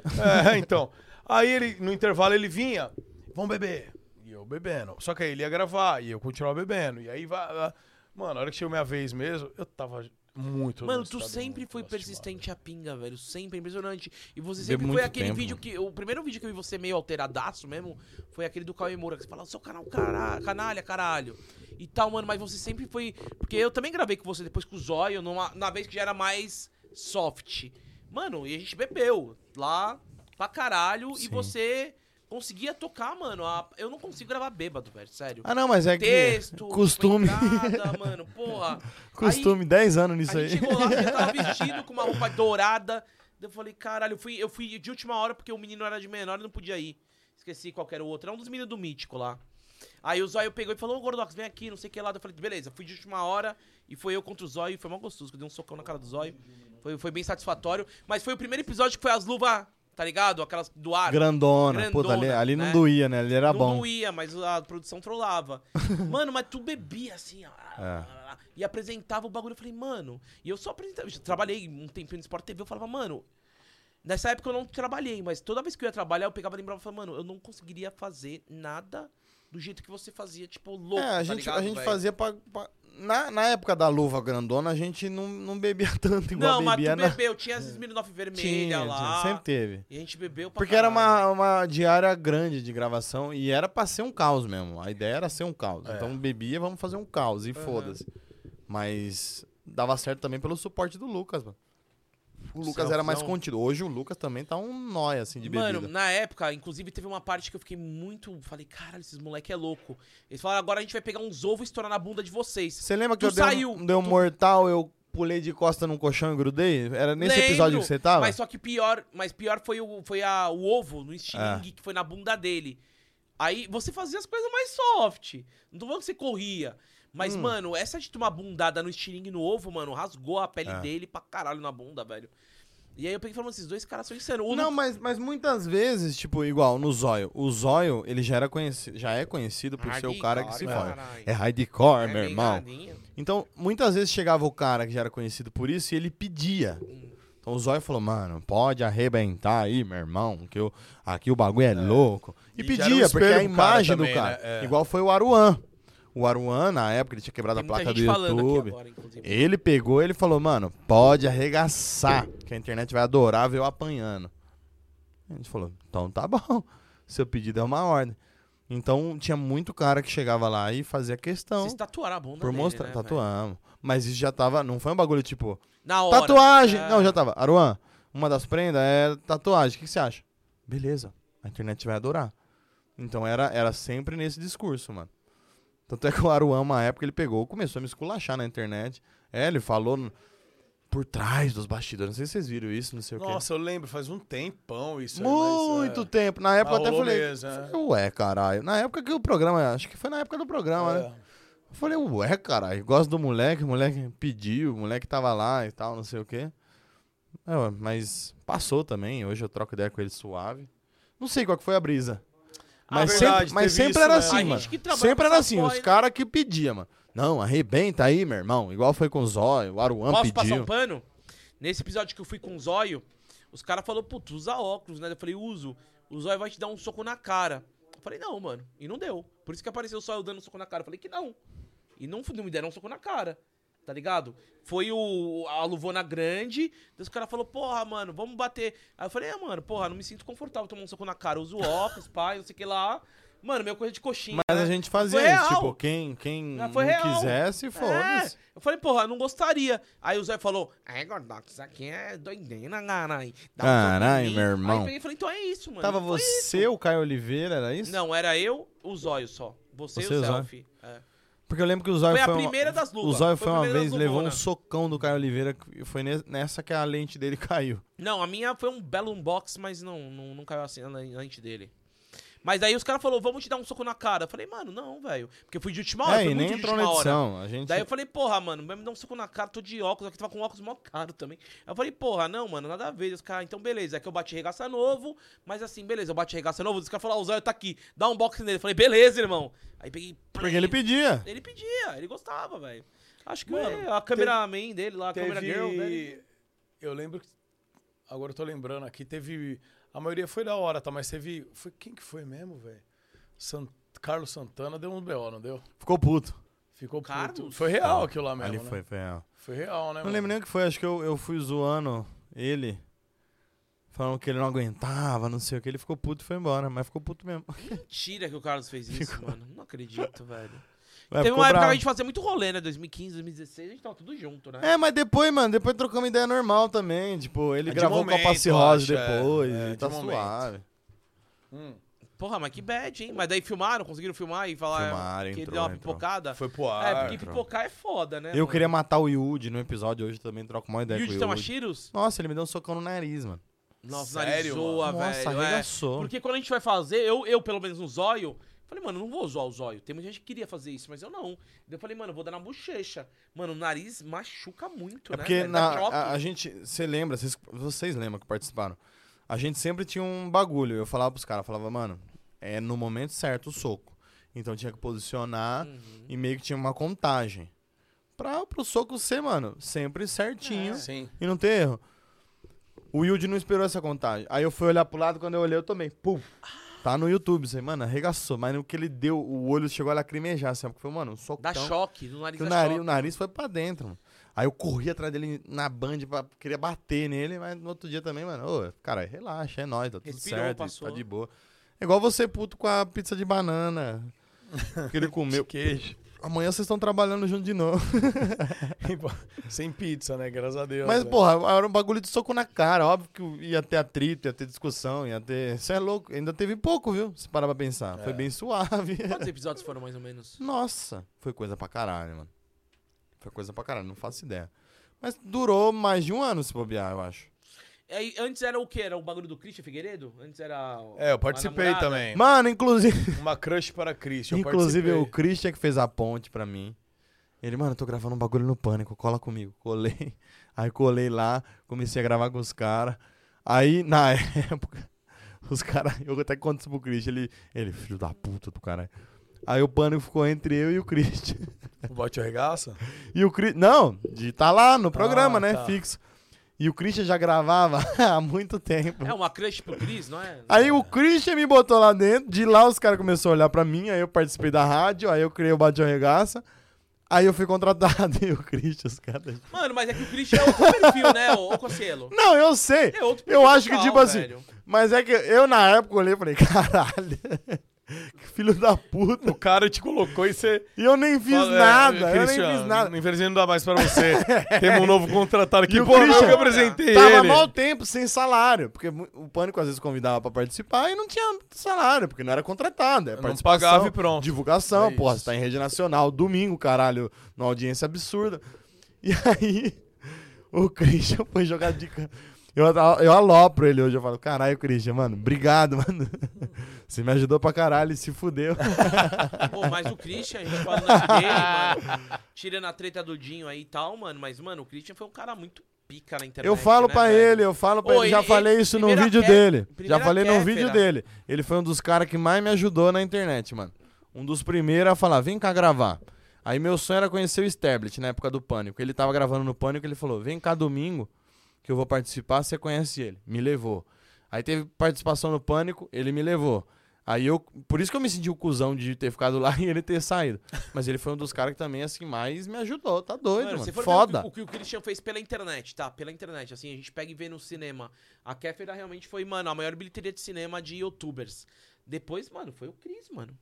A: É, então. Aí ele, no intervalo, ele vinha, vamos beber. E eu bebendo. Só que aí ele ia gravar e eu continuava bebendo. E aí vai. vai. Mano, a hora que chegou minha vez mesmo, eu tava muito.
B: Mano,
A: num
B: tu
A: estado
B: sempre
A: muito
B: foi
A: lastimado.
B: persistente a pinga, velho. Sempre, impressionante. E você sempre
C: muito
B: foi aquele
C: tempo,
B: vídeo que. O primeiro vídeo que eu vi você meio alteradaço mesmo foi aquele do Cauê Moura, que você falava, seu canal cara, canalha, caralho. E tal, mano, mas você sempre foi. Porque eu também gravei com você depois com o Zóio, numa, na vez que já era mais soft. Mano, e a gente bebeu lá pra caralho e você conseguia tocar, mano. a- Eu não consigo gravar bêbado, velho, sério.
C: Ah, não, mas é que.
B: Texto, tipo,
C: costume.
B: entrada, mano, porra. Aí-
C: Costume, 10 anos nisso
B: a
C: aí.
B: gente chegou lá, eu tava vestido com uma roupa dourada. Daí Eu falei, caralho, eu fui, eu fui de última hora porque o menino era de menor e não podia ir. Esqueci qual que era o outro. Era um dos meninos do Mítico lá. Aí o Zóio pegou e falou, ô Gordox, vem aqui, não sei o que lá. Daí Eu falei, beleza, fui de última hora e foi eu contra o Zóio. Foi mal gostoso, que eu dei um socão na cara do Zóio. Foi, foi bem satisfatório. Mas foi o primeiro episódio que foi as luvas, tá ligado? Aquelas do ar.
C: Grandona. Pô, ali,
B: Grandona,
C: ali não
B: né?
C: doía, né? Ali era
B: não
C: bom.
B: doía, mas a produção trollava. mano, mas tu bebia assim, ó.
C: É.
B: E apresentava o bagulho. Eu falei, mano. E eu só apresentava. eu trabalhei um tempinho no Sport TV. Eu falava, mano. Nessa época eu não trabalhei, mas toda vez que eu ia trabalhar, eu pegava e lembrava e falava, mano, eu não conseguiria fazer nada do jeito que você fazia, tipo, louco.
C: É, a
B: tá
C: gente,
B: ligado,
C: a gente
B: velho?
C: fazia pra. pra- Na, na época da luva grandona, a gente não, não bebia tanto igual
B: Não, mas tu
C: bebia na.
B: bebeu. Tinha as Smirnoff vermelha
C: Tinha,
B: lá.
C: tinha, sempre teve.
B: E a gente bebeu pra
C: Porque era
B: caralho.
C: uma, uma diária grande de gravação e era pra ser um caos mesmo. A ideia era ser um caos.
B: É.
C: Então bebia, vamos fazer um caos e foda-se. Mas dava certo também pelo suporte do Lucas, mano. O Lucas era mais
B: Selfzão.
C: contido. Hoje o Lucas também tá um nóia, assim, de bebida.
B: é um Mano, na época, inclusive, teve uma parte que eu fiquei muito. Falei, caralho, esses moleque é louco. Eles falaram, agora a gente vai pegar uns ovos e estourar na bunda de vocês.
C: Você lembra que
B: tu
C: eu dei um-
B: saiu,
C: dei um mortal, eu pulei de costa num colchão e grudei? Era nesse
B: Lembro,
C: episódio que você tava?
B: Mas só que pior, mas pior foi o, foi a, o ovo no
C: Ah.
B: estilingue que foi na bunda dele. Aí você fazia as coisas mais soft. Não tô falando que você corria. Mas,
C: Hum.
B: mano, essa de tomar bundada no estilingue e no ovo, mano, rasgou a
C: Ah.
B: pele dele pra caralho na bunda, velho. E aí eu peguei e falei, mano, esses dois caras são insanos. O
C: Não, mas, mas muitas vezes, tipo, igual no Zóio. O Zóio, ele já, era conheci- já é conhecido por ser o cara que se fode. É hardcore, meu irmão. Então, muitas vezes chegava o cara que já era conhecido por isso e ele pedia. Então o Zóio falou, mano, pode arrebentar aí, meu irmão, que eu, aqui o bagulho é, louco. E,
A: E já era um espelho
C: pedia, porque a
A: pro cara
C: imagem
A: também,
C: do cara.
A: né? É.
C: Igual foi o Aruan. O Aruan, na época, ele tinha quebrado
B: Tem
C: a
B: muita
C: placa do
B: gente falando aqui
C: YouTube.
B: agora, inclusive.
C: Ele pegou ele falou, mano, pode arregaçar, que a internet vai adorar ver eu apanhando. A gente falou, então tá bom, seu pedido é uma ordem. Então tinha muito cara que chegava lá e fazia questão
B: Vocês tatuaram a bunda
C: por
B: dele,
C: mostrar,
B: né, velho?
C: tatuamos. Mas isso já tava, não foi um bagulho tipo,
B: Na hora.
C: tatuagem!
B: É.
C: Não, já tá tava, Aruan, uma das prendas é tatuagem, o que, que você acha? Beleza, a internet vai adorar. Então era, era sempre nesse discurso, mano. Tanto é que o Aruan, uma época, ele pegou, começou a me esculachar na internet. É, ele falou no- por trás dos bastidores. Não sei se vocês viram isso, não sei o quê.
A: Nossa, eu lembro, faz um tempão isso. aí, mas,
C: Muito
A: é,
C: tempo. Na época eu até
A: rolou
C: falei.
A: mesmo, é.
C: falei, Ué, caralho. Na época que o programa. Acho que foi na época do
A: É.
C: programa, né? Eu falei, ué, caralho. Gosto do moleque, o moleque pediu, o moleque tava lá e tal, não sei o quê. É, ué, mas passou também. Hoje eu troco ideia com ele suave. Não sei qual que foi a brisa.
B: Ah,
C: Mas
A: verdade,
C: sempre, mas
A: teve
C: sempre
A: isso,
C: era
A: né? A
C: assim,
B: gente
C: mano.
B: que trabalha
C: Sempre
B: com
C: era
B: essa
C: assim,
B: porra
C: os
B: aí, né?
C: caras que pediam, mano. Não, arrebenta aí, meu irmão. Igual foi com o Zóio, o Aruan
B: Posso passar
C: pediu.
B: um pano? Nesse episódio que eu fui com o Zóio, os caras falaram, pô, tu usa óculos, né? Eu falei, uso. O Zóio vai te dar um soco na cara. Eu falei, não, mano. E não deu. Por isso que apareceu só eu dando um soco na cara. Eu falei que não. E não, fu- não me deram um soco na cara. Tá ligado? Foi o, a luvona grande. Daí os caras falaram, porra, mano, vamos bater. Aí eu falei, é, mano, porra, não me sinto confortável tomar um soco na cara. Eu uso óculos, pai, não sei o que lá. Mano, meu coisa de coxinha.
C: Mas
B: né?
C: a gente fazia
B: Foi
C: isso,
B: real.
C: tipo, quem, quem
B: Ah,
C: não
B: foi real.
C: quisesse, foda-se.
B: É. Eu falei, porra, não gostaria. Aí o Zé falou, é, gordão, isso aqui é doideira, caralho. Dá um
C: Caralho,
B: pouquinho.
C: meu
B: Aí eu
C: irmão.
B: peguei e falei, então é isso, mano.
C: Tava
B: Foi
C: você, o Caio Oliveira, era isso?
B: isso. Não, era eu, o Zóio só. Você, e
C: Você e
B: o
C: o Zóio.
B: Selfie. É.
C: Porque eu lembro que o Zóio
B: Foi a
C: uma-
B: primeira das luvas.
C: O Zóio
B: Foi
C: foi,
B: a
C: uma
B: primeira
C: vez,
B: das né?
C: levou um
B: luvonas.
C: socão do Caio Oliveira e foi ne- nessa que a lente dele caiu.
B: Não, a minha foi um belo unbox, mas não, não, não caiu assim na lente dele. Mas daí os caras falaram, vamos te dar um soco na cara. Eu falei, mano, não, velho. Porque eu fui de última hora, foi
C: É, e
B: muito
C: nem
B: de
C: entrou na
B: última hora.
C: edição. A gente...
B: Daí eu falei, porra, mano, vai me dar um soco na cara, tô de óculos, aqui tava com óculos mó caro também. Aí eu falei, porra, não, mano, nada a ver. Os caras, então beleza, é que eu bati regaça novo, mas assim, beleza, eu bati regaça novo, os caras falaram, ah, o Zóio tá aqui, dá um boxe nele. Eu falei, beleza, irmão. Aí peguei.
C: Porque ele pedia.
B: Ele pedia, ele gostava, velho. Acho que é,
A: Mano,
B: a cameraman dele lá, a câmera girl né? dele.
A: Teve... Eu lembro que. Agora eu tô lembrando aqui, teve. A maioria foi da hora, tá? Mas teve. Foi... Quem que foi mesmo, velho? Sant... Carlos Santana deu um BO, não deu?
C: Ficou puto.
A: Ficou puto.
B: Carlos?
A: Foi real aquilo lá mesmo.
C: Ah, Ali
A: né?
C: foi, foi real.
A: Foi real, né?
C: Não lembro nem o que foi, acho que eu, eu fui zoando ele. Falando que ele não aguentava, não sei o que. Ele ficou puto e foi embora, mas ficou puto mesmo.
B: Mentira que o Carlos fez isso, mano. Não acredito, velho.
C: Ué,
B: Teve
C: ficou
B: uma época que
C: bravo.
B: a gente fazia muito rolê, né? 2015, 2016, a gente tava tudo junto, né?
C: É, mas depois, mano, depois trocamos ideia normal também. Tipo, ele
A: É de
C: gravou
A: momento,
C: com a Passirose
A: eu acho, é.
C: depois.
A: É,
C: e
A: de
C: tá
A: momento.
C: suave.
A: Hum,
B: Porra, mas que bad, hein? Mas daí filmaram, conseguiram filmar e falar
C: Filmaram,
B: que ele
C: entrou,
B: deu uma
C: entrou.
B: pipocada.
A: foi pro ar.
B: é, porque pipocar é foda, né?
C: Eu queria matar o Yudi no episódio hoje também, troco uma ideia
B: E o
C: com
B: de
C: o Yudi.
B: Tamachiros?
C: Nossa, ele me deu um socão no nariz, mano.
B: Nossa,
A: Sério,
B: nariz zoa,
C: Nossa,
B: velho. É.
C: arregaçou.
B: Porque quando a gente vai fazer, eu, eu pelo menos no zóio, falei, mano, eu não vou zoar o zóio. Tem muita gente que queria fazer isso, mas eu não. Daí eu falei, mano, eu vou dar na bochecha. Mano, o nariz machuca muito, né?
C: É porque
B: velho? Dá
C: na,
B: choque.
C: a, a gente, você lembra, vocês, vocês lembram que participaram. A gente sempre tinha um bagulho. Eu falava pros caras, falava, mano, é no momento certo o soco. Então tinha que posicionar
B: Uhum.
C: e meio que tinha uma contagem. Pra, pro soco ser, mano, sempre
B: É.
C: certinho.
A: Sim.
C: E não ter erro. O Yudi não esperou essa contagem. Aí eu fui olhar pro lado, quando eu olhei, eu tomei. Puf! Tá no YouTube, você, mano, arregaçou. Mas no que ele deu, o olho chegou a lacrimejar, assim, porque foi, mano, um socão.
B: Dá choque, no nariz
C: Que o,
B: dá
C: nariz, o
B: choque.
C: nariz foi pra dentro, mano. Aí eu corri atrás dele na band, pra, queria bater nele, mas no outro dia também, mano, ô, cara, relaxa, é nóis, tá tudo
B: Respirou,
C: certo,
B: passou.
C: tá de boa. É igual você puto com a pizza de banana que ele comeu.
A: Queijo.
C: Amanhã vocês estão trabalhando junto de novo.
A: Sem pizza, né? Graças a Deus.
C: Mas,
A: né?
C: porra, era um bagulho de soco na cara, óbvio que ia ter atrito, ia ter discussão, ia ter... Isso é louco, ainda teve pouco, viu, se parar pra pensar.
B: É.
C: Foi bem suave.
B: Quantos episódios foram mais ou menos?
C: Nossa, foi coisa pra caralho, mano. Foi coisa pra caralho, não faço ideia. Mas durou mais de um ano se bobear, eu acho.
B: Aí, É, antes era o quê? Era o bagulho do Christian Figueiredo? Antes era. o-
A: É, eu
B: a
A: participei
B: namorada?
A: também.
C: Mano, inclusive,
A: Uma crush para Christian. eu
C: inclusive o
A: participei.
C: Christian que fez a ponte pra mim. Ele, mano, eu tô gravando um bagulho no pânico, cola comigo. Colei. Aí colei lá, comecei a gravar com os caras. Aí, na época, os caras. Eu até conto isso pro Christian. Ele, ele, filho da puta do caralho. Aí o pânico ficou entre eu e o Christian.
A: O Bote Arregaça?
C: E o Cri... Não, de tá lá no programa,
A: Ah,
C: né?
A: tá.
C: Fixo. E o Christian já gravava há muito tempo.
B: É uma crush pro Cris, não é?
C: Aí o Christian me botou lá dentro, de lá os caras começaram a olhar pra mim, aí eu participei da rádio, aí eu criei o Bate Regaça, aí eu fui contratado e o Christian, os caras.
B: Mano, mas é que o Christian é outro perfil, né, ô, ô Cocielo?
C: Não, eu sei.
B: É outro
C: Eu acho que,
B: total,
C: tipo assim,
B: velho.
C: mas é que eu na época olhei e falei, caralho, que filho da puta.
A: O cara te colocou e você.
C: E eu nem fiz
A: Fala, é,
C: nada, eu nem
A: Christian,
C: fiz nada.
A: Infelizmente não dá mais pra você. Temos um novo contratado aqui.
C: E o
A: Pô, eu
C: Christian
A: que apresentei
C: Tava
A: ele.
C: mal tempo sem salário, porque mu- o Pânico às vezes convidava pra participar e não tinha salário, porque não era contratado. É
A: Não
C: participação,
A: pagava e pronto.
C: Divulgação,
A: É
C: porra,
A: isso.
C: você tá em rede nacional, domingo, caralho, numa audiência absurda. E aí, o Christian foi jogar de can- eu, eu alopro ele hoje, eu falo, caralho, Christian, mano, obrigado, mano. Você me ajudou pra caralho, se fudeu.
B: Pô, mas o Christian, a gente fala o lance dele, mano. Tirando a treta do Dinho aí e tal, mano. Mas, mano, o Christian foi um cara muito pica na internet.
C: Eu falo
B: né,
C: pra
B: velho?
C: ele, eu falo pra
B: Ô,
C: ele, já
B: ele-
C: falei
B: ele-
C: isso no
B: primeira
C: vídeo
B: quer-
C: dele. Já
B: primeira
C: falei no
B: quer,
C: vídeo
B: fera.
C: dele. Ele foi um dos caras que mais me ajudou na internet, mano. Um dos primeiros a falar, vem cá gravar. Aí meu sonho era conhecer o Sterblit na época do Pânico. Ele tava gravando no Pânico, ele falou, vem cá domingo que eu vou participar, você conhece ele. Me levou. Aí teve participação no Pânico, ele me levou. Aí eu, por isso que eu me senti o cuzão de ter ficado lá e ele ter saído. Mas ele foi um dos caras que também, assim, mais me ajudou. Tá doido,
B: Mano,
C: mano.
B: se for ver
C: Foda.
B: O, que o que o Christian fez pela internet, tá? Pela internet, assim, a gente pega e vê no cinema. A Kéfera realmente foi, mano, a maior bilheteria de cinema de youtubers. Depois, mano, foi o Cris, mano.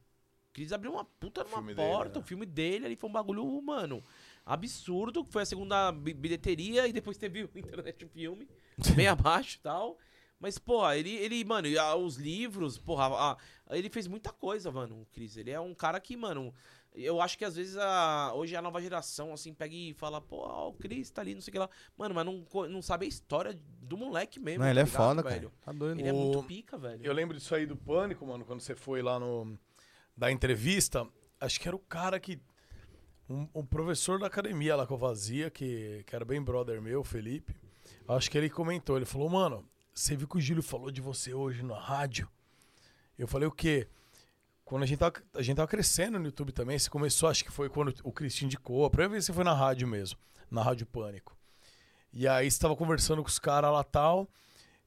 B: O Cris abriu uma puta numa
A: filme dele,
B: porta,
A: né?
B: o filme dele ali foi um bagulho, mano, absurdo. Foi a segunda bi- bilheteria e depois teve o Internet Filme, bem abaixo e tal. Mas, pô, ele, ele mano, e, ah, os livros, porra, ah, ele fez muita coisa, mano, o Cris. Ele é um cara que, mano, eu acho que às vezes a, hoje a nova geração, assim, pega e fala, pô, ah, o Cris tá ali, não sei o que lá. Mano, mas não, co- não sabe a história do moleque mesmo.
C: Não, ele
B: tá
C: é
B: ligado,
C: foda, cara.
B: velho.
C: Tá doido.
B: Ele é muito
A: O-
B: pica, velho.
A: Eu lembro disso aí do Pânico, mano, quando você foi lá no. da entrevista. Acho que era o cara que. Um, um professor da academia lá que eu fazia, que, que era bem brother meu, Felipe. Acho que ele comentou. Ele falou, mano, você viu que o Gílio falou de você hoje na rádio? Eu falei o quê? Quando a gente tava, a gente tava crescendo no YouTube também, você começou, acho que foi quando o Cristinho indicou. A primeira vez que você foi na rádio mesmo, na Rádio Pânico. E aí você tava conversando com os caras lá tal.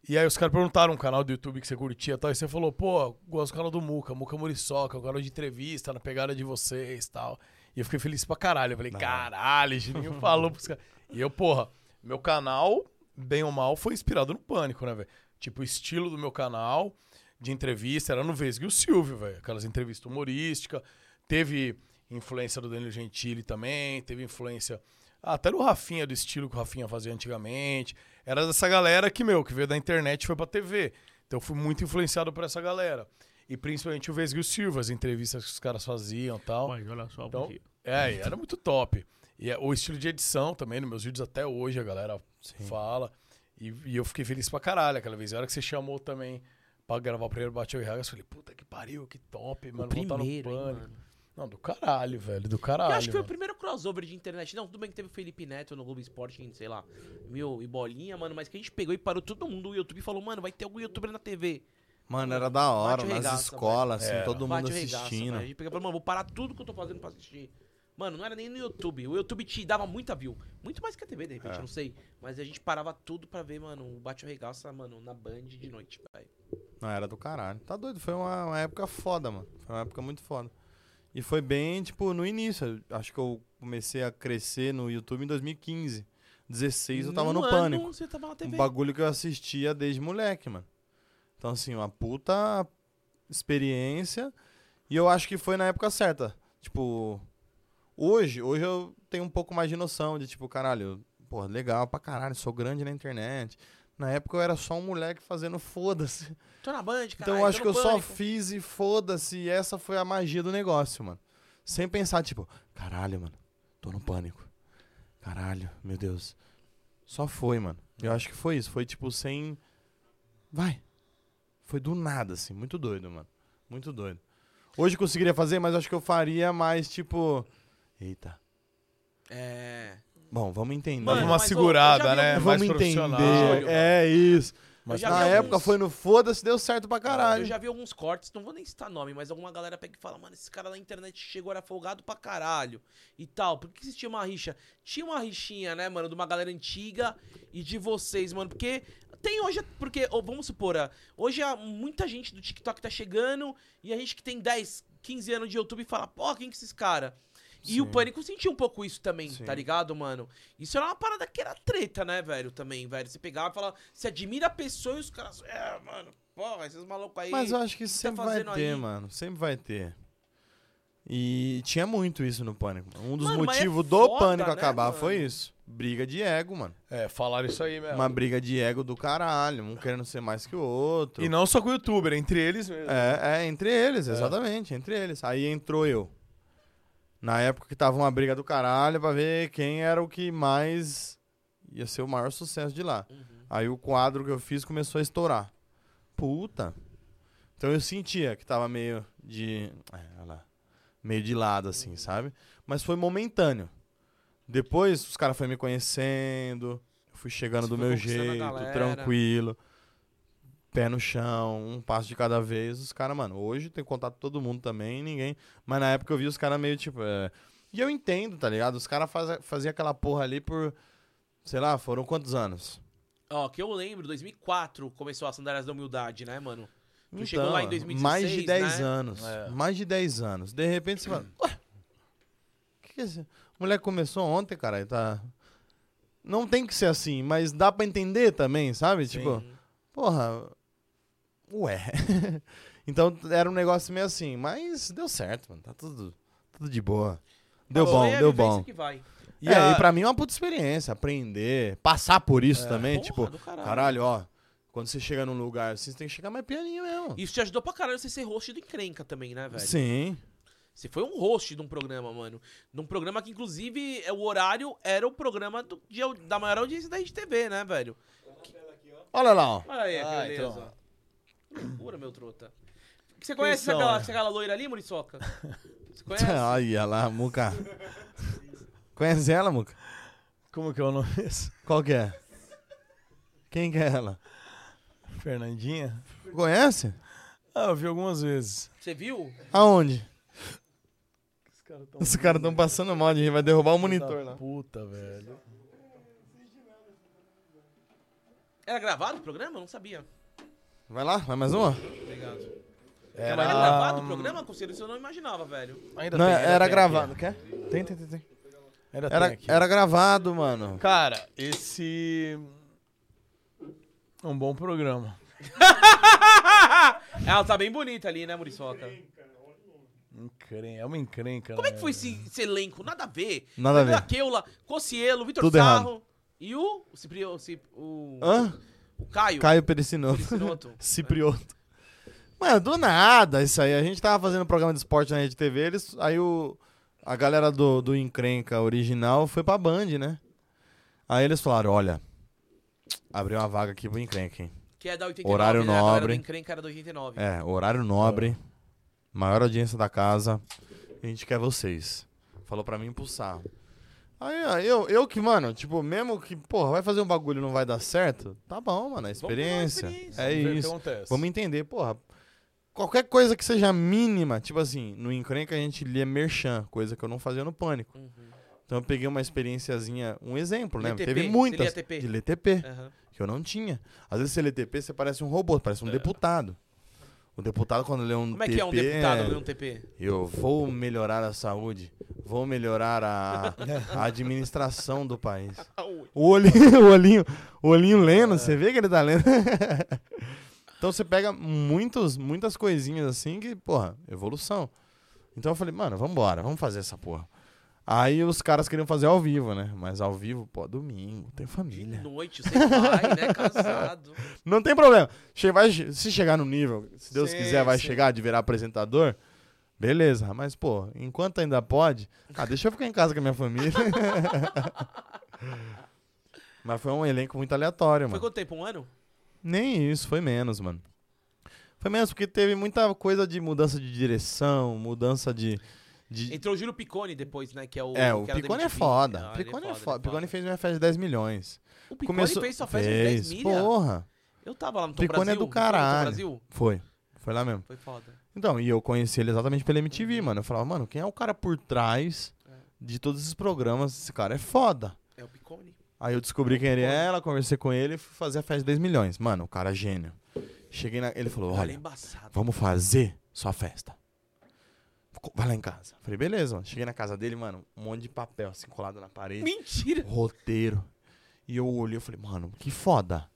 A: E aí os caras perguntaram um canal do YouTube que você curtia e tal. E você falou, pô, gosto do canal do Muca, Muca Muriçoca, o canal de entrevista, na pegada de vocês e tal. E eu fiquei feliz pra caralho. Eu falei, caralho, o Juninho falou pros caras. E eu, porra, meu canal, bem ou mal, foi inspirado no pânico, né, velho? Tipo, o estilo do meu canal de entrevista era no Vesgo e o Silvio, velho. Aquelas entrevistas humorísticas. Teve influência do Danilo Gentili também, teve influência ah, até do Rafinha, do estilo que o Rafinha fazia antigamente. Era dessa galera que, meu, que veio da internet e foi pra TV. Então eu fui muito influenciado por essa galera. E principalmente o Vesgo e o Silva, as entrevistas que os caras faziam e tal.
B: Mas olha só,
A: Então, é, e era muito top. E é, o estilo de edição também, nos meus vídeos até hoje a galera fala. E, e eu fiquei feliz pra caralho aquela vez. E a hora que você chamou também pra gravar o primeiro Bateu e Ragas, eu falei, puta que pariu, que top, mano. voltar no
B: primeiro, hein,
A: pânico.
B: mano.
A: Não, do caralho, velho, do caralho.
B: Eu acho que foi o
A: mano.
B: primeiro crossover de internet. Não, tudo bem que teve o Felipe Neto no Globo Esporte, em, sei lá, mil e bolinha, mano, mas que a gente pegou e parou todo mundo no YouTube e falou, mano, vai ter algum youtuber na TV.
C: Mano, era da hora,
B: Bate o
C: nas
B: regaço,
C: escolas, assim,
A: Era.
C: todo mundo
B: Bate o regaço,
C: assistindo.
B: velho. A gente pegou e falou, mano, vou parar tudo que eu tô fazendo pra assistir. Mano, não era nem no YouTube. O YouTube te dava muita view. Muito mais que a TV, de
C: É.
B: repente, não sei. Mas a gente parava tudo pra ver, mano, o Bate o Regaça, mano, na Band de noite, velho.
C: Não, era do caralho. Tá doido, foi uma, uma época foda, mano. Foi uma época muito foda. E foi bem, tipo, no início. Eu Acho que eu comecei a crescer no YouTube em 2015. 16 eu tava
B: Num
C: no
B: Um ano,
C: pânico.
B: Você tava na
C: Um
B: TV.
C: bagulho que eu assistia desde moleque, mano. Então, assim, uma puta experiência. E eu acho que foi na época certa. Tipo, hoje, hoje eu tenho um pouco mais de noção de, tipo, caralho, pô, legal pra caralho, sou grande na internet. Na época eu era só um moleque fazendo foda-se.
B: Tô na Band, cara.
C: Então eu acho que eu só fiz e foda-se. e Essa foi a magia do negócio, mano. Sem pensar, tipo, caralho, mano, tô no pânico. Caralho, meu Deus. Só foi, mano. Eu acho que foi isso. Foi tipo sem. Vai. Foi do nada, assim. Muito doido, mano. Muito doido. Hoje eu conseguiria fazer, mas acho que eu faria mais tipo. Eita.
B: É.
C: Bom, vamos entender.
A: Dava
B: Mano,
A: uma
B: mas, ô,
A: segurada,
B: eu já vi
A: né?
B: algum-
A: Mais
C: vamos
A: profissional.
C: entender. É isso.
A: Mas
B: já
C: na
B: vi
C: época
B: alguns-
C: foi no foda-se, deu certo pra
B: Eu
C: caralho.
B: já vi alguns cortes, não vou nem citar nome, mas alguma galera pega e fala, mano, esse cara na internet chegou, era folgado pra caralho e tal. Por que existia uma rixa? Tinha uma rixinha, né, mano, de uma galera antiga e de vocês, mano, porque tem hoje, porque, ó, vamos supor, ah, hoje há muita gente do TikTok tá chegando e a gente que tem 10, 15 anos de YouTube fala, pô, quem que é esses caras? E o Pânico sentiu um pouco isso também, tá ligado, mano? Isso era uma parada que era treta, né, velho, também, velho. Você pegava e falava, você admira a pessoa e os caras, é, mano, porra, esses malucos aí...
C: Mas eu acho que
B: você tá
C: sempre vai
B: fazendo aí?
C: ter, mano. Sempre vai ter. E tinha muito isso no pânico. Um dos
B: Mano, mas é
C: motivos do
B: foda,
C: pânico
B: né,
C: acabar
B: mano?
C: foi isso. Briga de ego, mano.
A: É, falaram isso aí mesmo.
C: Uma briga de ego do caralho, um querendo ser mais que o outro.
A: E não só com o youtuber, entre eles mesmo.
C: É, é, entre eles, exatamente, entre eles. Aí entrou eu. Na época que tava uma briga do caralho pra ver quem era o que mais ia ser o maior sucesso de lá.
B: Uhum.
C: Aí o quadro que eu fiz começou a estourar. Puta. Então eu sentia que tava meio de. é, olha lá. Meio de lado, assim, sabe? Mas foi momentâneo. Depois os caras foram me conhecendo, eu fui chegando
B: Você
C: do
B: foi
C: meu
B: conquistando a
C: jeito,
B: galera.
C: tranquilo. Pé no chão, um passo de cada vez. Os caras, mano, hoje tem contato com todo mundo também, ninguém. Mas na época eu vi os caras meio tipo. é. E eu entendo, tá ligado? Os caras faz- faziam aquela porra ali por. Sei lá, foram quantos anos?
B: Ó, que eu lembro, 2004 começou as sandálias da humildade, né, mano? Tu chegou lá em 2016,
C: Então, mais de 10
B: né? Hum.
C: anos.
A: É.
C: Mais de 10 anos. De repente você fala. Ué, que que é isso? O moleque começou ontem, caralho. Tá... Não tem que ser assim, mas dá pra entender também, sabe? Tipo, porra. Ué. Então era um negócio meio assim, mas deu certo, mano. Tá tudo, tudo de boa. Deu
B: Falou,
C: bom,
B: é a
C: deu
B: vivência
C: bom.
B: que vai.
C: E,
B: É,
C: é,
B: a- É.
C: e pra mim é uma puta experiência, aprender, passar por isso também, tipo, caralho. ó, quando você chega num lugar assim, você tem que chegar mais pianinho mesmo.
B: Isso te ajudou pra caralho você ser host do encrenca também, né, velho?
C: Sim.
B: Você foi um host de um programa, mano. De um programa que, inclusive, é, o horário era o programa do, de au- da maior audiência da RedeTV, né, velho?
C: Olha lá, ó.
B: Olha aí, que
C: Ah,
B: beleza.
C: então,
B: Loucura, meu trota. Você conhece
C: são,
B: aquela,
C: né?
B: aquela loira ali, Muriçoca? Você conhece?
C: Olha lá, Muca. Conhece ela, Muca?
O: Como que é o nome desse?
C: Qual que é? Quem que é ela?
O: Fernandinha?
C: Conhece?
O: Ah, eu vi algumas vezes.
B: Você viu?
C: Aonde? Os caras estão passando mal de rir, vai derrubar o monitor lá.
O: Puta, velho.
B: Era gravado o programa? Eu não sabia.
C: Vai lá, vai mais uma?
B: Obrigado.
O: Era-
B: Era gravado o programa, Conselho? Isso eu não imaginava, velho.
O: Ainda
C: Não,
O: tem, ainda
C: era
O: tem
C: gravado,
O: aqui.
C: quer? Tem, tem, tem, tem.
O: Ainda tem
C: Era,
O: aqui.
C: era gravado, mano.
O: Cara, esse. É um bom programa.
B: Ela tá bem bonita ali, né, Muriçoca?
O: Encren- É uma encrenca,
A: né?
B: Como é que foi esse, esse elenco? Nada a ver.
O: Nada a ver.
B: A Keula, Cocielo, Vitor
C: Tudo
B: Sarro. E o. O, Cipri, o, Cip- o,
C: Hã?
B: o Caio.
C: Caio Pericinoto.
B: Pericinoto.
C: Ciprioto. Mano, do nada isso aí. A gente tava fazendo um programa de esporte na Rede TV, eles, aí o, a galera do, do Encrenca original foi pra Band, né? Aí eles falaram, olha, abriu uma vaga aqui pro Encrenca, hein?
B: Que é da 89.
C: Horário
B: né? A galera
C: nobre.
B: do Encrenca era da 89.
C: É, horário nobre, maior audiência da casa, a gente quer vocês. Falou pra mim pro sarro. Aí, ó, eu, eu que, mano, tipo, mesmo que, porra, vai fazer um bagulho e não vai dar certo, tá bom, mano, é experiência.
O: experiência.
C: É
O: Vamos ver o que
C: isso.
O: acontece.
C: Vamos entender, porra. Qualquer coisa que seja mínima, tipo assim, no encrenca a gente lia merchan, coisa que eu não fazia no pânico.
B: Uhum.
C: Então eu peguei uma experiênciazinha, um exemplo, né?
O: LTP,
C: Teve
O: você
C: muitas
O: lia TP.
C: de LTP,
O: Aham.
C: que eu não tinha. Às vezes você lê TP, você parece um robô, parece um deputado. O deputado quando lê um
B: É. Como é
C: TP...
B: que é um deputado lê um TP?
C: Eu vou melhorar a saúde, vou melhorar a, a administração do país. O olhinho, o olhinho, o olhinho lendo, você vê que ele tá lendo. então você pega muitos, muitas coisinhas assim que, porra, evolução. Então eu falei, mano, vambora, vamos fazer essa porra. Aí os caras queriam fazer ao vivo, né? Mas ao vivo, pô, domingo, tem família.
B: Noite, você vai, né? Casado.
C: Não tem problema. Che- vai che- se chegar no nível, se Deus
B: Sim,
C: quiser, vai
B: sim.
C: chegar de virar apresentador. Beleza, mas pô, enquanto ainda pode, ah, deixa eu ficar em casa com a minha família. mas foi um elenco muito aleatório,
B: Foi
C: mano.
B: quanto tempo? Um ano?
C: Nem isso, foi menos, mano. Foi menos porque teve muita coisa de mudança de direção, mudança de. de-
B: Entrou o Júlio Picone depois, né? Que é o.
C: é, o
B: que era da
C: Picone é
B: MTV.
C: foda.
B: Ah, ele
C: Picone é
B: foda,
C: foda.
B: ele
C: Picone fez minha festa de 10 milhões. O
B: Picone fez sua festa de 10 milha?
C: Porra.
B: Eu tava lá no Tom
C: Picone é
B: Brasil. Você
C: do
B: foi no Tom
C: caralho.
B: Brasil?
C: Foi. Foi lá mesmo.
B: Foi foda.
C: Então, e eu conheci ele exatamente pela MTV, mano. Eu falava, mano, quem é o cara por trás de todos esses programas? Esse cara é foda.
B: É o Picone.
C: Aí eu descobri quem ele era, conversei com ele e fui fazer a festa de 10 milhões. Mano, o cara é gênio. Cheguei na. Ele falou:
B: Cara,
C: olha,
B: embaçado.
C: vamos fazer sua festa. Ficou- Vai lá em casa. Falei, beleza, mano. Cheguei na casa dele, mano, um monte de papel assim colado na parede.
B: Mentira!
C: Roteiro. E eu olhei e falei, mano, que foda.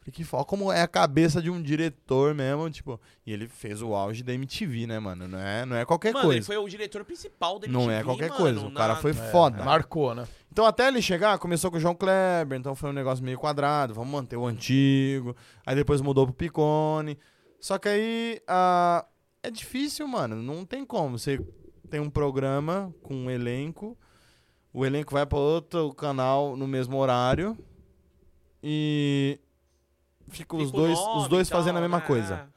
C: Falei, que foda. Como é a cabeça de um diretor mesmo, tipo. E ele fez o auge da MTV, né, mano? Não é, não é qualquer
B: mano,
C: coisa.
B: ele foi o diretor principal da
C: Não é
B: MTV,
C: qualquer
B: mano,
C: coisa. O cara
B: na-
C: foi
A: É,
C: foda.
O: Marcou, né?
C: Então, até ele chegar, começou com o João Kleber, então foi um negócio meio quadrado, vamos manter o antigo. Aí depois mudou pro Picone. Só que aí ah, é difícil, mano. Não tem como. Você tem um programa com um elenco, o elenco vai pra outro canal no mesmo horário e fica os
O: Fica o
C: dois,
O: nome
C: os dois
O: e tal,
C: fazendo a mesma
O: né?
C: coisa.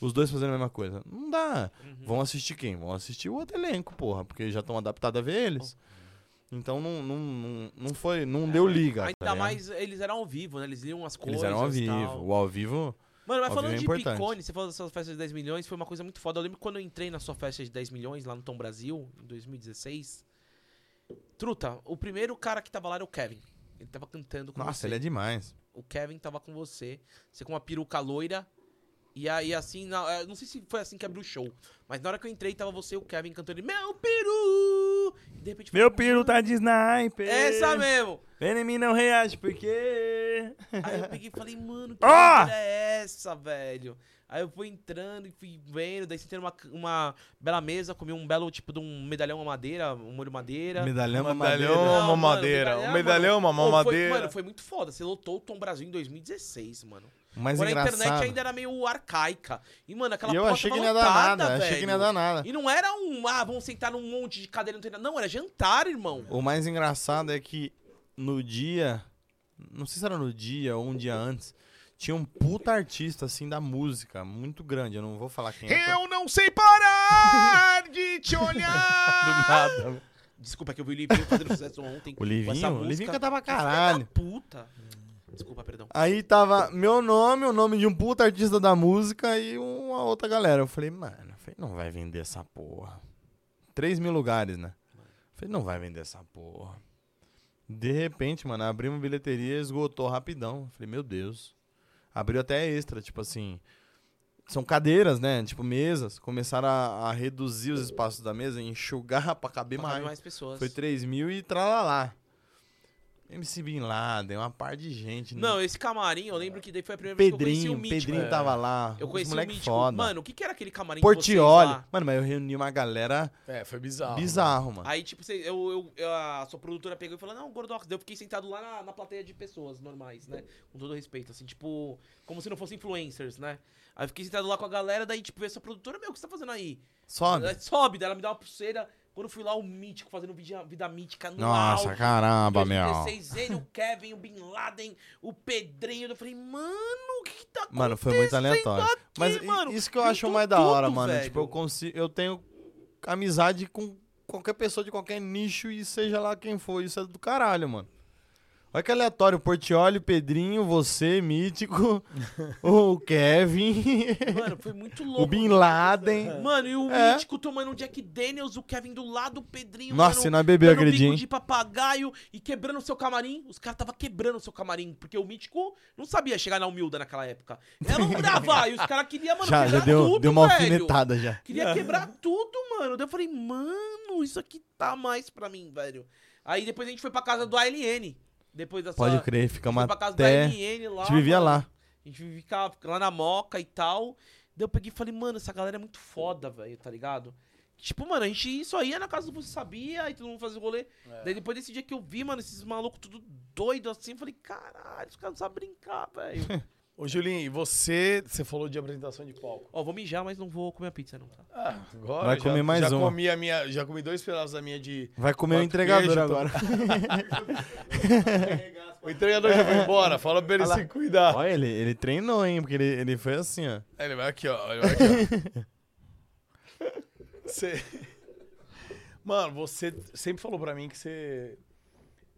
C: Os dois fazendo a mesma coisa. Não dá.
B: Uhum.
C: Vão assistir quem? Vão assistir o outro elenco, porra, porque já estão adaptados a ver eles. Então não, não, não, não foi, não deu liga. tá
B: Uhum. É, Ainda
C: ligado?
B: mais eles eram ao vivo, né? Eles liam as coisas.
C: Eles eram ao
B: e
C: vivo.
B: tal.
C: O ao vivo.
B: Mano, mas
C: ao
B: falando
C: vivo é
B: de
C: importante.
B: Picone, você falou dessa festa de 10 milhões, foi uma coisa muito foda. Eu lembro que quando eu entrei na sua festa de 10 milhões lá no Tom Brasil, em 2016. Truta, o primeiro cara que tava lá era o Kevin. Ele tava cantando com
C: Nossa,
B: você.
C: ele é demais.
B: O Kevin tava com você. Você com uma peruca loira. E aí, assim, na- eh, não sei se foi assim que abriu o show. Mas na hora que eu entrei, tava você e o Kevin cantando. ele, Meu peru! E de repente
C: tá
B: "É
O: Meu piro tá de sniper.
B: Essa mesmo.
C: O enemy não reage, porque.
B: Aí eu peguei e falei, mano, que
C: Ah!
B: loucura é essa, velho? Aí eu fui entrando e fui vendo, daí sentei numa uma bela mesa, comi um belo tipo de um medalhão à madeira, um molho madeira.
C: Medalhão à
A: Medalhão
C: madeira.
A: à
B: Não, mano,
A: mamadeira.
B: medalhão,
A: Um medalhão, uma
B: mano. Pô,
A: mamadeira.
B: Foi, mano, foi muito foda. Você lotou o Tom Brasil em 2016, mano.
C: Mas
B: Quando a
C: engraçado.
B: internet ainda era meio arcaica. E, mano, aquela
C: E eu
B: porra
C: achei
B: tava
C: que não ia dar
B: lotada,
C: nada, achei
B: velho.
C: que não ia dar nada.
B: E não era um, ah, vamos sentar num monte de cadeira, não tem nada. Não, era jantar, irmão.
C: O mais engraçado é que no dia. Não sei se era no dia ou um dia antes. Tinha um puta artista, assim, da música, muito grande. Eu não vou falar quem é.
F: Eu não sei parar de te olhar.
C: Do nada.
B: Desculpa é que eu vi o Livinho fazendo sucesso ontem.
C: O Livinho?
B: com essa
C: O Livinho
B: música.
C: canta pra caralho.
B: Filha da Puta. Desculpa, perdão.
C: Aí tava meu nome, o nome de um puta artista da música e uma outra galera. Eu falei, mano, eu falei, não vai vender essa porra. 3 mil lugares, né? Eu falei, não vai vender essa porra. De repente, mano, abrimos bilheteria e esgotou rapidão. Eu falei, meu Deus. Abriu até extra, tipo assim. São cadeiras, né? Tipo mesas. Começaram a, a reduzir os espaços da mesa, enxugar pra caber
B: Pra
C: mais.
B: caber mais pessoas.
C: Foi 3 mil e tralalá. MC Bin Laden, uma par de gente. né?
B: Não, esse camarim, eu lembro que daí foi a primeira vez que eu conheci o
C: Pedrinho,
B: Mítico.
C: Pedrinho
B: É.
C: tava lá.
B: Eu
C: os
B: conheci
C: moleque
B: o Mítico.
C: foda.
B: Mano, o que, que era aquele camarim de
C: Portioli.
B: vocês lá? Ah,
C: Mano, mas eu reuni uma galera.
A: É, foi bizarro.
C: Bizarro, mano.
B: Aí, tipo, você- eu, eu- a sua produtora pegou e falou, não, Gordox, daí eu fiquei sentado lá na, na plateia de pessoas normais, né? Com todo respeito, assim, tipo, como se não fossem influencers, né? Aí eu fiquei sentado lá com a galera, daí, tipo, veio essa produtora, meu, o que você tá fazendo aí?
C: Sobe.
B: Ela, Sobe, daí ela me dá uma pulseira. Quando eu fui lá, o Mítico fazendo vida, vida mítica no
P: Nossa,
B: auge,
P: caramba, meu.
B: 2016, ele, o Kevin, o Bin Laden, o Pedrinho. Eu falei, mano, o que, que tá
C: Mano, foi muito aleatório. Mas i-
B: mano,
C: isso que eu acho mais da
B: tudo,
C: hora, mano.
B: velho.
C: Tipo, eu consigo. Eu tenho amizade com qualquer pessoa de qualquer nicho e seja lá quem for. Isso é do caralho, mano. Olha que aleatório, Portioli, Pedrinho, você, Mítico, o Kevin,
B: Mano, foi muito louco. né?"
C: o Bin Laden.
B: Mano, e o
C: É.
B: Mítico tomando um Jack Daniels, o Kevin do lado, o Pedrinho.
C: Nossa,
B: mano,
C: e nós bebeu
B: dando
C: aquele
B: bico
C: dia, hein?
B: de papagaio e quebrando o seu camarim. Os caras tava quebrando o seu camarim, porque o Mítico não sabia chegar na humilda naquela época. Era não gravar, e os caras queriam, mano,
C: Já, já
B: quebrar
C: deu,
B: tudo,
C: deu uma
B: velho.
C: alfinetada já.
B: Queria quebrar tudo, mano. Daí eu falei, mano, isso aqui tá mais pra mim, velho. Aí depois a gente foi pra casa do ALN. Depois dessa.
C: Pode crer, ficamos
B: foi pra casa
C: até-
B: da ALN lá.
C: a gente vivia
B: mano.
C: lá.
B: A gente ficava lá na moca e tal. Daí eu peguei e falei, mano, essa galera é muito foda, velho, tá ligado? Tipo, mano, a gente só ia na casa do Você Sabia e todo mundo fazia o rolê. Daí depois desse dia que eu vi, mano, esses malucos tudo doido assim, eu falei, caralho, os caras não sabem brincar, velho.
A: Ô, Julinho, e você, você falou de apresentação de palco.
B: Ó, vou mijar, mas não vou comer a pizza, não, tá?
A: Ah, agora
C: Vai
A: já-
C: comer mais
A: já
C: uma.
A: Comi a minha, já comi dois pedaços da minha de.
C: Vai comer o
A: quatro
C: entregador
A: queijo,
C: agora.
A: o entregador já foi embora. Fala pra ele
C: Olha lá.
A: se cuidar.
C: Olha, ele, ele treinou, hein? Porque ele, ele foi assim, ó.
A: Aí É, Ele vai aqui, ó. Ele vai aqui, ó. Você... Mano, você sempre falou pra mim que você...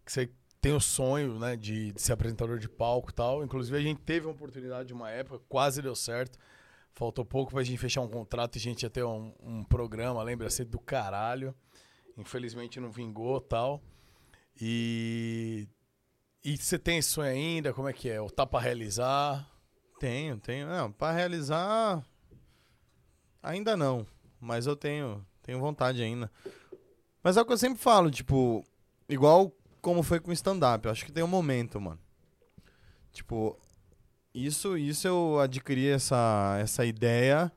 A: Que você tem o sonho, né? De, de ser apresentador de palco e tal. Inclusive, a gente teve uma oportunidade de uma época. Quase deu certo. Faltou pouco pra gente fechar um contrato. E a gente ia ter um, um programa, lembra? Ser do caralho. Infelizmente, não vingou e tal. E... E você tem esse sonho ainda? Como é que é? O tá pra realizar?
C: Tenho, tenho. Não, pra realizar. Ainda não. Mas eu tenho. Tenho vontade ainda. Mas é o que eu sempre falo, tipo. Igual como foi com o stand-up. Eu acho que tem um momento, mano. Tipo. Isso, isso eu adquiri essa, essa ideia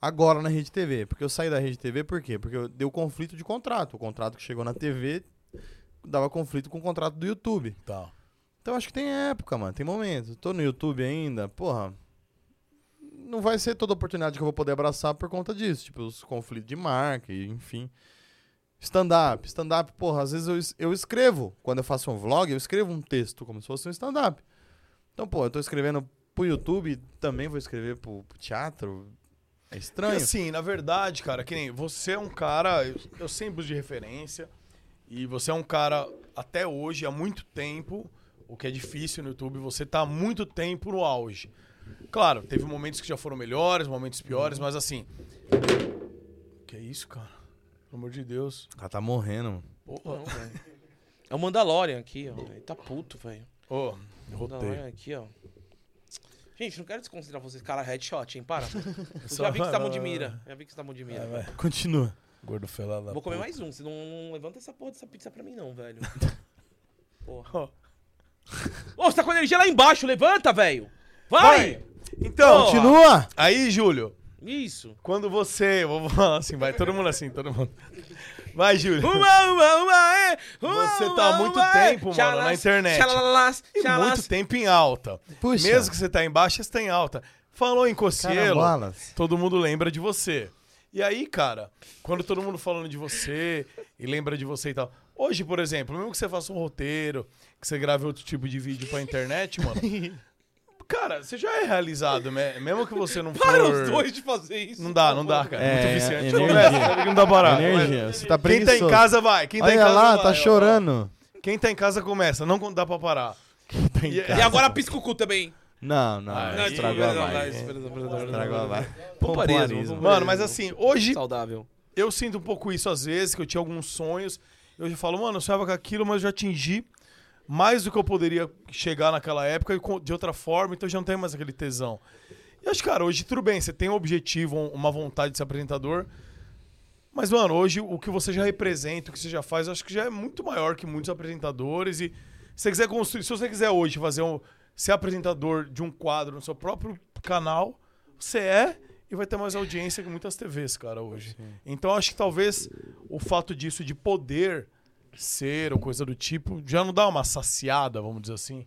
C: agora na Rede TV. Porque eu saí da Rede TV por quê? Porque eu- deu conflito de contrato. O contrato que chegou na TV dava conflito com o contrato do YouTube.
A: Tá.
C: Então acho que tem época, mano. Tem momento. Tô no YouTube ainda, porra. Não vai ser toda oportunidade que eu vou poder abraçar por conta disso. Tipo, os conflitos de marca, e enfim. Stand-up. Stand-up, porra, às vezes eu, es- eu escrevo. Quando eu faço um vlog, eu escrevo um texto, como se fosse um stand-up. Então, pô, eu tô escrevendo pro YouTube, também vou escrever pro, pro teatro. É estranho.
A: Porque, assim, na verdade, cara, que nem você é um cara, eu, eu sempre uso de referência, e você é um cara, até hoje, há muito tempo, o que é difícil no YouTube, você tá há muito tempo no auge. Claro, teve momentos que já foram melhores, momentos piores, mas assim. Que isso, cara? Pelo amor de Deus.
C: O cara tá morrendo, mano.
A: Porra,
B: Não, velho. É o Mandalorian aqui, ó. Ele tá puto, velho.
A: Ô,
B: Mandalorian aqui, ó. Gente, não quero desconsiderar vocês, cara, headshot, hein? Para. Eu já vi que vocês estavam de mira. Já vi que vocês estavam de
A: É,
B: mira.
C: Continua.
A: Gordo felado.
B: Vou comer mais um, senão não levanta essa porra dessa pizza pra mim, não, velho. porra. Ô, você tá com a energia lá embaixo, levanta, velho. Vai!
A: Então,
B: Porra.
A: continua. Aí, Júlio.
B: Isso.
A: Quando você. Vou falar assim, vai, todo mundo assim, todo mundo. Vai, Júlio.
B: Uma, uma, uma, é. Uma, é.
A: Você tá há muito tempo, mano, na internet.
B: Xalalás,
A: E muito
B: xalalás.
A: tempo em alta.
B: Puxa.
A: Mesmo que você tá em baixa, você tá em alta. Falou em Cocielo,
C: Carambolas.
A: todo mundo lembra de você. E aí, cara, quando todo mundo falando de você e lembra de você e tal. Hoje, por exemplo, mesmo que você faça um roteiro, que você grave outro tipo de vídeo pra internet, mano. Cara, você já é realizado, né? Mesmo que você não for...
B: Para os dois de fazer isso.
A: Não dá, não dá, cara. É,
C: É,
A: muito viciante.
C: energia.
A: Começa, sabe que não dá barato.
C: Energia,
A: Mas
C: você tá
A: Quem tá em
C: preguiçoso.
A: casa vai. Quem tá em
C: Olha
A: casa
C: lá,
A: vai,
C: tá
A: ó.
C: chorando.
A: Quem tá em casa começa, não dá pra parar.
C: tá
A: é
C: em
B: E agora pisca o cu também.
C: Não, Ah, é. não,
B: Não,
C: estragou
B: não,
C: a
B: não, não,
C: vibe.
B: não, não, não, não,
C: Estragou a
B: não,
C: vibe.
B: Pomparismo,
C: Pomparismo.
A: Mano, mas assim, hoje
B: Saudável.
A: eu sinto um pouco isso às vezes, que eu tinha alguns sonhos. Eu já falo, mano, eu sonhava com aquilo, mas eu já atingi mais do que eu poderia chegar naquela época e com- de outra forma, então eu já não tenho mais aquele tesão. E acho, cara, hoje tudo bem, você tem um objetivo, um- uma vontade de ser apresentador. Mas, mano, hoje o que você já representa, o que você já faz, eu acho que já é muito maior que muitos apresentadores. E se você quiser construir, se você quiser hoje fazer um. ser apresentador de um quadro no seu próprio canal, você é e vai ter mais audiência que muitas TVs, cara, hoje. Então acho que talvez o fato disso de poder ser ou coisa do tipo já não dá uma saciada, vamos dizer assim.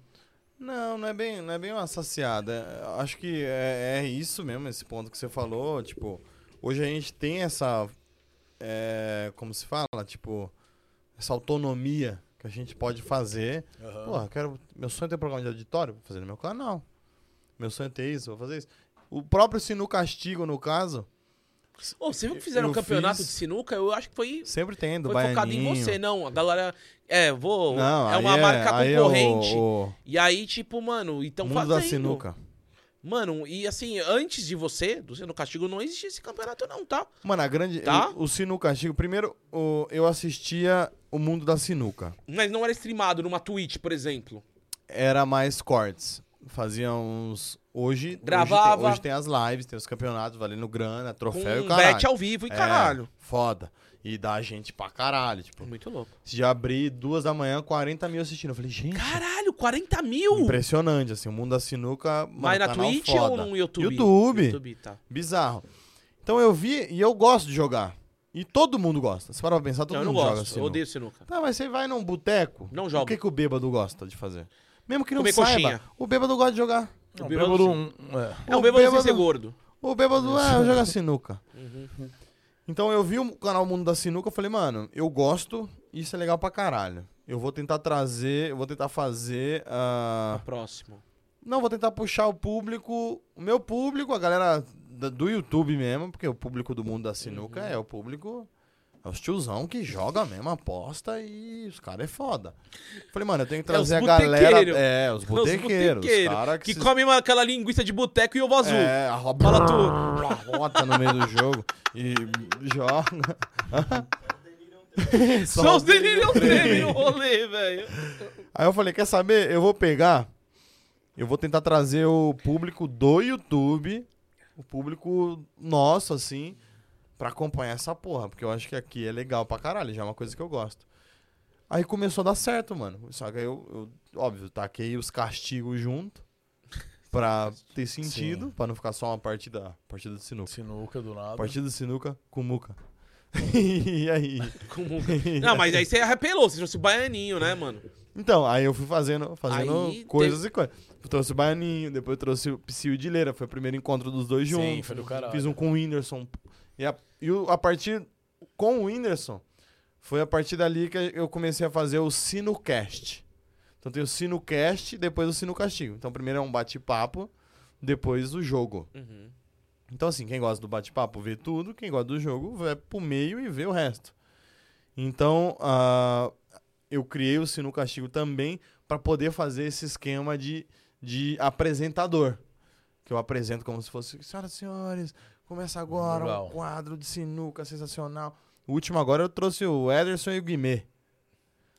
C: Não, não é bem, não é bem uma saciada. É, Acho que é, é isso mesmo, esse ponto que você falou. Tipo, hoje a gente tem essa. é, como se fala? Tipo, essa autonomia que a gente pode fazer.
O: Aham.
C: Porra, eu quero, meu sonho é ter programa de auditório? Vou fazer no meu canal. Meu sonho é ter isso, vou fazer isso. O próprio Sinu Castigo, no caso,
B: Ô, você viu que fizeram
C: Eu
B: um campeonato
C: fiz-
B: de sinuca? Eu acho que foi,
C: sempre tem, do
B: foi focado em
C: Baianinho.
B: você, não. A galera. É, vou.
C: Não,
B: é uma
C: aí é-
B: marca
C: aí é o-
B: concorrente.
C: o-
B: E aí, tipo, mano, então
C: Mundo
B: fazendo.
C: da Sinuca.
B: Mano, e assim, antes de você, do Sino Castigo, não existia esse campeonato, não, tá?
C: Mano, a grande.
B: Tá?
C: O, o Sinu Castigo, primeiro o- eu assistia o mundo da sinuca.
B: Mas não era streamado numa Twitch, por exemplo.
C: Era mais cortes. Fazia uns. Hoje. hoje tem- Hoje
B: Gravava.
C: tem, as lives, tem os campeonatos valendo grana, troféu
B: Com um
C: e o caralho.
B: bet ao vivo e
C: É,
B: caralho.
C: Foda. E dá gente pra caralho. Tipo,
B: Muito louco.
C: se já abri duas da manhã, 40 mil assistindo. Eu falei, gente.
B: Caralho, 40 mil?
C: Impressionante, assim, o mundo da sinuca. Mano,
B: Mas na
C: canal
B: Twitch
C: foda.
B: ou no YouTube?
C: YouTube.
B: YouTube, tá.
C: Bizarro. Então eu vi e eu gosto de jogar. E todo mundo gosta. Você para pra pensar, todo
B: Não, eu não
C: mundo joga
B: gosto.
C: sinuca.
B: Eu odeio sinuca.
C: Tá, mas você vai num boteco.
B: Não
C: O
B: jogo.
C: que, que o bêbado gosta de fazer? Mesmo que não
B: Comer
C: saiba,
B: coxinha.
C: o bêbado gosta de jogar.
B: O
A: O
B: bêbado
A: bêbado,
B: sim.
A: um- é.
B: É um bêbado sem
C: O
B: Uhum.
C: bêbado-
B: ser gordo.
C: O bêbado ah, joga sinuca. Então eu vi o canal Mundo da Sinuca, eu falei, mano, eu gosto, isso é legal pra caralho. Eu vou tentar trazer, eu vou tentar fazer. ah,
B: Próximo.
C: Não, vou tentar puxar o público, o meu público, a galera da- do YouTube mesmo, porque o público do mundo da sinuca
B: Uhum.
C: é o público, é os tiozão que joga mesmo, aposta e os caras é foda. Falei, mano, eu tenho que
B: É os
C: trazer a galera.
B: botequeiros.
C: É, os botequeiros. Os
B: botequeiros,
C: caras É que,
B: que comem uma- aquela linguiça de boteco e ovo azul.
C: É, a roda,
B: Fala tu.
C: rota no meio do jogo e joga.
B: Só os delírios tremem no rolê, velho.
C: Aí eu falei, quer saber? Eu vou pegar, eu vou tentar trazer o público do YouTube, o público nosso, assim, pra acompanhar essa porra, porque eu acho que aqui é legal pra caralho, já é uma coisa que eu gosto. Aí começou a dar certo, mano. Só que aí eu, eu óbvio, taquei os castigos junto pra ter sentido, pra não ficar só uma partida, partida de sinuca.
A: Sinuca do nada.
C: Partida de sinuca com muca. e aí?
B: Como- Não, mas aí você arrepelou, você trouxe o baianinho, né, mano?
C: Então, aí eu fui fazendo, fazendo
B: Aí
C: coisas e coisas. Eu trouxe o Baianinho, depois eu trouxe o Psyu de Leira, foi o primeiro encontro dos dois
A: Sim,
C: juntos.
A: foi do caralho.
C: Fiz um com o Whindersson. E a, e o- a partir com o Whindersson, foi a partir dali que eu comecei a fazer o Sinocast. Então tem o Sinocast e depois o Sino Castigo. Então primeiro é um bate-papo, depois o jogo.
A: Uhum.
C: Então, assim, quem gosta do bate-papo vê tudo, quem gosta do jogo vai pro meio e vê o resto. Então, ah, eu criei o Sino Castigo também pra poder fazer esse esquema de, de apresentador. Que eu apresento como se fosse, senhoras e senhores, começa agora
A: Legal.
C: um quadro de sinuca sensacional. O último agora eu trouxe o Ederson e o Guimê.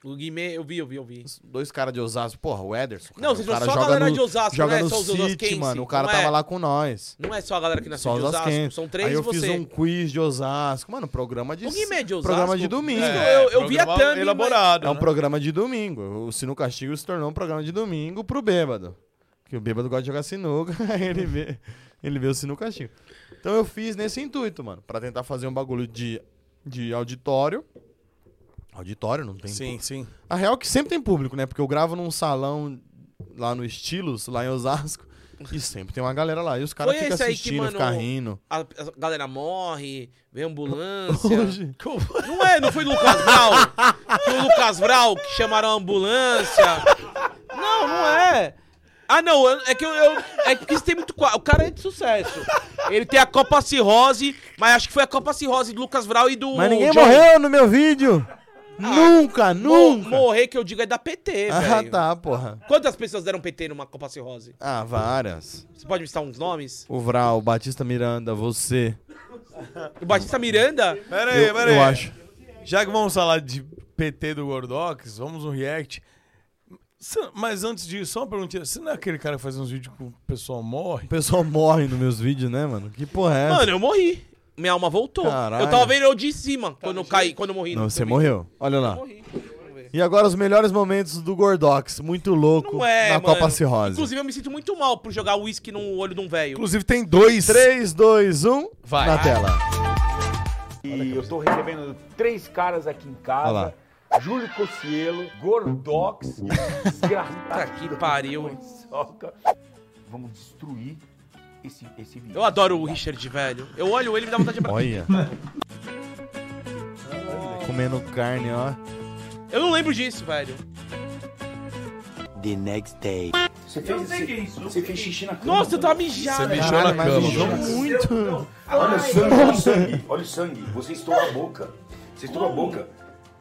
B: O Guimê, eu vi, eu vi, eu vi.
C: Dois caras de Osasco. Porra, o Ederson. Cara,
B: Não,
C: o
B: vocês falam só
C: cara
B: a
C: joga
B: galera
C: no-
B: de Osasco,
C: joga
B: não é
C: no
B: só os osasquense,
C: City, mano. O cara
B: não é?
C: tava lá com nós.
B: Não é só a galera que nasceu
C: Só
B: de
C: os
B: Osasco,
C: osasquenses.
B: são três
C: Aí
B: e
C: eu
B: você.
C: fiz um quiz de Osasco. Mano, programa de...
B: O Guimê é de Osasco?
C: Programa de domingo.
B: Isso É, eu- eu vi a programa Thumb, elaborado,
C: É um
B: né?
C: programa de domingo. O Sino Castigo se tornou um programa de domingo pro bêbado. Porque o bêbado gosta de jogar sinuca, aí ele vê, ele vê o Sino Castigo. Então eu fiz nesse intuito, mano. Pra tentar fazer um bagulho de, de auditório. Auditório, não tem
O: Sim, sim.
C: a real é que sempre tem público, né? Porque eu gravo num salão lá no Estilos, lá em Osasco, e sempre tem uma galera lá. E os caras
B: Foi
C: ficam
B: esse aí
C: assistindo,
B: que, mano,
C: ficam rindo.
B: A, a galera morre, vem ambulância.
C: Hoje.
B: Não é, não foi do Lucas Vral? Foi o Lucas Vral que chamaram a ambulância. Não, não é. Ah, não, eu- é que eu, eu- É porque isso tem muito. qua- O cara é de sucesso. Ele tem a Copa Cirrose, mas acho que foi a Copa Cirrose do Lucas Vral e do.
C: Mas ninguém
B: Johnny.
C: morreu no meu vídeo! nunca,
B: Mo-
C: nunca!
B: Morrer que eu digo é da PT,
C: ah,
B: velho.
C: tá, porra.
B: Quantas pessoas deram PT numa Copa Cirrose?
C: Ah, várias.
B: Você pode me citar uns nomes?
C: O Vral, o Batista Miranda, você.
B: O Batista Miranda?
O: Pera aí,
C: Eu-
O: pera aí.
C: eu acho.
O: Já que vamos falar de PT do Gordox, vamos no React. Cê- Mas antes disso, só uma perguntinha. Você não é aquele cara que faz uns vídeos que o pessoal morre?
C: O pessoal morre nos meus vídeos, né, mano? Que porra é essa?
B: Mano, eu morri. Minha alma voltou.
C: Caralho. Tá,
B: Eu tava vendo eu de cima quando eu caí, quando eu morri.
C: Não, você
B: Eu vi.
C: morreu. Olha lá. E agora os melhores momentos do Gordox. Muito louco
B: Não é,
C: na
B: mano.
C: Copa Cirrose.
B: Inclusive, eu me sinto muito mal por jogar uísque no olho de um velho.
O: Inclusive tem dois.
C: 3, 2, 1,
O: Vai.
C: na tela.
Q: E eu tô recebendo três caras aqui em
C: Olha
Q: casa. Júlio Cocielo, Gordox, desgraçado.
B: que pariu.
Q: Vamos destruir esse, esse vídeo.
B: Eu adoro o Richard, velho. Eu olho ele e me dá vontade de
C: Olha. Comendo carne, ó.
B: Eu não lembro disso, velho.
Q: The next day. Você fez, você, você fez xixi na cama.
B: Nossa, eu tava mijado.
Q: Você
B: mijou
Q: Caralho,
B: na
Q: mas
B: cama,
Q: mijou
B: mano.
Q: muito. Olha o
B: Ai,
Q: sangue, olha o
B: nossa.
Q: sangue. Olha o sangue. Você estourou a boca. Você estourou a boca.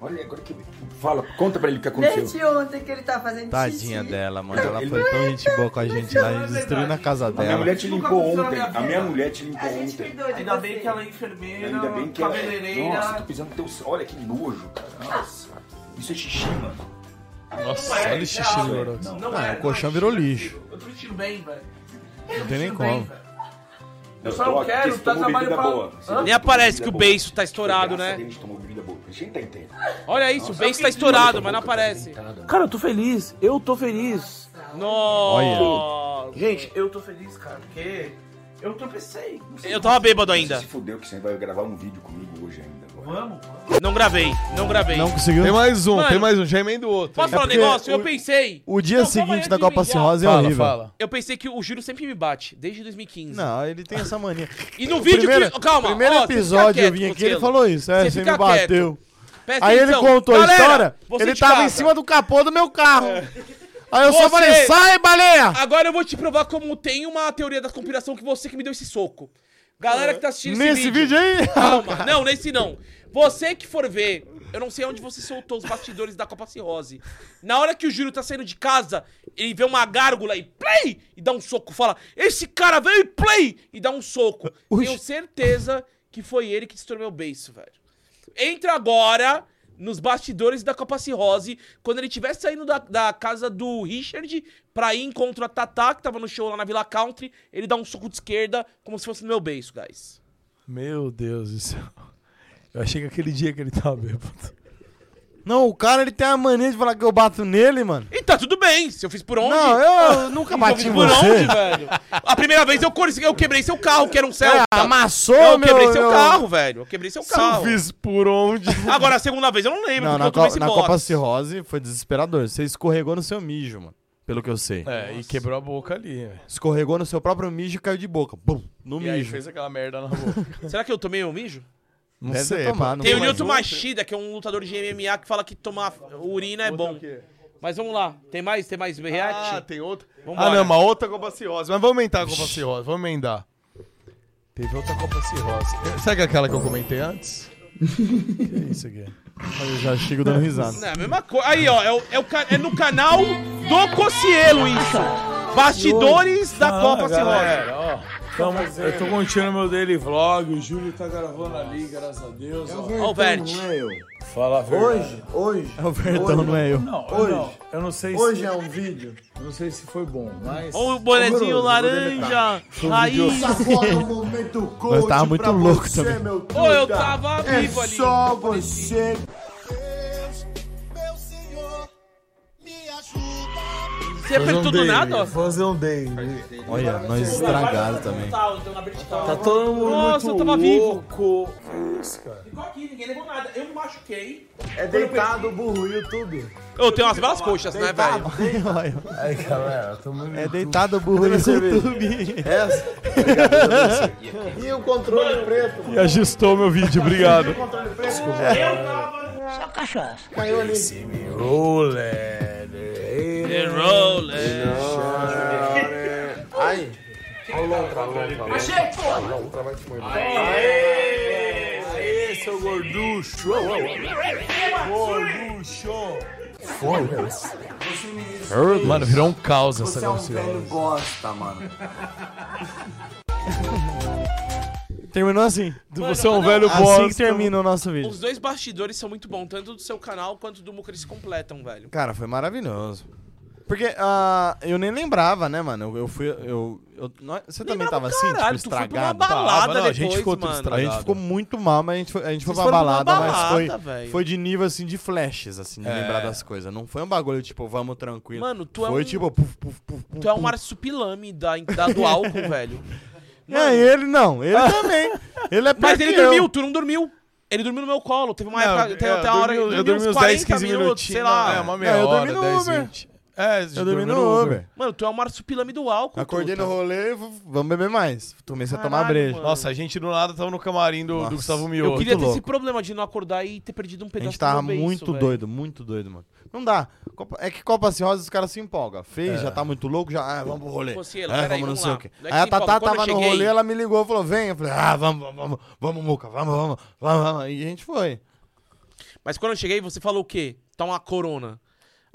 Q: Olha, agora que... Fala, conta pra ele o que aconteceu.
R: Desde ontem que ele tá fazendo
C: Tadinha dela, mano. Ela foi é tão gente boa com a gente lá. A gente destruiu na casa
Q: A minha
C: dela.
Q: mulher te limpou ontem. A minha mulher te limpou ontem.
R: Ainda bem que ela é enfermeira,
Q: Ainda bem que ela... é-
R: cabeleireira.
Q: Nossa, tô pisando no teu... Olha que nojo, cara. Nossa. Isso é xixi, mano.
C: Nossa,
R: é,
C: olha o xixi do Gordox. Ah, o colchão virou lixo.
R: Eu tô me sentindo bem, velho.
C: Não tem nem como.
R: Eu só não quero, tá trabalhando pra... Hã?
B: Nem aparece que o beiço tá estourado, né?
Q: tá
B: Olha isso, o beiço tá estourado, mas não aparece.
R: Cara, eu tô feliz. Eu tô feliz.
B: Nossa.
R: Gente, eu tô feliz, cara, porque eu tropecei.
B: Eu tava bêbado ainda.
Q: Se fudeu que você vai gravar um vídeo comigo hoje ainda.
R: Vamos?
B: Não gravei, não gravei.
C: Não conseguiu? Tem mais um, tem mais um, já
O: emenda o outro.
B: Posso
C: É
B: falar um
C: porque
B: negócio?
C: o-
B: Eu pensei.
C: O dia seguinte da Copa Cirrose é
O: Fala,
C: horrível.
O: fala.
B: Eu pensei que o Júlio sempre me bate, desde 2015.
C: Não, ele tem essa mania.
B: E no
C: O
B: vídeo
C: primeiro-
B: que. Calma,
C: primeiro
B: ó, você fica
C: episódio eu
B: quieto,
C: vim aqui,
B: Cosselo.
C: ele falou isso. É, você me
B: fica
C: bateu.
B: Presta
C: Aí ele
B: atenção.
C: contou a
B: Então, Galera,
C: história.
B: você
C: Ele
B: de
C: tava
B: casa.
C: em cima do capô do meu carro. Aí eu só
B: Você-
C: falei, sai, baleia!
B: Agora eu vou te provar como tem uma teoria da conspiração que você que me deu esse soco. Galera que tá assistindo
C: Nesse
B: esse
C: vídeo aí?
B: Calma, não, nesse não. Você que for ver, eu não sei onde você soltou os bastidores da Copa Cirrose. Na hora que o Júlio tá saindo de casa, ele vê uma gárgula e play! E dá um soco. Fala, esse cara veio e play! E dá um soco. Tenho certeza que foi ele que destruiu meu beiço, velho. Entra agora nos bastidores da Copa Cirrose, quando ele estiver saindo da, da casa do Richard pra ir encontrar a Tatá, que tava no show lá na Vila Country, ele dá um soco de esquerda, como se fosse no meu beiço, guys.
O: Meu Deus do céu. Eu achei que aquele dia que ele tava bêbado.
C: Não, o cara ele tem a mania de falar que eu bato nele, mano.
B: E tá tudo bem, se eu fiz por onde.
C: Não, eu nunca
B: se
C: bati
B: fiz
C: em
B: por
C: você.
B: onde, velho? A primeira vez eu, cor- eu quebrei seu carro, que era um Celta.
C: Ah, amassou
B: Eu
C: meu-
B: quebrei seu
C: meu-
B: carro, velho. Eu quebrei seu carro.
C: fiz por onde?
B: Agora, a segunda vez eu não lembro,
C: Não,
B: porque
C: na,
B: eu tomei
C: co
B: esse
C: na
B: box.
C: Copa Cirrose foi desesperador. Você escorregou no seu mijo, mano. Pelo que eu sei.
O: É, e quebrou a boca ali. velho.
C: Escorregou no seu próprio mijo e caiu de boca. Bum, no
O: E aí
C: mijo.
O: fez aquela merda na boca.
B: Será que eu tomei o mijo?
C: Não
O: Deve
C: sei,
O: ter
C: pô.
O: tomado,
B: Tem um o
O: Mas
B: Nilton
O: outra-
B: Machida, que é um lutador de MMA, que fala que tomar urina é bom. Mas vamos lá. Tem mais? Tem mais react? Ah,
O: tem outro.
B: Vambora.
O: Ah, não, uma outra Copa Cirrose. Mas vamos aumentar a Copa Cirrose, vamos emendar. Teve outra Copa Cirrose. É, Sabe aquela que eu comentei antes? que é isso aqui?
C: Eu já chego dando risada.
B: Não, é a mesma coisa. Aí, ó, é, o- é o ca- é no canal do Cocielo isso. Bastidores da Copa Cirrose.
O: Cirrose.
A: Então, eu tô continuando meu daily vlog, o Júlio tá gravando ali, graças a Deus.
Q: É
A: ó.
Q: o Verdão, Ó o Vert. não é eu.
A: Fala a verdade.
Q: Hoje, hoje.
A: É o Verdão,
Q: hoje-
A: não é eu. Não, eu
Q: hoje.
A: não. Eu não sei se-
Q: Hoje é um vídeo. Eu não sei se foi bom, mas.
B: Ó o bonezinho
Q: Horroroso,
B: laranja,
Q: vou
C: um
Q: deletar.
B: raiz.
Q: Isso agora é o momento coach.
C: Nós tava muito
Q: pra
C: louco
Q: você,
C: também.
Q: Meu
B: Ô, eu
Q: truta.
B: tava
Q: é
B: vivo ali,
Q: Só você.
B: Você apertou do nada, ó.
A: Fazer um day.
C: Olha, nós estragados também.
A: Tá todo mundo
B: Nossa,
A: muito
B: eu tava vivo.
A: louco. Que isso, cara?
B: Ficou aqui, ninguém levou nada. Eu me machuquei.
Q: É deitado, burro, YouTube.
B: Eu tenho umas belas coxas, né, velho?
Q: Aí, galera, tô muito.
C: É deitado burro no YouTube.
Q: Essa. Obrigado, e o controle preto?
A: E ajustou meu vídeo, obrigado.
Q: Só cachaça. Caiu ali.
A: Roller.
Q: The
A: Roller.
Q: Ai. Olha o Lontra, a Lontra. a Lontra.
A: Achei,
Q: A Lontra vai te morder.
A: Aê! Aê, seu gorducho! Gorducho!
Q: Foda-se.
A: Mano, virou um caos essa
Q: Você é um
A: negócio.
Q: velho gosta, mano.
C: Terminou assim.
B: Mano,
C: Você é um
B: não,
C: velho
B: assim
C: bosta. Assim
B: que
C: termina o nosso vídeo.
B: Os dois bastidores são muito bons, tanto do seu canal quanto do Mucris completam, velho.
C: Cara, foi maravilhoso. Porque ah, eu nem lembrava, né, mano? Eu, eu fui. Eu, eu- nó- você também tava assim,
B: caralho,
C: tipo,
B: tu foi pra
C: estragado?
B: uma balada
C: Tava, não, a
B: depois,
C: gente ficou tudo
B: mano.
C: estragado. A gente ficou muito mal, mas a gente foi, a gente foi
B: Vocês
C: pra
B: foram numa
C: balada, mas foi,
B: balada, velho.
C: foi de nível assim de flashes, assim, de
B: É.
C: lembrar das coisas. Não foi um bagulho tipo, vamos tranquilo.
B: Mano, tu é
C: Foi
B: um-
C: tipo, puf, puf, puf, puf,
B: Tu é
C: puf.
B: um arsupilame da, da, do álcool, velho.
C: É, ele não, ele também. Ele é pior
B: Mas ele
C: que eu.
B: dormiu, tu não dormiu. Ele dormiu no meu colo. Teve uma
A: Não,
B: época.
C: é,
B: Tem
A: É, eu
B: até a
A: dormi-
B: hora.
A: eu
B: ele
A: dormi uns 10, 15
B: minutos, sei
A: minutinhos,
B: lá.
A: é, uma meia É, eu dormi hora, no 10, Uber. 20. É,
C: eu dormi no Uber.
B: Mano, tu é um marsupilame do álcool.
C: Acordei
B: truta.
C: no rolê, v- vamos beber mais. Comecei a tomar
B: tá? Caralho,
C: breja.
B: mano.
A: Nossa, a gente do nada tava no camarim do, do Gustavo Mioto.
B: Eu queria ter esse problema de não acordar e ter perdido um
C: A
B: pedaço
C: gente tava
B: do meu beiço,
C: muito
B: velho.
C: doido, muito doido, mano. Não dá. Copa- é que Copa Cirrose os caras se empolgam. Fez,
A: É.
C: já tá muito louco, já. Ah, vamos pro rolê.
B: Pô, Cielo,
C: Ah,
B: peraí,
C: vamos não
B: vamos
C: sei
B: lá.
C: o quê.
B: Não é que
C: Aí a
B: se empolga.
C: Tatá
B: Quando eu
C: tava no
B: cheguei-
C: rolê, ela me ligou e falou: vem. Eu falei: ah, vamos, vamos, vamos, vamos, Muca, vamos, vamos, vamos, vamos. E a gente foi.
B: Mas quando eu cheguei, você falou o quê? Tá uma corona.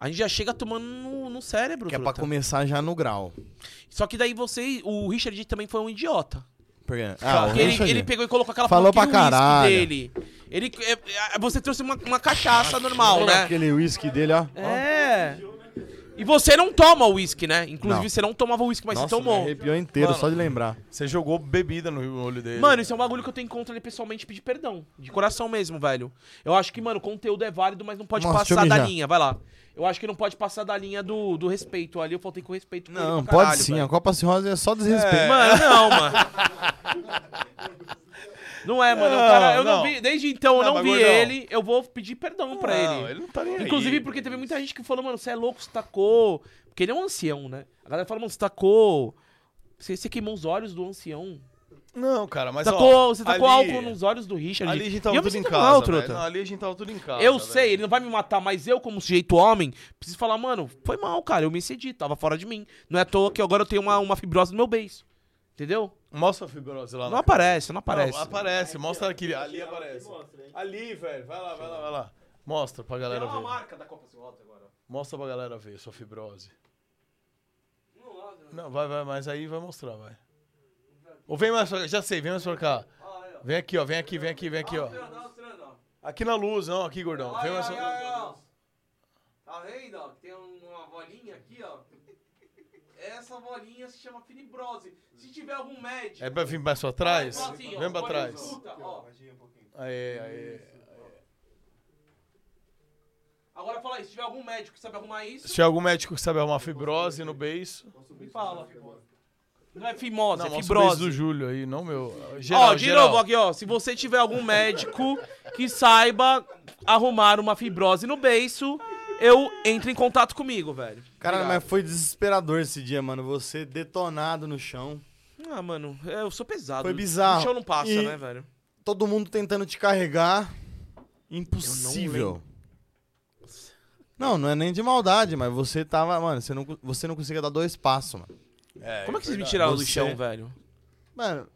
B: A gente já chega tomando no, no cérebro.
C: Que é pra
B: truta.
C: começar já no grau.
B: Só que daí você. O Richard também foi um idiota.
C: Por quê? Ah, o
B: Porque ele,
C: Richard-
B: ele pegou e colocou aquela
C: Falou pra
B: porquinha whisky
C: caralho.
B: dele. Ele, é, é, você trouxe uma, uma cachaça normal, né?
C: Aquele uísque dele, ó.
B: É. E você não toma uísque, né? Inclusive,
C: Não.
B: você não tomava uísque, mas
C: Nossa,
B: você tomou.
C: me arrepiou inteiro, só de lembrar.
A: Você jogou bebida no olho dele.
B: Mano, isso é um bagulho que eu tenho contra ele pessoalmente e pedir perdão. De coração mesmo, velho. Eu acho que, mano, o conteúdo é válido, mas não pode
C: Nossa, deixa eu
B: passar da
C: mijar.
B: linha. Vai lá. Eu acho que não pode passar da linha do, do respeito ali. Eu faltei com respeito com ele
C: Não,
B: pra
C: pode
B: caralho,
C: sim.
B: velho.
C: A Copa Cirrose é só desrespeito.
B: Mano, não, mano. Não é, mano. o cara, eu não,
A: Não,
B: vi. Desde então eu
A: não,
B: não, vi
A: bagulho não.
B: ele. Eu vou pedir perdão pra
A: Não,
B: ele.
A: ele não tá nem aí.
B: Inclusive, porque teve muita gente que falou, mano, você é louco, você tacou. Porque ele é um ancião, né? A galera fala, mano, você tacou. Você, você queimou os olhos do ancião.
A: Não, cara, mas
B: tacou,
A: ó,
B: você tacou
A: ali-
B: álcool nos olhos do Richard.
A: Ali a gente
B: E
A: tava
B: eu me
A: tudo em
B: sinto
A: casa.
B: mal,
A: velho.
B: truta.
A: Não, ali a gente tava tudo em casa.
B: Eu
A: velho.
B: sei, ele não vai me matar, mas eu, como sujeito homem, preciso falar, mano, foi mal, cara. Eu me excedi, tava fora de mim. Não é à toa que agora eu tenho uma, uma fibrose no meu beijo. Entendeu?
A: Mostra a fibrose lá.
B: Não
A: na
B: aparece,
A: câmera.
B: não aparece.
A: aparece, mostra aqui. Ali aparece. Ali, velho. Vai lá, vai lá, vai lá. Mostra pra galera ver.
B: da Copa Silvota agora.
A: Mostra pra galera ver sua fibrose. Não, vai, vai, mas aí vai mostrar, vai. Ou vem mais pra cá, já sei, vem mais pra cá. Vem aqui, ó, vem aqui, vem aqui, vem aqui, ó. Aqui na luz, não, aqui, gordão. Vem mais um. pra
B: Tá vendo, ó? Tem um, uma bolinha aqui, ó. Essa bolinha se chama fibrose. Se tiver algum médico... assim,
A: É pra vir mais pra trás? Vem pra trás. Aê, aê.
B: Agora fala aí, se tiver algum médico que sabe arrumar isso,
A: Se tiver algum médico que sabe arrumar fibrose no beiço.
B: fala. Não é fimose,
A: Não,
B: é
A: mostra o beiço
B: fibrose.
A: do Júlio aí, não meu.
B: ó, de novo aqui, ó. Se você tiver algum médico que saiba arrumar uma fibrose no beiço, eu entre em contato comigo, velho.
C: Caralho,
B: Obrigado.
C: mas foi desesperador esse dia, mano. Você detonado no chão.
B: Ah, mano, eu sou pesado.
C: Foi bizarro.
B: O chão não passa,
C: E-
B: né, velho?
C: Todo mundo tentando te carregar. Impossível. Não, não, é nem de maldade, mas você tava. Mano, você não, co- você não conseguia dar dois passos, mano.
B: Como é que vocês me tiraram do
C: Você-
B: chão, velho?
C: Mano.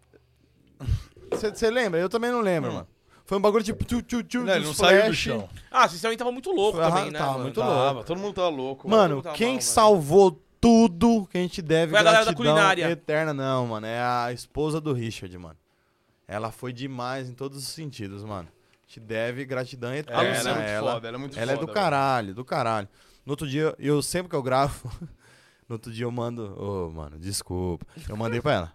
C: Você lembra? Eu também não lembro, mano. Foi um bagulho tipo. Tiu, tiu, tiu,
A: Não, ele
C: dos
A: não saiu do
C: flash.
A: chão.
B: Ah, vocês também estavam muito loucos
C: Foi
B: também, né?
C: arra- tava
B: mano?
C: muito louco.
A: Todo mundo tá louco.
C: Mano,
B: Todo mundo tá
C: quem
B: mal, velho.
C: salvou tudo que a gente deve
B: Foi a galera da
C: gratidão
B: culinária.
C: eterna, não, mano. É a esposa do Richard, mano. Ela foi demais em todos os sentidos, mano. A gente deve gratidão eterna.
O: Luciana é
C: a
O: muito
C: ela.
O: foda, ela é muito
C: Ela é do
O: foda, velho.
C: caralho, do caralho. No outro dia, eu sempre que eu gravo, no outro dia eu mando, ô, mano, desculpa. Eu mandei pra ela.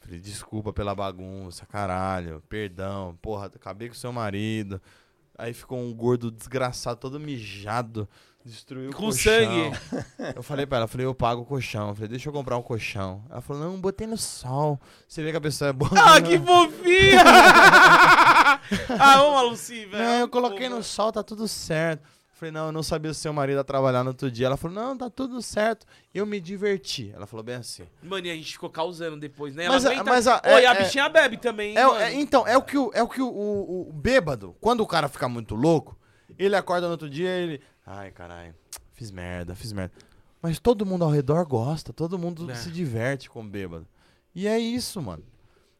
C: Falei, desculpa pela bagunça, caralho, perdão, porra, acabei com seu marido. Aí ficou um gordo desgraçado, todo mijado, destruiu o
O: Com
C: colchão.
O: sangue.
C: Eu falei pra ela, falei, eu pago o colchão. Eu falei, deixa eu comprar um colchão. Ela falou, não, botei no sol. Você vê que a pessoa é boa.
B: Ah,
C: né?
B: que fofinha! ah, ô, Maluci, velho.
C: Não, eu coloquei no sol, tá tudo certo. Falei, não, eu não sabia se seu marido ia trabalhar no outro dia. Ela falou, não, tá tudo certo. Eu me diverti. Ela falou bem assim.
B: Mano, e a gente ficou causando depois, né?
C: Mas
B: ela
C: a-
B: aguenta-
C: mas a-
B: Oi,
C: é-
B: a
C: é-
B: bichinha bebe também, hein,
C: É, o-
B: mano?
C: é, então, é o que, o, é o, que o, o- o bêbado, quando o cara fica muito louco, ele acorda no outro dia ele. Ai, caralho, fiz merda, fiz merda. Mas todo mundo ao redor gosta, todo mundo
O: É.
C: se diverte com o bêbado. E é isso, mano.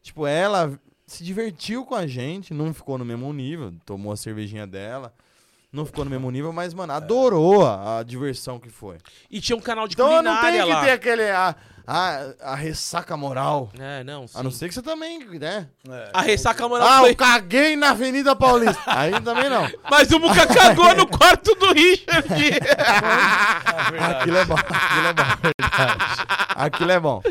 C: Tipo, ela se divertiu com a gente, não ficou no mesmo nível, tomou a cervejinha dela, não ficou no mesmo nível, mas, mano, adorou a, a diversão que foi.
B: E tinha um canal de
C: Então eu não
B: culinária
C: tenho que
B: lá.
C: ter aquele. A, a, a ressaca moral.
B: É, não, sim.
C: A não ser que você também, né?
B: A ressaca moral
C: Ah,
B: foi-
C: eu caguei na Avenida Paulista. Aí também não.
B: Mas o Muca cagou no quarto do Richard.
C: Aquilo é bom, aquilo é bom, verdade. Aquilo é bom.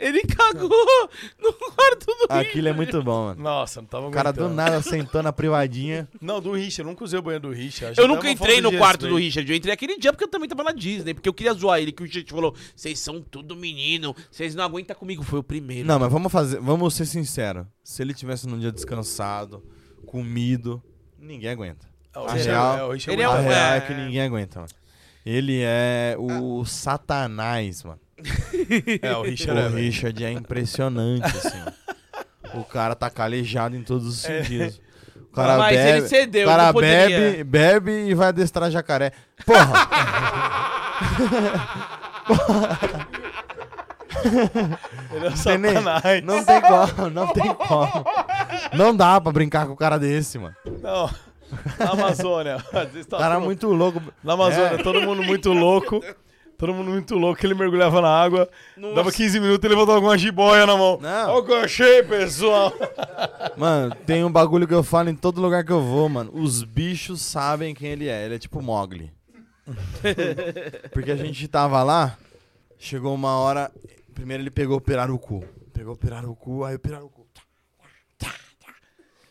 B: Ele cagou no quarto do
C: Aquilo é muito bom, mano.
O: Nossa, não tava
C: O cara do
O: aguentando.
C: nada sentou na privadinha.
O: Não, do Richard, eu nunca usei o banheiro do Richard.
B: Eu nunca entrei no quarto do Richard. Eu entrei aquele dia porque eu também tava na Disney. Porque eu queria zoar ele, que o Richard falou: Vocês são tudo menino, vocês não aguentam comigo. Foi o primeiro.
C: Não, mas vamos fazer, vamos ser sinceros. Se ele tivesse num dia descansado, comido, ninguém aguenta.
O: É, o
C: a
O: Richard-
C: real,
O: é, o Richard
C: a
O: é
B: um
O: muito
C: real
O: bom.
C: é que ninguém aguenta, mano. Ele é o satanás, mano.
O: É, o Richard é,
C: O
O: velho.
C: Richard é impressionante, assim. mano. O cara tá calejado em todos os
O: É.
C: sentidos. O cara
B: Ah, Mas
C: bebe,
B: ele cedeu,
C: o cara
B: não poderia.
C: bebe, bebe e vai adestrar jacaré. Porra!
O: Ele é um
C: Tem nem-
O: satanás.
C: não tem como, não tem como. Não dá pra brincar com o cara desse, mano.
O: Não. Na Amazônia. Às vezes tá
C: cara é
O: todo-
C: muito louco.
O: Na Amazônia,
C: É.
O: todo mundo muito louco. Todo mundo muito louco. Ele mergulhava na água, dava 15 minutos e levantava alguma jiboia na mão. Olha o que eu achei, pessoal.
C: Mano, tem um bagulho que eu falo em todo lugar que eu vou, mano. Os bichos sabem quem ele é. Ele é tipo Mogli. Porque a gente tava lá, chegou uma hora. Primeiro ele pegou o pirarucu. Pegou o pirarucu, aí o pirarucu. tá,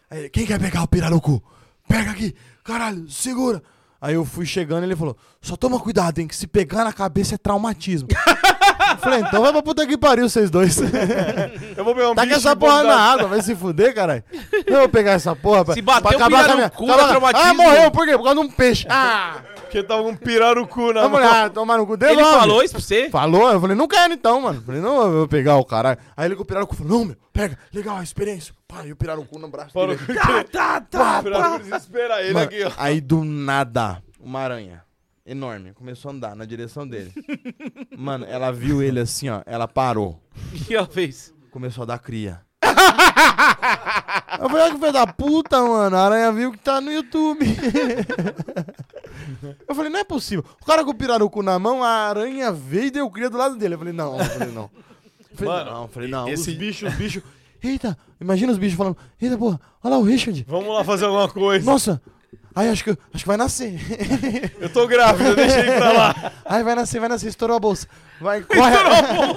C: Aí ele, quem quer pegar o pirarucu? Pega aqui, caralho, segura. Aí eu fui chegando e ele falou: só toma cuidado, hein, que se pegar na cabeça é traumatismo. eu falei: então vai pra puta que pariu, vocês dois.
O: Eu vou pegar um
C: Tá com
O: bicho
C: essa
O: e vou
C: porra na
O: dar-
C: água, vai se fuder, caralho. Eu vou pegar essa porra pra,
O: Se bater
C: pra
O: o
C: acabar com a minha.
O: pirarucu,
C: acabar
O: dá
C: com a- Ah,
O: traumatismo.
C: morreu, por quê? Por causa de um peixe. Ah!
O: Porque tava com um pirarucu na
C: Não,
O: mão.
C: mulher, ah, tomar no cu dele.
O: Ele falou isso pra você?
C: Falou, eu falei, não quero então, mano. Falei, não, eu vou pegar o caralho. Aí ele com o pirarucu falou, não, meu, pega, legal, a experiência. Pá, e o pirarucu no braço
O: Parou
C: dele.
O: tá, tá, tá. Desespera ele
C: Mano,
O: aqui, ó.
C: Aí do nada, uma aranha enorme começou a andar na direção dele. Mano, ela viu ele assim, ó, ela parou.
B: O que ela fez?
C: Começou a dar cria. Eu falei, olha que filho da puta, mano. A aranha viu que tá no YouTube. Eu falei, não é possível. O cara com o pirarucu na mão, a aranha veio e deu cria do lado dele. Eu falei, não, eu falei, não. Eu falei,
O: Mano,
C: não, eu falei, não.
O: esse-
C: Os bichos, os bichos. Eita, imagina os bichos falando, eita, porra, olha lá o Richard.
O: Vamos lá fazer alguma coisa.
C: Nossa, aí acho que, acho que vai nascer.
O: Eu tô grávida, deixa ele pra lá.
C: Aí vai nascer, vai nascer, estourou a bolsa. Vai, corre.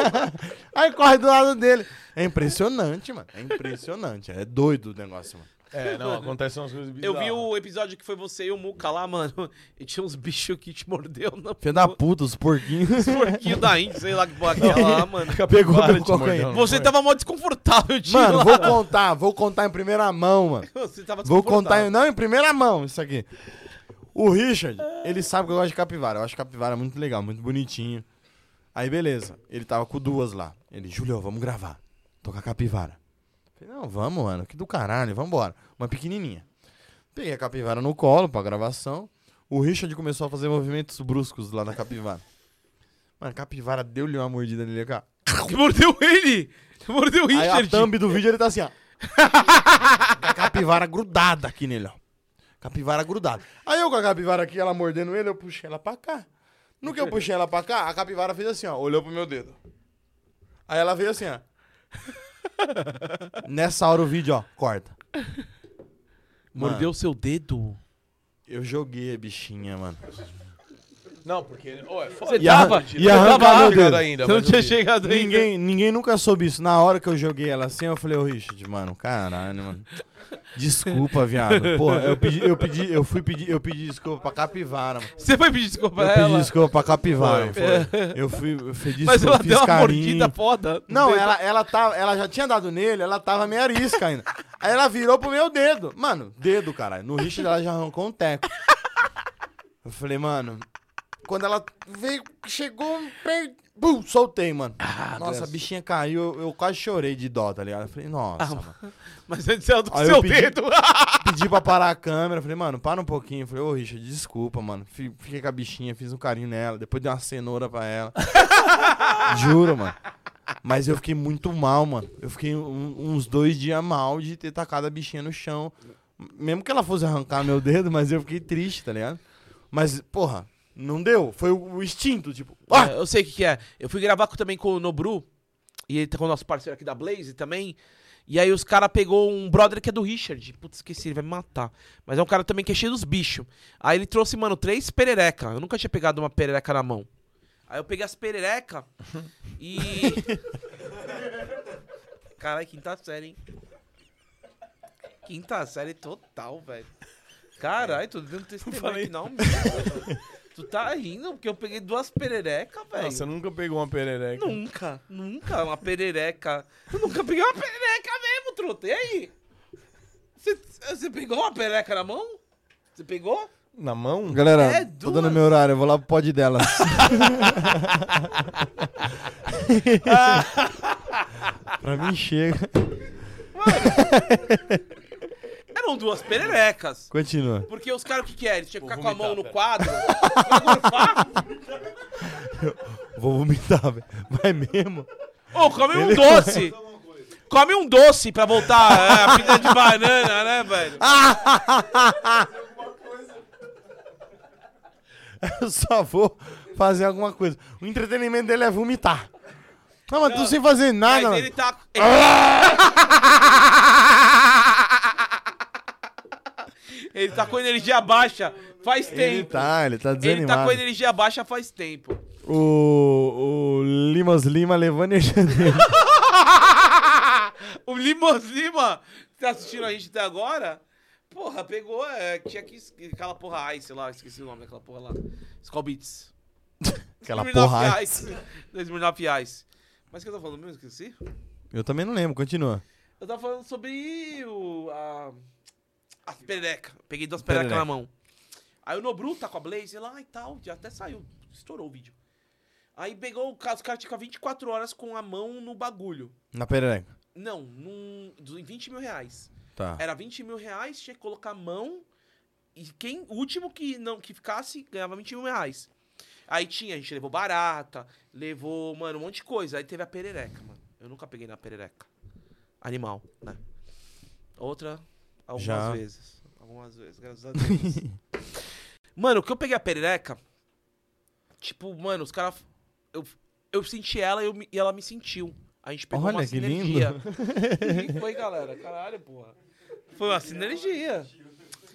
C: Aí corre do lado dele. É impressionante, mano. É impressionante. É doido o negócio, mano.
O: É, não, acontecem umas coisas
B: Eu vi
O: bizarras.
B: o episódio que foi você e o Muca lá, mano. E tinha uns bichos que te mordeu na
C: Filho da puta, os porquinhos.
B: Os porquinhos da Índia, sei lá que porra que é lá, mano.
C: Pegou pelo cocanhão.
B: Você tava mó desconfortável de ir
C: Mano,
B: lá.
C: vou contar, vou contar em primeira mão, mano.
B: Você tava
C: Vou
B: desconfortável.
C: contar, em- não, em primeira mão, isso aqui. O Richard, ele sabe que eu gosto de capivara. Eu acho capivara muito legal, muito bonitinho. Aí, beleza. Ele tava com duas lá. Ele, Julio, vamos gravar. Tô com a capivara. Falei, não, vamos, mano. Que do caralho, vambora. Uma pequenininha. Peguei a capivara no colo pra gravação. O Richard começou a fazer movimentos bruscos lá na capivara. Mano, a capivara deu-lhe uma mordida nele, cara.
B: Mordeu ele! Mordeu o
C: Aí a
B: Richard!
C: thumb do vídeo ele tá assim, ó. Com a capivara grudada aqui nele, ó. Capivara grudada. Aí eu com a capivara aqui, ela mordendo ele, eu puxei ela pra cá.
F: No que eu puxei ela pra cá, a capivara fez assim, ó. Olhou pro meu dedo. Aí ela veio assim, ó.
C: Nessa hora o vídeo, ó, corta.
B: Mordeu seu dedo?
C: Eu joguei a bichinha, mano.
O: Não, porque. Ô, é foda.
B: Você tava?
C: E arrancar meu dedo.
O: ainda.
C: Você não
O: mas eu
C: tinha
O: vi.
C: chegado ninguém, ainda. Ninguém nunca soube isso. Na hora que eu joguei ela assim, eu falei, ô Richard, mano, caralho, mano. Desculpa, viado. Porra, eu pedi, eu pedi, eu fui pedir, eu pedi desculpa pra capivara, mano.
B: Você foi pedir desculpa
C: Eu
B: pra
C: pedi
B: ela?
C: desculpa pra capivara.
B: Foi,
C: foi.
B: foi.
C: Eu fui, eu fui desculpa,
B: Mas ela
C: fiz
B: deu uma
C: carinho.
B: mordida foda. no
C: Não,
B: dedo.
C: ela, ela, tava, ela já tinha dado nele, ela tava meio arisca ainda. Aí ela virou pro meu dedo. Mano, dedo, caralho. No Richard ela já arrancou um teco. Eu falei, mano. Quando ela veio, chegou, per... Bum, soltei, mano. nossa, a bichinha caiu, eu, eu quase chorei de dó, tá ligado? Eu falei, nossa, mano.
B: Mas antes ela do
C: Aí
B: seu
C: eu pedi,
B: dedo.
C: pedi pra parar a câmera, falei, mano, para um pouquinho. Eu Falei, ô Richard, desculpa, mano. Fi- Fiquei com a bichinha, fiz um carinho nela, depois dei uma cenoura pra ela. Juro, mano. Mas eu fiquei muito mal, mano. Eu fiquei um- uns dois dias mal de ter tacado a bichinha no chão. Mesmo que ela fosse arrancar meu dedo, mas eu fiquei triste, tá ligado? Mas, porra, não deu. Foi o o instinto, tipo.
B: Ah! eu sei o que, que é. Eu fui gravar com- também com o Nobru, e ele tá com o nosso parceiro aqui da Blaze também. E aí os cara pegou um brother que é do Richard. Putz, esqueci, ele vai me matar. Mas é um cara também que é cheio dos bichos. Aí ele trouxe, mano, três perereca. Eu nunca tinha pegado uma perereca na mão. Aí eu peguei as perereca e. Caralho, quinta série, hein? Quinta série total, velho. Caralho, tô dando testemunho aqui, não. meu. tu tá rindo porque eu peguei duas perereca, velho.
O: Não, você nunca pegou uma perereca.
B: Nunca, nunca, uma perereca. Eu nunca peguei uma perereca mesmo, truta. E aí? Você- Você pegou uma perereca na mão? Você pegou?
O: Na mão?
C: Galera,
B: É,
C: tô dando meu horário, eu vou lá pro pod dela. pra mim chega.
B: Eram duas pererecas.
C: Continua.
B: Porque os caras, o que que é? Eles tinham que ficar com a
O: vomitar,
B: mão no
O: pera.
B: quadro. pra gorfar.
C: Vou vomitar, velho. Vai mesmo?
B: Ô, come um
C: Ele-
B: doce. Come um doce pra voltar é, a pizza de banana, né, velho?
C: Ah, Eu só vou fazer alguma coisa. O entretenimento dele é vomitar. Não, mas tô sem fazer nada.
B: Mas
C: mano.
B: ele tá... Ele tá com energia baixa faz tempo.
C: Ele tá, ele tá
B: Ele tá
C: desanimado.
B: com energia baixa faz tempo.
C: O, o Limas Lima levando energia dele.
B: o Limos Lima, que tá assistindo a gente até agora, porra, pegou, é, tinha que, aquela porra Ice lá, esqueci o nome daquela porra lá. Skull Beats.
C: Aquela
B: 2009
C: porra
B: Ice. 2009 Ice. Mas o que eu tô falando mesmo? Esqueci.
C: Eu também não lembro, continua.
B: Eu tava falando sobre o. A, as perereca. Peguei duas
C: Perereca.
B: pererecas na mão. Aí o Nobru tá com a Blaze lá e tal. Já até saiu. Estourou o vídeo. Aí pegou o caso, o cara fica 24 horas com a mão no bagulho.
C: Na perereca.
B: Não, num, du- 20 mil reais.
C: Tá.
B: Era 20 mil reais, tinha que colocar a mão. E quem, o último que não que ficasse ganhava 20 mil reais. Aí tinha, a gente levou barata, levou, mano, um monte de coisa. Aí teve a perereca, mano. Eu nunca peguei na perereca. Animal, né? Outra, algumas
C: Já.
B: vezes. Algumas vezes, graças a Deus. mano, o que eu peguei a perereca, tipo, mano, os caras. Eu, eu senti ela e, eu me- e ela me sentiu. A gente pegou
C: Olha,
B: uma
C: que lindo.
B: sinergia. O que foi, galera? Caralho, porra. Foi uma sinergia.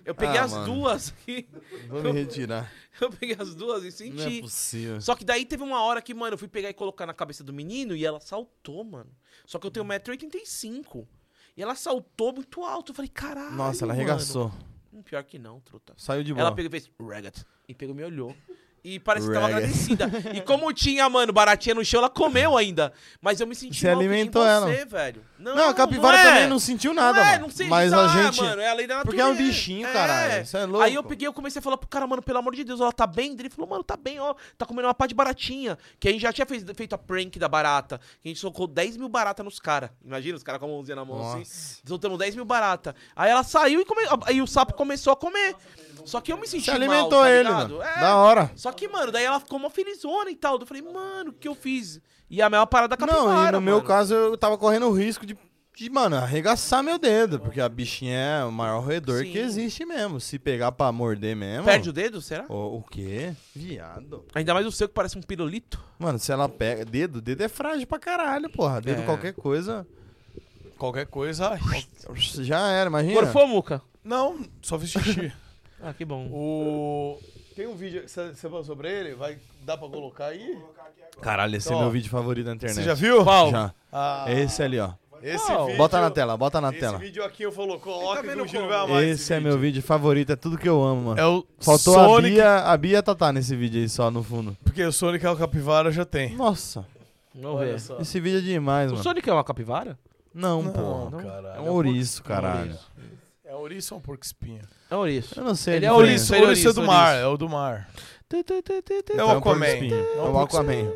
B: Eu peguei
C: Ah,
B: as
C: mano.
B: duas aqui.
C: Vou me retirar.
B: Eu peguei as duas e senti.
C: Não é possível.
B: Só que daí teve uma hora que, mano, eu fui pegar e colocar na cabeça do menino e ela saltou, mano. Só que eu tenho 1,85m. E ela saltou muito alto. Eu falei, caralho.
C: Nossa, ela
B: mano.
C: arregaçou.
B: Hum, Pior que não, truta.
C: Saiu de
B: um Ela
C: bola.
B: pegou e fez ragat. E pegou e me olhou. E parece que tava
C: Ragat.
B: agradecida. E como tinha, mano, baratinha no chão, ela comeu ainda. Mas eu me senti
C: Você
B: mal que nem
C: alimentou
B: você,
C: ela.
B: velho. Não,
C: Não, a capivara
B: é.
C: também não sentiu nada,
B: Não é,
C: mano.
B: não sei
C: Mas
B: lidar,
C: a gente-
B: mano. É a lei da
C: Porque é um
B: natureza.
C: bichinho, caralho. Isso é louco.
B: Aí eu peguei, eu comecei a falar pro cara, mano, pelo amor de Deus, ela tá bem? Ele falou, mano, tá bem, ó. Tá comendo uma pá de baratinha. Que a gente já tinha fez- feito a prank da barata. Que a gente socou 10 mil barata nos caras. Imagina, os caras com a mãozinha na mão assim. Soltamos 10 mil barata. Aí ela saiu e come... aí o sapo começou a comer. Só que eu me senti
C: Você
B: mal,
C: alimentou
B: tá
C: ele,
B: ligado?
C: mano.
B: É.
C: Da hora.
B: Só que, mano, daí ela ficou mó felizona e tal. Eu falei, mano, o que eu fiz? E a maior parada da
C: Não,
B: capivara,
C: e no meu
B: mano.
C: caso eu tava correndo o risco de de, mano, arregaçar meu dedo, porque a bichinha é o maior roedor
B: Sim.
C: que existe mesmo. Se pegar pra morder mesmo.
B: Perde o dedo, será?
C: O, o quê? Viado.
B: Ainda mais o seu que parece um pirulito.
C: Mano, se ela pega. Dedo, dedo é frágil pra caralho, porra. Dedo
B: É.
C: qualquer coisa.
A: Qualquer coisa.
C: Já era, imagina.
B: Corfou, Muca?
A: Não, só fiz xixi.
B: ah, que bom.
A: O... Tem um vídeo que você você falou sobre ele? Vai... Dá pra colocar aí?
C: Caralho, esse
A: Então,
C: é
A: ó,
C: meu vídeo favorito da internet.
A: você já viu? Qual?
C: Já.
A: Ah.
C: É esse ali, ó.
A: Esse vídeo-
C: Bota na tela, bota na
A: esse
C: tela.
A: vídeo aqui eu falou, coloca que o Gil vai amar
C: Esse, é meu vídeo favorito, é tudo que eu amo, mano.
A: É o
C: Faltou
A: Sonic-
C: a Bia, a Bia Tatá nesse vídeo aí só no fundo.
A: Porque o Sonic é o capivara, já tem.
C: Nossa.
B: Vamos ver.
C: Esse vídeo é demais,
B: O
C: mano.
B: Sonic é uma capivara?
C: Não,
B: Não,
C: pô.
B: não.
C: É um ouriço, caralho.
A: É ouriço ou um porco espinho?
B: É ouriço.
C: Eu não sei a
B: Ele é
C: diferença.
B: ouriço,
A: Ouriço,
B: ele
A: ouriço é do mar, é
B: ouriço.
A: o do mar.
C: Então
A: É o
C: um
A: Aquaman.
C: porco-espinho. É
A: um
C: o Aquaman.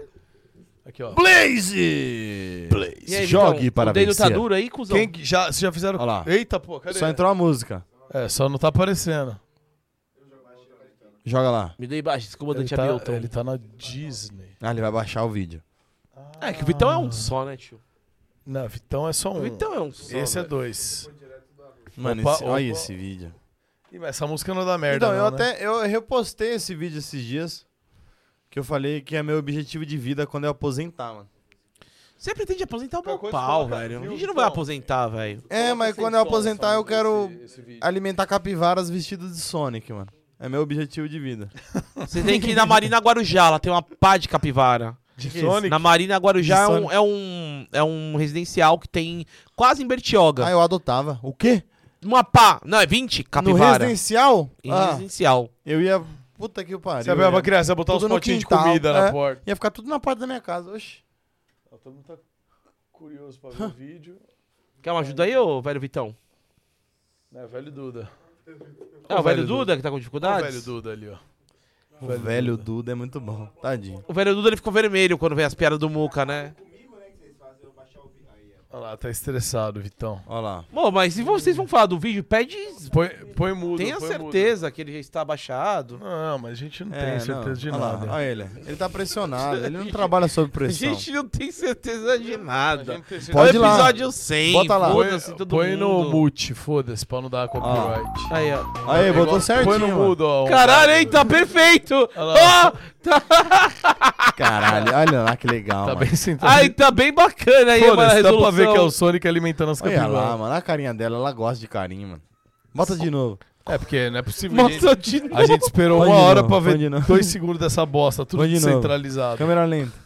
A: Aqui, ó.
C: Blaze!
A: Blaze.
B: E aí,
C: Jogue
B: Vitão,
C: para
B: o dedo tá
C: vencer.
B: duro aí, cuzão?
A: Quem que já, vocês já fizeram...
C: Olha lá.
A: Eita, pô, cadê?
C: Só entrou a música.
A: É, só não tá aparecendo.
C: Joga lá.
B: Me dei baixo, desculpa,
A: Ele
B: Dante
A: tá,
C: né?
B: Hamilton.
A: ele tá na Disney.
C: Ah, ele vai baixar o vídeo.
B: É que o Vitão é um só, né, tio?
A: Não, Vitão é só um.
C: Então,
B: Vitão é um só,
A: Esse é
B: velho.
C: né?
A: dois.
C: Mano,
A: Opa,
C: esse- olha
A: opa.
C: esse vídeo.
A: Ih, mas essa música não dá merda,
C: Então, eu
A: não, né?
C: até eu repostei esse vídeo esses dias. Que eu falei que é meu objetivo de vida quando eu aposentar, mano.
B: Você pretende aposentar o meu pau, velho. A gente não vai aposentar, velho.
C: É, mas quando eu aposentar, eu quero alimentar capivaras vestidas de Sonic, mano. É meu objetivo de vida.
B: Você tem que ir na Marina Guarujá, lá tem uma pá de capivara.
C: De Que Sonic? isso?
B: Na Marina Guarujá
C: De
B: é um,
C: Sonic.
B: é, um, é um residencial que tem quase em Bertioga.
C: Ah, eu adotava. O quê?
B: Uma pá. Não, é 20 capivara.
C: No residencial?
B: Em
C: Ah,
B: residencial.
C: Eu ia. Puta que pariu.
A: Você ia pegar pra
C: ia-
A: criança, ia botar
C: tudo
A: uns
C: no
A: potinhos de
C: quintal,
A: comida na
C: é.
A: porta.
C: Ia ficar tudo na porta da minha casa. Oxi.
A: Todo mundo tá curioso pra ver o vídeo.
B: Quer uma ajuda aí, ô velho Vitão?
A: É, velho Duda.
B: É o, velho, Duda, que tá com dificuldades?
A: O velho Duda ali, ó.
C: O velho Duda é muito bom. Tadinho.
B: O velho Duda ele ficou vermelho quando vem as piadas do Muca, né?
A: Olha lá, tá estressado, Vitão.
C: Olha lá.
B: Bom, mas se vocês vão falar do vídeo, pede.
A: Põe, põe mudo.
B: Tenha
A: põe
B: certeza que ele já está abaixado.
A: Não, mas a gente não
C: É,
A: tem certeza
C: não.
A: de
C: Olha lá,
A: nada.
C: olha ele. Ele tá pressionado. Ele não trabalha sob pressão.
B: A gente não tem certeza de nada.
C: Pode
B: é
C: ir
B: o
C: lá.
B: episódio 100.
C: Bota lá.
A: Põe,
B: Foda-se todo
A: põe no
B: mundo.
A: mute, foda-se, pra não dar copyright.
B: Aí, ó.
C: Aí,
A: Igual-
C: botou certinho,
A: Põe no
C: mano.
A: mudo, ó. um
B: Caralho, hein? Tá perfeito! Ah! Ó, tá...
C: Caralho, olha lá que legal.
A: Tá
C: mano.
A: bem sentado.
B: Ai, tá bem bacana aí, mano. A
A: Foda-se, dá pra
B: resolução.
A: ver que é o Sonic alimentando as
C: Olha lá,
A: capivaras.
C: mano. Olha a carinha dela, ela gosta de carinho, mano. Bota de novo.
A: É, porque não é possível.
B: Nossa,
A: gente-
B: de
A: A
B: novo.
A: gente esperou
C: Põe
A: uma
C: de
A: hora
C: novo,
A: pra
C: põe de
A: ver
C: novo.
A: dois segundos dessa bosta, tudo
C: Põe de novo.
A: descentralizado.
C: Câmera lenta.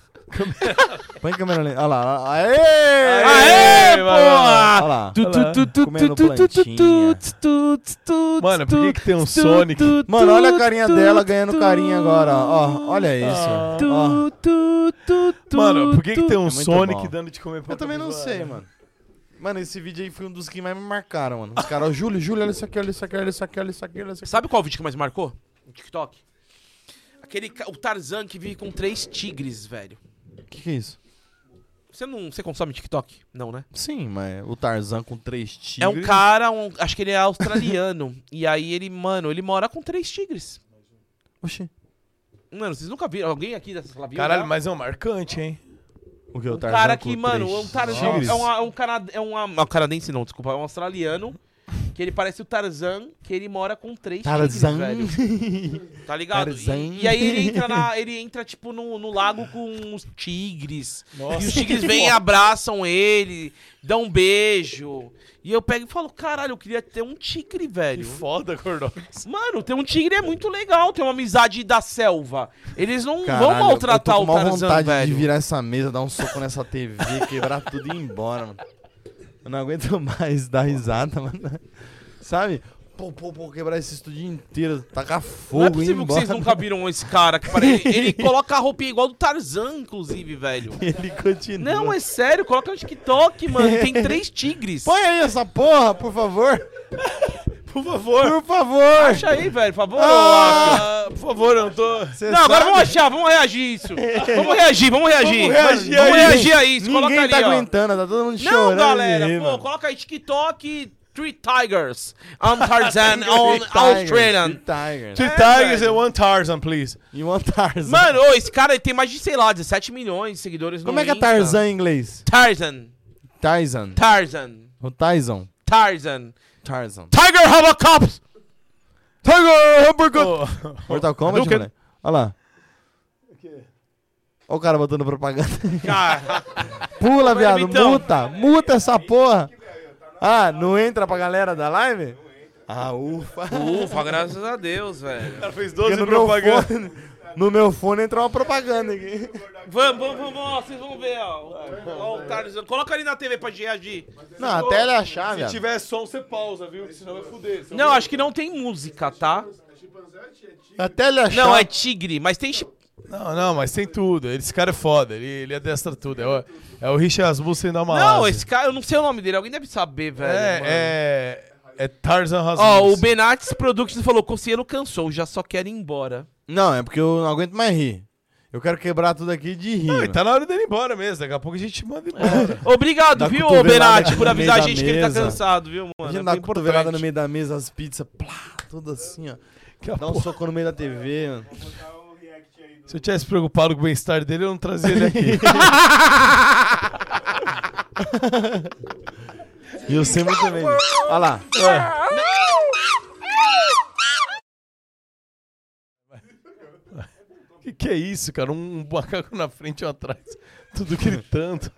C: Põe câmera lenta. Olha lá. Aê!
B: Aê,
C: Vai
B: porra!
C: lá, Olha lá.
B: Tu, tu, tu, tu, tu,
C: Comendo
B: tu, tu,
C: plantinha.
B: tu, tu, tu, tu,
A: Mano, por que que tem um
B: tu,
A: Sonic?
B: tu, tu,
C: Mano, olha a carinha
B: tu,
C: dela
B: tu,
C: ganhando carinha agora. Ó, Ó, olha isso.
B: tu,
C: Ó.
B: tu, tu, tu,
A: Mano, por que, que tem um
C: É muito
A: Sonic
C: bom.
A: dando de comer pra
C: Eu também não
A: capivara?
C: sei, mano. Mano, esse vídeo aí foi um dos que mais me marcaram, mano. Os caras, ó, Júlio, Júlio, olha isso aqui, olha isso aqui, olha isso aqui, olha isso aqui, olha isso aqui.
B: Sabe qual vídeo que mais marcou? No TikTok? Aquele, ca- o Tarzan que vive com três tigres, velho.
C: O que, que é isso?
B: Você não, você consome TikTok? Não, né?
C: Sim, mas o Tarzan com três tigres.
B: É um cara, um- acho que ele é australiano. e aí ele, mano, ele mora com três tigres.
C: Oxi.
B: Mano, vocês nunca viram? Alguém aqui dessa sala viu?
A: Caralho,
B: já?
A: mas é um marcante, hein?
C: O que, o
B: Um
C: Tarzan
B: cara
C: com
B: que, mano, é
C: três
B: um Tarzan.
C: tigres?
B: É, uma, é um canad... é uma- não, canadense, não, desculpa. É um australiano. Que ele parece o Tarzan, que ele mora com três
C: Tarzan.
B: tigres, velho. Tá ligado?
C: Tarzan.
B: E, e aí ele entra, na- ele entra, tipo, no, no lago com os tigres.
A: Nossa.
B: E os tigres vêm e abraçam ele, dão um beijo. E eu pego e falo, caralho, eu queria ter um tigre, velho.
A: Foda, Gordox.
B: Mano, ter um tigre é muito legal, ter uma amizade da selva. Eles não
C: Caralho,
B: vão maltratar
C: eu tô
B: o
C: com maior
B: Tarzan,
C: vontade
B: velho.
C: de virar essa mesa, dar um soco nessa TV, quebrar tudo e ir embora, mano. Eu não aguento mais dar risada, mano. Sabe? Pô, pô, pô, quebrar esse estúdio inteiro, tacar fogo
B: Não é
C: e ir
B: possível que
C: embora.
B: vocês nunca viram esse cara que parece. Ele coloca a roupinha igual do Tarzan, inclusive, velho.
C: Ele continua.
B: Não, é sério, coloca no TikTok, mano. Tem três tigres.
C: Põe aí essa porra, por favor.
A: Por favor.
C: Por favor.
B: Acha aí, velho, por favor. Oscar.
A: Ah, por favor, eu não tô.
C: Cê
B: Não, agora
C: sabe?
B: vamos achar, vamos reagir isso. Vamos reagir, vamos reagir.
C: Vamos reagir
B: Vamos
C: a isso.
B: reagir a isso,
C: Ninguém
B: coloca ali,
C: tá
B: ó.
C: aguentando, tá todo mundo
B: Não,
C: chorando. de
B: galera,
C: rir,
B: pô,
C: mano.
B: coloca aí TikTok Three Tigers. I'm Tarzan tá on Australian.
C: Tiger.
A: Two
B: É,
A: Tigers
B: velho.
A: and one Tarzan, please.
C: E uma Tarzan.
B: Mano, ô, esse cara ele tem mais de, sei lá, 17 milhões de seguidores no
C: como é que é
B: Insta.
C: Tarzan em inglês?
B: Tarzan.
C: Tarzan.
B: Tarzan.
C: O Tarzan.
B: Tarzan.
C: Tarzan.
B: Tiger Hovercops!
C: Tiger Hovercops! Mortal Kombat, moleque? Olha lá. Olha o cara botando propaganda. Pula, viado.
B: então.
C: Muta. Muta essa porra. Ah, não entra pra galera da live? Ah, ufa.
B: Ufa, graças a Deus, velho.
S: cara fez 12
C: Porque no
S: propagandas.
C: Meu fone, no meu fone entrou uma propaganda aqui.
B: Vamos, vamos, vamos, ó, vocês vão ver, ó. O- ó o Tarzan. Coloca ali na TV pra reagir.
C: Não, até ele achar,
S: Se
C: velho.
S: tiver
A: um,
S: som, você pausa, viu? Senão vai fuder. Senão
B: Não,
S: vai-
B: acho que não tem música, tá?
C: Até ele achar.
B: Não, é tigre, mas tem. chi-
A: Não, não, mas tem tudo. Esse cara é foda. Ele, ele adestra tudo. É o, é o Richard Asmussen da Malásia.
B: Não, esse cara, eu não sei o nome dele, alguém deve saber, velho.
A: É,
B: mano.
A: é, é Tarzan
B: Ó, o
A: Rasmussen.
B: Benates Productions falou: Concielo cansou, já só quer ir embora.
C: Não, é porque eu não aguento mais rir. Eu quero quebrar tudo aqui de rir.
A: Não, e
C: mano.
A: tá na hora dele ir embora mesmo. Daqui a pouco a gente manda
C: É.
A: embora.
B: Obrigado,
C: Dá
B: viu, ô
C: cotovelada
B: Benatti,
C: no
B: por
C: meio
B: avisar a
C: da
B: gente que ele tá
C: mesa.
B: cansado, viu, mano?
C: Imagina
B: É
C: dar
B: bem
C: uma cotovelada no
B: importante.
C: meio da mesa, as pizzas, plá, tudo assim, ó. Dá um soco no meio da TV, mano.
A: Se eu tivesse preocupado com o bem-estar dele, eu não trazia ele aqui.
C: E eu sei muito bem. disso. Olha lá.
A: O que, que é isso, cara? Um, um macaco na frente e um atrás. Tudo gritando.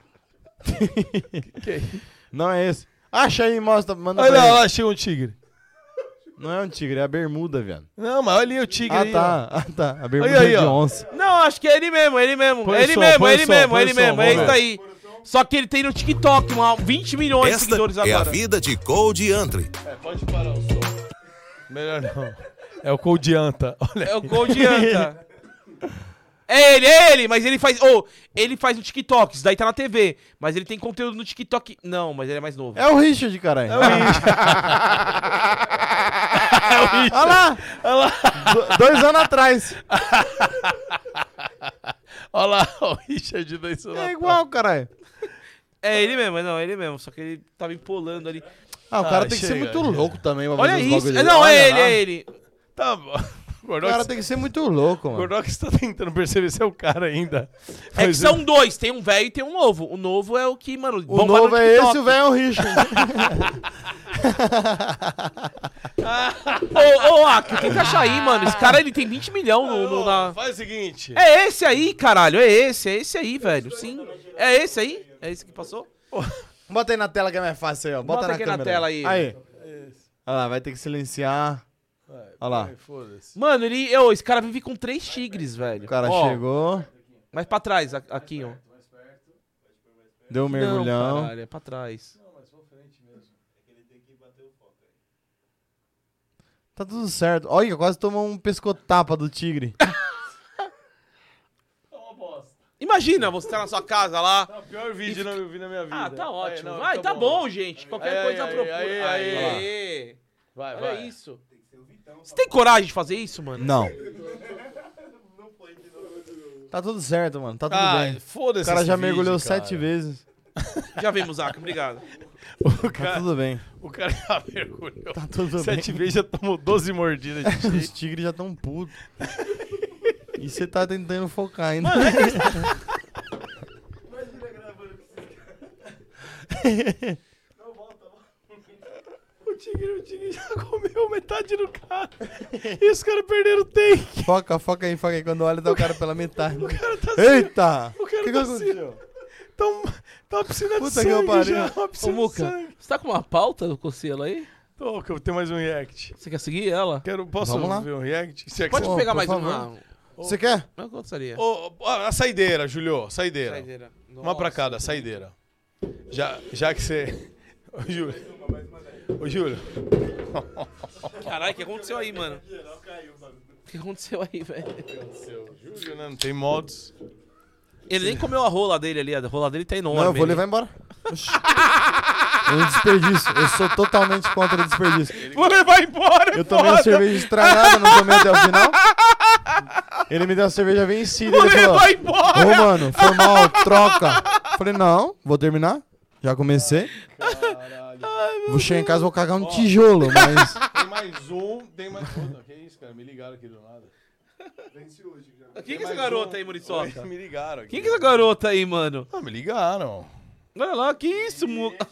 A: que, que é isso?
C: Não é esse. Acha aí, mostra, manda
A: Olha
C: pra
A: lá,
C: ele.
A: lá, achei um tigre.
C: Não é um tigre, é a bermuda, velho.
A: Não, mas olha ali o tigre
C: Ah,
A: aí,
C: tá.
A: ó.
C: Ah, tá. A bermuda
A: Olha aí,
C: é de
A: ó.
C: onça.
B: Não, acho que é ele mesmo, é ele mesmo.
C: Põe
B: é
C: o
B: ele
C: som,
B: mesmo,
C: põe
B: é
C: o
B: ele
C: som,
B: mesmo,
C: põe
B: é
C: o
B: ele
C: som,
B: mesmo. É
C: vamos
B: isso
C: ver.
B: aí. Só que ele tem no TikTok uma- 20 milhões de
Q: Esta
B: seguidores
Q: é a
B: agora.
Q: vida de Cold Antri.
A: É, pode parar o som. Melhor não. É o Cold Anta. Olha
B: É o Gol de Anta. É ele, é ele, mas ele faz. Ô, ele faz no TikTok, isso daí tá na TV. Mas ele tem conteúdo no TikTok. Não, mas ele é mais novo.
C: É o Richard, caralho.
B: É o
C: Olha lá.
A: É Olha lá.
C: Do- dois anos atrás.
A: Olha lá, o Richard dois anos
C: É igual, caralho.
B: É ele mesmo, não, é ele mesmo. Só que ele tava empolando ali.
C: Ah, o cara tem que ser muito louco também. pra
B: Olha
C: fazer os
B: isso.
C: bagulho
B: É,
C: dele.
B: não,
C: Olha
B: é ele,
C: lá.
B: é ele.
A: Tá bom.
C: O cara tem que ser muito louco,
A: O
C: mano.
A: Gordox tá tentando perceber se é o cara ainda.
B: É que
A: Mas
B: são dois, tem um velho e tem um novo. O novo é o que, mano.
C: O novo é esse, o velho é o Richard.
B: Ô, ô, Aki, tenta achar aí, mano. Esse cara ele tem 20 milhões no, no-
C: um-
B: na.
A: Faz o seguinte.
B: É esse aí, caralho. É esse, é esse aí, velho. Sim. É esse aí? É esse que passou?
C: Bota aí na tela que é mais fácil aí, ó. Bota,
B: Bota
C: na
B: aqui na
C: câmera.
B: tela aí.
C: Aí. Olha lá, vai ter que silenciar. Olha lá.
B: Mano, ele. ô, esse cara vive com três tigres, velho.
C: O cara
B: Ó,
C: chegou,
B: Mais pra trás, a- aqui, ó.
C: deu um mergulhão.
B: Não, caralho, é pra trás.
C: tá tudo certo. Olha, quase tomou um pescotapa do tigre.
B: Imagina, você tá na sua casa lá.
A: É o pior vídeo que eu vi na minha vida. É,
B: Ah, tá ótimo. Vai, tá, bom. É, gente. Qualquer
A: Aí,
B: coisa
A: aí,
B: procura.
A: aí, aí,
B: é. Aê.
A: Vai,
B: Olha
A: vai.
B: isso. Você tem coragem de fazer isso, mano?
C: Não. Tá tudo certo, mano. Tá tudo
B: Ah,
C: bem.
B: foda-se
C: O cara
B: esse
C: já
B: vídeo,
C: mergulhou
B: cara.
C: sete vezes.
B: Já vimos, Zaca. Obrigado.
C: Tá tudo bem.
A: O cara já mergulhou. Tá
C: tudo bem.
A: Sete vezes já tomou 12 mordidas de tigre.
C: Os tigres já tão putos. E você tá tentando focar ainda.
B: Mano, é que-
A: O tigre, o tigre já comeu metade do cara. E os caras perderam o tempo.
C: foca, foca aí, foca aí. Quando olha, tá o cara pela metade. Eita!
A: O cara tá
C: que que
A: assim. Tá, um- tá uma piscina de
C: Puta que eu
A: sangue
C: pariu.
A: já. Uma piscina
B: Ô, Muca,
A: de sangue.
B: você tá com uma pauta do Conselho aí?
A: Tô, que eu tenho mais um react.
B: Você quer seguir ela?
A: Quero, posso
B: Vamos lá.
A: ver um react? Se é que
B: Pode
A: você-
B: pegar
A: Por
B: mais
A: favor.
B: uma.
C: Você quer?
B: Eu gostaria.
A: Ô, ô, a saideira, Julio, saideira.
B: Saideira.
A: Uma pra cada, saideira. Já, já que você. Ô, Júlio. Ô, Júlio.
B: Caralho, o que aconteceu aí, mano? O que aconteceu aí, velho?
A: Júlio, né? Não tem modos.
B: Ele nem comeu a rola dele ali, a rola dele tá enorme.
C: Não, eu vou
B: ali.
C: levar embora. Oxi. É um desperdício. Eu sou totalmente contra o desperdício.
B: Vou levar embora,
C: Eu tomei uma cerveja estragada, não tomei até o final. Ele me deu a cerveja vencida.
B: Vou
C: ele falou,
B: levar embora.
C: Ô, mano, foi mal, troca. Falei, não, vou terminar. Já comecei. vou chegar em casa, vou cagar um tijolo, mas...
A: Tem mais um, tem mais outro. Que isso, cara? Me ligaram aqui do nada. Vence hoje, já.
B: Quem que é essa garota aí, Muriçoca?
A: Me um? ligaram aqui.
B: Quem que é essa garota aí, mano?
A: Ah, me ligaram.
B: Olha lá, que isso, Muca.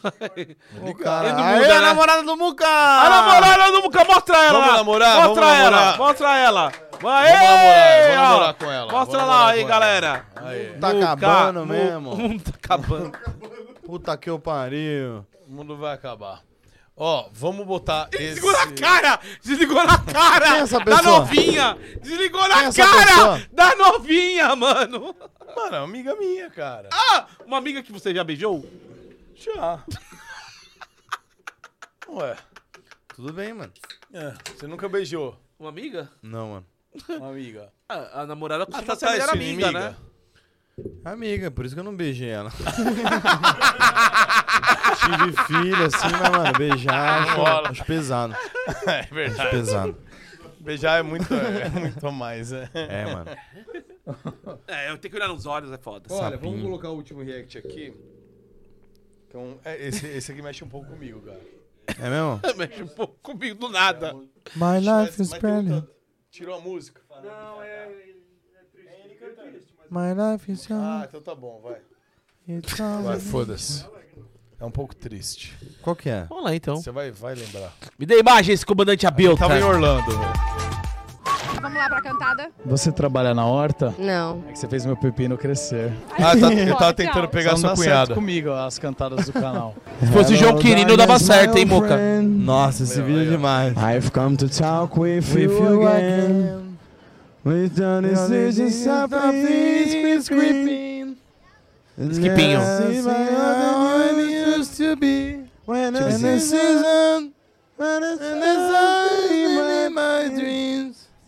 C: Ô, cara. Aí, a namorada do Muca! A
B: namorada do Muca, mostra ela
A: Vamos
B: lá.
A: namorar,
B: mostra
A: vamos
B: ela,
A: namorar.
B: mostra ela. Vai,
A: Vamos namorar,
B: ei,
A: vamos
B: ó.
A: namorar com ela,
B: Mostra
A: vamos
B: lá
A: namorar
B: aí,
A: com ela.
B: galera.
A: Aí.
C: Tá
B: Muca,
C: acabando
B: Mu-
C: mesmo.
B: Mundo tá acabando.
C: Puta que eu pariu.
A: O mundo vai acabar. Ó, vamos botar esse...
B: Desligou na cara! Desligou na cara!
A: Quem é essa
B: da
A: pessoa?
B: novinha! Desligou
A: Quem é
B: na
A: essa
B: cara!
A: pessoa?
B: Da novinha, mano!
A: Mano, é uma amiga minha, cara.
B: Ah! Uma amiga que você já beijou?
A: Já. Ué,
C: Tudo bem, mano.
A: é, você nunca beijou
B: Uma amiga?
C: Não, mano.
A: uma amiga.
B: A, a namorada
A: Ah,
B: costuma
A: tá,
B: ser a
A: tá,
B: melhor
A: essa
B: amiga,
A: inimiga?
B: né?
C: Amiga, por isso que eu não beijei ela. Tive filho, assim, mas, mano, beijar acho,
A: Rola.
C: acho pesado.
A: É verdade.
C: Acho pesado.
A: Beijar é muito, é muito mais, é.
C: É, mano.
B: É, eu tenho que olhar nos olhos, é foda.
A: Olha,
B: Sapinho.
A: vamos colocar o último react aqui. Então, é, esse, esse aqui mexe um pouco comigo, cara.
C: É mesmo?
B: Mexe um pouco comigo, do nada.
C: My life is
A: Mas tem
C: brilliant.
A: outra- Tirou a música. Não, é...
C: My life is
A: Ah,
C: young.
A: então tá bom, vai.
C: It's all-
A: Vai, foda-se. É um pouco triste.
C: Qual que é?
B: Vamos lá, então.
A: Você vai, vai lembrar. Tá.
B: Me dê imagens, comandante Abilton.
A: Tava em Orlando, né? velho.
O: Vamos lá pra cantada?
F: Você trabalha na horta?
O: Não.
F: É que você fez meu pepino crescer.
A: Ah, tá- eu tava tentando pegar
F: Só não
A: sua
F: dá certo
A: cunhada.
F: comigo as cantadas do canal.
A: Se fosse Hello, João Quirino, darkness, dava certo, hein, my Muca?
C: Nossa, esse vídeo é demais. I've come to talk with,
F: you
C: again. We've done
F: this
C: decision
F: is something
C: creeping.
F: Skipinho.
C: used to be. When
F: Tipo assim.
C: the season, when the sun in my dreams.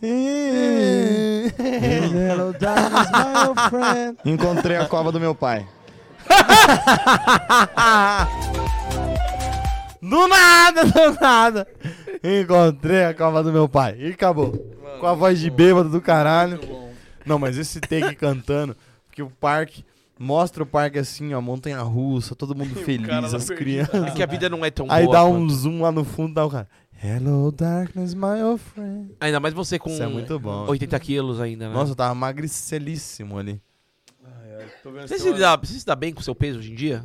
C: Hello, darkness, my old friend.
T: Encontrei a cova do meu pai.
C: Do nada, do nada. Encontrei a cova do meu pai. E acabou. Com a voz de bêbado do caralho. Não, mas esse take cantando, porque o parque. Mostra o parque assim, ó, montanha russa, todo mundo
B: cara
C: feliz,
B: lá
C: as
B: perdido.
C: crianças.
B: É que a vida não é tão
C: Aí
B: boa
C: dá um
B: quanto-
C: zoom lá no fundo, dá o cara. Hello, darkness, my old friend.
B: Ainda mais você com
C: um- Isso é muito bom.
B: 80 quilos ainda, né?
C: Nossa, eu tava magricelíssimo ali.
B: Você se, dá, você se dá bem com o seu peso hoje em dia?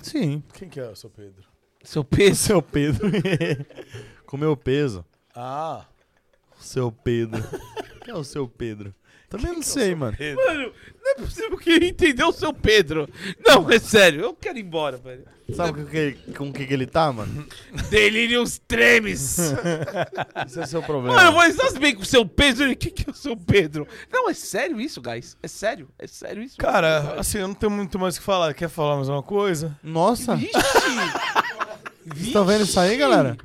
C: Sim.
A: Quem que é o seu Pedro?
B: Seu peso?
C: Seu Pedro. Com meu peso.
A: Ah.
C: Seu Pedro. Quem é o seu Pedro? Também
B: é
C: não sei, mano.
B: Mano, não é possível que ele entendeu o seu Pedro. Não, é sério, eu quero ir embora, velho.
C: Sabe com que, ele- com que, que ele tá, mano?
B: Delírios tremes.
C: Esse é o seu problema.
B: Mano, você tá se bem com o seu Pedro? O que, que é o seu Pedro? Não, é sério isso, guys. É sério, é sério isso.
A: Cara, assim, eu não tenho muito mais o que falar. Quer falar mais uma coisa?
C: Nossa. Vocês estão vendo isso aí,
A: Vixe.
C: galera?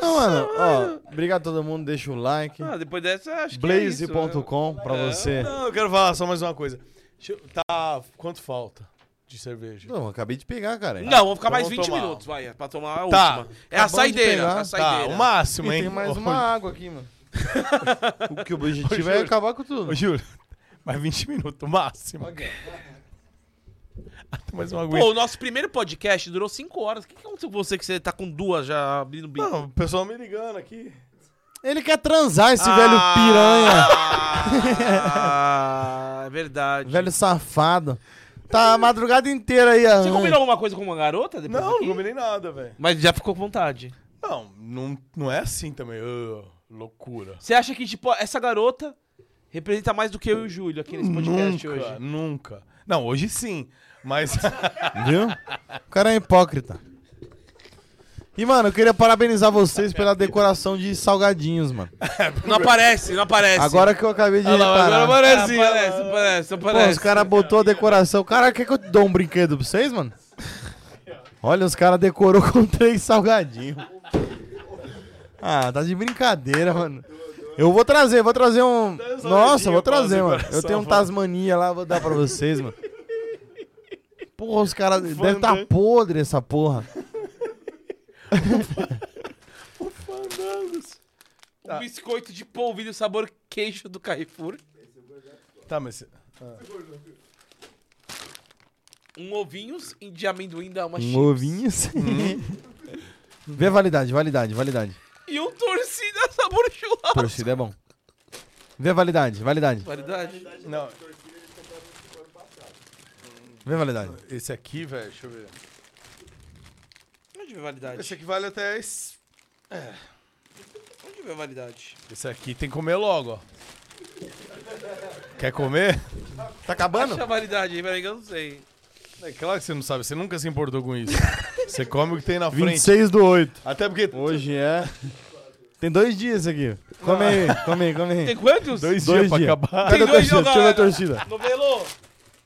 C: Nossa, não, mano. Ó, obrigado a todo mundo, deixa o like.
B: Ah, depois dessa, acho que é isso. né?
C: Blaze.com pra você.
A: Então, Não, eu quero falar só mais uma coisa. Deixa eu- Tá, quanto falta de cerveja?
C: Não, eu acabei de pegar, cara.
B: Tá. Não, vou ficar
A: Então
B: mais
A: vamos
B: 20
A: tomar.
B: minutos, vai, é pra tomar a
A: Tá.
B: última. É a
A: Acabamos de
B: saideira,
A: pegar.
B: a saideira.
A: Tá, o máximo, hein?
C: Tem mais
A: Ô,
C: uma água aqui, mano. o que o objetivo é acabar com tudo.
A: Ô, Júlio, mais 20 minutos, máximo. Ah, tem mais uma aguinha.
B: Pô, o nosso primeiro podcast durou 5 horas. O que, que aconteceu com você que você tá com duas já abrindo o bico?
A: Não, o pessoal me ligando aqui.
C: Ele quer transar, esse
B: Ah.
C: velho piranha.
B: Ah, é verdade.
C: velho safado. Tá a madrugada inteira aí, ó.
B: Você combinou alguma coisa com uma garota depois
A: Não,
B: daqui?
A: não combinei nada, velho.
B: Mas já ficou com vontade.
A: Não, não, não é assim também. Ô, loucura.
B: Você acha que, tipo, essa garota representa mais do que eu e o Júlio aqui nesse podcast
A: nunca,
B: hoje?
A: nunca. Não, hoje sim, mas...
C: Viu? O cara é hipócrita. E, mano, eu queria parabenizar vocês pela decoração de salgadinhos, mano.
B: Não aparece, não aparece.
C: Agora que eu acabei de
B: Olha lá,
C: reparar.
B: agora aparece, aparece, aparece,
C: Pô, os
B: aparece.
C: caras botou a decoração. Cara, quer que eu dou um brinquedo pra vocês, mano? Olha, os caras decorou com três salgadinhos. Ah, tá de brincadeira, mano. Eu vou trazer, vou trazer um. Nossa, vou trazer, mano. Eu tenho um Tasmania lá, vou dar pra vocês, mano. Porra, os caras. Deve tá podre essa porra.
A: Ah.
B: O Um biscoito de polvilho sabor queijo do Carrefour.
A: Tá, mas...
B: Um ovinhos e de amendoim dá uma
C: Um
B: chips.
C: ovinho sim. Vê a validade, validade, validade.
B: E um torcida sabor churrasco.
C: Torcida é bom. Vê a validade, validade.
B: Validade?
A: Não.
C: Vê a validade.
A: Esse aqui, velho, deixa eu ver.
B: Onde vê a validade?
A: Esse aqui vale até. Esse, é,
B: Onde vê a validade?
A: esse aqui tem que comer logo, ó. Quer comer? Tá acabando?
B: Acha a validade aí, peraí que eu não sei.
A: É claro que você não sabe, você nunca se importou com isso. Você come o que tem na frente.
C: 26 do 8.
A: Até porque.
C: Hoje é. Tem dois dias isso aqui. Come aí, come aí, come aí.
B: Tem quantos?
C: Dois,
A: Dois
C: dias pra
A: dias.
C: acabar.
A: Tem
C: Cadê a
A: dois
C: torcida?
A: dias,
C: Deixa eu ver a
A: galera.
C: torcida.
B: Novelo,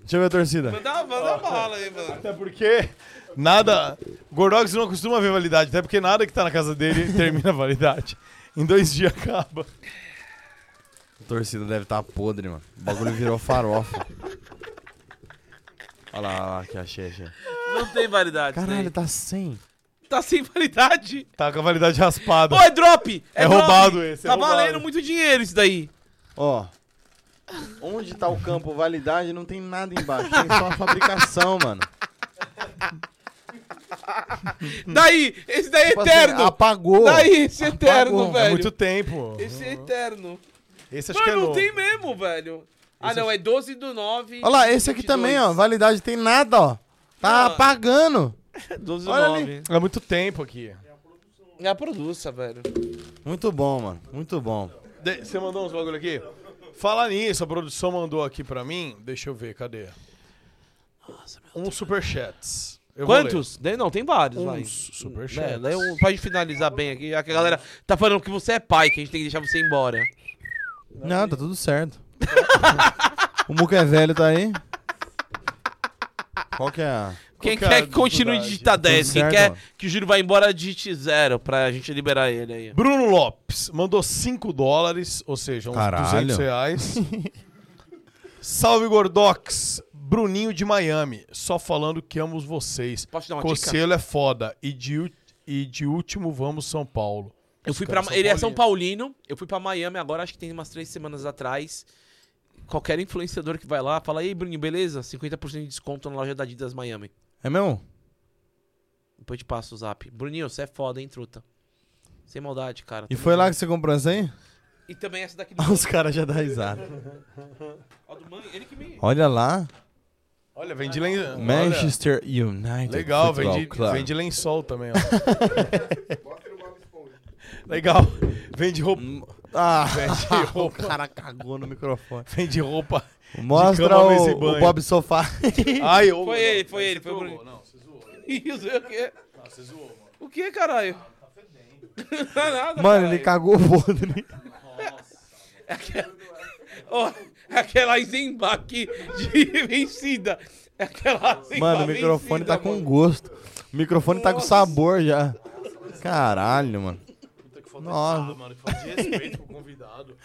C: Deixa eu ver a torcida.
B: manda, manda bala aí, mano.
A: Até porque nada. Gordox não costuma ver validade, até porque nada que tá na casa dele termina a validade. Em dois dias acaba.
C: A torcida deve estar podre, mano. O bagulho virou farofa. Olha lá, olha lá, que achei, achei.
B: Não tem validade. isso
C: Caralho,
B: daí.
C: tá 100.
B: Tá sem validade.
A: Tá com a validade raspada.
B: Pô, é drop!
A: É
B: drop.
A: roubado esse, é
B: Tá
A: roubado.
B: valendo muito dinheiro isso daí.
C: Ó. Onde tá o campo validade, não tem nada embaixo. Tem só a fabricação, mano. Tipo
B: Daí, esse daí é
C: Tipo assim,
B: eterno.
C: apagou.
B: Daí, esse é eterno,
C: Apagou.
B: velho.
A: É muito tempo.
B: Esse é eterno.
A: Esse acho
B: Mas
A: que é
B: não
A: novo.
B: tem mesmo, velho. Ah, não, é 12 do 9.
C: Olha lá, esse aqui também, ó. Validade tem nada, ó. Tá apagando.
B: 12
C: Olha
B: Olha
C: ali.
A: É muito tempo aqui.
B: É a produça, velho.
C: Muito bom, mano. Muito bom.
A: De- Você mandou uns bagulho aqui? Fala nisso, a produção mandou aqui pra mim. Deixa eu ver, cadê? um superchats. Eu vou
B: Quantos? Daí não, tem vários,
A: Uns
B: vai.
A: superchats.
B: É, daí um, pra gente finalizar bem aqui, já que a galera tá falando que você é pai, que a gente tem que deixar você embora.
C: Não, tá tudo certo. o Muca é velho tá aí? Qual que é a...
A: Qual
B: Quem
A: que é a
B: quer que continue
A: dificuldade?
B: digitar
C: Tudo
B: 10, quem
C: certo,
B: quer
C: ó.
B: que o Júlio vá embora, digite zero pra gente liberar ele aí.
A: Bruno Lopes mandou 5 dólares, ou seja, uns
C: Caralho.
A: 200 reais. Salve Gordox, Bruninho de Miami, só falando que amo vocês.
B: Posso dar uma
A: Conselho é foda e de, ú- e de último vamos São Paulo.
B: Eu
A: Os
B: fui pra,
A: caras
B: ele é São
A: paulinos.
B: Paulino, eu fui pra Miami agora, acho que tem umas três semanas atrás. Qualquer influenciador que vai lá, fala, ei, Bruninho, beleza? 50% de desconto na loja da Adidas Miami.
C: É mesmo?
B: Depois te passo o zap. Bruninho, você é foda, hein, truta? Sem maldade, cara.
C: E foi lá que você comprou essa aí?
B: E também essa daqui
C: Os caras já dão risada.
B: Ó, do Man- ele que me...
C: Olha lá.
A: Olha, vende lençol.
C: Manchester United.
A: Legal,
C: Football
A: vende,
C: Club.
A: vende lençol também, ó. Legal, vende roupa.
B: Hum.
C: Ah,
A: Vende roupa.
C: o cara cagou no microfone.
A: Vende roupa. de
C: Mostra
A: cama, mesa
C: o,
A: e banho.
C: o Bob Sofá.
A: Ai, eu...
B: Foi ele, foi ele, foi o Bruninho. Não, você zoou. Isso, é o quê? Não, você zoou, mano. O quê, caralho? Tá fedendo. Não é nada,
C: Mano, ele
B: caralho.
C: cagou podre.
B: Aquela, Ó, aquela Eisenbach de vencida. Aquela Eisenbach
C: Mano, o microfone
B: vencida,
C: tá com
B: mano.
C: gosto. O microfone tá com sabor já. Caralho, mano. Nossa.
A: mano, que falta de respeito pro convidado.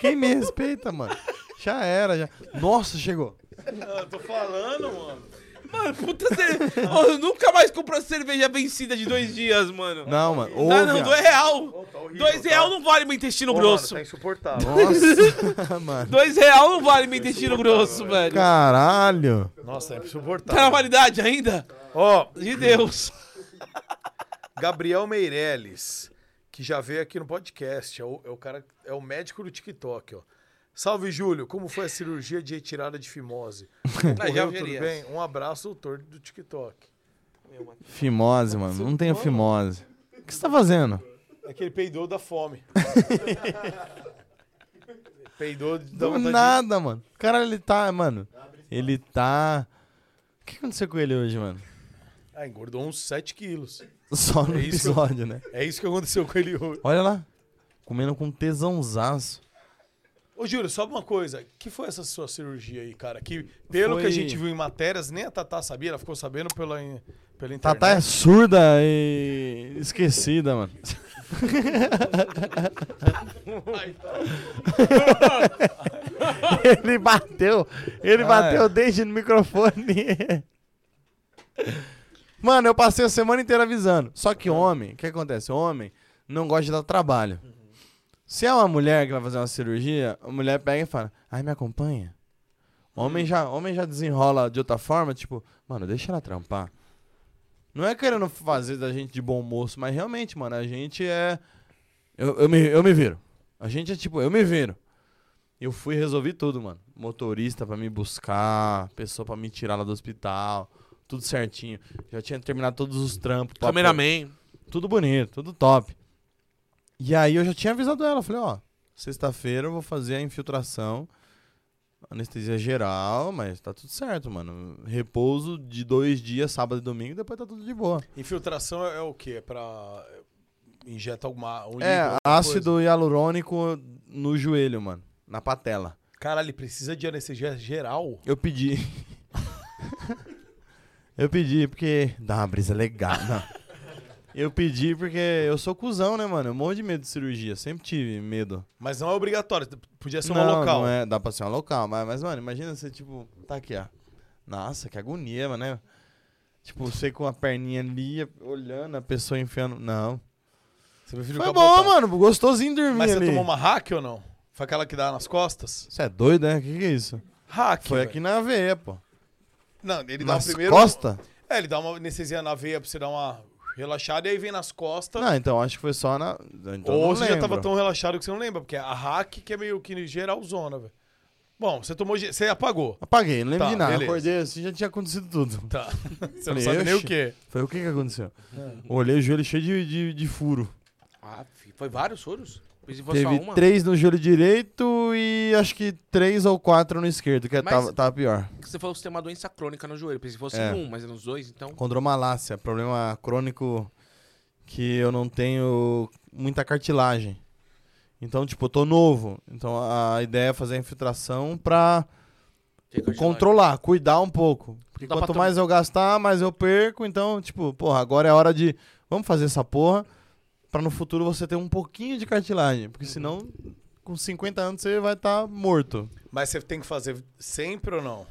C: Quem me respeita, mano? Já era, já. Nossa, chegou.
A: Eu tô falando, mano.
B: Mano, puta cerveja. Ô, eu nunca mais compro cerveja vencida de dois dias, mano.
C: Não, mano.
B: Não,
C: ouve,
B: não,
C: ó.
B: dois real.
A: horrível,
B: dois real não vale meu intestino grosso.
A: Tá insuportável.
C: Nossa, mano.
B: Dois real não vale meu intestino grosso, velho.
C: Caralho.
A: Nossa, é
B: Tá na
A: insuportável.
B: validade ainda?
A: Ó,
B: De Deus.
A: Gabriel Meirelles, que já veio aqui no podcast, é o, é o cara, é o médico do TikTok, ó. Salve, Júlio. Como foi a cirurgia de retirada de fimose?
B: já
A: Correu tudo
B: veria.
A: bem? Um abraço, doutor do TikTok.
C: Fimose, mano. Não tenho fimose. O que você tá fazendo?
A: É que ele peidou da fome. peidou da
C: Do
A: vontade de-
C: nada, mano. O cara, ele tá, mano. Ele tá. O que aconteceu com ele hoje, mano?
A: Ah, engordou uns 7 quilos.
C: Só no
A: É isso que eu-
C: episódio, né?
A: É isso que aconteceu com ele hoje.
C: Olha lá. Comendo com tesãozaço.
A: Ô, Júlio, só uma coisa. que foi essa sua cirurgia aí, cara? Que, pelo
C: Foi-
A: que a gente viu em matérias, nem a Tatá sabia. Ela ficou sabendo pela, pela internet.
C: Tatá é surda e esquecida, mano.
B: tá.
C: ele bateu, ele
F: Ah,
C: bateu
F: é.
C: o desde no microfone. mano, eu passei a semana inteira avisando. Só
F: Uhum.
C: que homem, o que acontece? Homem não gosta de dar trabalho. Se é uma mulher que vai fazer uma cirurgia, a mulher pega e fala: "Ai, me acompanha".
F: Uhum.
C: Homem já, homem já desenrola de outra forma, tipo, mano, deixa ela trampar. Não é querendo fazer da gente de bom moço, mas realmente, mano, a gente é. Eu, eu, me, eu me viro. A gente é tipo, eu me viro. Eu fui e resolvi tudo, mano. Motorista pra me buscar, pessoa pra me tirar lá do hospital, tudo certinho. Já tinha terminado todos os trampos. papo-
B: Cameraman.
C: Tudo bonito, tudo top. E aí eu já tinha avisado ela, falei, ó, sexta-feira eu vou fazer a infiltração, anestesia geral, mas tá tudo certo, mano. Repouso de dois dias, sábado e domingo, depois tá tudo de boa.
A: Infiltração é, é o quê? É pra. Injeta alguma. Um líquido,
C: É,
A: alguma
C: ácido hialurônico no joelho, mano. Na patela.
A: coisa. Caralho, precisa de anestesia geral?
C: Eu pedi. eu pedi porque dá uma brisa legal. Não. Eu pedi porque eu sou cuzão, né, mano? Eu morro de medo de cirurgia. Sempre tive medo.
A: Mas não é obrigatório, podia ser
C: não,
A: uma local.
C: Não é, dá pra ser uma local. Mas, mas, mano, imagina você, tipo, tá aqui, ó. Nossa, que agonia, mano, né? Tipo, você com a perninha ali, olhando, a pessoa enfiando. Não.
A: Você prefere
C: Foi
A: ficar
C: bom,
A: botado.
C: mano. Gostosinho dormir
A: Mas
C: ali.
A: você tomou uma hack ou não? Foi aquela que dá nas costas?
C: Você é doido, né? O que, que é isso?
A: Hack.
C: Foi
A: velho.
C: aqui na veia, pô.
A: Não, ele dá
C: Nas
A: o primeiro.
C: costas?
A: É, ele dá uma anestesia na veia pra você dar uma relaxada e aí vem nas costas.
C: Não, então acho que foi só na. Então,
A: Tá. Ou
C: não
A: você já tava
C: lembro.
A: tão relaxado que você não lembra, porque a hack que é meio que geralzona, velho. Bom, você tomou. ge- Você apagou.
C: Apaguei, não lembro
A: Tá,
C: de nada.
A: beleza.
C: Acordei assim, já tinha acontecido tudo.
A: Tá. Você não
C: Falei,
A: sabe nem o
C: "Oxi".
A: quê.
C: Falei, o que que aconteceu?
B: É.
C: Olhei o joelho cheio de, de, de furo.
B: Ah, fi, foi vários furos? Mas se fosse só
C: Teve
B: uma?
C: três no joelho direito e acho que três ou quatro no esquerdo, que
B: Mas-
C: tava, tava pior.
B: Você falou que você tem uma doença crônica no joelho. Pensei que fosse
C: É.
B: um, mas eram os dois, então.
C: Condromalácia, problema crônico que eu não tenho muita cartilagem. Então, tipo, eu tô novo. Então a a ideia é fazer a infiltração pra controlar, cuidar um pouco. Porque
F: Dá pra
C: quanto
F: tomar-
C: mais eu gastar, mais eu perco. Então, tipo, porra, agora é hora de. Vamos fazer essa porra pra no futuro você ter um pouquinho de cartilagem. Porque senão, com 50 anos, você vai estar morto.
A: Mas você tem que fazer sempre ou não?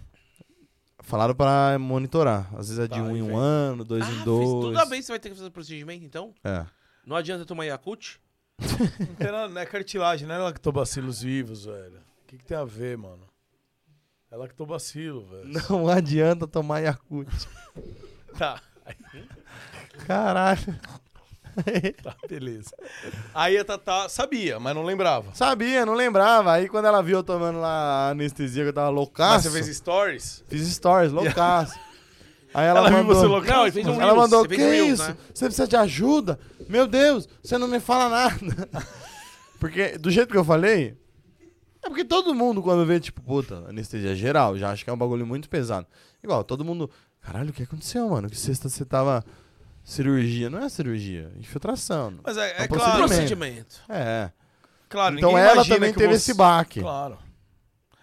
C: Falaram pra monitorar. Às vezes é de
A: Tá,
C: um
A: aí
C: em um
A: vem.
C: ano,
B: Ah,
C: dois em dois.
B: Toda vez você vai ter que fazer o procedimento, então?
C: É.
B: Não adianta tomar Yakut?
A: Não, tem nada, não é cartilagem, não é lactobacilos vivos, velho. O que, que tem a ver, mano? É lactobacilo, velho.
C: Não adianta tomar Yakut.
A: Tá.
C: Caralho.
A: Tá, beleza. Aí a Tatá sabia, mas não lembrava.
C: Sabia, não lembrava. Aí quando ela viu eu tomando lá a anestesia, que eu tava
A: Mas
C: loucaço.
A: você fez stories?
C: Fiz stories, loucaço. Aí ela,
A: Ela viu
C: mandou,
A: você loucaço? Não, ele fez um
C: ela
A: Reels,
C: mandou,
A: você
C: que
A: fez um Reels,
C: isso?
A: né?
C: Você precisa de ajuda? Meu Deus, você não me fala nada. Porque do jeito que eu falei, é porque todo mundo quando vê, tipo, puta, anestesia geral, já acha que é um bagulho muito pesado. Igual, todo mundo, caralho, o que aconteceu, mano? Que sexta você tava... Cirurgia, não é cirurgia, infiltração.
A: Mas é- é
C: um
A: claro. Procedimento.
C: É.
A: Claro,
C: Então
A: Ah, ninguém
C: ela
A: imagina
C: também
A: que
C: teve
A: você-
C: esse baque.
A: Claro.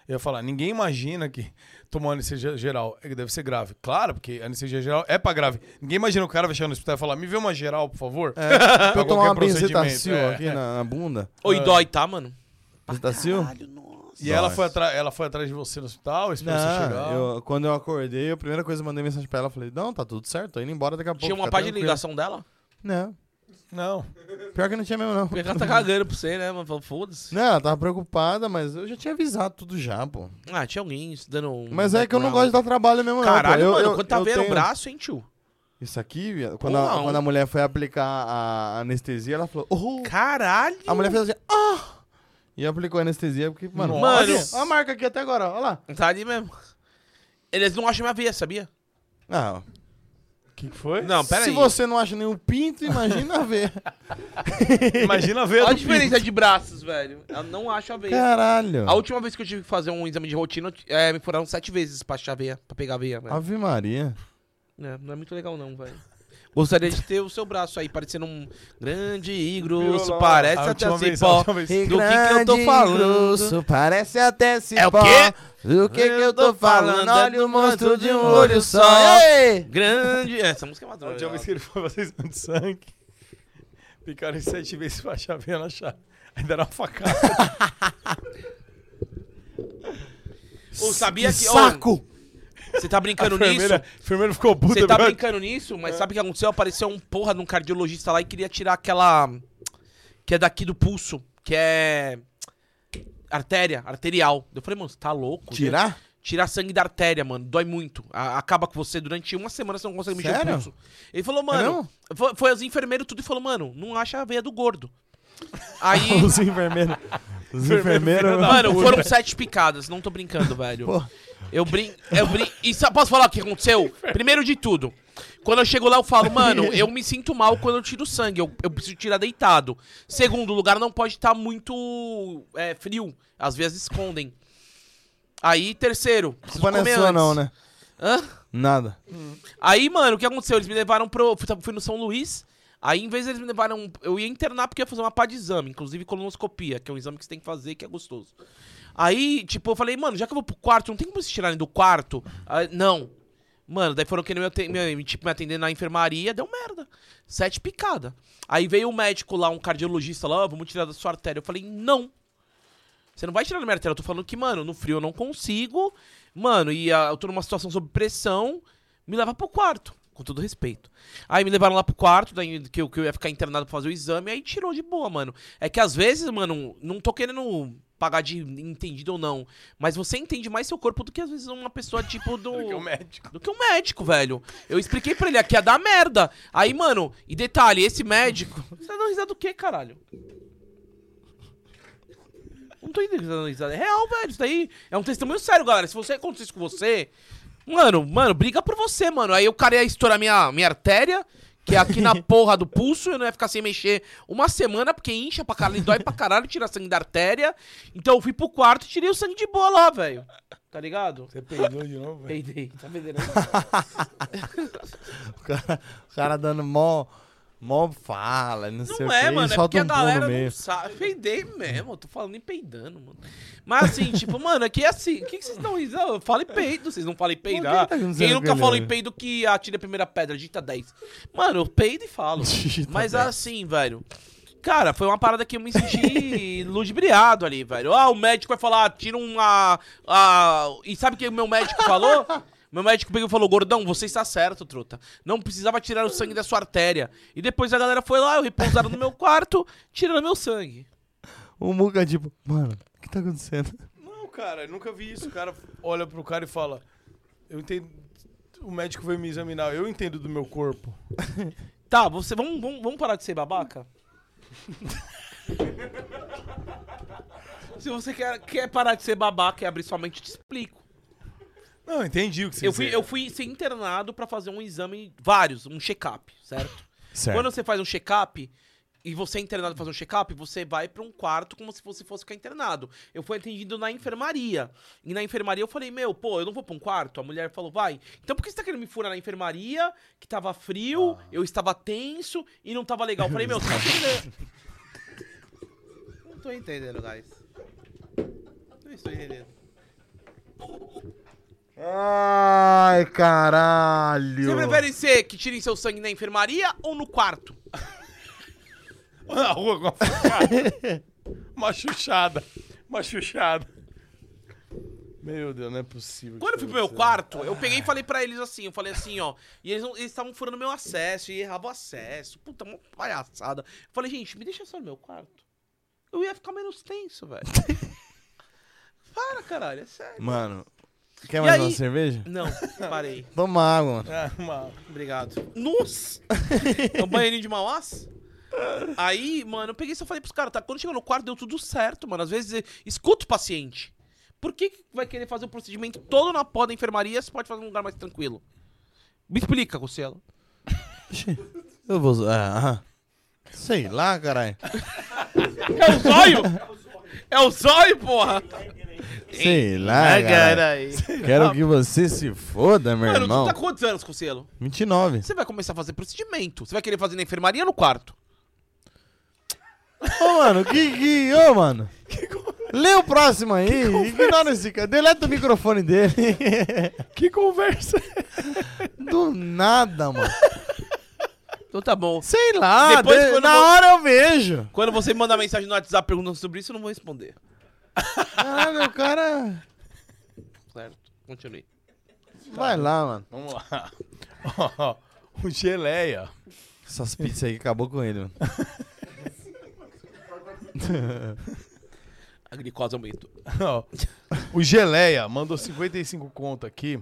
A: Eu ia falar, ninguém imagina que tomar anestesia geral é que deve ser grave. Claro, porque anestesia geral é pra grave. Ninguém imagina o cara vai chegar no hospital e falar, me vê uma geral, por favor.
C: É, pra
A: Pra
C: eu tomar uma
A: qualquer
C: benzetacil
A: procedimento. É.
C: aqui na, na bunda.
B: Oi,
A: É.
B: dói, tá, mano?
C: Benzetacil?
A: E ela
C: Nossa.
A: foi, atra- ela foi atrás de você no hospital, esperou você chegar.
C: Não, eu- quando eu acordei, a primeira coisa que eu mandei mensagem pra ela, falei, não, tá tudo certo, tô indo embora daqui a pouco.
B: Tinha uma
C: fica
B: página de
C: tranquilo."
B: ligação dela?
C: Não.
A: Não.
C: Pior que não tinha mesmo, não.
B: Porque ela tá cagando pra você, né? Mas falou, foda-se.
C: Não, ela tava preocupada, mas eu já tinha avisado tudo já, pô.
B: Ah, tinha alguém dando um.
C: Mas é que eu não gosto de dar
B: background.
C: trabalho mesmo, não.
B: Caralho,
C: pô. Eu-
B: mano,
C: eu-
B: quando tá
C: eu
B: vendo o
C: tenho-
B: braço, hein, tio?
C: Isso aqui, viado, quando, a,
B: Porra,
C: quando
B: um-
C: a mulher foi aplicar a anestesia, ela falou, oh!
B: Caralho!
C: A mulher fez assim, ah! E aplicou a anestesia, porque, mano,
B: Mano.
C: olha, olha a marca aqui até agora, olha lá.
B: Tá ali mesmo. Eles não acham minha veia, sabia?
C: Ah,
A: O que foi?
B: Não, pera
C: Se
B: aí.
C: você não acha nenhum pinto, imagina a ver.
A: Imagina a veia
B: Olha a
A: do
B: diferença
A: pinto.
B: de braços, velho. Eu não acho a veia.
C: Caralho.
B: A última vez que eu tive que fazer um exame de rotina, eu t- é, me furaram sete vezes pra achar a veia, pra pegar a veia, velho.
C: Ave Maria.
B: É, não é muito legal não, velho. Gostaria de ter o seu braço aí, parecendo um grande e grosso,
C: Virou lá.
B: parece
C: A
B: até
C: última
B: assim,
C: vez,
B: pó.
C: a
B: Do
C: última
B: que
C: vez.
B: que eu tô
C: Grande e
B: falando?
C: grosso, parece até
B: É o
C: pó.
B: quê? É
C: Do que que eu tô falando? Olha o monstro de um olho só. Ei!
B: Grande... Essa música é
A: A
B: madrugada.
A: última vez que ele foi fazer exame de sangue, picaram em sete vezes pra achar a veia na chave. Ainda era uma facada.
B: Ou sabia que...
A: Que
B: ô,
A: saco!
B: Você tá brincando
A: A enfermeira-
B: nisso?
A: a enfermeira ficou puta,
B: Você tá
A: velho.
B: brincando nisso, mas sabe o que aconteceu? Apareceu um porra de um cardiologista lá e queria tirar aquela. Que é daqui do pulso, que é. Artéria, arterial. Eu falei, mano, você tá louco?
C: Tirar?
B: né? Tirar sangue da artéria, mano. Dói muito. A- acaba com você durante uma semana, você não consegue mexer o
C: Sério? É
B: pulso. Ele falou,
C: mesmo?
B: mano. foi, foi os enfermeiros tudo e falou, mano, não acha a veia do gordo. Aí.
C: Os enfermeiros.
F: Os enfermeiros.
B: né? Mano, foram sete picadas, não tô brincando, velho. Eu brinco. Eu brin... E sa- posso falar o que aconteceu? Primeiro de tudo, quando eu chego lá, eu falo, mano, eu me sinto mal quando eu tiro sangue. Eu, eu preciso tirar deitado. Segundo, o lugar não pode estar muito é, frio. Às vezes escondem. Aí, terceiro, preciso
F: Culpa não é
B: comer
F: sua,
B: antes.
F: não, né?
B: Hã?
F: Nada.
B: Aí, mano, o que aconteceu? Eles me levaram pro. Fui, fui no São Luís. Aí, em vez deles me levaram. Eu ia internar porque eu ia fazer uma pá de exame, inclusive colonoscopia, que é um exame que você tem que fazer, que é gostoso. Aí, tipo, eu falei, mano, já que eu vou pro quarto, não tem como vocês tirarem do quarto? Ah, não. Mano, daí foram querer me, aten- me- tipo, me atender na enfermaria, deu merda. Sete picada. Aí veio um médico lá, um cardiologista lá, ó, vamos tirar da sua artéria. Eu falei, não. Você não vai tirar da minha artéria. Eu tô falando que, mano, no frio eu não consigo. Mano, e ah, eu tô numa situação sob pressão. Me leva pro quarto, com todo respeito. Aí me levaram lá pro quarto, daí que eu, que eu ia ficar internado pra fazer o exame, aí tirou de boa, mano. É que às vezes, mano, não tô querendo pagar de entendido ou não, mas você entende mais seu corpo do que às vezes uma pessoa tipo do. do que um
A: médico.
B: Do que um médico, velho. Eu expliquei pra ele aqui ia dar merda. Aí, mano, e detalhe, esse médico. Você tá dando risada do quê, caralho? Não tô entendendo isso. É real, velho. Isso daí é um testemunho sério, galera. Se você acontecer isso com você. Mano, mano, briga por você, mano. Aí o cara ia estourar minha, minha artéria, que é aqui na porra do pulso, eu não ia ficar sem mexer uma semana, porque incha pra caralho, dói pra caralho, tira sangue da artéria. Então eu fui pro quarto e tirei o sangue de boa lá, velho. Tá ligado? Você
A: peidou de novo,
B: velho? Peidei, tá peidando.
F: O cara, o cara dando mó, mó fala, não, sei
B: Não
F: o
B: é,
F: quê,
B: mano,
F: e
B: é
F: solta
B: porque a
F: um pulo
B: galera
F: no meio.
B: não sabe. Eu Peidei mesmo, eu tô falando nem peidando, mano. Mas assim, tipo, mano, aqui é assim, o que, que vocês estão rindo? Eu falo em peido, vocês não falam em peidar.
F: tá dizendo
B: Quem nunca
F: que
B: falou
F: ele-
B: em peido que atira a primeira pedra, digita 10. Mano, eu peido e falo. Mas assim, velho. Cara, foi uma parada que eu me senti ludibriado ali, velho. Ah, o médico vai falar, ah, tira uma. Ah, e sabe o que o meu médico falou? Meu médico pegou e falou, gordão, você está certo, truta. Não precisava tirar o sangue da sua artéria. E depois a galera foi lá, eu repousaram no meu quarto, tiraram meu sangue.
F: O Muca, tipo, mano, o que tá acontecendo?
A: Não, cara, eu nunca vi isso. O cara olha pro cara e fala: Eu entendo. O médico veio me examinar, eu entendo do meu corpo.
B: Tá, você. Vamos, vamos, vamos parar de ser babaca? Se você quer, quer parar de ser babaca e abrir sua mente, eu te explico.
A: Não, entendi o que você
B: Eu fui,
A: disse.
B: eu fui ser internado pra fazer um exame, vários, um check-up, certo?
A: Certo.
B: Quando você faz um check-up e você é internado pra fazer um check-up, você vai pra um quarto como se você fosse ficar internado. Eu fui atendido na enfermaria. E na enfermaria eu falei, meu, pô, eu não vou pra um quarto? A mulher falou, vai. Então por que você tá querendo me furar na enfermaria, que tava frio, eu estava tenso e não tava legal? Eu falei, meu, você tá querendo... Não tô entendendo, guys. Não estou entendendo.
F: Ai, caralho.
B: Você prefere ser que tirem seu sangue na enfermaria ou no quarto?
A: Na rua com a facada. uma chuchada. Uma chuchada. Meu Deus, não é possível.
B: Quando eu fui pro meu quarto, eu peguei e falei pra eles assim, eu falei assim, ó, e eles não- eles estavam furando meu acesso, e erravam o acesso, puta, uma palhaçada. Eu falei, gente, me deixa só no meu quarto. Eu ia ficar menos tenso, velho. Para, caralho, é sério.
F: Mano, quer
B: E
F: mais
B: aí-
F: uma cerveja?
B: Não, parei.
F: Toma água, mano.
B: Obrigado. Nossa! É um banheirinho de mauás? Aí, mano, eu peguei e só falei pros caras, tá? Quando chegou no quarto, deu tudo certo, mano. Às vezes, eh, escuta o paciente. Por que, que vai querer fazer o procedimento todo na porta da enfermaria se pode fazer num lugar mais tranquilo? Me explica, Cocielo.
F: Eu vou. zo- Ah, aham. Sei lá, caralho.
B: É o zóio? É o zóio, porra!
F: Sei lá,
B: Ah,
F: caralho.
B: caralho.
F: Quero que você se foda, meu
B: mano,
F: irmão.
B: tu tá com quantos anos, Cocielo?
F: 29.
B: Você vai começar a fazer procedimento. Você vai querer fazer na enfermaria ou no quarto?
F: Ô, mano, que que. Ô, mano. Lê o próximo aí. Ignora esse cara. Deleta o microfone dele.
A: Que conversa.
F: Do nada, mano.
B: Então tá bom.
F: Sei lá, de- na hora eu vejo.
B: Quando você me mandar mensagem no WhatsApp perguntando sobre isso, eu não vou responder.
F: Caralho, o cara.
B: Certo, continue.
F: Vai lá, mano.
A: Vamos lá. Ó, o Geleia.
F: Essas pizzas aí que acabou com ele, mano.
B: A glicose aumentou.
A: Ó, o Geleia mandou 55 conto aqui.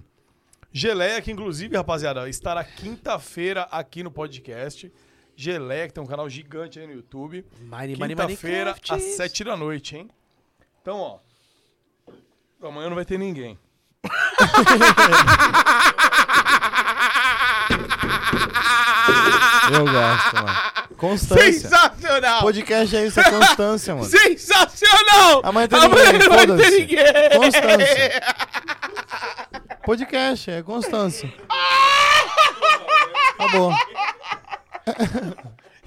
A: Geleia, que inclusive, rapaziada, estará quinta-feira aqui no podcast. Geleia, que tem um canal gigante aí no YouTube.
B: Mari, Mari,
A: Quinta-feira,
B: Minecraft.
A: às sete da noite, hein? Então, ó. Amanhã não vai ter ninguém.
C: Eu gosto, mano. Constância.
B: Sensacional!
C: Podcast é isso, é constância, mano.
B: Sensacional!
C: Amanhã tem ninguém,
B: não vai ter
C: foda-se.
B: ninguém.
C: Constância. Podcast é constância. Tá Acabou.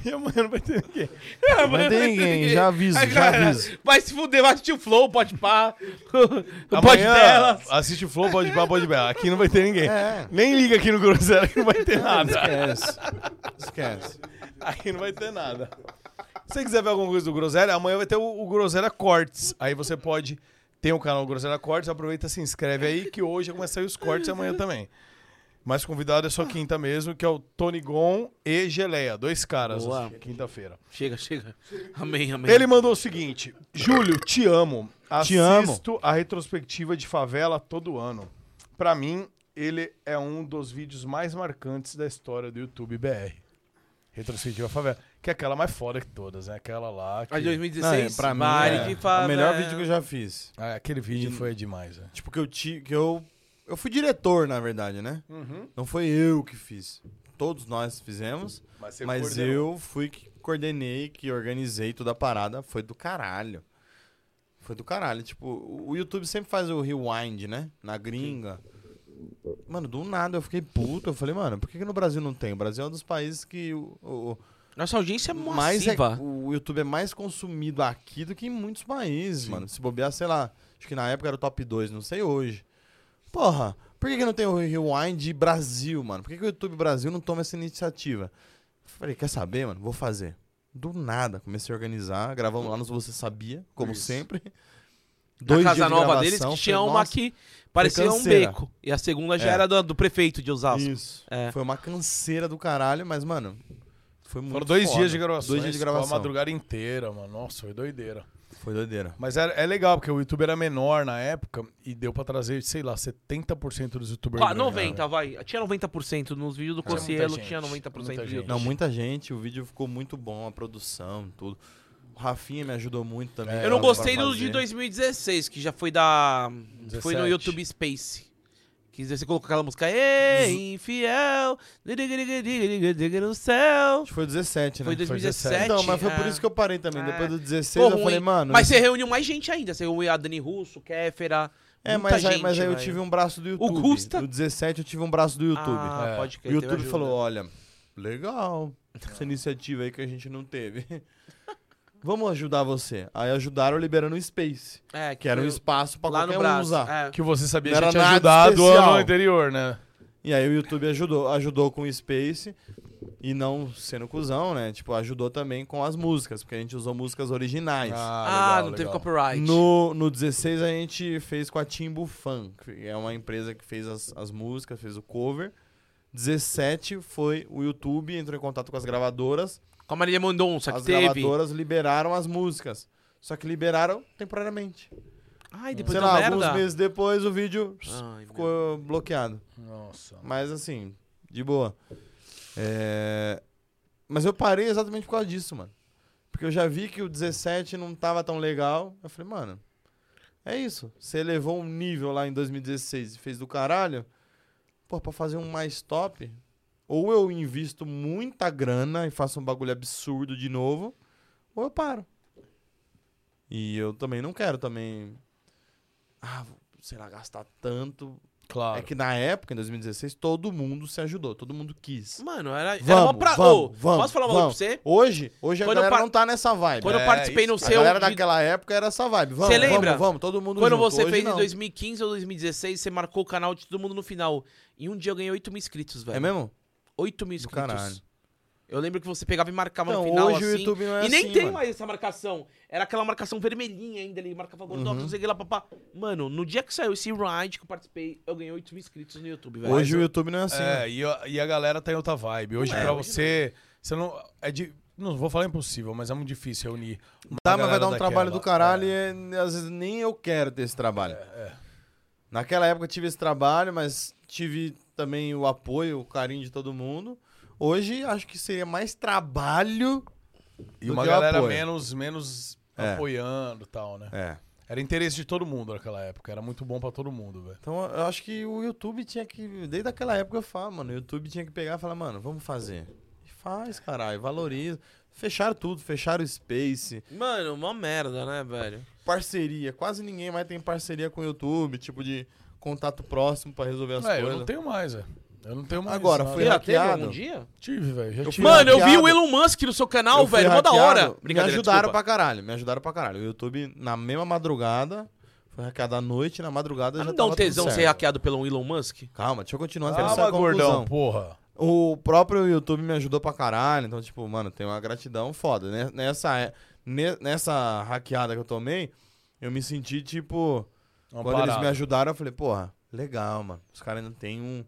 A: E amanhã não vai ter ninguém.
B: Ah,
C: Não tem ninguém, já aviso,
B: Aí,
C: já
B: galera,
C: aviso.
B: Vai se fuder, vai assistir o Flow, pode pá, o pode
A: Amanhã,
B: dela.
A: Assiste o Flow, pode pá, pode bela. Aqui não vai ter ninguém.
C: É.
A: Nem liga aqui no Groselha que não vai ter
C: Não,
A: nada.
C: esquece. Esquece.
A: Aqui não vai ter nada. Se você quiser ver alguma coisa do Groselha, amanhã vai ter o, o Groselha Cortes. Aí você pode ter o canal Groselha Cortes, aproveita e se inscreve aí, que hoje já começa a sair os cortes e amanhã também. Mas convidado é só quinta mesmo, que é o Tony Gon e Geleia. Dois caras,
B: Boa.
A: hoje, quinta-feira.
B: Chega, chega. Amém, amém.
A: Ele mandou o seguinte: Júlio, te amo.
C: Te amo.
A: Assisto a retrospectiva de favela todo ano. Pra mim, ele é um dos vídeos mais marcantes da história do YouTube BR. Retrospectiva favela, que é aquela mais foda que todas, né? Aquela lá que
B: A de 2016,
C: Não, é, pra mim,
B: Vale
C: é
B: de Favela.
C: o melhor vídeo que eu já fiz.
A: Ah, aquele vídeo foi demais, né?
C: Tipo, que eu ti, que eu eu fui diretor, na verdade, né?
B: Hum.
A: Uhum.
C: Não foi eu que fiz. Todos nós fizemos,
A: Mas
C: mas,
A: você coordenou.
C: eu fui que coordenei, que organizei toda a parada, foi do caralho. Foi do caralho, tipo, o o YouTube sempre faz o rewind, né? Na gringa. Mano, do nada eu fiquei puto. Eu falei, mano, por que, que no Brasil não tem? O Brasil é um dos países que o- o- o,
B: Nossa audiência é
C: mais é-
B: massiva.
C: o YouTube é mais consumido aqui do que em muitos países, mano. Se bobear, sei lá, acho que na época era o top 2, não sei hoje. Porra, por que, que não tem o Rewind Brasil, mano? Por que, que o YouTube Brasil não toma essa iniciativa? Falei, quer saber, mano? Vou fazer. Do nada, comecei a organizar, gravamos lá nos Você Sabia, como sempre. Dois
B: Na casa
C: dias de
B: nova
C: gravação,
B: deles, que tinha
C: falei,
B: uma
C: "Nossa,
B: que
C: foi
B: parecia um
C: canseira."
B: beco. E a segunda já
C: É.
B: era do, do prefeito de Osasco.
C: Isso.
B: É.
C: Foi uma canseira do caralho, mas, mano, foi muito
A: Foram dois
C: foda.
A: dias de gravação.
C: Dois dias de
A: Uma
C: gravação.
A: madrugada inteira, mano. Nossa, foi doideira.
C: Foi doideira.
A: Mas era- é, legal, porque o YouTube era menor na época e deu pra trazer, sei lá, 70% dos youtubers.
B: Qua-
A: grandes, né?
B: 90, Ah, vai. Tinha 90% nos vídeos do
A: Tinha muita
B: Cossielo,
A: gente,
B: tinha 90%
A: muita
B: de
A: gente.
C: Não, muita gente, o vídeo ficou muito bom, a produção, tudo. O Rafinha me ajudou muito também.
B: É, Eu não
C: pra-
B: gostei
C: pra
B: do de
C: fazer.
B: 2016, que já foi da. Foi no
C: 17.
B: YouTube Space. Que você colocou aquela música. Ei, infiel! diga no céu!
C: Acho que Foi 17, né?
B: Foi 2017.
C: Então, mas foi por
B: é.
C: isso que eu parei também.
B: É.
C: Depois do 16
B: Ficou
C: eu falei,
B: ruim.
C: mano.
B: Mas
C: isso-
B: você reuniu mais gente ainda. Você reuniu a Dani Russo, Kéfera.
C: É,
B: muita
C: mas aí,
B: gente,
C: mas aí eu
B: velho.
C: tive um braço do YouTube.
B: O Custa.
C: No 17 eu tive um braço do YouTube.
B: Ah, É. pode crer,
C: O
B: teve
C: YouTube
B: ajuda.
C: falou: olha, legal. Essa iniciativa aí que a gente não teve. Vamos ajudar você. Aí ajudaram liberando o Space.
B: É,
C: que, era um
B: eu-
C: espaço pra
B: lá no
C: qualquer um
B: braço,
C: usar.
B: é.
A: Que você sabia
C: Não
A: já
C: era
A: tinha
C: nada
A: ajudado o ano
C: especial.
A: anterior, né?
C: E aí o YouTube ajudou, ajudou com o Space e não sendo cuzão, né? Tipo, ajudou também com as músicas, porque a gente usou músicas originais.
B: Ah, não teve copyright.
C: No, no 16 a gente fez com a Timbu Fan, que é uma empresa que fez as, as músicas, fez o cover. 17 foi o YouTube, entrou em contato com as gravadoras.
B: Com a Marília Mendonça, que
C: As
B: teve.
C: gravadoras liberaram as músicas. Só que liberaram temporariamente.
B: Ai, depois
C: Sei
B: da
C: lá,
B: merda. Ah.
C: alguns meses depois o vídeo
B: Ai,
C: ficou bloqueado.
A: Nossa.
C: Mas assim, de boa. É, Mas eu parei exatamente por causa disso, mano. Porque eu já vi que o 17 não tava tão legal. Eu falei, mano, é isso. Você elevou um nível lá em 2016 e fez do caralho. Pô, pra fazer um mais top, ou eu invisto muita grana e faço um bagulho absurdo de novo, ou eu paro. E eu também não quero também. Ah, vou, sei lá, gastar tanto.
A: Claro.
C: É que na época, em 2016, todo mundo se ajudou, todo mundo quis.
B: Mano, era, era
C: Vamos,
B: uma pra.
C: vamos,
B: Ô,
C: vamos,
B: posso falar uma
C: vamos.
B: coisa pra você?
C: Hoje, hoje
B: Quando
C: a
B: eu
C: galera
B: par-
C: não tá nessa vibe.
B: Quando eu participei no
C: A
B: seu
C: galera
B: de-
C: daquela época era essa vibe. Vamos,
B: Você lembra?
C: Vamos, vamos, todo mundo
B: Quando
C: junto.
B: você
C: Hoje
B: fez
C: não.
B: em 2015 ou 2016, você marcou o canal de todo mundo no final. Em um dia eu ganhei 8 mil inscritos, velho.
C: É mesmo?
B: 8 mil inscritos.
C: caralho.
B: Eu lembro que você pegava e marcava no
C: Então,
B: final,
C: hoje o
B: assim.
C: YouTube não é
B: e nem
C: assim,
B: tem
C: mano.
B: mais essa marcação. Era aquela marcação vermelhinha ainda, ele marcava gordox,
C: Uhum.
B: não sei o que lá, papá. Mano, no dia que saiu esse ride que eu participei, eu ganhei 8 mil inscritos no YouTube, velho.
C: Hoje o YouTube não é assim.
A: É,
C: né?
A: e, a- e a galera tá em outra vibe. Hoje,
C: É,
A: pra
C: hoje
A: você. Você não. É de, não vou falar impossível, mas é muito difícil reunir. uma
C: Dá, mas vai
A: galera
C: dar um
A: daquela.
C: trabalho do caralho e é, às vezes nem eu quero ter esse trabalho.
A: É,
C: Naquela época eu tive esse trabalho, mas tive também o apoio, o carinho de todo mundo. Hoje acho que seria mais trabalho
A: E
C: do
A: uma
C: que
A: galera
C: apoio.
A: menos, menos
C: É.
A: apoiando e tal, né?
C: É.
A: Era interesse de todo mundo naquela época, era muito bom pra todo mundo, velho.
F: Então eu acho que o YouTube tinha que. Desde aquela época eu falo, mano, o YouTube tinha que pegar e falar, mano, vamos fazer. E faz, caralho, valoriza. Fecharam tudo, fecharam o Space.
B: Mano, uma merda, né, velho?
F: Parceria, quase ninguém mais tem parceria com o YouTube, tipo de contato próximo pra resolver as
A: Véi,
F: coisas.
A: É, eu não tenho mais, velho. Eu não tenho mais.
F: Agora,
A: nada.
F: fui hackeado.
A: Tive, velho. já
F: Eu
A: tive.
F: fui
B: Mano, eu vi
F: hackeado.
B: o Elon Musk no seu canal,
F: Eu fui
B: velho. Mó da
F: hackeado.
B: hora.
F: Me ajudaram pra caralho, me ajudaram pra caralho. O YouTube, na mesma madrugada, foi hackeado à noite, na madrugada já
B: Não dá um
F: tava tudo
B: tesão
F: certo.
B: ser hackeado pelo Elon Musk?
F: Calma, deixa eu continuar.
A: Calma,
F: essa conclusão.
A: gordão, porra.
F: O próprio YouTube me ajudou pra caralho, então, tipo, mano, tem uma gratidão foda. né? Nessa, é- ne- nessa hackeada que eu tomei, eu me senti, tipo...
A: Uma
F: quando eles
A: parada.
F: me ajudaram, eu falei, porra, legal, mano. Os caras ainda tem um,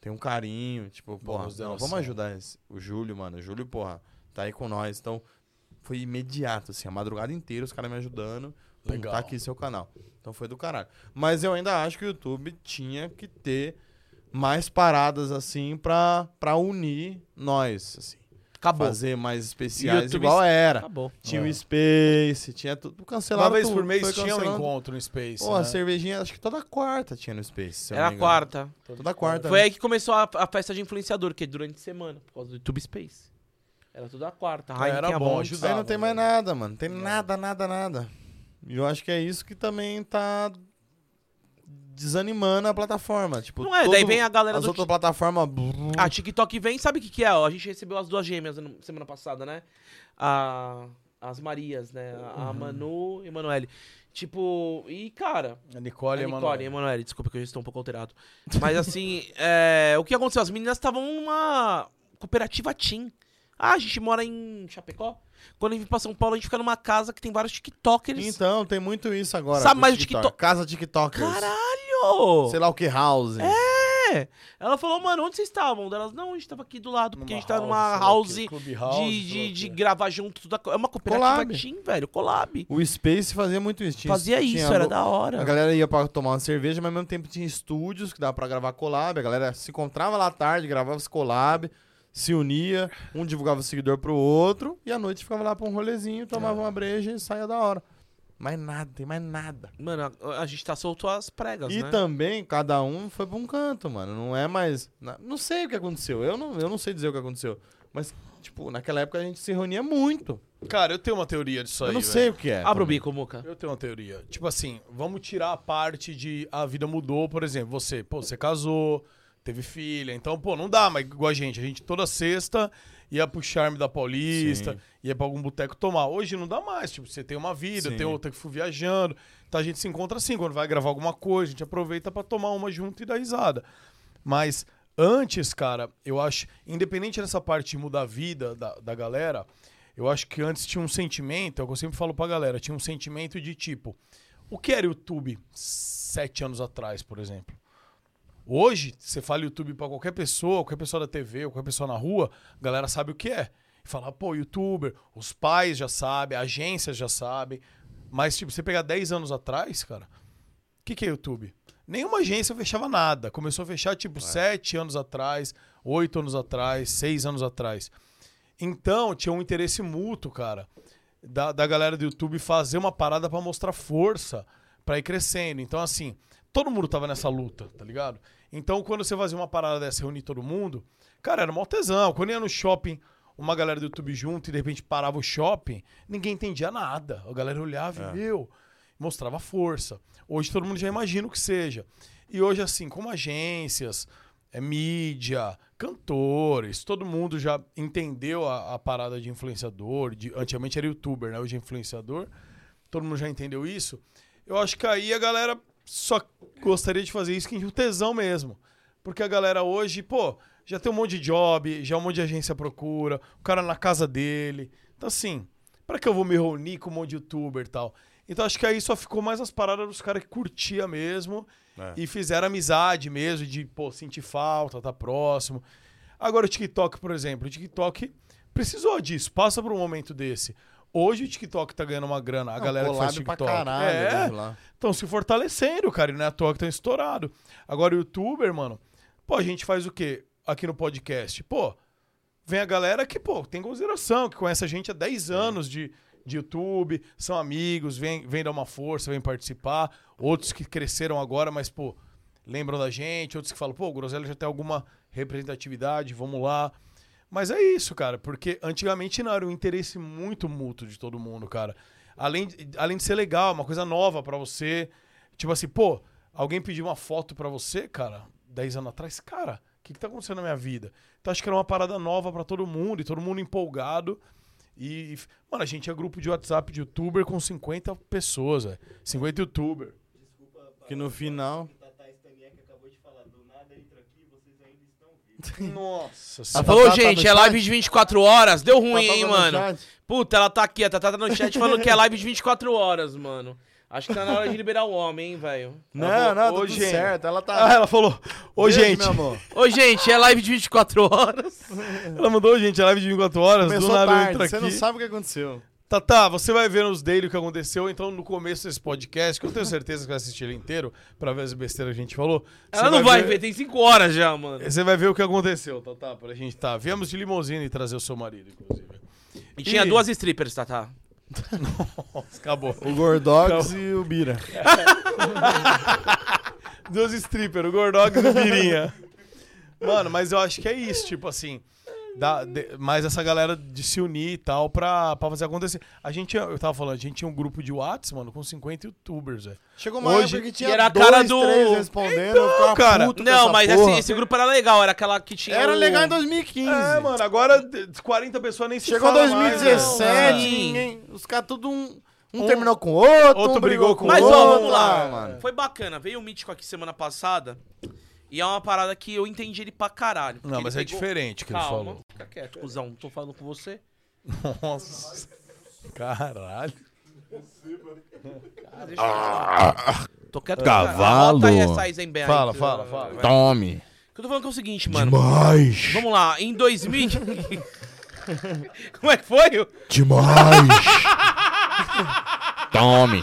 F: tem um carinho, tipo, porra,
A: Vamos assim. dar
F: não,
A: uma
F: vamos
A: ação.
F: ajudar esse- o Júlio, mano. O Júlio, porra, tá aí com nós. Então, foi imediato, assim, a madrugada inteira os caras me ajudando. Pum,
A: Legal.
F: Tá aqui seu canal. Então foi do caralho. Mas eu ainda acho que o YouTube tinha que ter mais paradas, assim, pra, pra unir nós, assim.
B: Acabou.
F: Fazer mais especiais,
B: YouTube
F: igual era.
B: acabou.
F: Tinha
B: É.
F: o Space, tinha tudo cancelado.
A: Ah, Uma vez
F: tudo,
A: por mês
F: foi
A: tinha um
F: cancelado.
A: encontro no Space,
F: Pô, a
A: né?
F: cervejinha, acho que toda quarta tinha no Space. se eu não
B: Era
F: me
B: a
F: engano.
B: quarta.
F: Toda quarta.
B: Foi
F: né?
B: aí que começou a, a festa de influenciador, que é durante a semana, por causa do YouTube Space. Era toda quarta. Heineken
F: Era
B: a
F: bom,
B: monte.
F: ajudava. né? Aí
A: né?
F: não tem mais nada, mano. Tem nada, nada, nada. E eu acho que é isso que também tá desanimando a plataforma. Tipo,
B: Não é, daí vem a galera
F: As
B: do
F: outras
B: Tik-
F: plataformas...
B: A Ah, TikTok vem, sabe o que, que é? ó? A gente recebeu as duas gêmeas no- semana passada, né? A, as Marias, né? A
A: Uhum.
B: a Manu e a Manoel. Tipo, e cara.
A: A Nicole e a
B: Nicole
A: Manoel.
B: e a Manoel. Desculpa que eu já estou um pouco alterado. Mas assim, é, o que aconteceu? As meninas estavam numa cooperativa Tim. Ah, a gente mora em Chapecó? Quando a gente vem pra São Paulo, a gente fica numa casa que tem vários TikTokers.
F: Então, tem muito isso agora.
B: Sabe
F: com
B: mais o TikTok?
F: Casa TikTokers.
B: Caralho!
F: Sei lá o que, House.
B: É! Ela falou, mano, onde vocês estavam? Delas, não, a gente tava aqui do lado, porque a gente tá numa house, de, de, de gravar junto. Tudo a co- é uma cooperativa
F: Collab.
B: Team, velho, collab.
F: O Space fazia muito isso. Tinha-
B: Fazia
F: tinha
B: isso, era
F: lu-
B: da hora.
F: A galera ia pra tomar uma cerveja, mas ao mesmo tempo tinha estúdios que dava pra gravar collab. A galera se encontrava lá à tarde, gravava os collab, se unia, um divulgava o seguidor pro outro, e à noite ficava lá pra um rolezinho, tomava
B: É.
F: uma breja e saia da hora. Mais nada, tem mais nada.
B: Mano, a, a gente tá solto as pregas,
F: E
B: né?
F: também, cada um foi pra um canto, mano. Não é mais. na- Não sei o que aconteceu. Eu não, eu não sei dizer o que aconteceu. Mas, tipo, naquela época a gente se reunia muito.
A: Cara, eu tenho uma teoria disso
F: Eu
A: aí.
F: não
A: velho.
F: sei o que é.
B: Abra o bico, Muca.
A: Eu tenho uma teoria. Tipo assim, vamos tirar a parte de a vida mudou, por exemplo. Você, pô, você casou, teve filha. Então, pô, não dá, mas igual a gente. A gente toda sexta ia pro charme da Paulista,
F: Sim.
A: ia pra algum boteco tomar. Hoje não dá mais. Tipo, você tem uma vida,
F: Sim.
A: tem outra que fui viajando. Então a gente se encontra assim. Quando vai gravar alguma coisa, a gente aproveita pra tomar uma junto e dar risada. Mas antes, cara, eu acho, independente dessa parte de mudar a vida da, da galera, eu acho que antes tinha um sentimento, é o que eu sempre falo pra galera, tinha um sentimento de tipo, o que era YouTube sete anos atrás, por exemplo? Hoje, você fala YouTube pra qualquer pessoa, qualquer pessoa da TV, qualquer pessoa na rua, a galera sabe o que é. E Fala, pô, youtuber, os pais já sabem, agências já sabem. Mas, tipo, você pegar 10 anos atrás, cara, o que, que é YouTube? Nenhuma agência fechava nada. Começou a fechar, tipo, sete anos atrás, oito anos atrás, seis anos atrás. Então, tinha um interesse mútuo, cara, da, da galera do YouTube fazer uma parada pra mostrar força, pra ir crescendo. Então, assim, todo mundo tava nessa luta, tá ligado? Então, quando você fazia uma parada dessa, reunir todo mundo, cara, era mó tesão. Quando ia no shopping, uma galera do YouTube junto e de repente parava o shopping, ninguém entendia nada. A galera olhava e, meu, mostrava força. Hoje todo mundo já imagina o que seja. E hoje, assim, como agências, é, mídia, cantores, todo mundo já entendeu a, a parada de influenciador. de- antigamente era youtuber, né? Hoje é influenciador. Todo mundo já entendeu isso. Eu acho que aí a galera só gostaria de fazer isso que o tesão mesmo. Porque a galera hoje, pô, já tem um monte de job, já um monte de agência procura, o cara na casa dele. Então, assim, pra que eu vou me reunir com um monte de youtuber e tal? Então, acho que aí só ficou mais as paradas dos caras que curtia mesmo
F: É.
A: e fizeram amizade mesmo, de, pô, sentir falta, tá próximo. Agora, o TikTok, por exemplo, o TikTok precisou disso, passa por um momento desse. Hoje o TikTok tá ganhando uma grana, a
F: Não,
A: galera que faz
F: collab pra
A: TikTok.
F: caralho, né?
A: é,
F: desde lá.
A: estão se fortalecendo, cara, e não é à toa que estão estourado. Agora, o youtuber, mano, pô, a gente faz o quê aqui no podcast? Pô, vem a galera que, pô, tem consideração, que conhece a gente há 10 anos de, de YouTube, são amigos, vem, vem dar uma força, vem participar. Outros que cresceram agora, mas, pô, lembram da gente. Outros que falam, pô, o Groselha já tem alguma representatividade, vamos lá. Mas é isso, cara, porque antigamente não era um interesse muito mútuo de todo mundo, cara. Além, além de ser legal, uma coisa nova pra você. Tipo assim, pô, alguém pediu uma foto pra você, cara, 10 anos atrás, cara, o que, que tá acontecendo na minha vida? Então acho que era uma parada nova pra todo mundo e todo mundo empolgado. E, e- mano, a gente é grupo de WhatsApp de youtuber com 50 pessoas, velho. 50 youtuber.
U: Que no final.
A: Nossa
B: Ela falou, gente, é live de 24 horas. Deu
C: Tá,
B: ruim,
F: Tá
B: hein, mano. Puta, ela tá aqui, a Tatá tá no chat falando que é live de 24 horas, mano. Acho que tá na hora de liberar o homem, hein, velho.
C: Não,
B: Ela
C: não,
B: falou,
C: tá
B: "Ô,
C: tudo
B: gente."
C: certo. Ela tá.
A: ela falou. Ô,
C: Beijo,
A: gente.
C: meu amor.
B: Ô, gente, é live de 24 horas.
A: Ela mandou, gente, a live de 24 horas. do
C: Começou
A: nada
C: tarde,
A: entra aqui.
C: você não sabe o que aconteceu.
A: Tatá, você vai ver nos daily o que aconteceu, então no começo desse podcast, que eu tenho certeza que vai assistir ele inteiro, pra ver as besteiras que a gente falou.
B: Ela
A: você
B: não vai ver, tem 5 horas já, mano.
A: Você vai ver o que aconteceu, Tatá, pra gente tá. Viemos de limusine trazer o seu marido, inclusive.
B: E tinha duas strippers, Tatá.
A: Nossa, acabou.
U: O
C: Então,
U: Gordox e o Bira.
A: Duas strippers, o Gordox e o Birinha. Mano, mas eu acho que é isso, tipo assim. Da, de- mas essa galera de se unir e tal pra, pra fazer acontecer. A gente, eu tava falando, a gente tinha um grupo de Whats, mano, com 50 youtubers, velho.
C: Chegou
B: uma época que tinha E era a cara dois, do- três
C: respondendo,
A: então, cara.
B: Não, mas esse, esse grupo era legal, era aquela que tinha. o-
A: 2015. É, mano, agora d- 40 pessoas nem se
C: Chegou
A: falam mais,
C: 2017,
A: né?
C: ninguém- os caras tudo um, um, terminou com o outro,
A: outro
C: um
A: brigou
C: brigou com
A: com
C: o
B: Mas
C: outro.
B: ó, vamos lá.
C: Ah, mano.
B: Foi bacana. Veio o Mítico aqui semana passada. E é uma parada que eu entendi ele pra caralho. porque
A: Não,
B: ele
A: mas é diferente o que ele
B: Calma,
A: falou.
B: Fica quieto, cuzão. Não tô falando com você.
A: Nossa. Caralho.
B: Tô quieto.
F: Cavalo.
B: Anota aí essa Eisenberg.
F: Fala,
B: que-
F: fala, fala.
B: vai.
F: Tome.
B: O que eu tô falando que é o seguinte, mano.
F: Demais.
B: Vamos lá. Em 2000... Como é que foi?
F: Tome.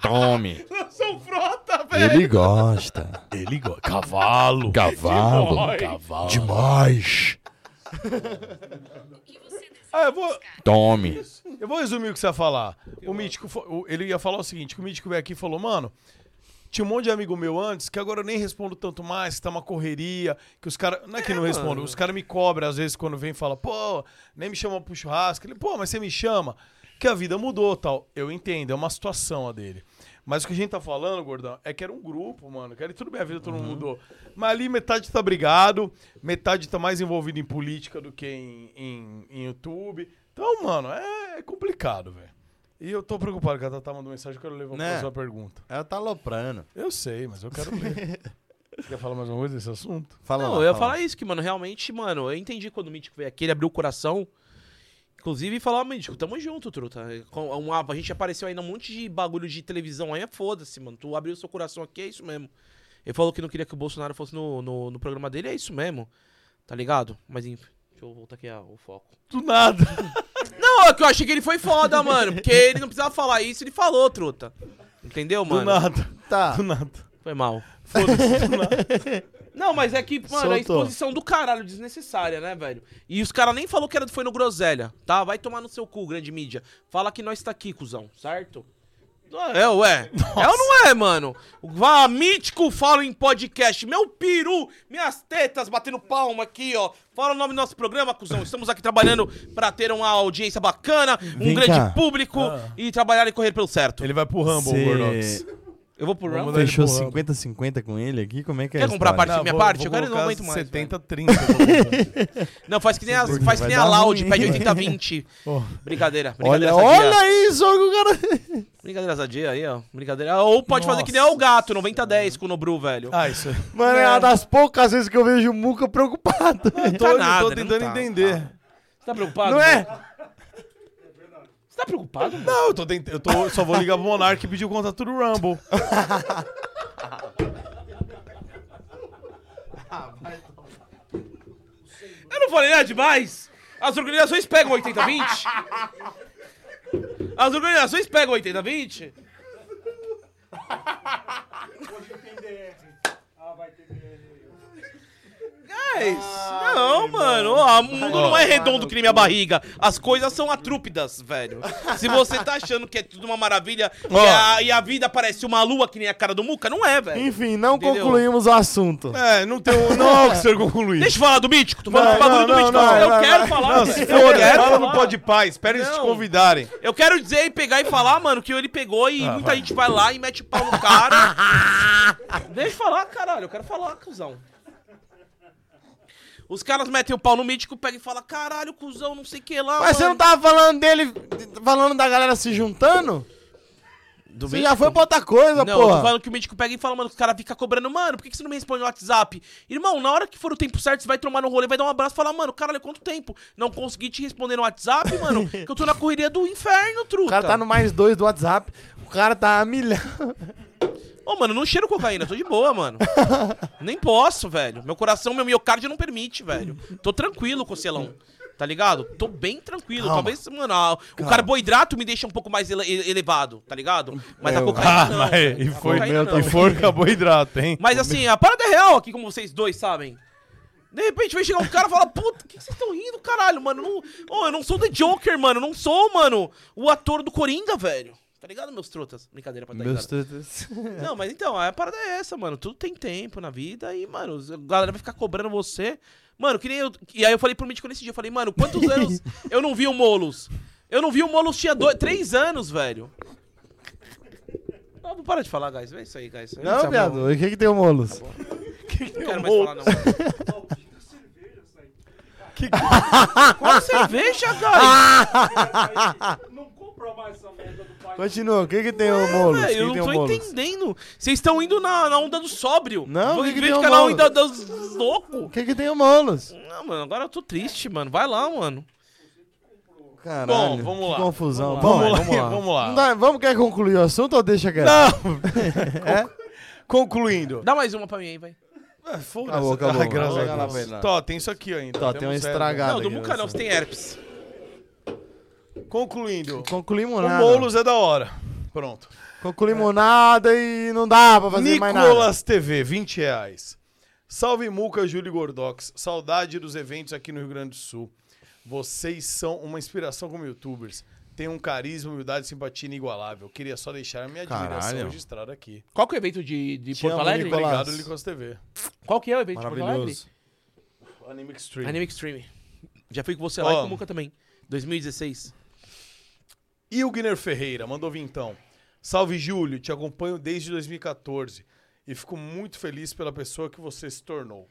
F: Tome.
B: Lançou um frota, velho.
F: Ele gosta. Ele gosta. Cavalo. Cavalo.
A: Demais.
F: Cavalo. Demais.
A: Ah, eu vou.
F: Tome.
A: Eu vou resumir o que você ia falar. O Mítico, fo- o- ele ia falar o seguinte, que o Mítico veio aqui e falou, mano, tinha um monte de amigo meu antes, que agora eu nem respondo tanto mais, que tá uma correria, que os caras... Não é que não respondo,
B: mano.
A: os caras me cobram às vezes quando vem e fala, pô, nem me chama pro churrasco. Ele, pô, mas você me chama, que a vida mudou tal. Eu entendo, é uma situação a dele. Mas o que a gente tá falando, gordão, é que era um grupo, mano. Que era tudo bem, a vida todo mundo mudou. Mas ali metade tá brigado, metade tá mais envolvido em política do que em, em, em YouTube. Então, mano, é, é complicado, velho. E eu tô preocupado que a Tatá mandou mensagem, eu quero levar
U: Né?
A: pra sua pergunta.
U: Ela tá aloprando.
A: Eu sei, mas eu quero ler. Quer falar mais alguma coisa desse assunto?
U: Fala
B: Não,
U: lá,
B: eu ia
U: fala.
B: falar isso, que, mano, realmente, mano, eu entendi quando o Mítico veio aqui, ele abriu o coração. Inclusive, e falar, "Ó, Mítico, tamo junto, truta. Com- um- a gente apareceu aí num monte de bagulho de televisão aí, é foda-se, mano. Tu abriu seu coração aqui, é isso mesmo. Ele falou que não queria que o Bolsonaro fosse no, no, no programa dele, é isso mesmo. Tá ligado? Mas enfim, deixa eu voltar aqui ao foco.
A: Do nada.
B: Não, é que eu achei que ele foi foda, mano. Porque ele não precisava falar isso, ele falou, truta. Entendeu, mano?
A: Do nada.
C: Tá.
A: Do nada.
B: Foi mal.
A: Foda-se, do nada.
B: Não, mas é que, mano,
A: Soltou.
B: é exposição do caralho, desnecessária, né, velho? E os caras nem falou que era, foi no Groselha, tá? Vai tomar no seu cu, grande mídia. Fala que nós tá aqui, cuzão, certo? Ah, É, ué. É ou não é, mano? Vá, mítico, fala em podcast. Meu peru, minhas tetas batendo palma aqui, ó. Fala o nome do nosso programa, cuzão. Estamos aqui trabalhando pra ter uma audiência bacana, um
U: Vem
B: grande
U: cá.
B: público e trabalhar e correr pelo certo.
A: Ah. Ele vai pro Rumble,
U: Cê-
A: o Gordox.
B: Eu vou pro Rumble?
U: Fechou
A: Ele porra.
U: 50-50 com ele aqui? Como é que é
B: Quer
U: a
B: comprar
U: história?
B: parte da minha parte? Eu quero não aguento mais.
A: 70,
B: velho. tá
A: 30.
B: Não, faz que nem, as,
U: Porque
B: faz que
U: vai
B: nem a
U: dar
B: Loud,
U: ruim,
B: pede
U: hein,
B: 80 20.
U: Ó.
B: Brincadeira,
U: Olha,
B: brincadeira sadia.
U: olha isso, o cara.
B: Brincadeira sadia aí, ó. Brincadeira. Ou pode fazer que nem o gato, 90 10 com o Nobru, velho.
A: Ah, isso.
C: Mano, é uma das poucas vezes que eu vejo o Muca preocupado.
A: Eu tô,
B: Tá
A: eu
B: nada,
A: tô
B: né? Não
A: tentando
B: tá,
A: entender.
B: Você tá preocupado?
C: Não é?
B: Você tá preocupado? mano?
A: Não, eu, tô tent... eu tô... só vou ligar pro Monark e pedir o contato do Rumble.
B: Eu não falei nada demais. As organizações pegam 80 20. As organizações pegam 80 20. Ah, Mas. Não, mano. ó, o mundo não é redondo que nem minha barriga. As coisas são atrúpidas, velho. Se você tá achando que é tudo uma maravilha e
F: Ó.
B: a, e a vida parece uma lua que nem a cara do Muca, não é, velho.
F: Enfim, não
B: Entendeu?
F: concluímos o assunto.
A: É, não tem um. Não, o senhor concluiu.
B: Deixa eu falar do mítico. Tô
A: Não,
B: falando do
A: não,
B: bagulho do
A: não,
B: mítico.
A: não,
B: eu
A: vai,
B: quero
A: vai.
B: falar.
A: Não, se
B: eu
A: foda,
B: quero
A: fala no
B: falar.
A: Pode Pá, espera eles te
B: Não.
A: convidarem.
B: Eu quero dizer e pegar e falar, mano, que ele pegou e
A: Ah,
B: muita
A: vai.
B: gente vai lá e mete pau no cara. Deixa eu falar, caralho. Eu quero falar, cuzão. Os caras metem o pau no mítico, pegam e falam, caralho, cuzão, não sei o que lá.
F: Mas você não tá
B: mano."
F: tava falando dele, falando da galera se juntando? você já
B: Mítico?
F: foi pra outra coisa,
B: Não, eu tô
F: porra.
B: falando que o médico pega e fala, mano, os caras ficam cobrando, mano, por que que você não me responde no WhatsApp? Irmão, na hora que for o tempo certo, você vai tomar no rolê, vai dar um abraço e falar, mano, caralho, quanto tempo? Não consegui te responder no WhatsApp, mano, que eu tô na correria do inferno, truta.
F: O cara tá no mais dois do WhatsApp, o cara tá a milhão.
B: Ô, mano, não cheiro cocaína, tô de boa, mano. Nem posso, velho. Meu coração, meu miocárdio não permite, velho. Tô tranquilo, Cocelão. Tá ligado? Tô bem tranquilo.
O: Calma.
B: Talvez, mano, a- o carboidrato me deixa um pouco mais ele- ele- elevado, tá ligado? Mas a
O: Eu-
B: cocaína
O: Ah,
B: não.
O: mas
B: velho.
O: e
B: A
O: foi-
B: cocaína
O: meu
B: não.
O: e foi carboidrato, hein?
B: Mas assim, a parada é real aqui, como vocês dois sabem. De repente vem chegar um cara e fala, puta, o que que vocês estão rindo, caralho, mano? Não, Ô, eu não sou The Joker, mano. Eu não sou, mano, o ator do Coringa, velho. Tá ligado, meus trotas? Brincadeira pra tá dar
C: Meus
B: risada.
C: trotas.
B: Não, mas então, a parada é essa, mano. Tudo tem tempo na vida e, mano, a galera vai ficar cobrando você. Mano, que nem eu. E aí eu falei pro Mítico nesse dia, eu falei, mano, quantos anos eu não vi o Molos? Eu não vi o Molos tinha dois, três anos, velho. Não, para de falar, guys. É isso aí, guys. Eu
F: Não,
B: sei,
F: viado, o que que tem o Molos?
B: Tá não quero mais falar, não. Que... Qual cerveja,
F: Ah,
B: cara?
F: Continua, o que que tem o Molos? O que
B: Véi, É, eu
F: que tem
B: não
F: o
B: tô
F: Molos?
B: entendendo. Vocês estão indo na, na onda do sóbrio.
F: Não,
B: Vão
F: o que
B: em
F: que
B: vez de ficar
F: tem o
B: na
F: Molos?
B: onda dos loucos.
F: O que que tem o Molos?
B: Não, mano, agora eu tô triste, mano. Vai lá, mano.
F: Caralho,
B: Bom, vamos
F: que
B: lá.
F: confusão.
B: Vamos
F: Bom,
B: lá,
F: vamos lá.
B: vamos lá.
F: Não dá- vamos, quer concluir o assunto ou deixa quieto?
A: Não!
F: é?
A: Concluindo.
B: Dá mais uma pra mim aí, vai.
A: Foda-se.
F: Acabou, acabou.
A: Ah, graças
F: Vamos lá,
A: a
F: vai
A: Deus.
F: lá.
A: Tó, Tá, tem isso aqui ainda.
B: Tá,
F: Tó, tem uma
A: Temos
F: estragada né?
A: ela.
B: Não, do Muca não, você tem herpes.
A: Concluindo.
F: Concluímos
A: o
F: nada.
A: Boulos é da hora. Pronto.
F: Concluímos nada e não dá pra fazer mais nada.
A: Nicolas TV, 20 reais. Salve Muca, Júlio e Gordox. Saudade dos eventos aqui no Rio Grande do Sul. Vocês são uma inspiração como youtubers. Tem um carisma, humildade e simpatia inigualável. Queria só deixar a minha admiração
C: Caralho.
A: registrada aqui.
B: Qual que é o evento de, de
A: Te
B: Porto
A: amo,
B: Alegre?
A: Nicolas. Obrigado, Nicolas TV.
B: Qual que é o evento de Porto Alegre?
A: Maravilhoso. Anime Extreme.
B: Anime Stream. Já fui com você lá e
A: Ó.
B: com o Muca também. 2016.
A: Ilgner Ferreira mandou vintão. Salve, Júlio. Te acompanho desde 2014 e fico muito feliz pela pessoa que você se tornou.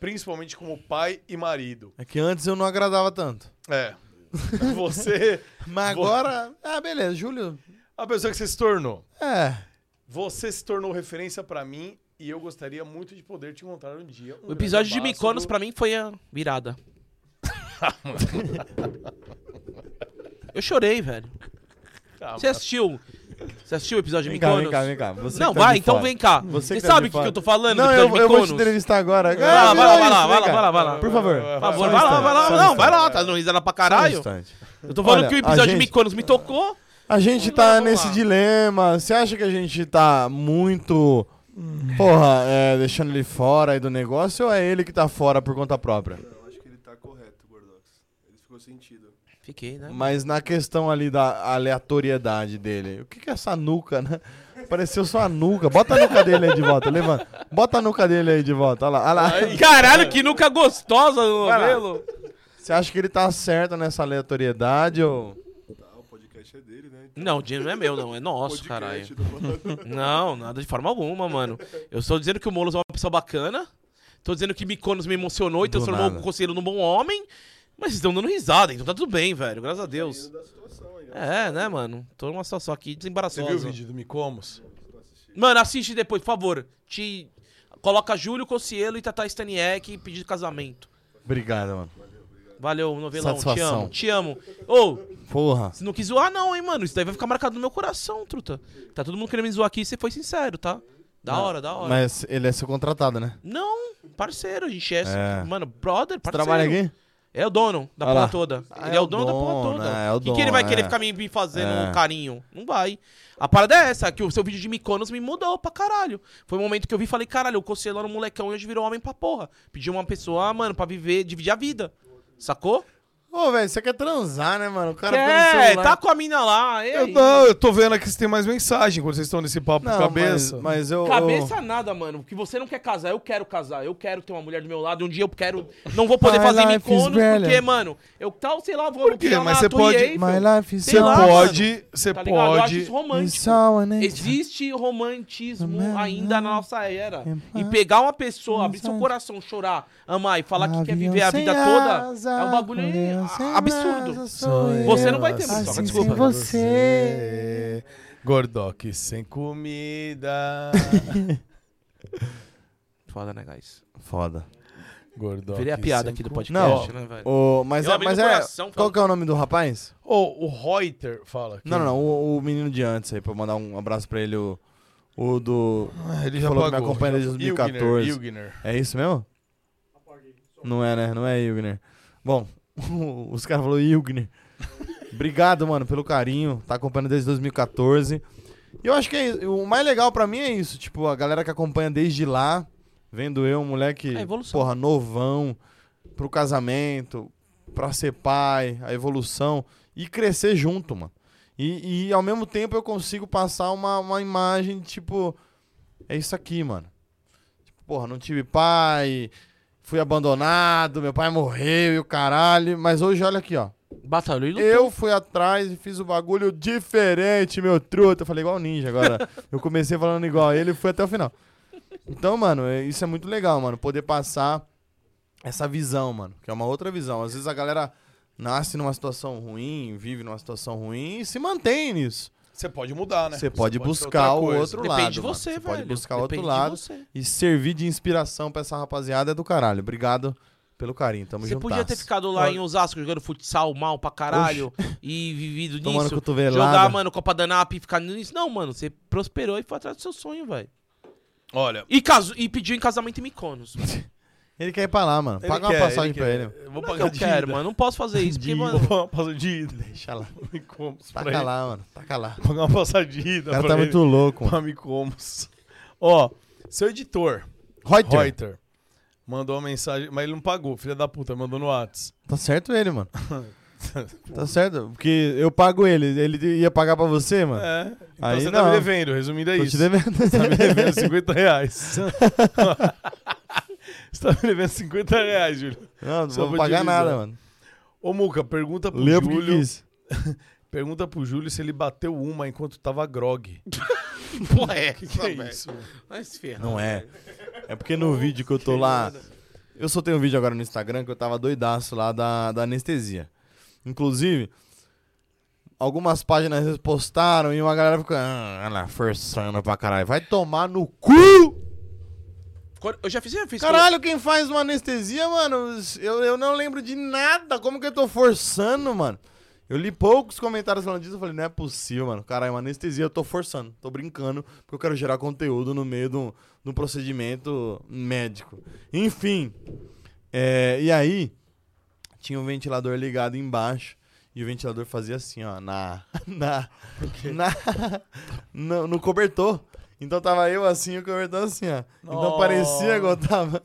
A: Principalmente como pai e marido.
C: É que antes eu não agradava tanto.
A: É. Você.
C: Mas
A: vo-
C: agora. Ah, beleza, Júlio.
A: A pessoa que você se tornou.
C: É.
A: Você se tornou referência pra mim e eu gostaria muito de poder te encontrar um dia. Um
B: O episódio de
A: grande abraço
B: Miconos
A: do-
B: pra mim foi a virada. Eu chorei, velho.
A: Tá,
B: Você
A: mano.
B: assistiu? Você assistiu o episódio de
C: Vem cá,
B: Miconos?
C: vem cá, vem cá. Você
B: não,
C: que tá de
B: vai, então
C: fora.
B: vem então cá.
C: Você
B: Você,
C: que tá
B: sabe
C: de
B: o que, que
C: fora.
B: eu tô falando do
C: Não, eu,
B: episódio de
C: eu vou te
B: Mykonos?
C: entrevistar agora.
B: Vai lá, vai
C: Ah,
B: lá,
C: virou
B: vai lá,
C: isso,
B: vai
C: vem
B: lá,
C: cá.
B: vai lá, vai lá.
C: Por favor.
B: Por
C: Só
B: favor,
C: um
B: vai lá,
C: instante,
B: vai lá.
C: só um
B: Não,
C: instante.
B: vai lá, tá dando risada pra caralho.
C: instante.
B: Eu tô falando
C: Olha,
B: que o
C: a
B: episódio de
C: gente-
B: Miconos me tocou.
F: A gente tá nesse dilema. Você acha que a gente tá muito.
B: Hum.
F: Porra, é, deixando ele fora aí do negócio ou é ele que tá fora por conta própria?
N: Eu acho que ele tá correto, Gordox. Ele ficou sentido.
B: Fiquei, né?
F: Mas na questão ali da aleatoriedade dele, o que que é essa nuca, né? Pareceu só a nuca. Bota a nuca dele aí de volta, levanta. Bota a nuca dele aí de volta, olha lá. olha lá.
B: Caralho, que nuca gostosa do
F: Vai lá.
B: novelo.
F: Você acha que ele tá certo nessa aleatoriedade ou...
B: Não, o dinheiro não é meu, não. É nosso, caralho.
A: tá
B: Não, nada de forma alguma, mano. Eu estou dizendo que o Molos é uma pessoa bacana. Tô dizendo que Miconos me emocionou e
C: Do
B: transformou
C: nada.
B: o conselheiro num bom homem. Mas vocês estão dando risada, então tá tudo bem, velho. Graças a Deus. É, né, mano? Tô numa situação aqui
A: Você
B: desembaraçosa.
A: viu o vídeo do Micomos?
B: Mano, assiste depois, por favor. Te... Coloca Júlio Cossielo e Tata Staniek e pedido de casamento.
F: Obrigado, mano.
B: Valeu, novelão.
F: Satisfação.
B: Te amo. Te amo. Ô,
F: Porra.
B: você não quis zoar, não, hein, mano? Isso daí vai ficar marcado no meu coração, truta. Tá todo mundo querendo me zoar aqui e você foi sincero, tá? Da hora, da hora.
F: Mas ele é seu contratado, né?
B: Não, parceiro, a gente é,
F: É.
B: Mano, brother, parceiro.
F: trabalha aqui?
B: É o dono da
C: Olha
B: porra
C: lá.
B: toda.
C: Ah,
B: ele
C: é
B: é
C: o
B: o dono da porra
C: dono,
B: toda.
C: é, é o
B: que, que ele
C: dono,
B: vai querer
C: é.
B: ficar me, me fazendo
C: É.
B: um carinho? Não vai. A parada é essa, que o seu vídeo de Miconos me mudou pra caralho. Foi o momento que eu vi e falei, caralho, eu cocei lá no molecão e hoje virou homem pra porra. Pedi uma pessoa, mano, pra viver, dividir a vida. Sacou?
F: Ô, velho, você quer transar, né, mano? O cara pega o
B: É,
F: celular.
B: tá com a mina lá. e
A: Eu
B: aí?
A: tô, eu tô vendo aqui se tem mais mensagem quando vocês estão nesse papo
C: Não,
A: cabeça.
C: mas- mas eu-
B: Cabeça nada, mano. Que você não quer casar, eu quero casar. Eu quero ter uma mulher do meu lado. Um dia eu quero. Não vou poder
C: My
B: fazer
C: life is
B: Miconos, porque,
C: brilliant.
B: mano, eu tal, sei lá, vou Por
A: quê? Mas você pode-
C: My life is
A: Você
C: lá,
A: pode, você
B: Tá ligado? Eu acho
A: pode.
B: isso romântico.
C: someone is-
B: Existe romantismo ainda na nossa era. E pegar uma pessoa, abrir seu coração, chorar, amar e falar que quer viver a vida toda é um bagulho a- absurdo. Você não vai ter
C: assim
A: assim
B: muito, Toca, desculpa.
O: você. Gordox sem comida.
B: Foda, né, guys?
C: Foda.
O: Gordox.
B: Virei a piada
O: sem
B: aqui do
O: comida.
B: podcast,
C: Não,
B: né, velho?
C: o- mas
B: Eu
C: é,
B: abri
C: mas
B: no
C: é-
B: coração,
C: qual
B: fala.
C: que é o nome do rapaz?
O: Ô, o Reuter fala. que-
C: Não, não, não, o, o menino de antes aí, pra eu mandar um abraço pra ele, o, o do...
O: Ah, ele
C: que
O: já
C: falou que é me
O: pagou,
C: acompanha
O: já-
C: desde 2014.
O: Ilgner, Ilgner.
C: É isso mesmo? Não é, né? Não é Ilgner. Bom, os caras falaram Ilgner. Obrigado, mano, pelo carinho. Tá acompanhando desde 2014. E eu acho que é isso. o mais legal pra mim é isso. Tipo, a galera que acompanha desde lá, vendo eu, um moleque,
B: É a evolução.
C: porra, novão, pro casamento, pra ser pai, a evolução. E crescer junto, mano. E, e ao mesmo tempo eu consigo passar uma, uma imagem, tipo, é isso aqui, mano. Tipo, porra, não tive pai, fui abandonado, meu pai morreu e o caralho. Mas hoje, olha aqui, ó.
B: Batalhou e lutou.
C: Eu fui atrás e fiz o bagulho diferente, meu truta. Eu falei igual o ninja agora. eu comecei falando igual a ele e fui até o final. Então, mano, é- isso é muito legal, mano. Poder passar essa visão, mano. Que é uma outra visão. Às vezes a galera nasce numa situação ruim, vive numa situação ruim e se mantém nisso.
O: Você pode mudar, né?
C: Você pode
O: ser outra
C: buscar o
O: coisa.
C: outro lado.
B: Depende de
C: mano.
B: você,
C: Você pode
B: velho.
C: buscar o outro
B: Depende de
C: lado
B: você.
C: e servir de inspiração pra essa rapaziada é do caralho. Obrigado pelo carinho. Tamo
B: Você
C: junto.
B: podia ter ficado lá em Osasco jogando futsal mal pra caralho e vivido
C: Tomando
B: nisso.
C: cotovelada.
B: Jogar, mano, Copa da NAP e ficar nisso. Não, mano, você prosperou e foi atrás do seu sonho, velho.
O: Olha.
B: E, caso, e pediu em casamento em Miconos. velho.
C: Ele quer ir pra lá, mano.
B: Ele
C: Paga
B: quer,
C: uma passagem
B: ele
C: pra
B: quer.
C: ele.
B: Eu vou Não é pagar que eu de quero, ida. mano. Não posso fazer isso, porque,
C: De
B: mano-
C: ida.
O: Pagar uma passagem de ida.
C: Deixa lá.
O: Me comos
C: Taca
O: pra ele.
C: lá, mano. Taca lá.
O: Pagar uma passadinha. O
C: cara tá muito louco, mano.
O: Pra me comos. Ó, seu editor.
C: Reuter.
O: Mandou uma mensagem, mas ele não pagou, filha da puta, mandou no Whats.
C: Tá certo ele, mano. Tá certo? Porque eu pago ele. Ele ia pagar pra você, mano?
O: É. Então
C: Ah. Aí
O: você
C: não.
O: tá me devendo, resumindo é
C: Tô
O: isso.
C: te devendo.
O: Você tá me devendo 50 reais. você tá me devendo 50 reais, Júlio.
C: Não, não
O: Só
C: vou
O: pra
C: pagar
O: utilizar.
C: nada, mano.
O: Ô, Muca, pergunta pro
C: Lê o que
O: Júlio.
C: quis.
O: pergunta pro Júlio se ele bateu uma enquanto tava grog.
B: Porra, é.
O: que, que é isso?
B: Vai se ferrar.
C: Não é. É porque no vídeo que eu tô lá. Eu soltei um vídeo agora no Instagram que eu tava doidaço lá da, da anestesia. Inclusive, algumas páginas repostaram e uma galera ficou. Ah, olha lá, forçando pra caralho. Vai tomar no cu!
B: Quando- Eu já fiz, eu fiz.
C: Caralho, quem faz uma anestesia, mano, eu, eu não lembro de nada. Como que eu tô forçando, mano? Eu li poucos comentários falando disso, eu falei, não é possível, mano. Caralho, é uma anestesia, eu tô forçando, tô brincando, porque eu quero gerar conteúdo no meio de um, de um procedimento médico. Enfim. é, e aí, tinha um ventilador ligado embaixo, e o ventilador fazia assim, ó, na. na. na no, no cobertor. Então tava eu assim e o cobertor assim, ó. Então
O: Oh.
C: parecia que eu tava.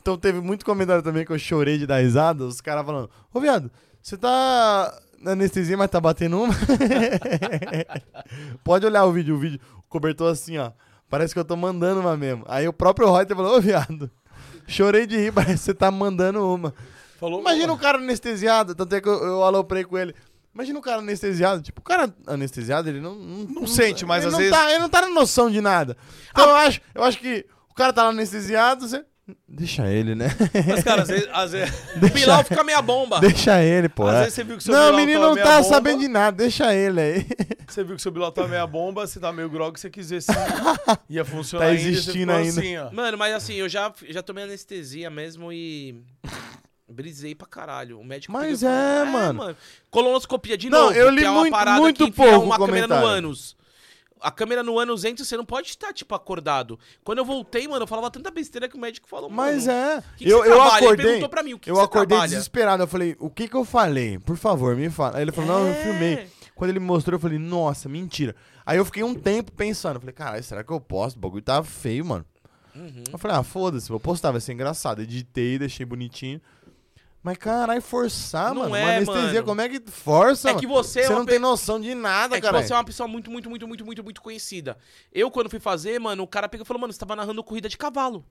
C: Então teve muito comentário também que eu chorei de dar risada, os caras falando, ô viado, você tá na anestesia, mas tá batendo uma? Pode olhar o vídeo, o vídeo, o cobertor assim, ó. Parece que eu tô mandando uma mesmo. Aí o próprio Reuter falou, ô viado, chorei de rir, parece que você tá mandando uma.
O: Falou,
C: Imagina o cara anestesiado, tanto é que eu, eu aloprei com ele. Imagina o cara anestesiado, tipo, o cara anestesiado, ele não... Não,
O: sente, mas
C: ele
O: às
C: não
O: vezes- Ah.
C: tá- ele não tá na noção de nada. Então eu, acho, eu acho que o cara tá lá anestesiado, você... Deixa ele, né?
O: Mas, cara, às vezes. Às vezes...
B: O Bilal fica meia bomba.
C: Deixa ele, pô.
O: Ah. Às
C: É.
O: vezes você viu que seu
C: não,
O: Bilal
C: o menino
O: tava
C: não
O: meia
C: tá
O: bomba.
C: sabendo de nada, deixa ele aí.
O: Você viu que seu bilhão tá meia bomba, você tá meio grog, você quis ver se ia funcionar
C: Tá
O: ainda, você
C: existindo
O: ficou
C: ainda.
O: assim, ó.
B: Mano, mas assim, eu já, já tomei anestesia mesmo e. Brisei pra caralho. O médico
C: Mas
B: pegou e falou,
C: é, mano.
B: Colonoscopia de
C: Não,
B: novo.
C: eu li
B: que é uma
C: muito-
B: parada
C: muito
B: que enfiar
C: pouco
B: uma câmera no
C: comentário.
B: ânus. a câmera no ânus entra, você não pode estar, tipo, acordado. Quando eu voltei, mano, eu falava tanta besteira que o médico falou,
C: Mas
B: mano,
C: é.
B: que que
C: eu,
B: você
C: eu
B: trabalha? Ele
C: acordei.
B: perguntou pra mim, o que
C: eu
B: que você
C: acordei
B: trabalha?
C: desesperado. Eu falei, o que que eu falei? Por favor, me fala. Aí ele falou, não, eu
B: É.
C: filmei. Quando ele me mostrou, eu falei, nossa, mentira. Aí eu fiquei um tempo pensando. Eu falei, caralho, será que eu posto? O bagulho tá feio, mano.
B: Uhum.
C: Eu falei, ah, foda-se, vou postar, vai ser engraçado. Editei, deixei bonitinho. Mas caralho, forçar,
B: Não
C: mano.
B: é,
C: uma anestesia,
B: mano.
C: como é que força?
B: É que
C: mano?
B: você é uma
C: não tem
B: pe-
C: noção de nada,
B: é que
C: cara.
B: você é uma pessoa muito, muito, muito, muito, muito, muito conhecida. Eu, quando fui fazer, mano, o cara pegou e falou, mano, você tava narrando corrida de cavalo.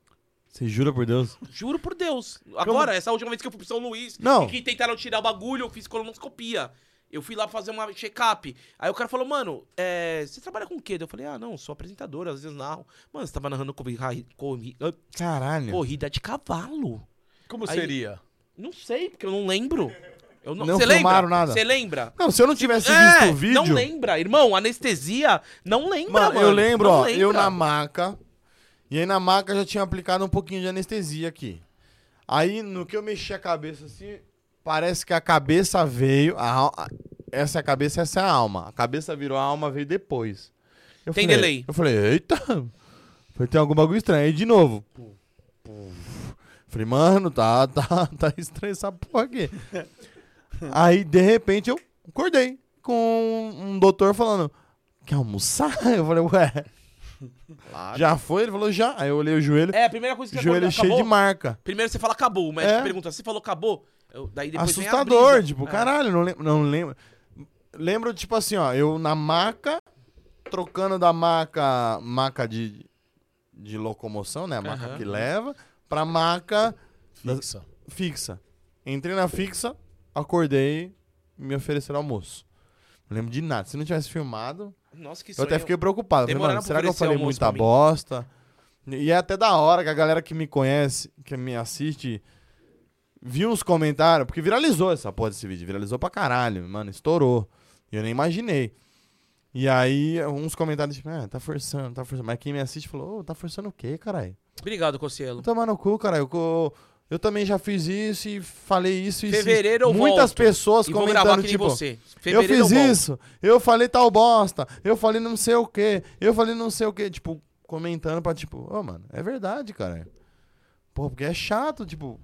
C: Você jura por Deus?
B: Juro por Deus. Agora, essa última vez que eu fui pro São Luís,
C: Não.
B: e que tentaram tirar o bagulho, eu fiz colonoscopia. Eu fui lá fazer uma check-up. Aí o cara falou, mano, é, você trabalha com o quê? Eu falei, ah, não, sou apresentador, às vezes narro. Mano, você tava narrando corri- corri- corri-
C: Caralho.
B: corrida de cavalo.
O: Como
B: Aí-
O: seria?
B: Não sei, porque eu não lembro. Eu não,
C: Não
B: Cê lembra?
C: filmaram nada.
B: Você lembra?
C: Não, se eu não tivesse
B: É,
C: visto o vídeo.
B: Não lembra, irmão. Anestesia não lembra,
C: Mano,
B: mano.
C: eu lembro,
B: Não
C: ó,
B: lembra.
C: eu na maca. E aí na maca eu já tinha aplicado um pouquinho de anestesia aqui. Aí no que eu mexi a cabeça assim, parece que a cabeça veio. a al- a- essa é a cabeça, essa é a alma. A cabeça virou, a alma veio depois. Eu
B: Tem
C: falei-
B: delay.
C: Eu falei, eita! Falei, tem algum bagulho estranho. Aí de novo. Puf, puf. Falei, mano, tá, tá, tá estranho essa porra aqui. Aí, de repente, eu acordei com um doutor falando: Quer almoçar? Eu falei, ué. Já foi? Ele falou, já. Aí eu olhei o joelho.
B: É, a primeira coisa que
C: Joelho
B: acordou,
C: cheio
B: acabou?
C: de marca.
B: Primeiro você fala acabou, o médico
C: É.
B: pergunta, você falou acabou? Eu- daí depois vem a
C: Assustador,
B: brisa.
C: tipo,
B: É.
C: caralho, não lembro, não lembro. Lembro, tipo assim, ó, eu na maca, trocando da maca, maca de, de locomoção, né? A maca
O: Aham.
C: que leva, pra maca... Fixa. fixa. Entrei na fixa, acordei, me ofereceram almoço. Não lembro de nada. Se não tivesse filmado,
B: Nossa, que
C: eu até
B: sonho.
C: fiquei preocupado. Falei,
B: Demoraram
C: mano,
B: pra
C: será que eu
B: oferecer
C: falei
B: almoço
C: muita
B: pra mim?
C: bosta? E é até da hora que a galera que me conhece, que me assiste, viu uns comentários, porque viralizou essa porra desse vídeo, viralizou pra caralho, mano, estourou. E eu nem imaginei. E aí, uns comentários tipo, ah, tá forçando, tá forçando. Mas quem me assiste falou, ô, tá forçando o quê, caralho?
B: Obrigado, Cocielo.
C: Tomar no cu, caralho. Eu, eu também já fiz isso e falei isso e isso.
B: Fevereiro eu
C: Muitas
B: volto
C: pessoas
B: e vou
C: comentando,
B: gravar que nem
C: tipo,
B: você.
C: eu
B: Fevereiro é
C: fiz
B: eu volto."
C: isso, eu falei tal bosta, eu falei não sei o quê, eu falei não sei o quê, tipo, comentando pra, tipo, ô, mano, é verdade, caralho. Porra, porque é chato, tipo,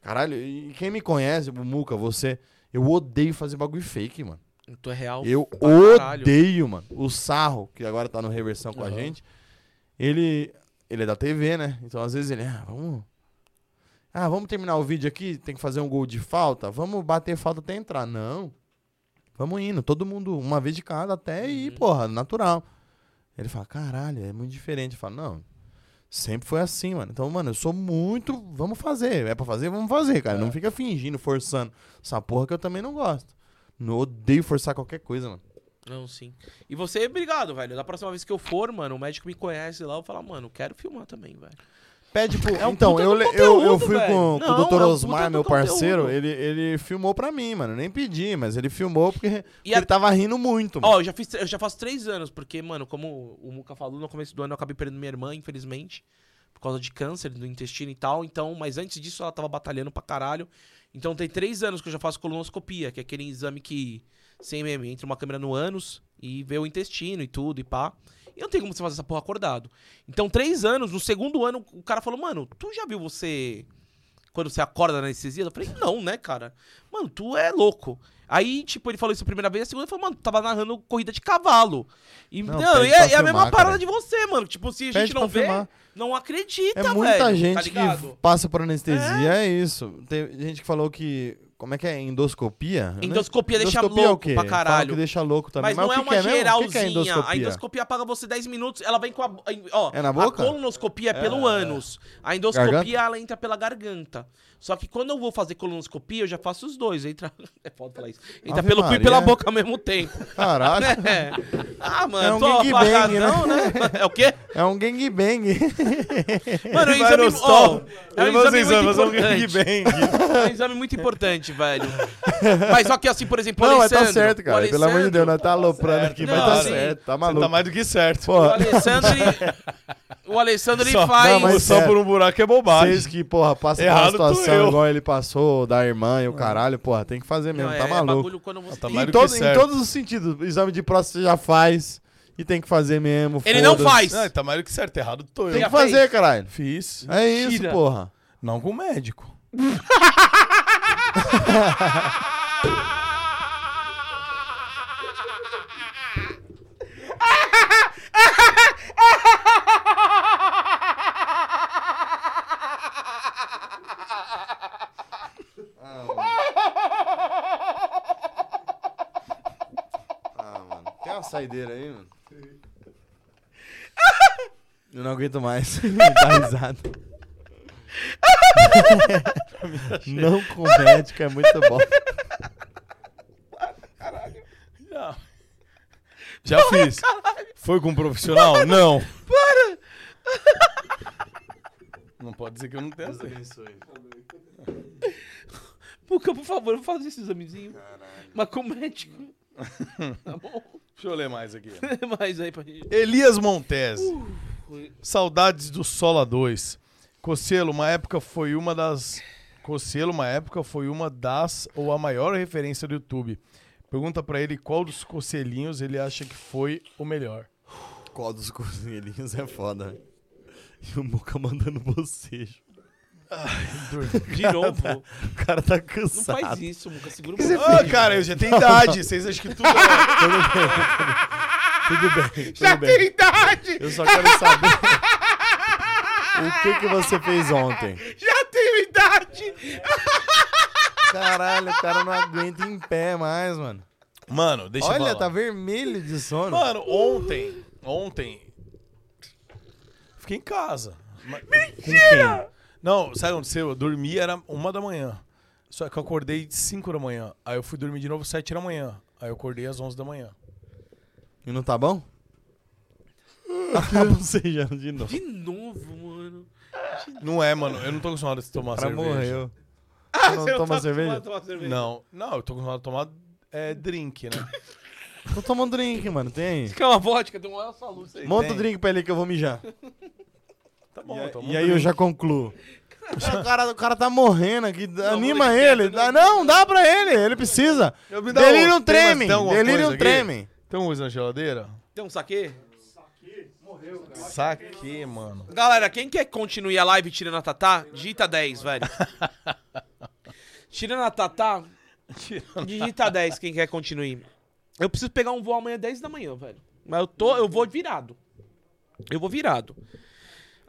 C: caralho, e quem me conhece, o Muca, você, eu odeio fazer bagulho fake, mano.
B: Tu é real.
C: Eu
B: pra caralho.
C: odeio, mano. O Sarro, que agora tá no reversão com a
B: Aham.
C: gente, ele, ele é da TV, né? Então às vezes ele, ah, vamos. Ah, vamos terminar o vídeo aqui, tem que fazer um gol de falta, vamos bater falta até entrar. Não. Vamos indo, todo mundo, uma vez de cada até ir,
B: Uhum.
C: porra, natural. Ele fala, caralho, é muito diferente. Eu falo, não, sempre foi assim, mano. Então, mano, eu sou muito, vamos fazer. É pra fazer, vamos fazer, cara.
B: É.
C: Não fica fingindo, forçando. Essa porra que eu também não gosto. Não odeio forçar qualquer coisa, mano.
B: Não, sim. E você, é obrigado, velho. Da próxima vez que eu for, mano, o médico me conhece lá, eu vou falar, mano, quero filmar também, velho.
C: Pede pro.
B: É um
C: então,
B: puta
C: eu,
B: do
C: le- eu, eu
B: conteúdo,
C: fui
B: velho.
C: com, com
B: Não,
C: o Dr.
B: é um puta
C: Osmar,
B: do
C: meu parceiro,
B: conteúdo.
C: ele, ele filmou pra mim, mano. Eu nem pedi, mas ele filmou porque, porque ele tava rindo muito, mano.
B: Ó, eu já, fiz, eu já faço três anos, porque, mano, como o Muca falou, no começo do ano eu acabei perdendo minha irmã, infelizmente, por causa de câncer do intestino e tal. Então, mas antes disso ela tava batalhando pra caralho. Então tem três anos que eu já faço colonoscopia, que é aquele exame que, sem meme, entra uma câmera no ânus e vê o intestino e tudo e pá. E não tem como você fazer essa porra acordado. Então, três anos, no segundo ano, o cara falou, mano, tu já viu você quando você acorda na anestesia? Eu falei, não, né, cara? Mano, tu é louco. Aí, tipo, ele falou isso a primeira vez, a segunda ele falou, mano, tu tava narrando corrida de cavalo. E,
C: Não,
B: não,
C: pede
B: e
C: pra
B: é, é a
C: filmar,
B: mesma parada
C: cara.
B: de você, mano. Tipo, se a
C: Pede
B: gente não
C: pra
B: vê,
C: filmar.
B: não acredita,
C: É
B: velho.
C: muita
B: tá
C: gente
B: ligado?
C: que passa por anestesia, é? isso. Tem gente que falou que. Como é que é? Endoscopia? Eu nem-
B: Endoscopia deixa
C: é o
B: louco
C: quê?
B: pra
C: Falam
B: caralho.
C: que deixa louco também.
B: Mas, não
C: o
B: é
C: que
B: uma
C: que mesmo?
B: geralzinha.
C: O que que é endoscopia?
B: A endoscopia paga você 10 minutos, ela vem com a. Ó,
C: É na boca?
B: A colonoscopia é pelo ânus. A endoscopia, ela entra pela garganta. Só que quando eu vou fazer colonoscopia, eu já faço os dois. Entra. É foda falar isso. Entra
C: Ave
B: pelo cu
C: Maria.
B: e pela boca ao mesmo tempo.
C: Caralho.
B: Né? Ah, mano,
C: É um
B: tô
C: gangbang,
B: apagadão, né? É o quê?
C: É um gangbang.
B: Mano, é um
C: Vai
B: exame,
C: no
B: ó,
C: sol.
B: é um
C: Leva os
B: exame muito
C: exames, é um
B: importante.
C: gangbang.
B: É um exame muito importante, velho. Mas só que assim, por exemplo, o
C: Não, mas
B: Alessandro,
C: tá certo, cara.
B: o
C: Pelo amor de
B: Alessandro-
C: Deus, nós tá aloprando aqui, mas
B: Não,
C: tá
B: sim.
C: certo. Tá maluco.
O: tá mais do que certo.
C: Pô.
B: O Alessandro, o Alessandro ele
O: Só-
B: faz.
O: não, mas só
C: sério.
O: por um buraco é bobagem.
C: Vocês que, porra, passam
O: Errado
C: por uma
O: tô eu.
C: situação igual ele passou, da irmã e o caralho, porra, tem que fazer mesmo,
B: É. Não,
C: tá
B: é- é
C: maluco.
B: bagulho quando você
O: Tá
B: tem-
O: mais
C: em,
O: do que
C: todo- em
O: certo.
C: todos os sentidos, exame de próstata você já faz,
F: e tem que fazer mesmo.
B: Ele não
F: foda-se.
B: faz.
A: tá mais do que certo errado, tô eu.
F: Tem que fazer, caralho.
A: Fiz.
F: É isso,
A: Mentira.
F: porra.
A: Não com o médico.
F: Ah, Ah, mano. Tem uma saideira aí, mano. Eu não aguento mais. Dá risada. não com médico é muito bom.
A: Já, Já fiz. Foi com um profissional? Não.
B: Para!
A: Não pode dizer que eu não tenho. assim.
B: Puca, por favor, eu faço esse examezinho. Mas com médico. Tá bom?
A: Deixa eu ler mais aqui.
B: Lê mais aí pra gente.
A: Elias Montes. Uh. Saudades do Sola 2. Cocielo, uma época foi uma das. Cocielo, uma época foi uma das ou a maior referência do YouTube. Pergunta pra ele qual dos cocelinhos ele acha que foi o melhor.
F: Qual dos cozinheirinhos é foda. né? E o Muca mandando bocejo.
B: De
F: O cara
B: novo.
F: tá- o cara tá
B: Não
F: cansado.
B: faz isso, Muca. Segura um
F: Que você
B: pouquinho.
F: fez?
A: Ah, cara, eu já tenho idade, vocês acham que tudo é-
F: Tudo bem, tudo bem. tudo
B: Já
F: bem.
B: tem idade!
F: Eu só quero saber o que, que você fez ontem.
B: Já tenho idade!
F: Caralho, o cara não aguenta em pé mais, mano.
A: Mano, deixa eu
F: Olha,
A: falar.
F: tá vermelho de sono.
A: Mano, ontem, ontem. Fiquei em casa. Mentira! Não, sabe o que aconteceu? Eu dormi, era uma da manhã. Só que eu acordei de 5 da manhã. Aí eu fui dormir de novo às 7 da manhã. Aí eu acordei às 11 da manhã.
F: E não tá bom? Tá bocejando de novo.
B: De novo, mano.
A: Não é, mano. Eu não tô acostumado a tomar
F: Cara
A: cerveja.
F: morreu.
B: Ah,
F: Você não
B: você não
F: toma
B: tá
F: cerveja?
B: acostumado a tomar cerveja?
A: Não, não, eu tô acostumado a tomar é, drink, né?
F: Então toma um drink, mano. Tem
B: Quer uma vodka? Tem uma só luz aí.
F: Monta o drink pra ele que eu vou mijar.
A: Tá bom, eu tomo
F: E
A: um
F: aí eu
A: drink.
F: já concluo. O cara, o cara tá morrendo aqui. Anima ele. Dá- Não, um dá pra ele. Ele precisa.
A: Eu me dá
F: Delírio
A: outro. Tem mais-
F: treme.
A: tem alguma coisa
F: Delírio
A: aqui?
F: treme.
A: Tem uma coisa na geladeira?
B: Tem um saque?
A: Saque, mano.
B: Galera, quem quer que continue a live tirando a Tatá, digita 10, velho. tirando a Tatá, digita 10 quem quer continue. Eu preciso pegar um voo amanhã 10 da manhã, velho. Mas eu tô, eu vou virado. Eu vou virado.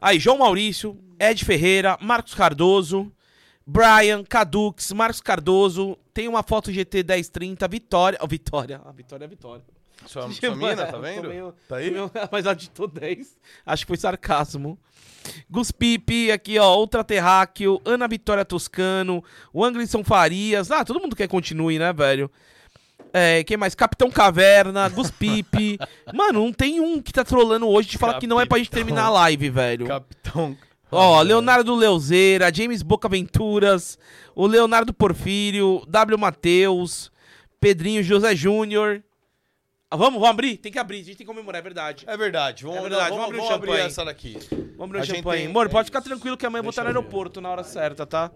B: Aí, João Maurício, Ed Ferreira, Marcos Cardoso, Brian, Cadux, Marcos Cardoso, tem uma foto GT 1030, Vitória. Ó, Vitória, a Vitória é a Vitória.
A: Sua, sua mina, tá vendo? tá aí?
B: um- mas ela digitou 10. Acho que foi sarcasmo. Gus Pipe, aqui ó, Ultra Terráqueo, Ana Vitória Toscano, o Anglisson Farias. Ah, todo mundo quer continue, né, velho? É, quem mais? Capitão Caverna, Gus Pipe. Mano, não tem um que tá trolando hoje de falar que não é pra gente terminar a live, velho.
A: Capitão.
B: Ó, Leonardo Leuzeira, James Bocaventuras, o Leonardo Porfírio, W Matheus, Pedrinho José Júnior. Ah, Vamos, vamos abrir? Tem que abrir, a gente tem que comemorar, é verdade.
A: É verdade, vamos,
B: É verdade,
A: não,
B: vamos abrir o
A: abrir
B: champanhe.
A: essa daqui.
B: Vamos abrir
A: A
B: o
A: gente
B: champanhe.
A: tem-
B: Amor,
A: é
B: pode ficar
A: isso.
B: tranquilo que amanhã eu vou estar no
A: Deixa eu
B: aeroporto na hora certa, tá?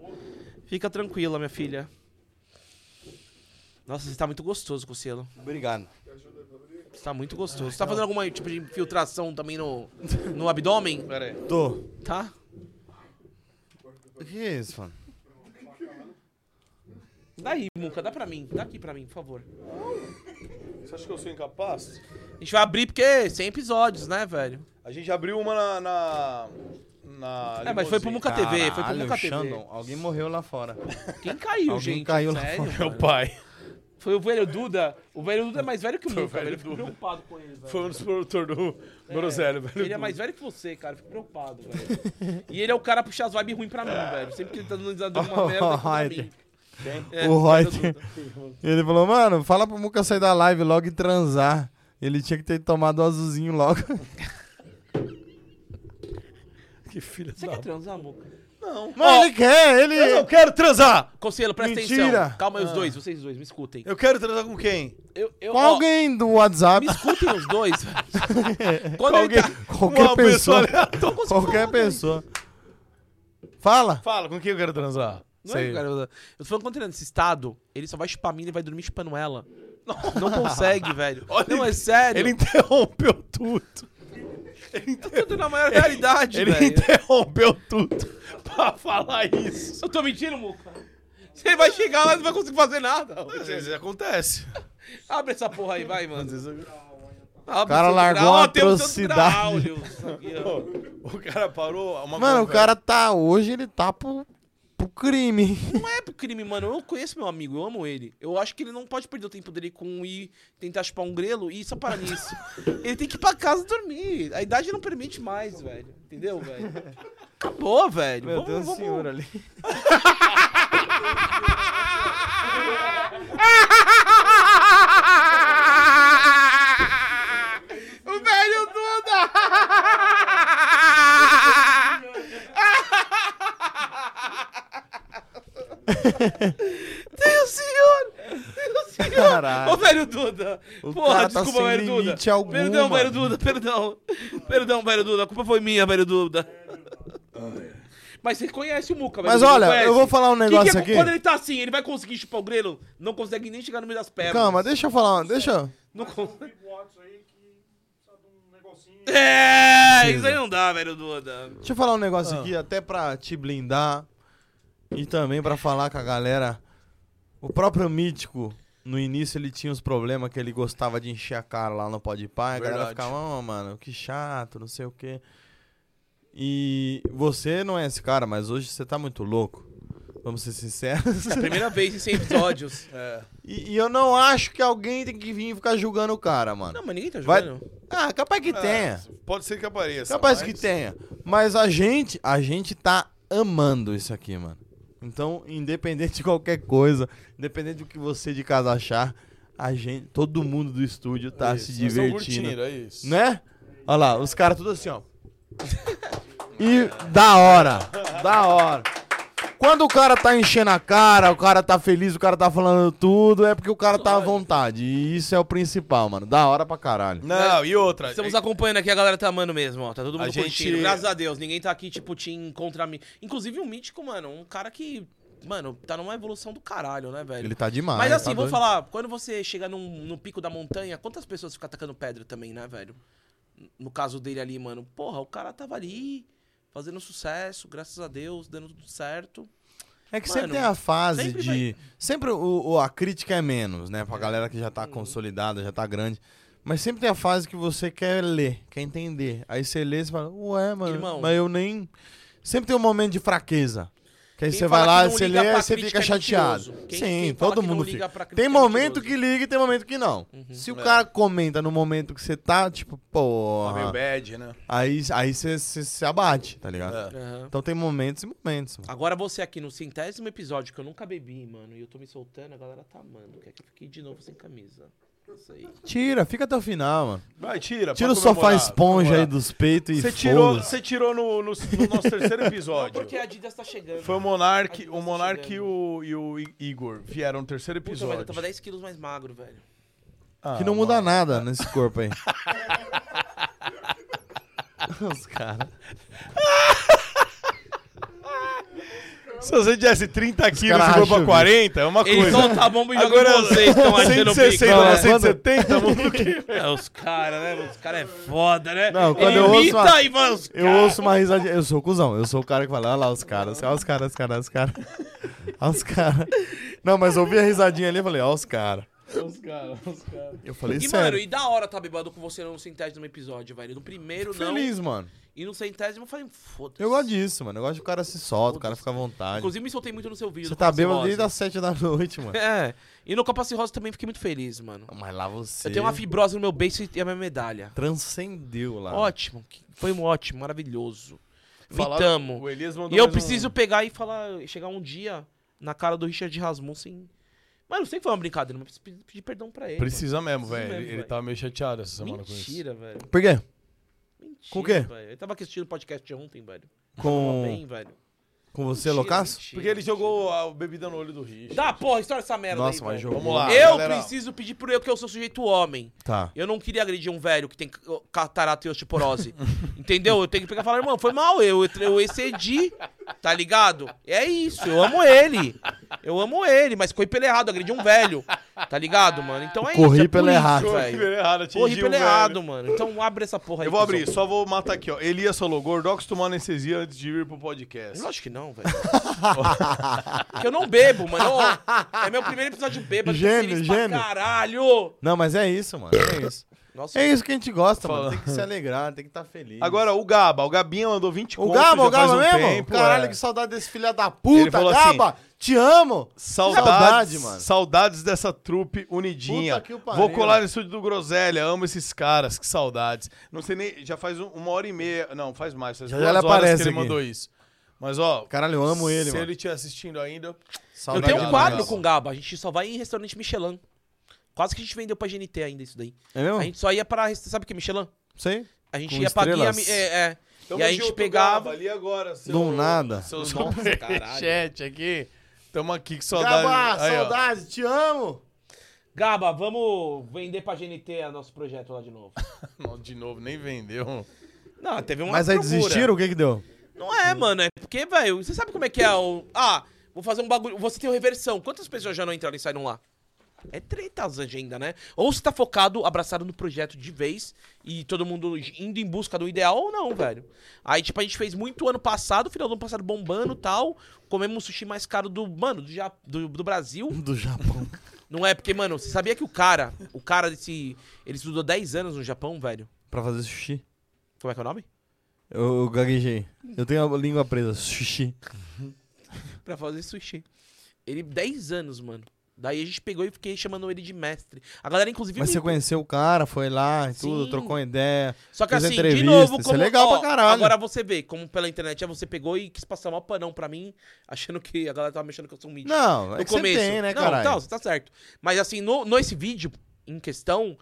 B: Fica tranquila, minha filha. Nossa, você tá muito gostoso, Cocielo.
F: Obrigado.
B: Você tá muito gostoso. Você tá fazendo alguma tipo de infiltração também no, no abdômen?
A: Pera aí.
F: Tô.
B: Tá?
F: O que é isso, mano?
B: Daí, Muca, dá pra mim. Dá aqui pra mim, por favor.
A: Você acha que eu sou incapaz?
B: A gente vai abrir porque 100 episódios, né, velho?
A: A gente abriu uma na. na, na
B: É, mas foi pro Muca TV, foi pro Muca TV.
F: Shandon, alguém morreu lá fora.
B: Quem caiu,
F: Alguém
B: gente?
F: caiu lá
B: Sério,
F: fora.
B: mano?
A: Meu pai.
B: Foi o velho Duda. O velho Duda é mais velho que o
A: Foi o
B: Muca,
A: velho
B: velho. Eu fico
A: Duda.
B: preocupado com ele, velho.
A: Foi um dos produtores do Groselho, velho.
B: Ele é mais velho que você, cara. Eu Fico preocupado, velho. e ele é o cara a puxar as vibes ruim pra mim, velho. Sempre que ele tá dando alguma
F: Ó,
B: merda, ele
F: ó,
B: pra
F: Reuter.
B: mim. É,
F: o Reuter.
B: Duda.
F: Ele falou, mano, fala pro Muca sair da live logo e transar. Ele tinha que ter tomado o azulzinho logo.
A: Que filha
B: Você quer transar, Muca? Não.
F: Mas
B: Ó,
F: ele quer, ele. é
A: Eu não quero transar!
B: Conselho, presta
F: Mentira.
B: atenção. Calma aí os
A: Ah.
B: dois, vocês dois, me escutem.
A: Eu quero transar com quem?
B: Eu, eu,
F: Com
B: ó,
F: alguém do WhatsApp.
B: Me escutem os dois. velho.
F: Com
B: Quando ele
F: alguém-
B: tá...
F: Qualquer
A: Uma pessoa
F: pessoa.
A: aleatória.
F: Qualquer pessoa. Fala.
A: Fala, com quem eu quero transar?
B: Não é,
A: Sei.
B: cara, eu tô falando quando ele tá nesse estado, ele só vai chupar a mina e vai dormir chupando ela. Não consegue, velho.
O: Olha,
B: não, é sério.
O: Ele interrompeu tudo.
B: Eu tô tendo a maior realidade,
O: Ele
B: velho.
O: interrompeu tudo pra falar isso.
B: Eu tô mentindo, Muca? Você vai chegar lá e não vai conseguir fazer nada.
O: Às vezes acontece.
B: Abre essa porra aí, vai, mano.
F: O cara largou
B: Ah,
F: uma
B: um
F: atrocidade.
O: O cara parou. Uma
F: Mano, o
O: conversa.
F: cara tá. Hoje ele tá pro, pro crime.
B: Não é pro crime, mano. Eu conheço meu amigo, eu amo ele. Eu acho que ele não pode perder o tempo dele com ir tentar chupar um grelo e só parar nisso. ele tem que ir pra casa dormir. A idade não permite mais, velho. Entendeu, velho? Acabou, velho.
V: Meu Deus, o senhor ali.
B: Ah, O velho Duda! Deus senhor! Deus senhor!
F: Caralho.
B: Ô velho Duda!
F: O
B: Porra,
F: cara tá
B: desculpa,
F: sem
B: velho Duda!
F: limite alguma.
B: Perdão, velho Duda, perdão! Perdão, velho Duda, a culpa foi minha, velho Duda! Mas você conhece o Muca, velho
F: Mas
B: Duda,
F: olha,
B: conhece?
F: eu vou falar um
B: Que que é-
F: negócio aqui.
B: Quando ele tá assim, ele vai conseguir chupar o grelo? Não consegue nem chegar no meio das pernas.
F: Calma, deixa eu falar. um, Deixa.
B: Não consegue. É, isso aí não dá, velho Duda.
C: Deixa eu falar um negócio
B: Ah.
C: aqui, até pra te blindar e também pra falar com a galera. O próprio Mítico, no início, ele tinha os problemas que ele gostava de encher a cara lá no Podpah. A galera
O: Verdade.
C: ficava, "Ah, mano, que chato, não sei o quê. E você não é esse cara, mas hoje você tá muito louco. Vamos ser sinceros.
B: É a primeira vez em 100 episódios. É.
C: E, e eu não acho que alguém tem que vir ficar julgando o cara, mano.
B: Não, mas ninguém tá
C: Vai-
B: julgando.
C: Ah, capaz que
A: É.
O: Ah,
C: tenha.
O: Pode ser que apareça.
C: Capaz
O: mas-
C: que tenha. Mas a gente, a gente tá amando isso aqui, mano. Então, independente de qualquer coisa, independente do que você de casa achar, a gente, todo mundo do estúdio tá
O: Isso,
C: se
O: nós tamo
C: divertindo.
O: curtindo, é isso.
C: Né? Olha lá, os caras tudo assim, ó. E da hora, da hora. Quando o cara tá enchendo a cara, o cara tá feliz, o cara tá falando tudo, é porque o cara tá à vontade. E isso é o principal, mano. Da hora pra caralho.
O: Não, e outra.
B: Estamos acompanhando aqui, a galera tá amando mesmo, ó. Tá todo mundo
O: A gente-
B: curtindo. Graças a Deus, ninguém tá aqui, tipo, te encontrar mim. Inclusive o Mítico, mano, um cara que. Mano, tá numa evolução do caralho, né, velho?
C: Ele tá demais,
B: Mas assim,
C: tá
B: vou
C: doido.
B: falar, quando você chega num- no pico da montanha, quantas pessoas ficam atacando pedra também, né, velho? No caso dele ali, mano. Porra, o cara tava ali, fazendo sucesso, graças a Deus, dando tudo certo.
C: É que
B: Mano,
C: sempre tem a fase
B: sempre
C: de.
B: vai-
C: Sempre o, o- a crítica é menos, né? Pra galera que já tá consolidada, já tá grande. Mas sempre tem a fase que você quer ler, quer entender. Aí você lê e fala, ué, mano,
B: Irmão.
C: mas eu nem. Sempre tem um momento de fraqueza. Que aí
B: Quem
C: você vai
B: fala que
C: lá,
B: não
C: você
B: liga
C: lê
B: pra
C: e você
B: crítica
C: fica
B: é
C: chateado.
B: mentiroso. Quem-
C: Sim,
B: quem fala
C: todo
B: que não
C: mundo
B: liga
C: fica.
B: pra crítica
C: Tem
B: é Uhum.
C: momento que liga e tem momento que não. Se o
O: É.
C: cara comenta no momento que você tá, tipo,
O: Tá meio
C: porra.
O: bad, né?
C: Aí aí você você se abate, tá
B: É.
C: ligado?
B: Aham.
C: Então tem momentos e momentos. mano.
B: Agora você aqui no centésimo episódio, que eu nunca bebi, mano, e eu tô me soltando, a galera tá amando. Quer que eu fique de novo sem camisa. Isso aí.
C: Tira, fica até o final, mano.
O: Vai, tira.
C: Tira
O: pra
C: o sofá
O: comemorar,
C: esponja aí
O: comemorar.
C: dos peitos e
O: Você tirou,
C: foda-se.
O: você tirou no, no- no nosso terceiro episódio.
B: Porque a Adidas tá chegando.
O: Foi o Monark, o Monark e o, e o I- Igor vieram no terceiro
B: Puta, mas
O: episódio.
B: eu tava 10 quilos mais magro, velho.
O: Ah,
C: que não muda nada nesse corpo aí. Os caras.
O: Se você tivesse 30 quilos
C: caras
O: e foi pra
C: racham
O: 40, é uma
B: Eles
O: coisa.
B: soltam a bomba e jogam em
O: Agora,
B: vocês, estão achando o
O: 160,
C: é
B: bico, né?
O: 170, mundo que...
B: É, os caras, né? Os caras é foda, né?
C: Não, quando
B: Ele
C: eu ouço.
B: imita
C: Uma,
B: e fala, os
C: eu ouço uma risadinha. Eu sou o cuzão. Eu sou o cara que fala, olha lá os caras. Olha os caras, os caras, os caras. Olha os caras. Não, mas eu ouvi a risadinha ali e falei, olha os caras.
V: Os caras, os caras.
C: Eu falei,
B: E,
C: É sério.
B: mano, e da hora tá bebado com você no centésimo episódio, velho. No primeiro, não.
C: Feliz, mano.
B: E no centésimo, eu falei, foda-se.
C: Eu gosto disso, mano. Eu gosto que o cara se solta, o cara fica à vontade.
B: Inclusive, me soltei muito no seu vídeo.
C: Você
B: do
C: tá
B: Copa
C: bêbado
B: Cirrose.
C: desde as 7 da noite, mano.
B: É. E no Copa Cirrose também fiquei muito feliz, mano.
C: Mas lá você.
B: Eu tenho uma fibrose no meu beijo e a minha medalha.
C: Transcendeu lá.
B: Ótimo. que- Foi um ótimo, maravilhoso.
O: Falaram-
B: Vitamo.
O: o Elias mandou
B: E eu
O: mais um-
B: preciso pegar e falar, chegar um dia na cara do Richard Rasmussen. Mano, eu sei que foi uma brincadeira, mas preciso pedir perdão pra ele.
O: Precisa
B: mano.
O: mesmo,
B: Preciso
O: velho. Ele, ele
B: velho.
O: tava meio chateado essa semana com isso.
B: Mentira, velho.
C: Por quê?
B: Mentira,
C: Com o quê?
B: velho. Ele tava aqui assistindo o podcast ontem, velho.
C: Com-
B: Tava Bem, velho.
C: Com você,
B: Mentira,
C: Loucaço?
B: mentira.
O: Porque ele jogou a bebida no olho do Richard.
B: Dá, porra, história essa merda
C: Nossa,
B: aí, velho.
C: mas jogou.
O: Vamos
A: Ah,
O: lá,
B: Eu
O: galera.
B: preciso pedir por eu que eu sou sujeito homem.
C: Tá.
B: Eu não queria agredir um velho que tem c- catarata e osteoporose. entendeu? Eu tenho que pegar e falar, irmão, foi mal, eu, eu excedi, tá ligado? É isso, eu amo ele. Eu amo ele, mas foi pelo errado, agredi um velho. Tá ligado, mano? Então é
F: Corri
B: isso. é
F: pelo
B: política,
F: errado.
B: velho.
A: Corri pelo errado, atingiu,
B: Corri pelo
A: velho.
B: errado, mano. Então abre essa porra aí.
A: Eu vou abrir,
B: pessoal.
A: só vou matar aqui, ó. Elias falou, Gordox tomou anestesia antes de vir pro podcast.
B: Eu acho que não, velho. Porque eu não bebo, mano. Ô, é meu primeiro episódio de bêbado. tô
C: Gênio,
B: feliz
C: gênio.
B: Pra caralho.
C: Não, mas é isso, mano. É isso.
B: Nossa.
C: É isso que a gente gosta, mano.
A: Fala.
C: Tem que se alegrar, tem que estar feliz.
A: Agora, o Gaba, o Gabinha mandou 20
C: O
A: conto
C: Gaba,
A: já
C: o Gaba
A: faz um
C: mesmo?
A: tempo,
C: Caralho,
A: é.
C: que saudade desse filho da
A: Ele
C: puta,
A: falou
C: Gaba!
A: assim,
C: te amo!
A: Saudades,
C: Saudade, mano.
A: Saudades dessa trupe unidinha.
C: Puta que o pariu.
A: Vou colar no estúdio do Groselha, amo esses caras, que saudades. Não sei nem, já faz um- uma hora e meia, não, faz mais, faz
C: Já
A: duas
C: ele
A: horas
C: aparece
A: que ele
C: aqui.
A: mandou isso. Mas, ó...
C: Caralho, eu amo ele,
A: se
C: mano.
A: ele estiver assistindo ainda...
F: Tá
B: Eu
C: Saudade
B: tenho um
C: do
B: quadro
C: Gaba.
B: com Gaba. A gente só vai em restaurante Michelin. Quase que a gente vendeu pra GNT ainda isso daí.
C: É mesmo?
B: A gente só ia pra... resta- Sabe o que é Michelin?
C: Sei.
B: A gente
C: Com
B: ia pra guia...
C: estrelas.
B: Mi- É, é.
A: Tamo
B: e a gente
A: junto,
B: pegava...
A: Gaba, ali agora, seu...
C: Do nada.
A: Seu
C: Nossa,
A: superchat aqui. Tamo aqui, que saudade.
C: Gaba,
A: Aí, ó.
C: saudade, te amo!
B: Gaba, vamos vender pra GNT o nosso projeto lá de novo.
A: Não, de novo, nem vendeu.
B: Não, teve uma
C: Mas aí
B: procura.
C: desistiram, o que que deu?
B: Não é, mano. É porque, velho, você sabe como é que é o... Ah, vou fazer um bagulho... Você tem o reversão. Quantas pessoas já não entraram e saíram lá? É treta as agenda, né? Ou você tá focado, abraçado no projeto de vez e todo mundo indo em busca do ideal ou não, velho. Aí, tipo, a gente fez muito ano passado, final do ano passado bombando e tal. Comemos o sushi mais caro do, mano, do, Ja- do, do Brasil.
C: Do Japão.
B: Não é, porque, mano, você sabia que o cara, o cara desse. Ele estudou 10 anos no Japão, velho.
C: Pra fazer sushi.
B: Como é que é o nome?
C: Eu gaguejei. Eu tenho a língua presa. Sushi.
B: Pra fazer sushi. Ele, 10 anos, mano. Daí a gente pegou e fiquei chamando ele de mestre. A galera, inclusive.
C: Mas
B: me-
C: você conheceu o cara, foi lá e tudo,
B: Sim.
C: trocou uma ideia.
B: Só que
C: fez a
B: assim, de
C: entrevista.
B: novo,
C: Isso
B: como.
C: é legal
B: ó,
C: pra caralho.
B: Agora você vê, como pela internet, aí você pegou e quis passar mal panão pra mim, achando que a galera tava mexendo que eu sou um mídia.
C: Não, é que você tem, né,
B: Não,
C: caralho?
B: então, você tá certo. Mas assim, no, no esse vídeo em questão,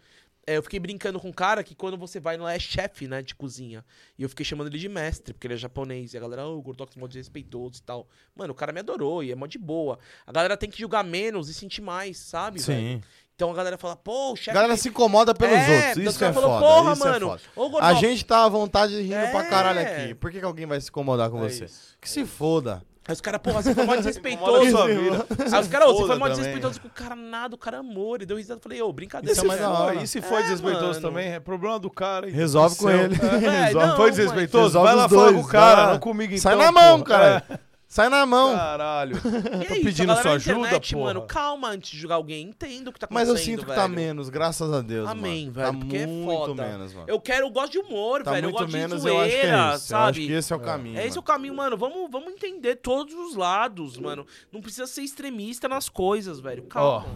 B: é, eu fiquei brincando com um cara que quando você vai, não é chefe, né, de cozinha. E eu fiquei chamando ele de mestre, porque ele é japonês. E a galera, oh, o Gordox é mó desrespeitoso e tal. Mano, o cara me adorou e é mó de boa. A galera tem que julgar menos e sentir mais, sabe,
C: Sim.
B: velho? Então a galera fala, pô, o
C: A
B: chefe...
C: galera se incomoda pelos
B: É, tanto
C: outros. Isso
B: que ela
C: é
B: falou,
C: foda.
B: "Porra,
C: isso
B: mano,
C: é foda.
B: ô, Gordox."
C: a gente tá à vontade de rindo pra
B: É.
C: caralho aqui. Por que, que alguém vai se incomodar com você? Que se foda.
B: Aí os caras, porra, você foi mó desrespeitoso.
C: Incomoda a sua vida.
A: é
B: Aí os caras, ô, você
C: Foda
B: foi mó
C: também.
B: desrespeitoso com o cara nada, o cara é amor. Ele deu risada. Eu falei, ô, brincadeira.
A: E se,
B: velho.
A: for, e se for
B: É,
A: desrespeitoso
B: mano.
A: também, é problema do cara. hein?
C: Resolve com
A: Seu.
C: ele.
A: É,
C: Resolve.
A: não, foi desrespeitoso?
C: Resolve
A: Vai
C: os
A: lá falar
C: dois,
A: com o cara,
C: vai lá.
A: não comigo então.
C: Sai na mão,
A: porra.
C: cara.
A: É.
C: Sai na mão.
B: Tá
A: Caralho.
B: E é
A: Tô
B: isso, a
A: pedindo
B: galera
A: sua
B: na
A: ajuda,
B: internet,
A: porra.
B: mano, calma antes de julgar alguém. Entendo o que tá
C: Mas
B: acontecendo,
C: eu sinto que tá
B: velho.
C: menos, graças a Deus,
B: Amém,
C: mano.
B: velho,
C: tá
B: porque é
C: muito
B: foda.
C: menos, mano.
B: Eu quero, eu gosto de humor,
C: Tá
B: velho.
C: muito
B: eu gosto
C: menos,
B: de
C: eu acho que é
B: zoeira,
C: isso. Eu
B: sabe?
C: acho que esse é o caminho,
B: É esse
C: mano.
B: o caminho, mano. Vamos, vamos entender todos os lados, mano. Não precisa ser extremista nas coisas, velho. Calma.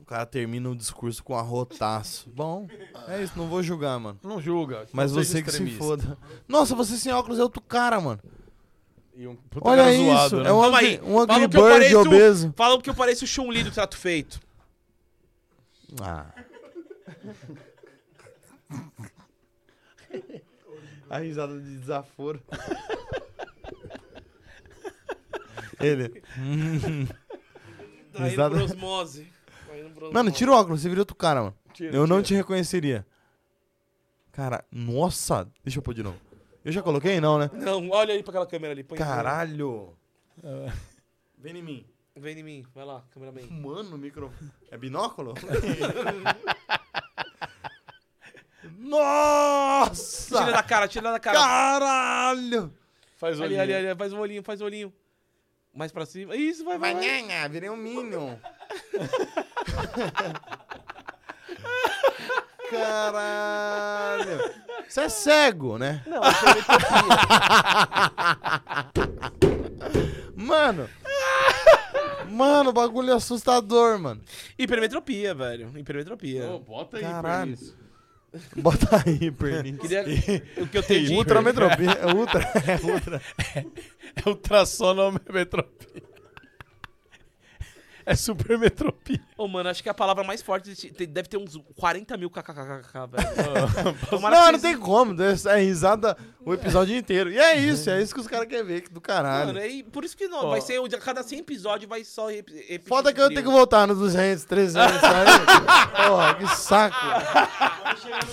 C: O cara termina o discurso com arrotaço. Bom, é isso, não vou julgar, mano.
A: Não julga.
C: Mas
A: não seja
C: você que se
A: extremista.
C: foda. Nossa, você sem óculos é outro cara, mano.
A: E um puta
C: Olha
A: cara
C: isso,
A: zoado, né?
C: é um
B: Calma
C: ugly,
B: aí.
C: um
B: Falam
C: ugly
B: que eu
C: bird
B: pareço-
C: obeso.
B: Falam que eu pareço o Chun-Li do trato feito.
C: Ah. A risada de desaforo. Ele. Hum.
B: Tá indo
C: Risada-
B: por osmose. Tá indo por
C: Mano,
B: osmose.
C: tira o óculos, você vira outro cara, mano.
B: Tira,
C: eu não
B: tira.
C: te reconheceria. Cara, nossa. Deixa eu pôr de novo. Eu já coloquei, não, né?
B: Não, olha aí pra aquela câmera ali. põe em
C: Caralho. É.
B: Vem em mim. Vem em mim, vai lá, cameraman.
C: Mano, o microfone. É binóculo? Nossa!
B: Tira da cara, tira da cara.
C: Caralho!
A: Faz
B: o olhinho. Ali, ali, ali, faz o olhinho, faz o olhinho. Mais pra cima. Isso, vai, vai. vai.
C: Manhã, virei um Minion. Caralho. Você é cego, né?
B: Não,
C: eu
B: eu tenho
C: Mano. Mano, o bagulho é assustador, mano.
B: Hipermetropia, velho. Hipermetropia.
A: bota
C: Caralho. Bota aí, perninha.
B: Queria... o que eu tenho de
C: Ultrametropia. É ultra. É ultra.
A: É ultrassonometropia. É supermetropia.
B: Ô, mano, acho que é a palavra mais forte. de- tem- Deve ter uns 40 mil kkkk, velho. Tomara que
C: Não, não
B: vocês-
C: tem como. É risada o episódio inteiro. E é isso, é isso que os caras querem ver, que do caralho.
B: Mano, Uhum. é- por isso que não.
C: Ó.
B: Vai ser. o de- A cada 100 episódios vai só rep- repetir.
C: Foda que eu tenho que
B: trio.
C: né? voltar nos 200, 300, sabe? Porra, que saco.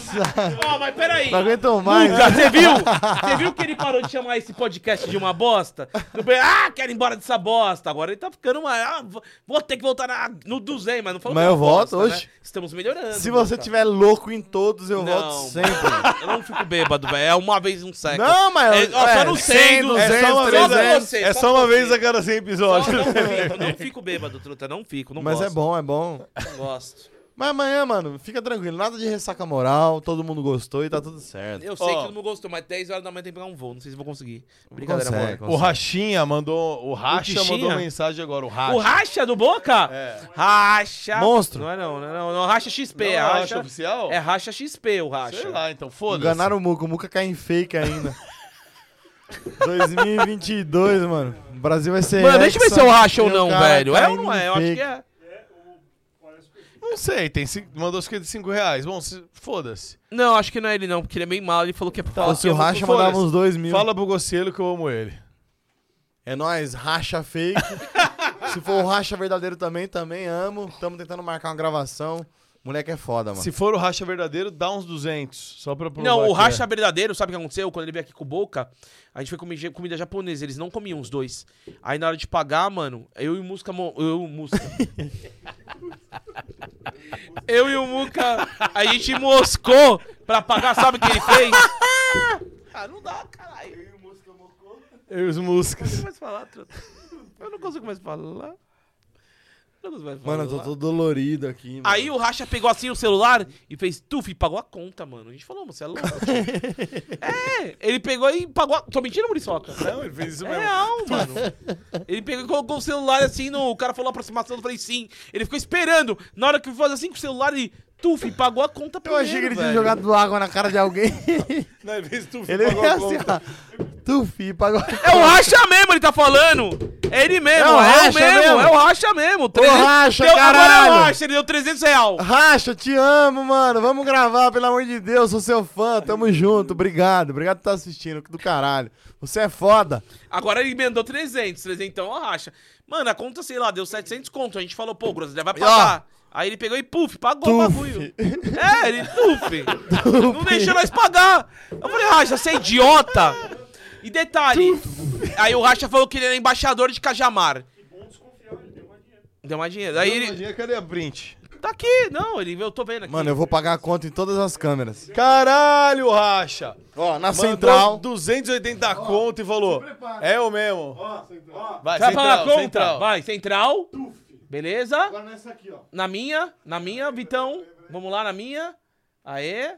O: chegando.
B: Ó, mas peraí.
F: Não aguento mais.
B: Lucas, você viu? Você viu que ele parou de chamar esse podcast de uma bosta? Do bem, Ah, quero ir embora dessa bosta. Agora ele tá ficando uma. Ah, vou- vou ter que voltar na- no 200, mas não falou
F: Mas
B: que é
F: eu
B: uma
F: volto
B: bosta,
F: hoje.
B: né? Estamos melhorando. tá?
F: Se você
B: Lucas.
F: tiver louco em todos, eu
B: Não, é
F: volto sempre.
B: Eu não fico bêbado, velho. É uma vez um século.
F: Não, mas-
B: É, ó, só
F: é,
B: no
F: 100,
B: 100, 200,
A: é só uma vez,
B: pra
A: é-
B: você,
A: é
B: pra
A: só uma
B: você.
A: vez a cada 100 episódios.
B: Só não fico, não fico bêbado, truta. Não fico, não
F: Mas
B: gosto.
F: é bom, é bom.
B: Não gosto.
F: Mas amanhã, mano, fica tranquilo. Nada de ressaca moral, todo mundo gostou e tá tudo certo.
B: Eu sei que todo mundo gostou, mas 10 horas da manhã tem que pegar um voo. Não sei se vou conseguir. Brincadeira,
F: Consegue,
B: amor.
C: né?
F: consegue.
A: O Rachinha mandou. O Racha
B: Tichinha?
A: mandou mensagem agora. O Racha.
B: O racha do Boca? É. Racha.
A: Monstro.
B: Não é não, não é não. não racha XP.
A: Não
B: é
A: é
B: racha,
A: Racha oficial?
B: É racha XP o racha.
A: Sei lá, então foda-se.
F: Enganaram o Muca, o Muca cai em fake ainda. 2022, mano. O Brasil vai ser.
B: Mano, deixa eu ver se
F: hexa,
B: eu racha ou
F: e o
B: não,
F: cara
B: velho. É
F: cai
B: ou não
F: em
B: é? Eu acho
F: fake.
B: que é.
A: Não sei, tem, cin- mandou 55 reais. Bom, se- foda-se.
B: Não, acho que não é ele não, porque ele é bem mal. Ele falou que é pra falar.
F: se o racha, mandava uns dois mil.
A: Fala pro Gocelo que eu amo ele.
F: É nóis, racha fake. se for o racha verdadeiro também, também amo. Tamo tentando marcar uma gravação. Moleque é foda, mano.
A: Se for o racha verdadeiro, dá uns 200. Só pra provar
B: Não, o
A: que é.
B: racha verdadeiro, sabe o que aconteceu? Quando ele veio aqui com o Boca, a gente foi comer ja- comida japonesa, eles não comiam os dois. Aí na hora de pagar, mano, eu e o Musca. mo- Eu e o Musca. eu e o Muca, a gente moscou pra pagar, sabe o que ele fez? ah, não dá, caralho. Eu e o Musca mocou.
A: Eu e os
B: Não consigo
A: músicos.
B: mais falar, truta. Eu não consigo mais falar. Eu Não consigo mais falar.
F: Mano, eu tô todo dolorido aqui. Mano.
B: Aí o Racha pegou assim o celular e fez tuf e pagou a conta, mano. A gente falou, você é louco. tio." é, ele pegou e pagou a... Tô mentindo, Muriçoca?
A: Não, ele fez isso
B: é
A: mesmo.
B: real, mano. Ele pegou e colocou o celular assim no... O cara falou aproximação, eu falei sim. Ele ficou esperando. Na hora que eu fui fazer assim com o celular, ele tuf e pagou a conta
F: Eu
B: primeiro,
F: achei que ele tinha
B: velho.
F: jogado água na cara de alguém.
A: Não, ele fez tu
F: ele
A: pagou
F: é
A: a
F: assim,
A: conta.
F: ó. Tufi, pagou.
B: É o Racha mesmo, ele tá falando. É ele mesmo,
F: É
B: é
F: o
B: o,
F: Racha
B: mesmo,
F: mesmo.
B: é o Racha mesmo. 300
F: Racha,
B: deu, Agora é o
F: caralho.
B: Racha, ele deu 300 real.
F: Racha, te amo, mano. Vamos gravar, pelo amor de Deus. Sou seu fã. Tamo junto. Obrigado. Obrigado por estar assistindo. Que do caralho. Você é foda.
B: Agora ele emendou 300, 300 então ó, racha. Mano, a conta, sei lá, deu 700 conto. A gente falou, pô, Groselha, vai pagar. Aí ele pegou e puf, pagou o bagulho. É, ele puf. Não deixou nós pagar. Eu falei, racha, você é idiota. E detalhe, aí o racha falou que ele era embaixador de Cajamar. Deu mais dinheiro. Aí ele.
A: Cadê a print?
B: Tá aqui, não, ele, eu tô vendo aqui.
F: Mano, eu vou pagar a conta em todas as câmeras.
A: Caralho, racha.
F: Ó, na central.
A: 280 conto e falou. É o mesmo. Vai,
B: Você vai
A: central,
B: pagar a conta?
A: central.
B: Vai, central. Beleza? Agora nessa aqui, ó. Na minha, na minha, Vitão. Vamos lá, na minha. Aê.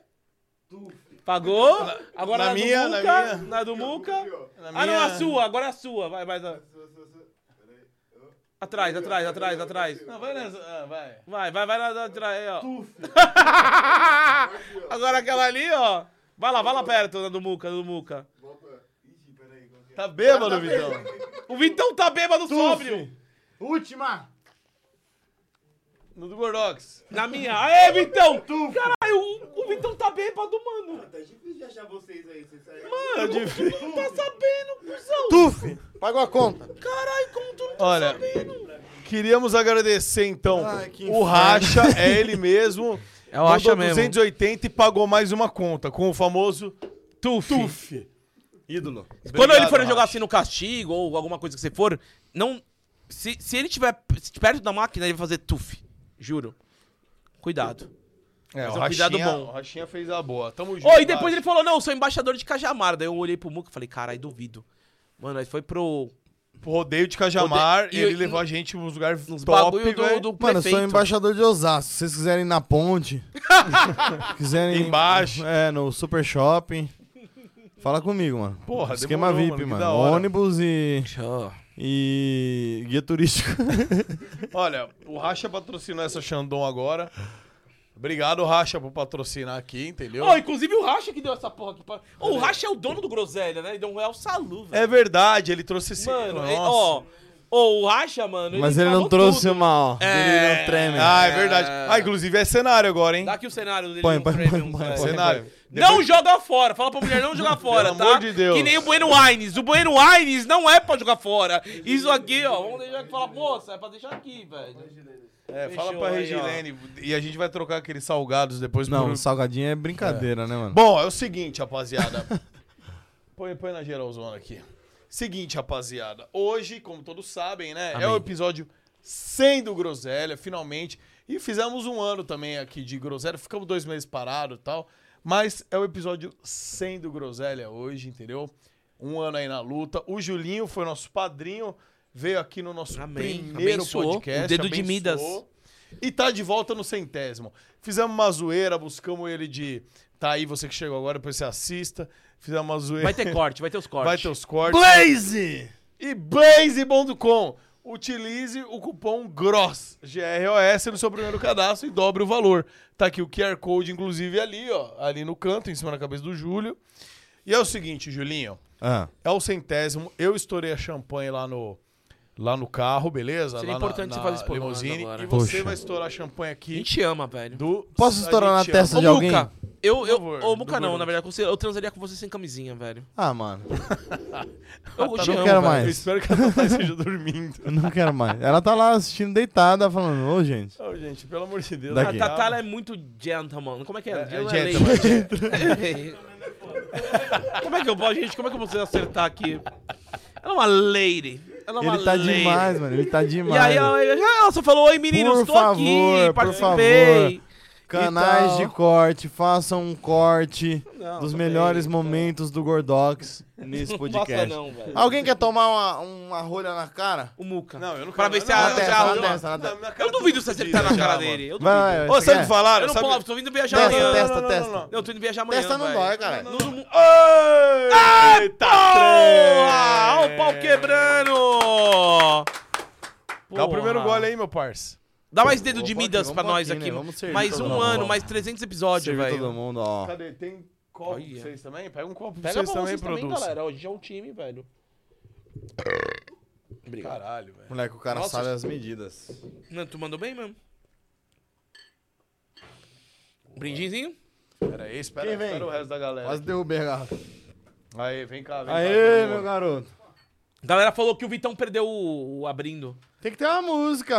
B: Pagou. Agora
A: na
B: na,
A: minha,
B: do
A: na
B: Muca.
A: minha.
B: na do Muca.
A: Na
B: Ah, não, a
A: minha.
B: sua. Agora a sua. Vai, vai. vai. Atrás, atrás, atrás, atrás. Não, vai né? nessa.
A: Ah,
B: vai. Vai, vai, vai lá atrás, aí, ó. Agora aquela ali, ó. Vai lá, vai lá perto, na do Muca, na do Muca.
A: Tá bêbado, Vitão.
B: O Vitão tá bêbado sóbrio.
D: Última.
A: No do Gordox.
B: Na minha. Aê, Vitão! Caralho, o, o Vitão tá bêbado, mano.
W: Tá difícil de achar vocês aí, vocês saíram.
B: Mano,
A: Tá difícil.
B: tu não tá sabendo, cuzão.
F: Tufi, pagou a conta.
B: Caralho, como tu não tá
A: Olha,
B: sabendo?
A: né? Queríamos agradecer, então,
F: Ai, que
A: o
F: inferno.
A: Racha, é ele mesmo.
B: É o Racha
A: Mandou
B: mesmo.
A: 280 e pagou mais uma conta com o famoso
B: Tuf.
A: Tuf.
F: Ídolo.
B: Quando ele
A: Obrigado,
B: for jogar
A: Racha.
B: assim no castigo ou alguma coisa que você for, não. Se, se ele tiver se tiver perto da máquina, ele vai fazer tuf. Juro. Cuidado.
A: É,
B: Mas
A: o
B: é um cuidado
A: Rachinha,
B: bom.
A: o Rachinha fez a boa. Tamo junto.
B: Oh, e depois
A: Racha.
B: ele falou: não, eu sou embaixador de Cajamar. Daí eu olhei pro Muca e falei: caralho, duvido. Mano, aí foi pro.
A: Pro Rodeio de Cajamar,
B: Rode- e-
A: ele
B: e-
A: levou a gente nos lugares top,
B: bagulho do-
A: velho.
B: do
F: Mano, eu sou
B: prefeito.
F: embaixador de Osasco. Se vocês quiserem ir na ponte, quiserem. ir-
A: Embaixo.
F: É, no super shopping. Fala comigo, mano.
A: Porra,
F: Esquema
A: demorou,
F: VIP,
A: mano, que
F: mano.
A: da hora.
F: Ônibus e. E. guia turístico.
A: Olha, o Racha patrocinou essa Xandão agora. Obrigado, Racha, por patrocinar aqui, entendeu?
B: Ó, inclusive o Racha que deu essa porra aqui pra. Ô, o Racha é o dono do Groselha, né? Ele deu um real salu, velho.
A: É verdade, ele trouxe esse...
B: Mano,
A: Nossa.
B: ele- ó. Ô, o Racha, mano.
F: É, Mas ele não
B: falou
F: trouxe
B: tudo.
F: uma, ó.
B: É.
F: Ele não treme.
A: Ah, é verdade. Ah, inclusive é cenário agora, hein?
B: Dá aqui o cenário dele.
F: Põe,
B: no
F: põe, põe,
B: Premium,
F: põe,
B: velho.
F: põe.
A: Cenário.
B: Não joga fora. Fala pra mulher não jogar fora,
A: Pelo
B: tá?
A: amor de Deus.
B: Que nem o Bueno Aires. O Bueno Aires não é pra jogar fora. Isso aqui, ó. Vamos deixar aqui. Falar, moça, é pra deixar aqui, velho.
A: É, fala pra Regilene e a gente vai trocar aqueles salgados depois
C: Não, salgadinho é brincadeira, né, mano?
A: Bom, é o seguinte, rapaziada. põe, põe na geralzona aqui. Seguinte, rapaziada. Hoje, como todos sabem, né? É
C: Amém.
A: o episódio 100 do Groselha, finalmente. E fizemos um ano também aqui de Groselha. Ficamos dois meses parados e tal. Mas é o episódio 100 do Groselha hoje, entendeu? Um ano aí na luta. O Julinho foi nosso padrinho. Veio aqui no nosso
B: Amém.
A: primeiro
B: Abençoou.
A: podcast.
B: O dedo de
A: abençoou.
B: Midas.
A: E tá de volta no centésimo. Fizemos uma zoeira, buscamos ele de. Tá aí, você que chegou agora, depois você assista. Fizemos uma zoeira.
B: Vai ter corte, vai ter os cortes.
A: Vai ter os cortes. Blaze! E blaze.com. Utilize o cupom GROSS, G-R-O-S, no seu primeiro cadastro e dobre o valor. Tá aqui o QR Code, inclusive, ali, ó. Ali no canto, em cima da cabeça do Júlio. E é o seguinte, Julinho.
C: Ah.
A: É o centésimo. Eu estourei a champanhe lá no, lá no carro, beleza?
B: Seria
A: lá
B: importante você fazer isso por nós
A: limusine.
B: agora.
A: E você
C: Poxa.
A: vai estourar a champanhe aqui.
B: A gente ama, velho.
A: Do...
C: Posso estourar na testa de
B: Ô,
C: alguém?
B: Muca, eu, eu,
A: favor,
B: ô, Muca
A: por
B: não,
A: favor.
B: na verdade, com você- eu transaria com você sem camisinha, velho.
C: Ah, mano.
B: Eu
C: Tá
B: te amo,
C: bom. Não quero
B: velho.
C: mais.
A: Eu espero que a Tatá esteja dormindo.
C: Eu não quero mais. Ela tá lá assistindo deitada, falando, ô, gente.
A: Ô, gente, pelo amor de Deus.
C: Daqui.
B: A Tatá ela é muito gentleman. Como é que é?
A: gentleman,
B: como é que eu posso, gente? Como é que eu vou acertar aqui? Ela é uma lady. Ela é uma
C: Ele tá
B: lady.
C: demais, mano. Ele tá demais.
B: E aí ela, ela só falou, oi meninos,
C: por
B: tô
C: favor,
B: aqui,
C: por
B: participei.
C: favor. Canais
B: E
C: de
B: tal.
C: corte, façam um corte
B: Não,
C: dos
A: tá
B: tudo
C: melhores momentos do Gordox nesse podcast.
B: não, velho.
C: Alguém quer tomar uma, uma rolha na cara?
B: Ah, O Muca.
A: Não, eu não
B: Pra
A: quero-
B: ver se
A: não,
B: a...
A: não,
B: se
C: testa,
B: a-
C: na testa, na testa.
B: Eu duvido você acertar na cara dele. Eu duvido.
C: Vai, vai,
A: Ô,
C: você
A: sabe o
C: quer?
A: que falaram?
B: Eu não
A: Sabe-
B: posso, tô vindo viajar
C: Testa,
B: amanhã.
C: testa,
B: Não, não,
C: testa.
B: não, não. Eu tô indo viajar amanhã,
C: Testa não
B: velho.
C: dói, cara.
B: Ah, olha o pau
A: é.
B: quebrando!
A: Dá o primeiro
B: Porra.
A: gole aí, meu parça.
B: Dá mais dedo de
C: Opa,
B: Midas
C: vamos
B: pra nós
C: aqui, né?
B: aqui.
C: Vamos servir
B: mais
C: todo
B: um
C: mundo.
B: ano, mais 300 episódios,
C: Servir
A: né?
C: todo
B: velho.
C: mundo, ó.
A: Cadê? Tem copo pra vocês também? Pega um copo pra
B: Pega pra
A: vocês também,
B: vocês também,
A: produz.
B: galera. Hoje é um time, velho. Obrigado.
A: Caralho, velho.
C: Moleque, o cara
B: Nossa,
C: sabe as medidas.
B: Não, tu mandou bem mesmo. Brindinzinho?
A: Pera aí, espera,
C: Quem vem?
A: espera o resto da galera.
C: Quase derrubei a garrafa.
A: Aí, vem cá, vem cá.
C: Aê,
A: vem cá.
C: meu garoto.
B: Galera falou que o Vitão perdeu o, o abrindo.
C: Tem que ter uma música.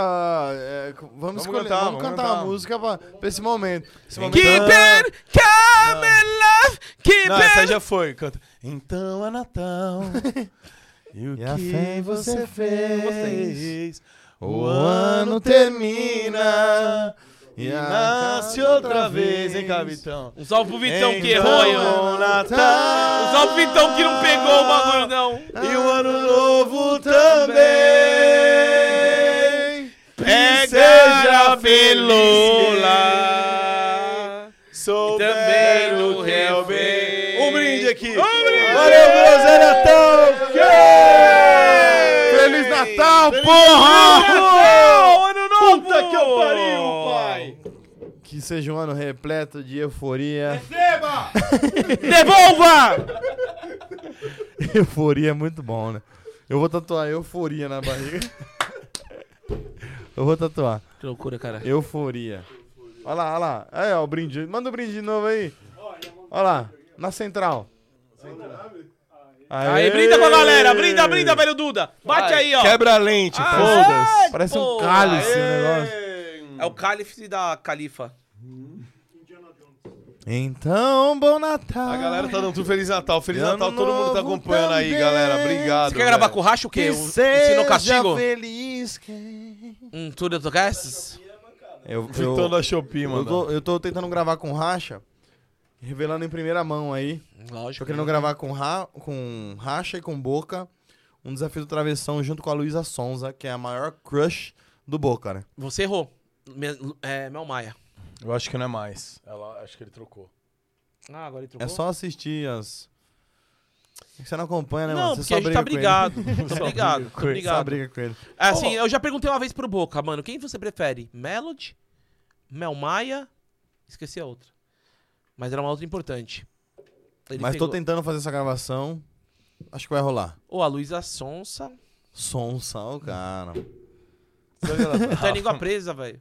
C: é, c- vamos, escolher,
A: cantar,
C: vamos,
A: vamos
C: cantar,
A: cantar.
C: uma música pra, pra esse momento. Esse momento
B: Keep it coming, love! Keep
A: Não, essa
B: it...
A: já foi. Canta. Então é Natal. e o
C: E a
A: que
C: fé
A: você
C: você
A: fez?
C: fez.
A: O ano termina. E nasce outra vez, hein, capitão?
B: Um salve pro Vitão que
A: Então
B: errou aí,
A: é
B: ó.
A: Natal.
B: Um salve pro Vitão que não pegou o bagulho, não.
A: E o ano novo também.
B: Pega
A: Seja
B: a pelula.
A: Sou
B: E também
A: também
B: do
A: o réu
B: réu
A: bem.
B: bem.
A: Um brinde aqui.
B: Um brinde.
A: Valeu, Groselha Natal.
C: Feliz Natal,
B: Natal, ano novo!
A: Puta que eu pariu, pai.
C: Que seja um ano repleto de euforia.
B: Devolva!
C: euforia é muito bom, né? Eu vou tatuar euforia na barriga. Eu vou tatuar.
B: Que loucura, cara.
C: Euforia. Olha lá, olha lá. Aí, ó, o brinde. Manda o brinde de novo aí. Olha lá, na central.
B: Aí, brinda com a galera. Brinda, brinda, velho Duda. Bate aí, ó.
A: Quebra a lente,
B: Ah,
A: foda-se.
C: Parece um
B: Pô,
C: cálice o negócio.
B: É o cálice da califa.
C: Então, bom Natal.
A: A galera tá dando tudo Feliz Natal. Feliz
C: Ano
A: Natal, todo mundo tá
C: novo
A: acompanhando aí,
C: também.
A: galera. Obrigado.
B: Você quer gravar
A: velho.
B: com o racha o quê?
C: que
B: O, o sino castigo?
C: feliz quem...
B: Um tour de tocasts?
C: Eu,
B: Então
A: Vitão
C: eu,
A: da Shopee,
C: eu,
A: mano.
C: tô, eu tô tentando gravar com racha, revelando em primeira mão aí.
B: Lógico.
C: Tô querendo gravar com, ra, com racha e com boca um desafio do travessão junto com a Luísa Sonza, que é a maior crush do Boca, né?
B: Você errou. Me- É, Mel Maia.
A: Eu acho que não é mais. Ela, acho que ele trocou.
B: Ah, agora ele
C: É
B: trocou?
C: só assistir as. É que Você não acompanha, né,
B: Não,
C: mano? Você
B: porque a gente
C: briga
B: tá
C: com ele.
B: brigado.
C: Só
B: Tá
C: briga
B: brigado, tá
C: com ele, Só
B: brigado.
C: briga com ele.
B: Assim, eu já perguntei uma vez pro Boca, mano, quem você prefere? Melody? Mel Maia? Esqueci a outra. Mas era uma outra importante. Ele
C: Mas tô
B: pegou-
C: tentando fazer essa gravação. Acho que vai rolar.
B: Ou a Luísa Sonsa.
C: Sonsa, o cara.
B: Tá língua presa, velho.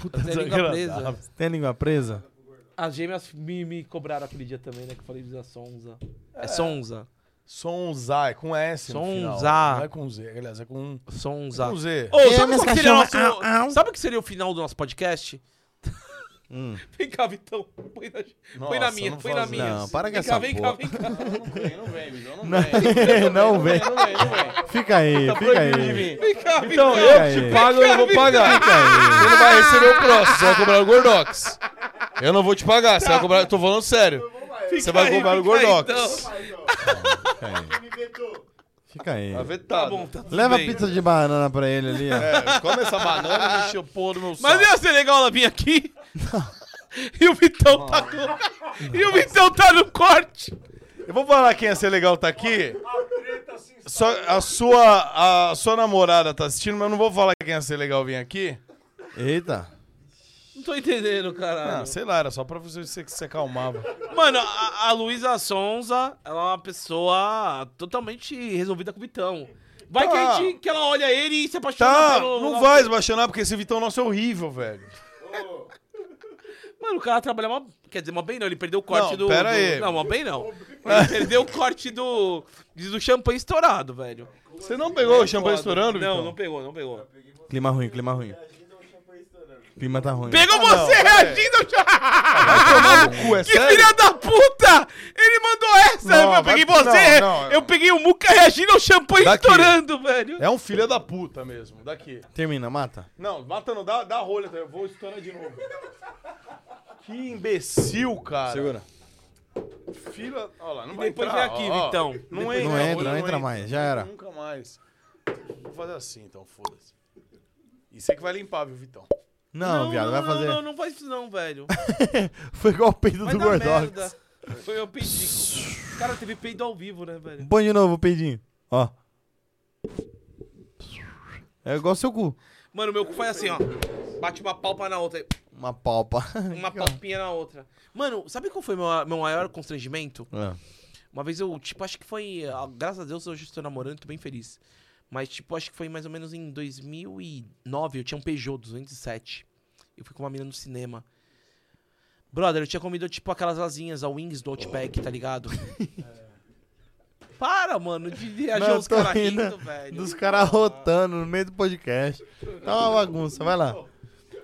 B: Puta tá língua presa.
C: Tem a língua presa?
B: As gêmeas me, me cobraram aquele dia também, né? Que eu falei Luísa Sonza. É, Sonza.
O: Sonza, é com S
A: um
O: no final.
B: Sonza.
O: Não é com Z, aliás, é com...
B: Sonza.
O: É com Z.
B: Ô, sabe qual que seria o nosso- sabe o que seria o final do nosso podcast? Vem cá, Vitão. Põe na, põe na
O: Hum. Nossa,
B: minha,
O: não
B: põe na
O: faz-
B: minha.
O: não, para com
B: vem
O: essa
B: cá, vem cá,
O: porra.
B: vem cá.
V: Não vem,
F: Não, não vem. Fica aí,
B: Tá
F: fica aí.
B: Vem cá,
O: Então,
B: Vitão.
O: eu te pago, eu não vou pagar. Você não vai receber o próximo, você vai cobrar o Gordox.
A: Eu não vou te pagar, você vai cobrar. Tô falando sério. Você vai
O: aí,
A: cobrar o
O: fica aí,
A: Gordox.
F: Fica aí.
A: Tá bom, tá
F: Leva a pizza de banana pra ele ali, ó.
A: É, come essa banana e enche o porra do meu saco.
B: Mas ia ser legal ela vir aqui. e o Vitão tá com... E o Vitão tá no corte.
A: Eu vou falar quem ia ser legal tá aqui.
B: assim,
A: Só a sua, a sua namorada tá assistindo, mas eu não vou falar quem ia ser legal vir aqui.
F: Eita.
B: Não tô entendendo, caralho.
A: Ah, sei lá, era só pra você você que se acalmava.
B: Mano, a, a Luísa Sonza, ela é uma pessoa totalmente resolvida com o Vitão. Vai
A: Tá.
B: que, a gente, que ela olha ele e se apaixona
A: Tá,
B: pelo...
A: não vai esbaixanar, porque esse Vitão nosso é horrível, velho.
B: Mano, o cara trabalha mó... Quer dizer, mó bem não, ele perdeu o corte
A: Não,
B: do...
A: pera
B: do-
A: aí.
B: Não, mó bem não. Ele perdeu o corte do... Do champanhe estourado, velho.
A: Você não pegou
B: É
A: o champanhe
B: foda.
A: estourando,
B: Não,
A: Vitão?
B: não pegou, não pegou.
A: Ah,
C: Clima ruim, clima ruim. Clima tá ruim.
B: Pegou
C: Ah, não.
B: você reagindo ao
A: tomar no cu, é
B: Que
A: sério?
B: filha da puta! Ele mandou essa!
A: Não,
B: eu
A: vai-
B: peguei você!
A: não, não.
B: eu peguei o Muca reagindo ao champanhe
A: Daqui.
B: estourando, velho!
A: É um filho da puta mesmo, daqui.
C: Termina, mata.
A: Não, mata não, dá, dá rolha, tá? eu vou estourar de novo. Que imbecil, cara.
C: Segura.
A: Filha. Olha lá, não
B: E
A: vai
B: depois
A: entrar,
B: vem aqui,
A: ó, ó.
B: Vitão.
A: Não
B: Depois
A: entra,
C: Não
A: rolha,
C: entra, não entra mais, já era.
A: Nunca mais. Vou fazer assim então, foda-se. E você que vai limpar, viu, Vitão?
F: Não, viado, vai fazer.
B: Não, não, não faz isso não, velho.
F: Foi igual o peido
B: Vai
F: do
B: dar merda.
F: Gordox.
B: Foi eu pedi. Cara, teve peido ao vivo, né, velho?
F: Põe de novo o peidinho. Ó. É igual seu cu.
B: Mano, meu cu faz assim, ó. Bate uma palpa na outra.
F: Uma palpa.
B: Uma palpinha na outra. Mano, sabe qual foi meu, meu maior constrangimento?
F: É.
B: Uma vez eu, tipo, acho que foi. ah, Graças a Deus hoje eu estou namorando, tô bem feliz. Mas, tipo, acho que foi mais ou menos em 2009. Eu tinha um Peugeot 207. Eu fui com uma mina no cinema. Brother, eu tinha comido, tipo, aquelas asinhas, a Wings do Outback, tá ligado? Para, mano, de viajar
F: Não,
B: os
F: tô
B: caras
F: rindo
B: rindo, velho.
F: Dos caras rotando no meio do podcast. Tá uma bagunça, vai lá.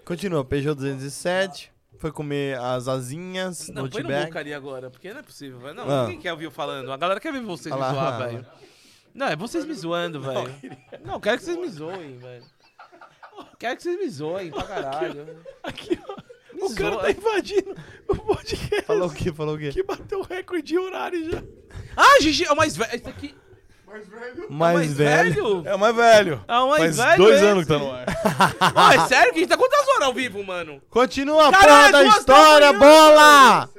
F: Continua, Peugeot 207. Foi comer as asinhas
B: Não,
F: no
B: põe no
F: Outback.
B: boca ali agora, porque não é possível, velho. Não,
F: Ah.
B: ninguém quer ouvir eu falando. A galera quer ver vocês
F: Ah
B: me
F: lá,
B: zoar,
F: ah lá.
B: velho. Não, é vocês me zoando, velho. Não, eu quero que vocês me zoem, velho. Quero que vocês me zoem pra caralho. Aqui, ó.
O: O cara tá invadindo o podcast.
F: Falou o quê? Falou o quê?
O: Que bateu o recorde de horário já.
B: Ah, Gigi, é o mais velho. Esse aqui
F: mais, velho.
A: É o mais velho.
B: é o
A: Faz
B: mais velho.
A: dois
B: esse.
A: anos que tá no ar.
B: Ó, é sério que a gente tá quantas horas ao vivo, mano?
F: Continua a
B: Caralho,
F: porra da
B: duas da
F: história,
B: manhã,
F: bola!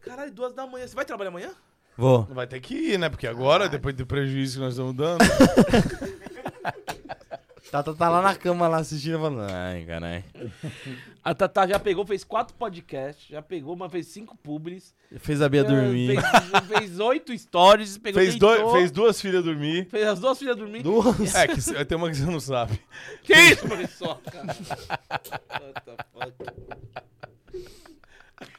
B: Caralho, duas da manhã. Você vai trabalhar amanhã?
F: Vou.
A: Vai ter que ir, né? Porque agora, depois do prejuízo que nós estamos dando.
F: Tata tá lá na cama, lá assistindo, falando. Ai, caralho.
B: A Tatá já pegou, fez quatro podcasts, já pegou, uma fez cinco publis.
F: Fez a Bia
B: já
F: dormir.
B: Fez, fez oito stories, pegou
A: fez,
B: deitou,
A: dois, fez duas filhas dormir.
B: fez as duas filhas dormir.
A: É, que cê- tem uma que você não sabe.
B: Que isso, professor? cara? What the fuck?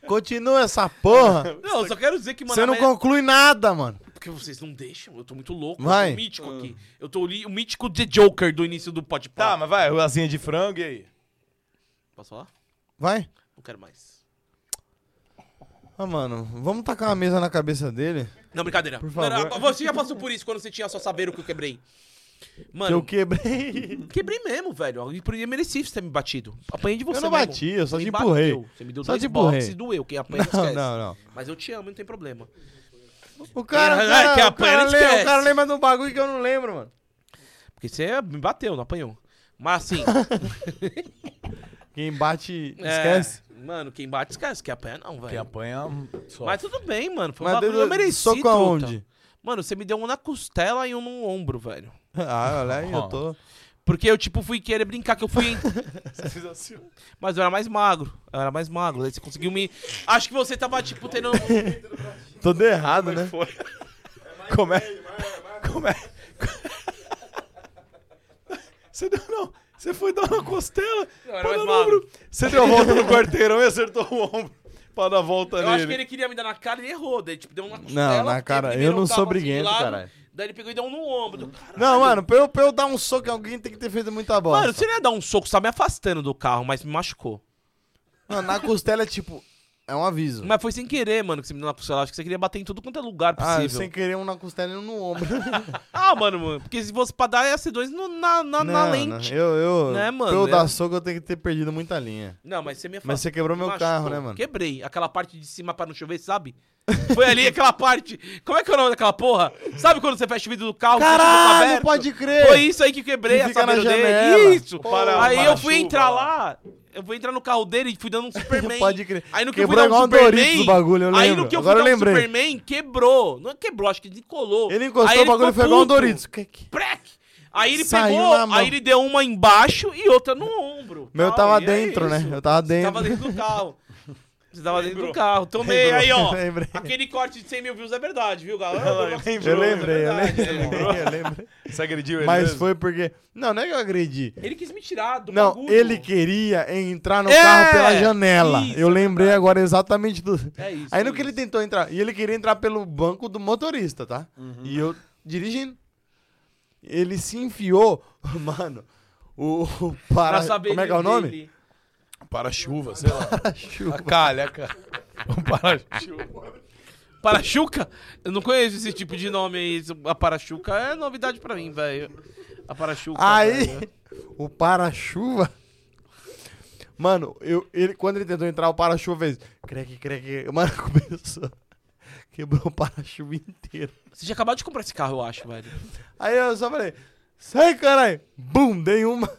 F: Continua essa porra.
B: Não, eu só quero dizer que, mano,
F: Você não
B: a Amé-
F: conclui nada, mano.
B: Porque vocês não deixam, eu tô muito louco.
F: Vai.
B: Eu tô mítico aqui. Eu tô li- o mítico The Joker do início do podcast.
A: Tá, mas vai, ruazinha de frango e aí?
B: Posso falar?
F: Vai.
B: Não quero mais.
F: Ah, mano, vamos tacar uma mesa na cabeça dele.
B: Não, brincadeira.
F: Por favor.
B: Não, não, você já passou por isso quando você tinha só saber o que eu quebrei.
F: Que eu
B: Mano,
F: quebrei.
B: quebrei mesmo, velho. E por eu mereci você ter me batido. Apanhei de você
F: Eu não
B: mesmo.
F: bati, eu só
B: Me
F: te empurrei.
B: bateu. Você me deu
F: Só
B: dois
F: te empurrei.
B: boxes e doeu. Quem apanha
F: Não,
B: esquece.
F: não, não.
B: Mas eu te amo, não tem problema.
F: O cara,
B: Ah,
F: o cara,
B: que
F: o
B: apanha,
F: cara
B: não
F: lembra-
B: esquece.
F: o cara lembra de um bagulho que eu não lembro, mano.
B: Porque você me bateu, não apanhou. Mas assim...
F: Quem bate,
B: é,
F: esquece.
B: Mano, quem bate esquece. Quem apanha não, velho.
A: Quem apanha, só.
B: Mas tudo bem, mano. Foi um
F: Mas
B: bagulho
F: deu-
B: eu mereci,
F: soco
B: truta.
F: aonde?
B: Mano, você me deu um na costela e um no ombro, velho.
F: Ah, olha aí, eu tô.
B: Porque eu, tipo, fui querer brincar, que eu fui...
A: Você fez assim. ó.
B: Mas eu era mais magro. Eu era mais magro. Daí você conseguiu me... Acho que você tava, tipo, tendo...
F: Todo errado, né?
A: Como é? Como é? Você deu, não. Você foi dar na costela,
B: era
A: pôs
B: mais
A: no ombro.
B: magro.
A: Você deu a volta no quarteirão e acertou o ombro. pra dar volta
B: Eu
A: nele.
B: acho que ele queria me dar na cara e errou. Daí, tipo, deu uma
C: Não, na cara,
B: ele me
C: eu
B: deu um
C: não sou
B: tapa assim de
C: briguento,
B: lado,
C: caralho.
B: Daí ele pegou e deu um no ombro. do cara.
C: Não, mano, pra eu, pra eu dar um soco em alguém tem que ter feito muita bosta.
B: Mano, você não ia dar um soco, você tá me afastando do carro, mas me machucou.
C: Mano, na costela é tipo. É um aviso.
B: Mas foi sem querer, mano, que você me deu na costela. Acho que você queria bater em tudo quanto é lugar
C: Ah,
B: possível.
C: eu sem querer um na costela e um no ombro.
B: Ah, mano, mano, porque se fosse pra dar ia ser dois no- na, na, na
C: Não,
B: lente.
C: não, Eu, eu,
B: Né, mano?
C: Pra eu
B: É-
C: dar soco, eu tenho que ter perdido muita linha.
B: Não, mas você me afastou.
C: Mas você quebrou
B: me
C: meu
B: machucou.
C: carro, né, mano?
B: Quebrei. Aquela parte de cima pra não chover, sabe? Foi ali aquela parte. Como é que é o nome daquela porra? Sabe quando você fecha o vidro do carro? deixa o
C: Caralho,
B: carro aberto?
C: Tipo, pode crer.
B: Foi isso aí que quebrei
C: Que
B: a
C: fica na
B: sabedoria
C: janela.
B: dele. Isso.
C: Pô, para-
B: aí
C: para
B: eu fui
C: chuva
B: entrar
C: lá.
B: lá. Eu fui entrar no carro dele e fui dando um Superman.
C: Pode crer.
B: Aí no que
C: Quebrou
B: eu fui dar um
C: igual um Doritos
B: Superman.
C: o bagulho, eu
B: Aí no
C: lembro.
B: que eu
C: Agora eu
B: fui dar um
C: lembrei.
B: Superman, quebrou. Não é quebrou, acho que descolou.
C: Ele encostou,
B: Aí
C: o bagulho
B: ficou
C: foi igual um
B: puto.
C: Doritos.
B: Prec! Aí ele
C: Saiu na
B: pegou,
C: mão.
B: aí ele deu uma embaixo e outra no ombro.
C: Meu, eu
B: Tal,
C: tava
B: e é
C: dentro,
B: isso.
C: né? Eu tava
B: Você
C: dentro.
B: tava dentro do carro. Você tava dentro do carro. Tomei
C: Lembrou.
B: aí, ó.
C: Lembrei.
B: Aquele corte de 100 mil views é verdade, viu, galera? É
C: Eu lembrei, eu
B: verdade,
C: lembrei.
B: irmão.
C: Eu lembrei.
A: Você agrediu ele
C: Mas
A: mesmo?
C: foi porque. Não, não é que eu agredi.
B: Ele quis me tirar do
C: Não,
B: bagulho.
C: ele queria entrar no
B: É!
C: carro pela janela.
B: Isso,
C: eu lembrei agora exatamente do.
B: É isso,
C: Aí
B: é
C: no que ele tentou entrar. E ele queria entrar pelo banco do motorista, tá?
B: Uhum.
C: E eu dirigindo. Ele se enfiou. Mano, o. o para... Como é que é o nome?
O: Para-chuva, sei lá.
C: Para-chuva.
O: A calha, a calha. Um para-chuva.
B: Parachuca? Eu não conheço esse tipo de nome aí. A Parachuca é novidade pra mim, velho. A Parachuca.
C: Aí,
B: velho.
C: o para-chuva. Mano, eu, ele, quando ele tentou entrar, o para-chuva fez. Creque, creque. Mano, começou. Quebrou o para-chuva inteiro.
B: Você tinha acabado de comprar esse carro, eu acho, velho.
C: Aí eu só falei, sai, caralho. Bum, dei uma.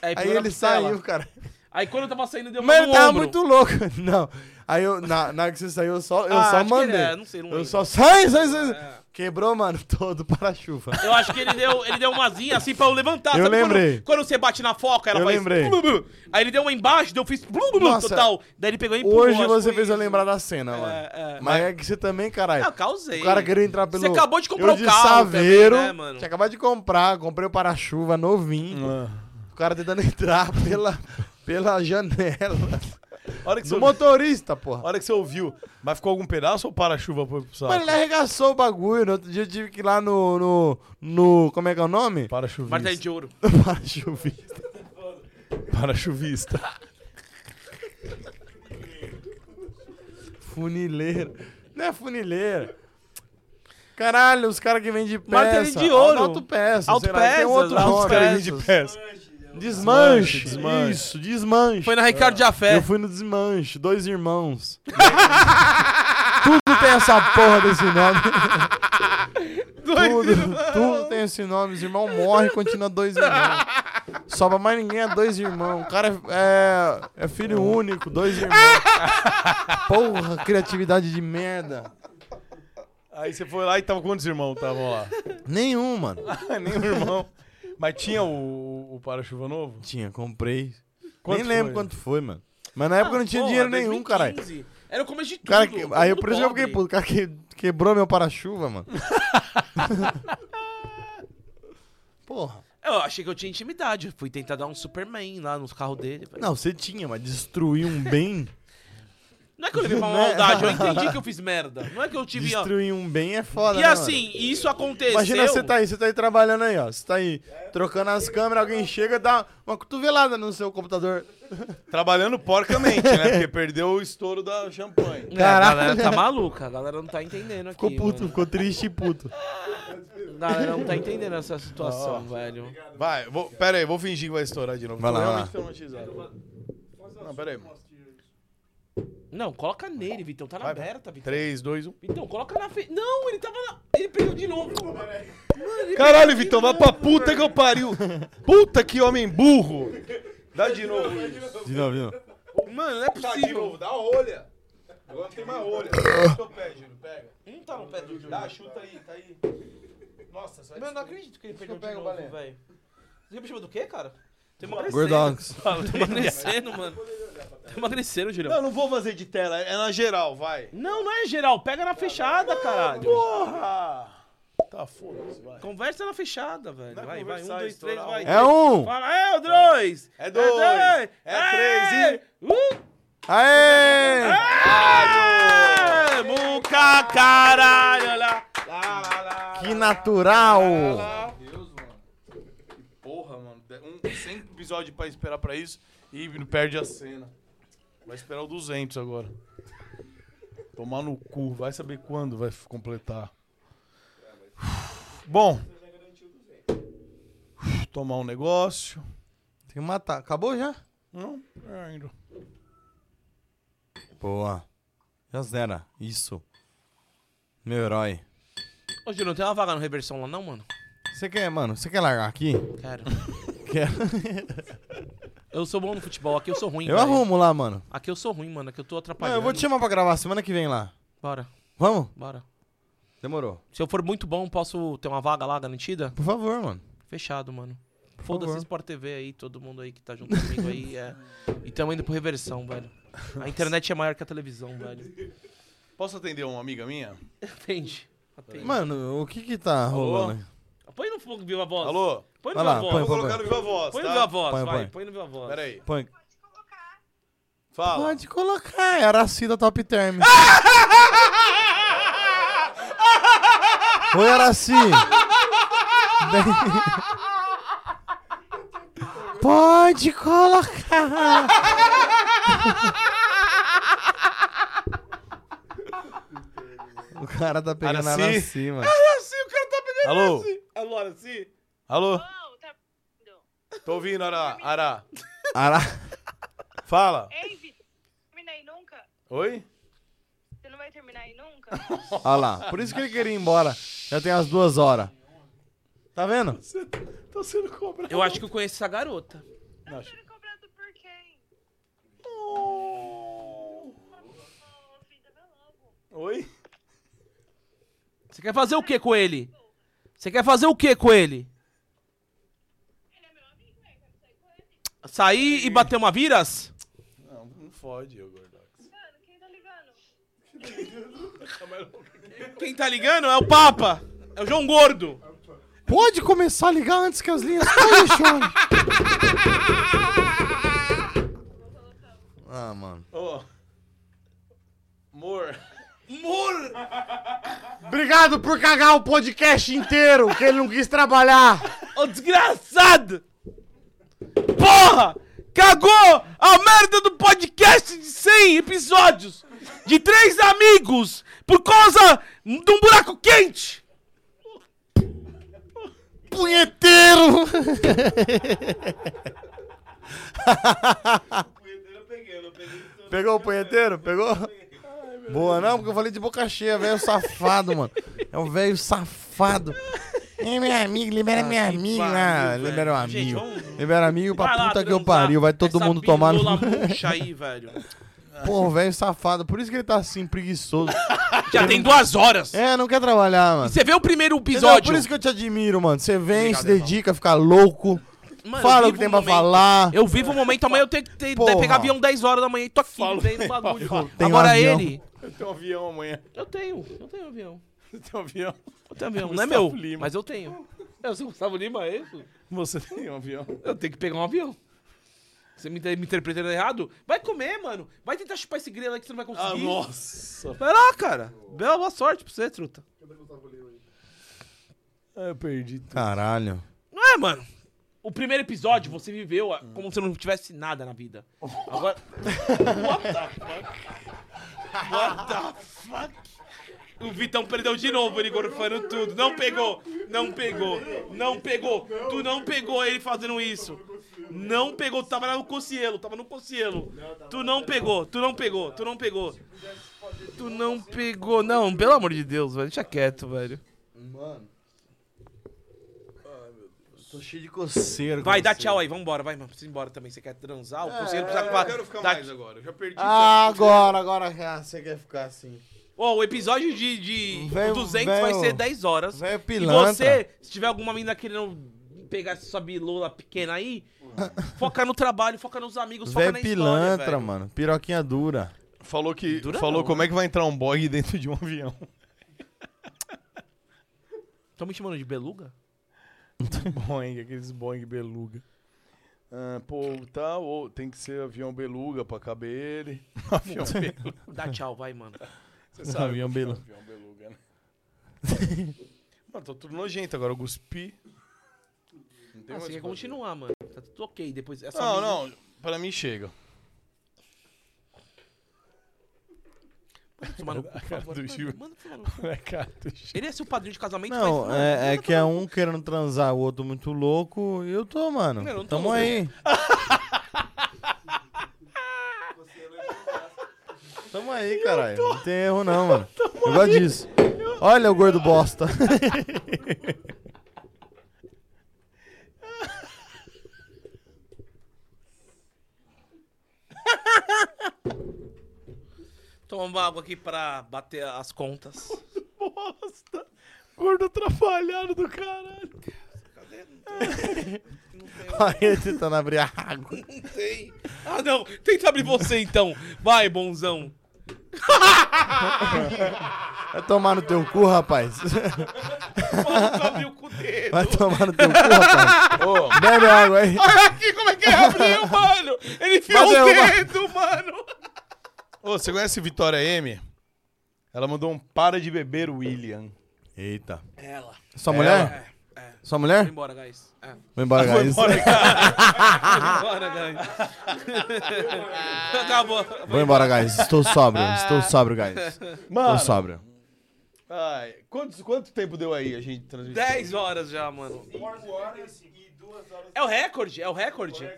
C: Aí,
B: pegou na
C: ele
B: costela.
C: saiu, cara.
B: Aí quando eu tava saindo, deu uma
C: Mas
B: no
C: ele tava
B: ombro.
C: muito louco. Não. Aí eu, na, na hora que você saiu, eu só, eu
B: Ah,
C: só
B: acho que ele
C: mandei.
B: é, não sei, É. não
C: eu
B: lembro.
C: só, sai, sai, sai. Quebrou, mano, todo o para-chuva.
B: Eu acho que ele deu, ele deu uma zinha assim pra eu levantar.
C: Eu
B: sabe quando-
C: lembrei.
B: Quando, você bate na foca, ela
C: Eu
B: faz.
C: lembrei.
B: blu, blu, blu. Aí ele deu uma embaixo, daí eu fiz blu, blu, blu,
C: Nossa,
B: total. Daí ele pegou e empurrou.
C: Hoje
B: acho que
C: você
B: foi
C: fez eu
B: isso.
C: lembrar da cena, mano.
B: é.
C: Mas é que você também, caralho.
B: Ah, causei.
C: O cara queria entrar pelo.
B: Você acabou de comprar
C: eu
B: o carro
C: Saveiro,
B: também, né, mano?
C: Tinha acabado de comprar, comprei o para-chuva novinho.
F: Ah.
C: O cara tentando entrar pela, pela janela.
A: Olha que
C: Do
A: você-
C: motorista, porra.
A: A hora que você ouviu, mas ficou algum pedaço ou para-chuva foi pro saco?
C: Mano, ele arregaçou o bagulho. No outro dia eu tive que ir lá no. no, no- como é que é o nome?
A: Para-chuvista.
B: Martelo de ouro.
C: Para-chuvista.
A: Para-chuvista.
C: Funileira. Não é funileira. Caralho, os caras que vendem peça.
B: Martelinho de ouro.
C: Autopeça.
B: Autopeças,
C: Tem um outro nome.
B: autopeças.
A: peça.
C: Desmanche,
A: Desmanche, desmanche.
C: Isso, desmanche.
B: Foi na Ricardo Jafé.
C: É. Eu fui no desmanche. Dois irmãos. tudo tem essa porra desse nome. tudo, tudo tem esse nome. Os irmãos morrem e continua dois irmãos. Sobra mais ninguém, é dois irmãos. O cara é, é- é filho único, dois irmãos. Porra, criatividade de merda.
A: Aí você foi lá e tava quantos irmãos estavam lá?
C: Nenhum, mano.
B: um
A: Nenhum irmão. Mas tinha o, o para-chuva novo?
C: Tinha, comprei.
A: Quanto
C: Nem lembro
A: foi?
C: quanto foi, mano. Mas na época eu não tinha
B: Porra,
C: dinheiro nenhum, caralho.
B: 2015. Era o começo de
C: O
B: tudo.
C: Cara, que-
B: todo
C: aí eu-
B: mundo
C: por isso que eu fiquei
B: pobre.
C: puto. O cara que, quebrou meu para-chuva, mano. Porra.
B: Eu achei que eu tinha intimidade. Eu Fui tentar dar um Superman lá nos carros dele. velho.
C: Não, você tinha, mas destruir um bem.
B: Não é que eu levei pra
C: Né?
B: maldade, eu entendi que eu fiz merda. Não é que eu tive. ó.
C: destruir um bem é foda,
B: E
C: né,
B: assim,
C: mano?
B: isso aconteceu.
C: Imagina você tá aí, você tá aí trabalhando aí, ó. Você tá aí trocando as câmeras, alguém chega e dá uma cotovelada no seu computador.
A: Trabalhando porcamente, né? Porque perdeu o estouro da champanhe.
B: É, a galera tá maluca, a galera não tá entendendo aqui.
C: né? Ficou puto,
B: mano.
C: ficou triste e puto.
B: A galera não tá entendendo essa situação,
A: Ó.
B: velho.
A: Vai, vou, pera aí, vou fingir que vai estourar de novo.
C: Vai
A: Tô
C: lá, vai
A: realmente
C: lá.
A: traumatizado. Não, pera aí.
B: Não, coloca nele, Vitão. Tá na aberta, Vitão.
A: 3, 2, 1.
B: Vitão, coloca na frente. Não, ele tava na. Ele pegou de novo. Mano, ele
A: Caralho,
B: pegou de
A: Vitão, vai
B: novo,
A: pra puta que eu pariu. Puta que homem burro. Dá de novo.
C: De novo, de novo.
B: velho. Mano, não é possível.
A: dá olha. Agora tem uma olha. teu pé, Júlio, pega.
B: Não tá no pé do Júlio.
A: Dá, chuta aí, tá aí. Nossa, só
B: Mano, eu não acredito que ele perdeu de novo, velho. Você me chamou do quê, cara? Tô emagrecendo.
C: Gordox.
B: Fala, Tô emagrecendo, mano. Tô emagrecendo, Julião.
A: Não, não vou fazer de tela, é na geral, vai.
B: Não, não é geral. Pega na fechada, caralho.
A: Porra! Tá foda-se, vai.
B: Conversa na fechada, velho. vai, vai. Um,
A: conversar,
B: dois, três,
A: estourar
F: É
B: vai.
A: um.
C: É um.
B: Fala, é o dois.
A: É dois, é três e-
B: Um.
F: Aê!
B: Aê! Muca, caralho, lá.
F: Que natural!
A: Porra, mano. Um, 100 episódios pra esperar pra isso e não perde a cena. Vai esperar o 200 agora. Tomar no cu. Vai saber quando vai completar. Bom. Tomar um negócio.
F: Tem que matar. Acabou já?
A: Não, é ainda.
F: Boa. Já zera. Isso. Meu herói.
B: Ô, Gil, não tem uma vaga no reversão lá não, mano?
F: Você quer, mano? Você quer largar aqui?
B: Quero.
F: Quero.
B: Eu sou bom no futebol, aqui eu sou ruim.
F: Eu
B: velho.
F: arrumo lá, mano.
B: Aqui eu sou ruim, mano, aqui eu tô
F: Não,
B: atrapalhando.
F: eu vou te chamar pra gravar semana que vem lá.
B: Bora,
F: Vamos?
B: bora.
F: Demorou.
B: Se eu for muito bom, posso ter uma vaga lá garantida?
F: Por favor, mano.
B: Fechado, mano.
F: favor.
B: Foda-se Sport TV aí, todo mundo aí que tá junto comigo aí. É... E tamo indo pro reversão, velho. A internet é maior que a televisão, velho.
A: Posso atender uma amiga minha?
B: Atende. Atende.
F: Mano, o que que tá
A: Alô?
F: rolando? aí?
B: Põe no fogo Viva Voz.
A: Alô?
B: Põe no Viva
F: Vai lá,
B: Voz.
F: põe,
A: Vou colocar no Viva Voz,
B: Põe
A: tá?
B: no Viva Voz,
F: Põe,
B: vai.
F: põe.
B: Põe. no Viva Voz.
A: Pera aí.
F: Põe.
A: Fala.
F: Pode colocar. Era a Cida Top Term. Oi, Araci! Bem- Pode colocar! o cara tá pegando
A: Araci?
F: Araci, mano.
A: Araci, o cara tá pegando
F: Alô?
A: Araci. Alô, Araci? Alô?
O: tá,
A: Tô ouvindo, Ara. Ara.
F: Ara...
A: Fala.
O: Ei, Vitor, terminei nunca?
A: Oi?
O: Você não vai terminar aí nunca?
F: Olha lá, por isso que ele queria ir embora. Já tem as duas horas. Tá vendo?
A: Tô sendo cobrado.
B: Eu acho que eu conheço essa garota.
O: Tá
A: Oi?
B: Você quer fazer o que com ele? Você quer fazer o que com ele?
O: é né?
B: Sair e bater uma viras?
A: Não, não fode eu, Gordox.
B: Quem tá ligando é o Papa. É o João Gordo.
F: Pode começar a ligar antes que as linhas funcionem. ah, mano.
A: Ô. Amor.
B: Amor!
X: Obrigado por cagar o podcast inteiro, que ele não quis trabalhar.
B: Ô, desgraçado! Porra! Cagou a merda do podcast de 100 episódios! De três amigos! Por causa de um buraco quente!
X: Punheteiro!
F: Pegou o punheteiro? Pegou? Boa, não, porque eu falei de boca cheia, velho safado, mano. É um velho safado. É meu amigo, libera
C: Ah,
F: meu
C: que
F: amigo.
C: pariu,
F: Ah,
C: velho.
F: libera o amigo.
C: Gente,
F: Libera amigo pra
C: Vai lá
F: puta que eu
C: transar
F: pariu. Vai todo
B: essa
F: mundo tomar no.
B: pílula murcha aí, velho.
F: Pô, velho safado. Por isso que ele tá assim, preguiçoso.
B: Já tem duas horas.
F: É, não quer trabalhar, mano.
B: Você vê o primeiro
F: Entendeu?
B: episódio.
F: Por isso que eu te admiro, mano. Você vem, se dedica, fica louco.
B: Mano, eu
F: fala o
B: vivo
F: que tem
B: um
F: pra
B: momento.
F: falar.
B: Eu vivo o momento, amanhã eu tenho que ter-
F: Porra.
B: pegar avião 10 horas da manhã e tô aqui, vendo o bagulho.
F: Tem um
B: Agora
F: avião.
B: ele.
A: Eu tenho um avião amanhã.
B: Eu tenho, eu tenho avião.
A: Eu tenho um avião.
B: Eu tenho avião, não é
A: Gustavo
B: meu,
A: Lima.
B: mas eu tenho. Eu sou Gustavo Lima, é isso?
A: Você tem um avião.
B: Eu tenho que pegar um avião. Você me, me interpretando errado? Vai comer, mano. Vai tentar chupar esse grelo aí que você não vai
A: Ah,
B: conseguir.
A: nossa.
B: Vai lá, cara. Bela boa sorte pra você, truta.
A: Ah, eu perdi tudo.
F: Caralho.
B: Não é, mano? O primeiro episódio você viveu ah, como se não tivesse nada na vida. Agora. What the fuck? What the fuck? O Vitão perdeu de novo, ele gorfando tudo. Não pegou, não pegou, não pegou. Tu não pegou ele fazendo isso. Não pegou, tu tava lá no Cossielo, tava no Cossielo. Tu não pegou, tu não pegou, tu não pegou. Tu não pegou, não, pelo amor de Deus, velho. Deixa quieto, velho.
F: Mano. Tô cheio de coceiro.
B: Vai, dá tchau aí, vambora, vai, mano. Precisa ir embora também. Você quer transar? O
F: É,
B: Cossielo precisa
A: eu
B: qua-
A: quero ficar
B: dá-
A: mais agora. Eu já perdi.
F: Ah, agora, agora ah, você quer ficar assim.
B: Ó, o episódio de, de
F: Velho-
B: 200
F: velho-
B: vai ser 10 horas.
F: velho
B: E
F: é pilantra.
B: você, se tiver alguma menina querendo pegar essa sua bilula pequena aí, foca no trabalho, foca nos amigos, foca
F: Velho
B: na história,
F: pilantra,
B: velho.
F: mano. Piroquinha dura.
A: Falou que.
B: Dura
A: falou
B: não,
A: como é que vai entrar um bog dentro de um avião.
B: Tão me chamando de beluga?
A: Boeing, aqueles Boeing beluga. Ah, pô, tá, ou tem que ser avião beluga pra caber ele. avião beluga.
B: Dá tchau, vai, mano.
A: Você sabe
F: Avião
A: o que é um
F: belu-
A: avião beluga, né? mano, tô tudo nojento agora. Eu cuspi. Não mais o que
B: Ah, você quer
A: fazer.
B: continuar, mano. Tá tudo ok depois. Essa
A: Não,
B: mina-
A: não. Pra mim chega.
B: Tomar no cu, por favor.
A: do
B: Manda-
A: Gil.
B: manda tomar no cu.
A: É, cara, do Gil.
B: Ele é seu padrinho de casamento,
F: Não,
B: mas-
F: é, é que é um querendo transar, o outro muito louco. E eu tô, mano.
B: Não, eu não tô
F: Tamo
B: louco.
F: aí. Tamo aí, caralho. Não tem erro, não, mano. Eu gosto disso. Olha o gordo bosta.
B: Toma uma água aqui pra bater as contas.
A: Bosta! Gordo atrapalhado do caralho.
F: Olha ele tentando abrir a água.
B: Não tem. Ah, não. Tenta abrir você, então. Vai, bonzão.
F: Vai tomar no teu cu, rapaz.
B: Maluco abriu com o dedo.
F: Vai tomar no teu cu, rapaz. Bebe água aí.
B: Olha aqui como é que ele abriu, mano. Ele enfiou
A: Mas é
B: o
A: uma-
B: dedo, mano.
A: Ô, você conhece Vitória M? Ela mandou um para de beber, William.
F: Eita.
B: Ela.
F: Sua mulher?
B: É, é.
F: Sua mulher?
B: Vou embora, guys. É.
F: Vou embora,
B: Vou
F: guys.
B: embora, Ah, guys. Vou embora, guys. Acabou.
F: Vou embora, guys. Estou sóbrio. Estou sóbrio, guys.
A: Mano.
F: Estou sóbrio.
A: Ai, quantos, quanto tempo deu aí a gente transmitir?
B: 10 horas já, mano. É o recorde, é o recorde.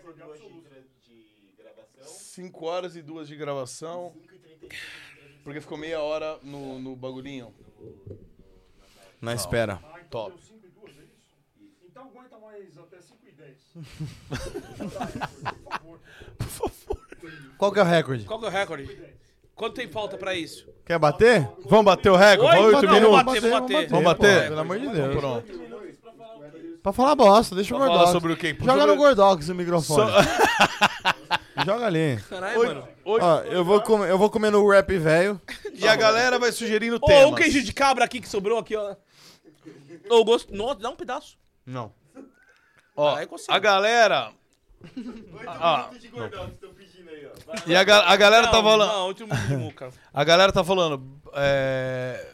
A: 5 horas e duas de gravação. Porque ficou meia hora no, no bagulhinho.
F: Na espera.
A: Top.
Q: Então aguenta mais até 5 e 10.
F: Qual que é o recorde?
B: Qual que é o recorde? Quanto tem falta pra isso?
F: Quer bater?
A: Vamos bater o recorde?
B: Oito?
A: Vamos
B: Não, vamos bater, vamos bater.
A: Vamos bater?
F: Pelo amor de Deus.
A: Pronto.
F: Pra falar bosta, deixa o
A: Pra falar
F: Gordox.
A: sobre o quê?
F: Joga
A: Sobre-
F: no Gordox o microfone. Joga ali.
B: Caralho, mano.
F: Ó, eu vou, comer, eu vou comer no rap velho.
A: E a galera vai sugerindo
B: Ô,
A: temas.
B: um queijo de cabra aqui que sobrou aqui, ó. Ô, gosto. Nossa, dá um pedaço.
A: Não. Ó,
B: eu consigo.
A: a galera... Ah, E a, ga- a galera tá
B: Não,
A: falando.
B: não, outro mundo de muca.
A: A galera tá falando. é,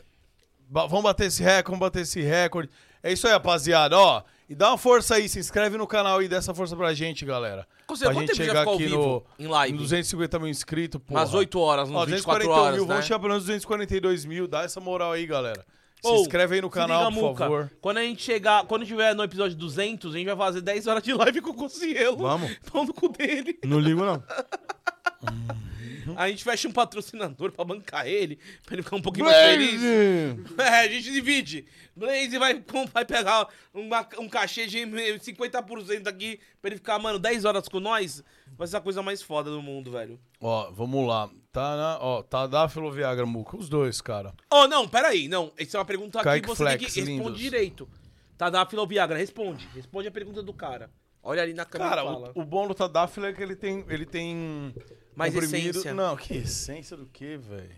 A: ba- Vamos bater esse recorde, vamos bater esse recorde. É isso aí, rapaziada. Ó, e dá uma força aí, se inscreve no canal e dá essa força pra gente, galera.
B: Conselho,
A: pra
B: quanto
A: gente
B: tempo já
A: chegar
B: ficou ao
A: aqui no.
B: vivo em live?
A: em 250 mil inscritos, pô.
B: Umas oito horas, uns 24 horas,
A: mil,
B: né?
A: vamos chegar pelo menos 242 mil. Dá essa moral aí, galera. Se
B: Ô,
A: inscreve aí no
B: se
A: canal,
B: liga,
A: por
B: Muca.
A: favor.
B: Quando a gente chegar, quando tiver no episódio 200, a gente vai fazer 10 horas de live com o Cossielo.
F: Vamos.
B: Pão no cu dele.
F: Não ligo, não.
B: A gente fecha um patrocinador pra bancar ele, pra ele ficar um pouquinho mais feliz. É, a gente divide. Blaze vai, com- vai pegar uma- um cachê de 50% aqui pra ele ficar, mano, 10 horas com nós. Vai ser a coisa mais foda do mundo, velho.
A: Ó, vamos lá. Tá na. Ó, tá da Viagra, Muca. Os dois, cara.
B: Oh, não, peraí, não. Isso é uma pergunta aqui que
A: Kaique
B: você
A: Flex,
B: tem que responder
A: lindos.
B: direito. Tá da Viagra, responde. Responde a pergunta do cara. Olha ali na câmera
A: Cara,
B: e fala.
A: o, o bom do Tadafila é que ele tem. Ele tem
B: Mais
A: comprimido-
B: essência.
A: Não, que essência do que, velho?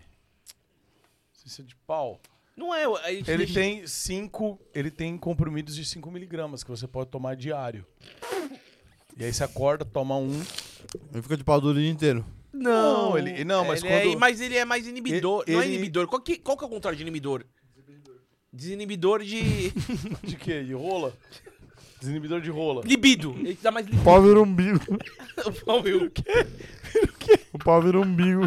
A: Essência de pau.
B: Não é, a gente
A: Ele
B: deixa-
A: tem cinco. Ele tem comprimidos de 5 miligramas que você pode tomar diário. E aí você acorda, toma um.
F: Ele fica de pau duro o dia inteiro.
A: Não, ele. Não, mas
B: ele
A: quando.
B: É, mas ele é mais inibidor.
A: E-
B: Não é
A: ele-
B: inibidor. Qual que, qual que é o contrário de inibidor? Desinibidor de.
A: De quê? De rola? Desinibidor de rola.
B: libido. Ele dá mais libido.
F: O pau vira um umbigo.
B: O pau vira o quê?
F: O pau vira um umbigo.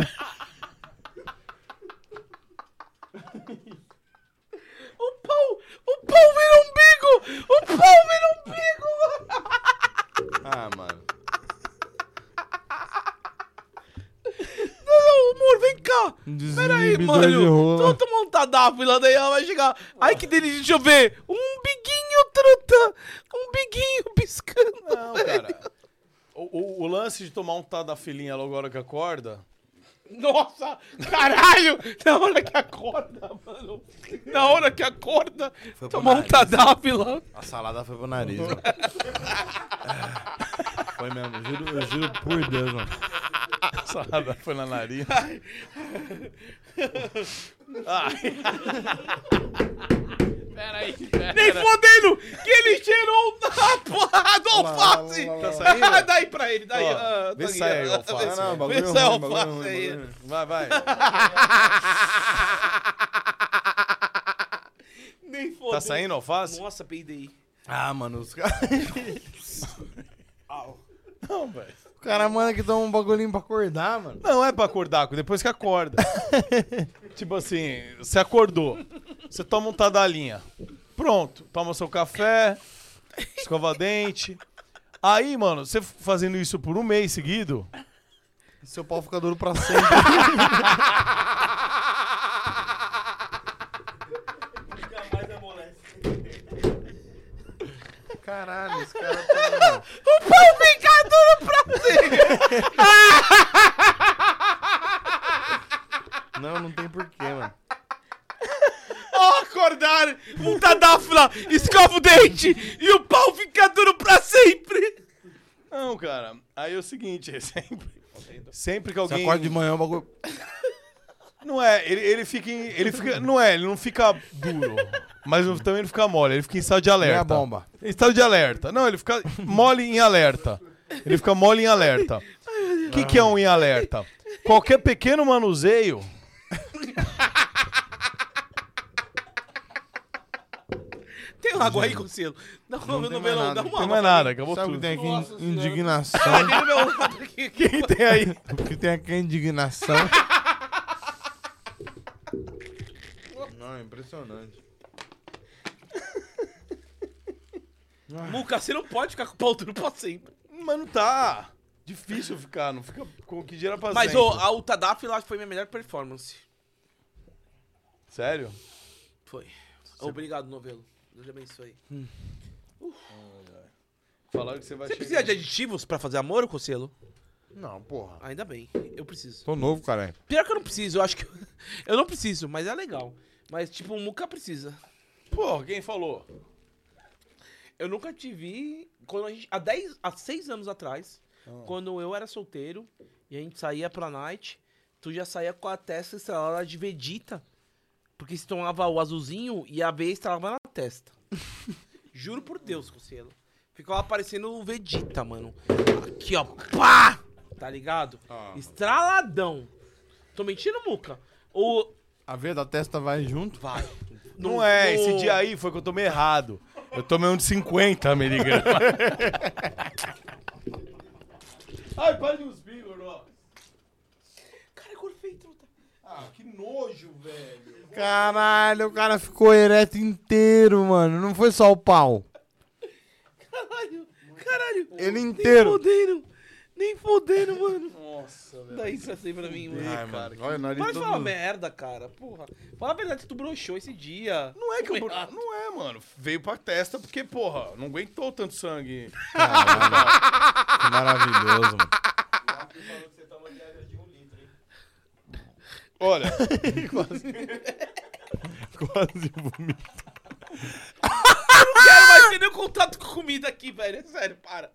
B: O pau! O pau vira um umbigo! O pau vira um umbigo!
F: Ah, mano.
B: Não, amor, vem cá! Peraí,
F: Desinibidor Um de
B: mano!
F: rola.
B: Tô tomando um tadáfila daí, ela vai chegar. Ai, que delícia, deixa eu ver! Um biguinho, truta! Um biguinho piscando!
A: Não, cara. O, o- o lance de tomar um Tadafilinha logo na hora que acorda.
B: Nossa, caralho! Na hora que acorda, mano. Na hora que acorda,
F: Foi pro
B: tomar um
F: nariz.
B: tadáfila.
F: A salada foi pro nariz, mano. Foi mesmo, eu juro, eu juro por Deus, mano.
A: Salada foi na nariz.
B: Pera aí, Nem fodendo que ele cheirou a porra do alface.
A: Tá saindo?
B: Daí pra ele, daí.
A: Ó,
B: ah,
A: vê se
B: Tanguinha.
A: sai aí o alface,
B: Vê se-
A: né?
B: Vê
A: Bagulho
B: se sai o
A: ruim, bagulho
B: alface
A: ruim,
B: aí.
A: bagulho ruim. Vai, vai.
B: Nem fodendo.
A: Tá saindo alface?
B: Nossa, peidei.
F: Ah, mano, os caras.
B: Au.
A: Não, velho.
F: O cara, mano, que dá um bagulhinho pra acordar, mano.
A: Não é pra acordar, depois que acorda. tipo assim, você acordou, você toma um tadalinha. Pronto, toma seu café, escova dente. Aí, mano, você fazendo isso por um mês seguido.
F: Seu pau fica duro pra sempre.
Y: Caralho, esse cara tá...
B: O pau fica duro pra
F: Não, não tem porquê, mano.
B: Ó, acordar, um tadáfila, escova o dente e o pau fica duro pra sempre.
A: Não, cara, aí é o seguinte, é sempre. Sempre que
F: Você
A: alguém.
F: acorda de manhã, o bagulho.
A: Não é, ele, ele fica. em- Ele fica. Não é, ele não fica duro. Mas não- também não fica mole, ele é fica em estado de alerta.
F: Meia bomba.
A: Em estado de alerta. Não, ele fica mole em alerta. Ele fica mole em alerta. O que, que é um em alerta? Qualquer pequeno manuseio.
B: Tem um água aí, Conselho? Dá uma no melão, dá
A: Não
B: uma
A: tem mais
B: água pra
A: é nada,
B: mim.
A: acabou
F: Sabe o que
A: tudo.
F: tem aqui? indignação.
B: Ali no meu lado aqui.
A: Quem tem aí?
F: O que tem aqui é indignação. Não, é impressionante.
B: Muca, você não pode ficar com o pau duro pra sempre.
A: Mas não tá. Difícil ficar, não fica com o que dinheiro pra
B: Mas ô,
A: sempre.
B: a, o Tadaf lá foi minha melhor performance.
A: Sério?
B: Foi. Obrigado, novelo. Deus abençoe.
A: Falaram que você vai
B: Você precisa de aditivos pra fazer amor, Conselho?
F: Não, porra.
B: Ainda bem, eu preciso.
F: Tô novo, caralho.
B: Pior que eu não preciso, eu acho que. eu não preciso, mas é legal. Mas, tipo, o Muca precisa.
A: Pô, quem falou?
B: Eu nunca te vi. Quando a gente, há, 10, há 6 anos atrás, quando eu era solteiro e a gente saía pra night, tu já saía com a testa estralada de Vegeta. Porque se tomava o azulzinho e a veia estralava na testa. Juro por Deus, Conselho. Ficava parecendo o Vegeta, mano. Aqui, ó. Pá! Tá ligado? Estraladão. Tô mentindo, Muca? Ou.
F: A veia da testa vai junto?
B: Vai.
A: Não,
B: No-
A: é,
B: no-
A: esse dia aí foi que eu tomei errado. Eu tomei um de 50 miligramas. Ai, para de cuspir, Goró.
B: Cara, é corfei, truta.
A: Ah, que nojo, velho.
F: Caralho, o cara ficou ereto inteiro, mano. Não foi só o pau.
B: Caralho, caralho.
F: Ele inteiro.
B: Nem fodendo, nem fodendo, mano.
A: Nossa, velho.
B: Daí isso assim pra mim, mano.
F: Ai, mano, olha o nariz
B: Para de
F: todo-
B: falar merda, cara. Porra. Fala a verdade que tu broxou esse dia. Ah,
A: Não é que eu... Não é, mano. Veio pra testa porque, porra, não aguentou tanto sangue.
F: Que maravilhoso, mano.
A: Olha.
F: Quase vomito.
B: Eu não quero mais ter nenhum contato com comida aqui, velho. É sério, para.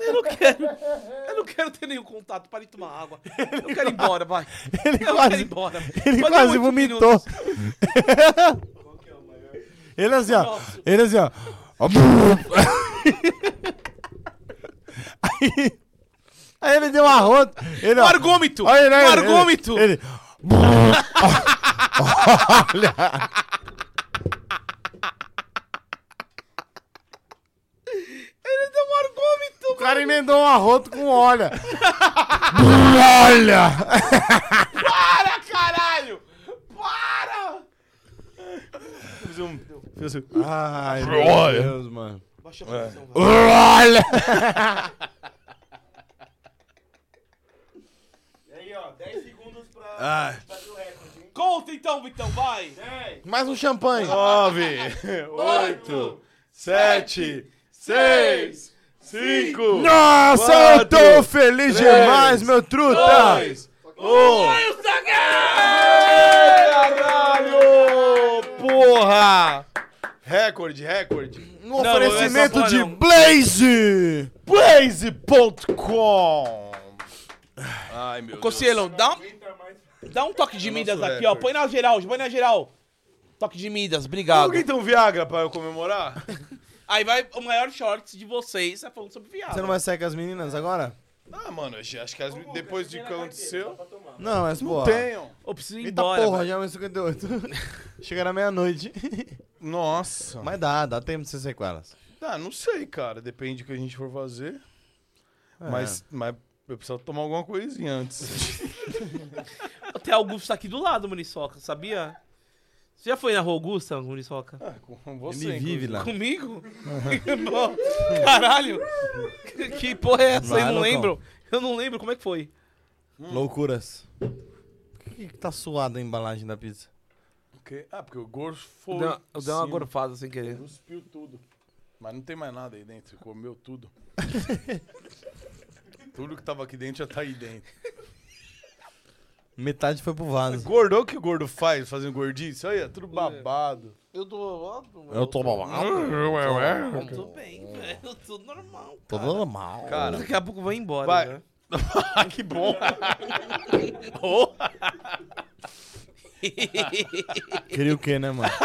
B: Eu não quero. Eu não quero ter nenhum contato. Para de tomar água. Eu quero ir embora, vai.
F: Ele
B: eu
F: quase-
B: quero ir embora. Fazer
F: Ele quase
B: oito
F: vomitou. ele assim, ó.
B: Nossa.
F: Ele assim, ó. Ó, aí, aí ele deu um arroto. Ele, ó,
B: Um argômetro.
F: Olha ele, olha
B: Um
F: ele, ele-
B: argômetro.
F: Ele. Olha.
B: Ele deu um argômetro.
F: O cara emendou um arroto com olha. olha.
B: Para, caralho! Para!
A: Fiz um... Fiz um...
F: Ai, meu
A: Olha.
F: Deus, mano.
B: Baixa a pressão, vai.
F: Olha.
Z: Aí, ó, 10 segundos pra
F: Ai.
Z: bater o recorde, hein?
B: Conta então, Vitão, vai!
Z: 10,
F: Mais um champanhe.
A: 9, 8, 7, 6, 5.
F: Nossa, eu tô feliz
A: três,
F: demais, meu truta.
A: 2, 1.
B: Vai, o
A: Caralho! Porra! Recorde, recorde.
F: No
A: Não,
F: Um oferecimento
A: essa porra
F: de
A: não.
F: Blaze.
A: Blaze.com Ai, meu Deus.
B: Conselho, dá um... Dá um toque de Midas aqui, ó. Põe na geral, põe na geral. Toque de Midas, obrigado.
A: Alguém tem um Viagra pra eu comemorar?
B: Aí vai o maior shorts de vocês é falando sobre viagem.
C: Você não vai sair com as meninas agora?
A: Ah, mano, eu já- acho que as- depois de que aconteceu.
C: Não, mas
A: Não
C: porra.
A: tenham.
B: Eu preciso ir
C: Eita
B: embora,
C: porra,
B: velho.
C: já é 1,58. Chegará meia-noite.
A: Nossa.
C: Mas dá, dá tempo de você sair com elas.
A: Ah, não sei, cara. Depende do que a gente for fazer.
C: É.
A: Mas, mas eu preciso tomar alguma coisinha antes.
B: Até Augusto tá aqui do lado, Muriçoca, sabia? Você já foi na Rua Augusta, Muriçoca? Ah,
A: com você, Ele vive inclusive. lá.
B: Comigo? Não. Caralho! Que porra é essa?
C: Vai,
B: Eu não
C: Lucão.
B: lembro. Eu não lembro como é que foi.
C: Loucuras. Por que, que tá suada a embalagem da pizza?
A: Porque- Ah, porque o gorfo foi.
B: Deu- eu
A: em
B: dei uma
A: cima.
B: gorfada sem querer.
A: Cuspiu tudo. Mas não tem mais nada aí dentro. Comeu tudo. tudo que tava aqui dentro já tá aí dentro.
C: Metade foi pro vaso.
A: Gordou o que o gordo faz, um fazendo gordice? Olha, é tudo babado.
B: Eu tô.
C: Eu tô babado.
B: Eu tô bem, velho. Eu tô normal.
C: Tô dando mal.
B: Cara, daqui a pouco eu vou embora.
A: Vai.
B: né?
A: Ah, que bom.
B: Oh.
C: Queria o quê, né, mano?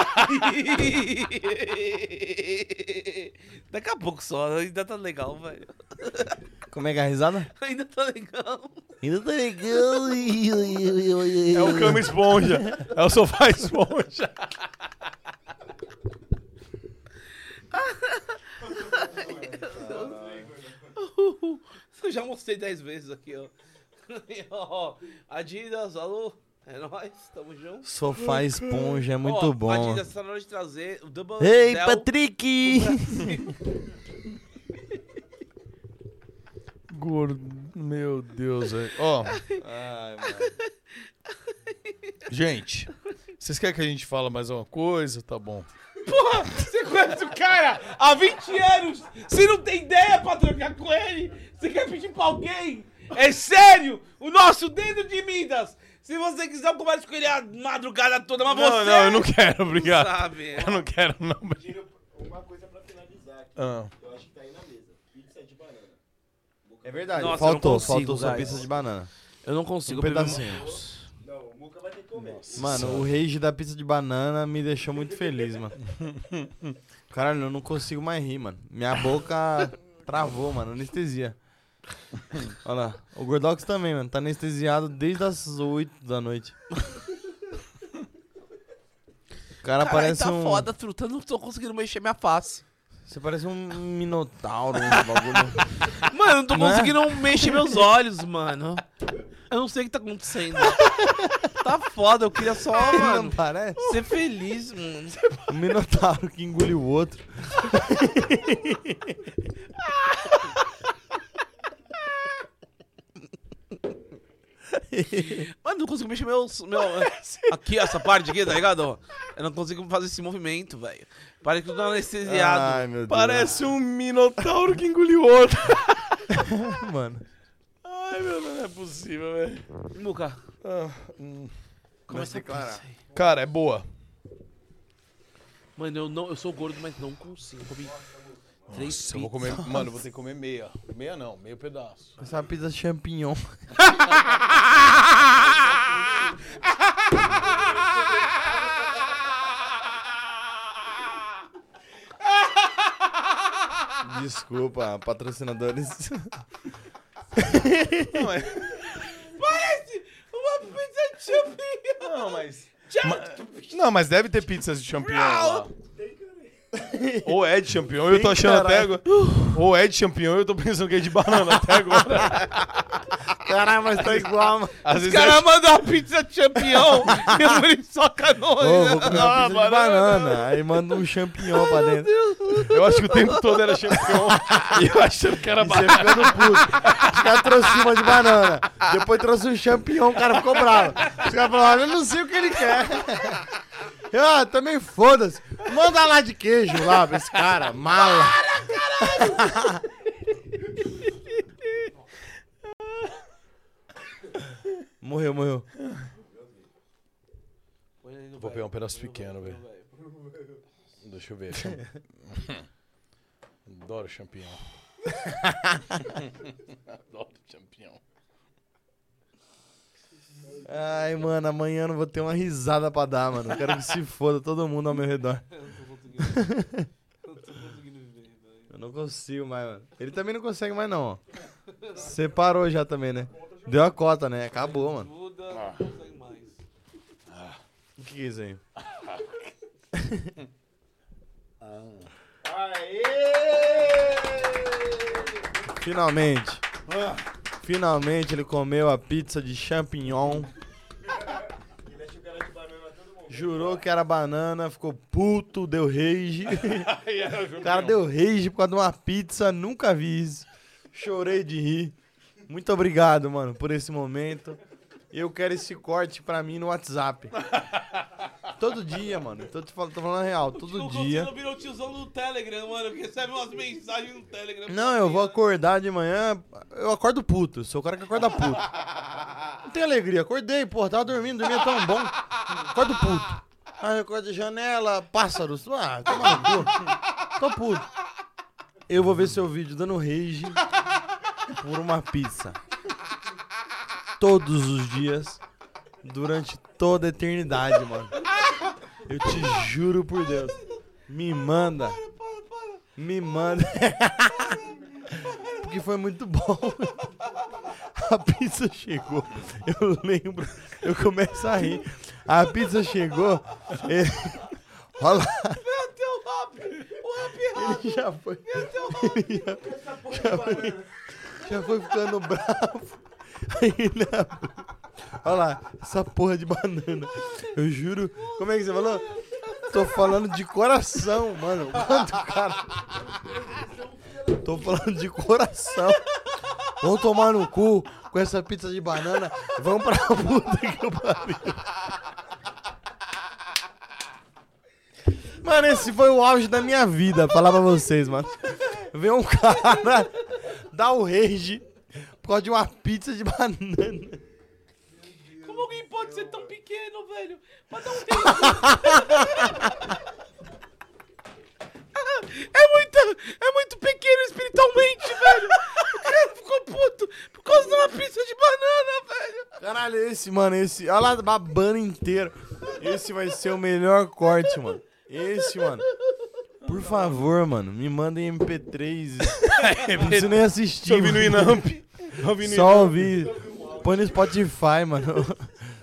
B: Daqui a pouco só, ainda tá legal, velho.
C: Como é que é a risada?
B: Ainda tá legal.
C: Ainda tá legal. É
A: o cama esponja. É o sofá esponja.
B: Eu já mostrei 10 vezes aqui, ó. Ó, Adidas, alô. É nóis, tamo junto.
C: Sofá esponja é muito
B: Ó,
C: bom.
B: Adidas, tá na hora de trazer o Double
C: Ei,
B: Dell
C: Patrick!
B: pro Brasil.
A: Gordo. Meu Deus, velho. Ó. Gente, vocês querem que a gente fale mais alguma coisa? Tá bom.
B: Porra, você conhece o cara há 20 anos. Você não tem ideia pra trocar com ele. Você quer pedir pra alguém. É sério. O nosso dedo de Midas. Se você quiser, eu converso com ele a madrugada toda, mas
A: não,
B: você...
A: não, eu não quero, obrigado.
B: sabe.
A: Eu não quero, não.
J: Tiro uma coisa pra finalizar aqui.
A: Ah.
J: Eu acho que tá aí na mesa. Pizza de banana.
C: É verdade.
B: Nossa, eu não
C: faltou,
B: consigo,
C: faltou sua
B: guys.
C: pizza de banana.
B: Eu não consigo, eu
C: um
B: bebi uma-
C: pedacinho.
J: Não, o Muca vai ter que comer.
C: Mano, o rage da pizza de banana me deixou muito feliz, mano. Caralho, eu não consigo mais rir, mano. Minha boca travou, mano. Anestesia. Olha lá. O Gordox também, mano. Tá anestesiado desde as 8 da noite. O cara
B: Caralho,
C: parece
B: tá
C: um.
B: foda, truta. Eu não tô conseguindo mexer minha face.
C: Você parece um minotauro, um bagulho.
B: Mano, eu não tô
C: Não é?
B: conseguindo mexer meus olhos, mano. Eu não sei o que tá acontecendo. tá foda, eu queria só,
C: Não
B: mano,
C: parece?
B: ser feliz, mano.
C: Um minotauro que engoliu o outro.
B: Mano, não consigo mexer meus. Meu, aqui, essa parte aqui, tá ligado? Eu não consigo fazer esse movimento, velho. Parece que eu tô anestesiado.
C: Ai, meu Deus.
A: Parece um minotauro que engoliu outro.
C: mano.
A: Ai, meu Deus, não é possível, velho.
B: Muca.
A: Ah, hum.
B: Começa a declarar.
A: Cara, é boa.
B: Mano, eu, não, eu sou gordo, mas não consigo. Comi três
A: Nossa, eu vou comer.
B: pizzas.
A: Mano, eu vou ter que comer meia. Meia não, meio pedaço.
C: Essa é uma pizza champignon. Desculpa, patrocinadores.
A: Não, é. mas.
B: Parece uma pizza de champignon.
A: Não, mas. Não, mas deve ter pizzas de champignon lá. Ou é de champignon, eu tô
C: Tem,
A: achando até
C: caralho.
A: agora. Ou é de champignon, eu tô pensando que é de banana até agora.
C: Caralho, mas tá igual, mano.
A: Às vezes
B: cara
A: é...
B: mandou uma pizza de champignon e o Muriçoca não.
C: Ô, vou comer uma
A: Ah,
C: pizza
A: banana.
C: de banana. Aí manda um champignon pra dentro.
A: Eu acho que o tempo todo é era champignon e eu achando que era
C: E você
A: banana.
C: ficando puto. Os caras trouxeram uma de banana. Depois trouxe um champignon, o cara ficou bravo. Os caras falaram, eu não sei o que ele quer. Eu, ah, também foda-se. Manda lá de queijo lá pra esse cara, mala. morreu, morreu.
A: Vou pegar um pedaço pequeno, velho. Deixa eu ver. cham- Adoro champignon. Adoro champignon.
F: Ai, mano, amanhã eu não vou ter uma risada pra dar, mano. Eu Quero que se foda todo mundo ao meu redor. Eu não consigo mais, mano. Ele também não consegue mais, não, ó. Separou já também, né? Deu a cota, né? Acabou, mano. O que que é isso aí? Finalmente. Finalmente ele comeu a pizza de champignon. Jurou que era banana, ficou puto, deu rage. o cara deu rage por causa de uma pizza, nunca vi isso. Chorei de rir. Muito obrigado, mano, por esse momento. Eu quero esse corte pra mim no WhatsApp. Todo dia, mano. Tô, te falando, tô falando a real, todo dia.
B: Não virou tiozão no Telegram, mano, porque recebe umas mensagens no Telegram.
F: Não, eu vou acordar de manhã. Eu acordo puto. eu Sou o cara que acorda puto. Não tem alegria. Acordei, porra. Tava dormindo, dormia tão bom. Acordo puto. Aí eu acordo de janela, pássaros. Ah, toma no cu. Tô puto. Eu vou ver seu vídeo dando rage por uma pizza. Todos os dias. Durante toda a eternidade, mano. Eu te juro por Deus. Me manda. Me manda. Porque foi muito bom. A pizza chegou. Eu lembro. Eu começo a rir. A pizza chegou. Ele... Olha lá. Ele já foi. Ele já, já foi, já foi ficando bravo. Aí ele abriu. Olha lá, essa porra de banana. Eu juro. Como é que você falou? Tô falando de coração, mano. Quanto, cara? Tô falando de coração. Vão tomar no cu com essa pizza de banana. Vão pra puta que eu pariu. Mano, esse foi o auge da minha vida, falar pra vocês, mano. Vem um cara dar o rage por causa de uma pizza de banana.
B: Como alguém pode ser tão pequeno, velho? Pra dar um beijo. É muito, é muito pequeno espiritualmente, velho. O cara ficou puto por causa de uma pizza de banana, velho.
F: Caralho, esse, mano, esse. Olha lá, babando inteiro. Esse vai ser o melhor corte, mano. Esse, mano. Por favor, mano, me mandem MP3. Não preciso nem assistir.
A: Só ouvir no
F: mano.
A: Inamp. Só ouvir no
F: Só
A: Inamp.
F: ouvir. Põe no Spotify, mano.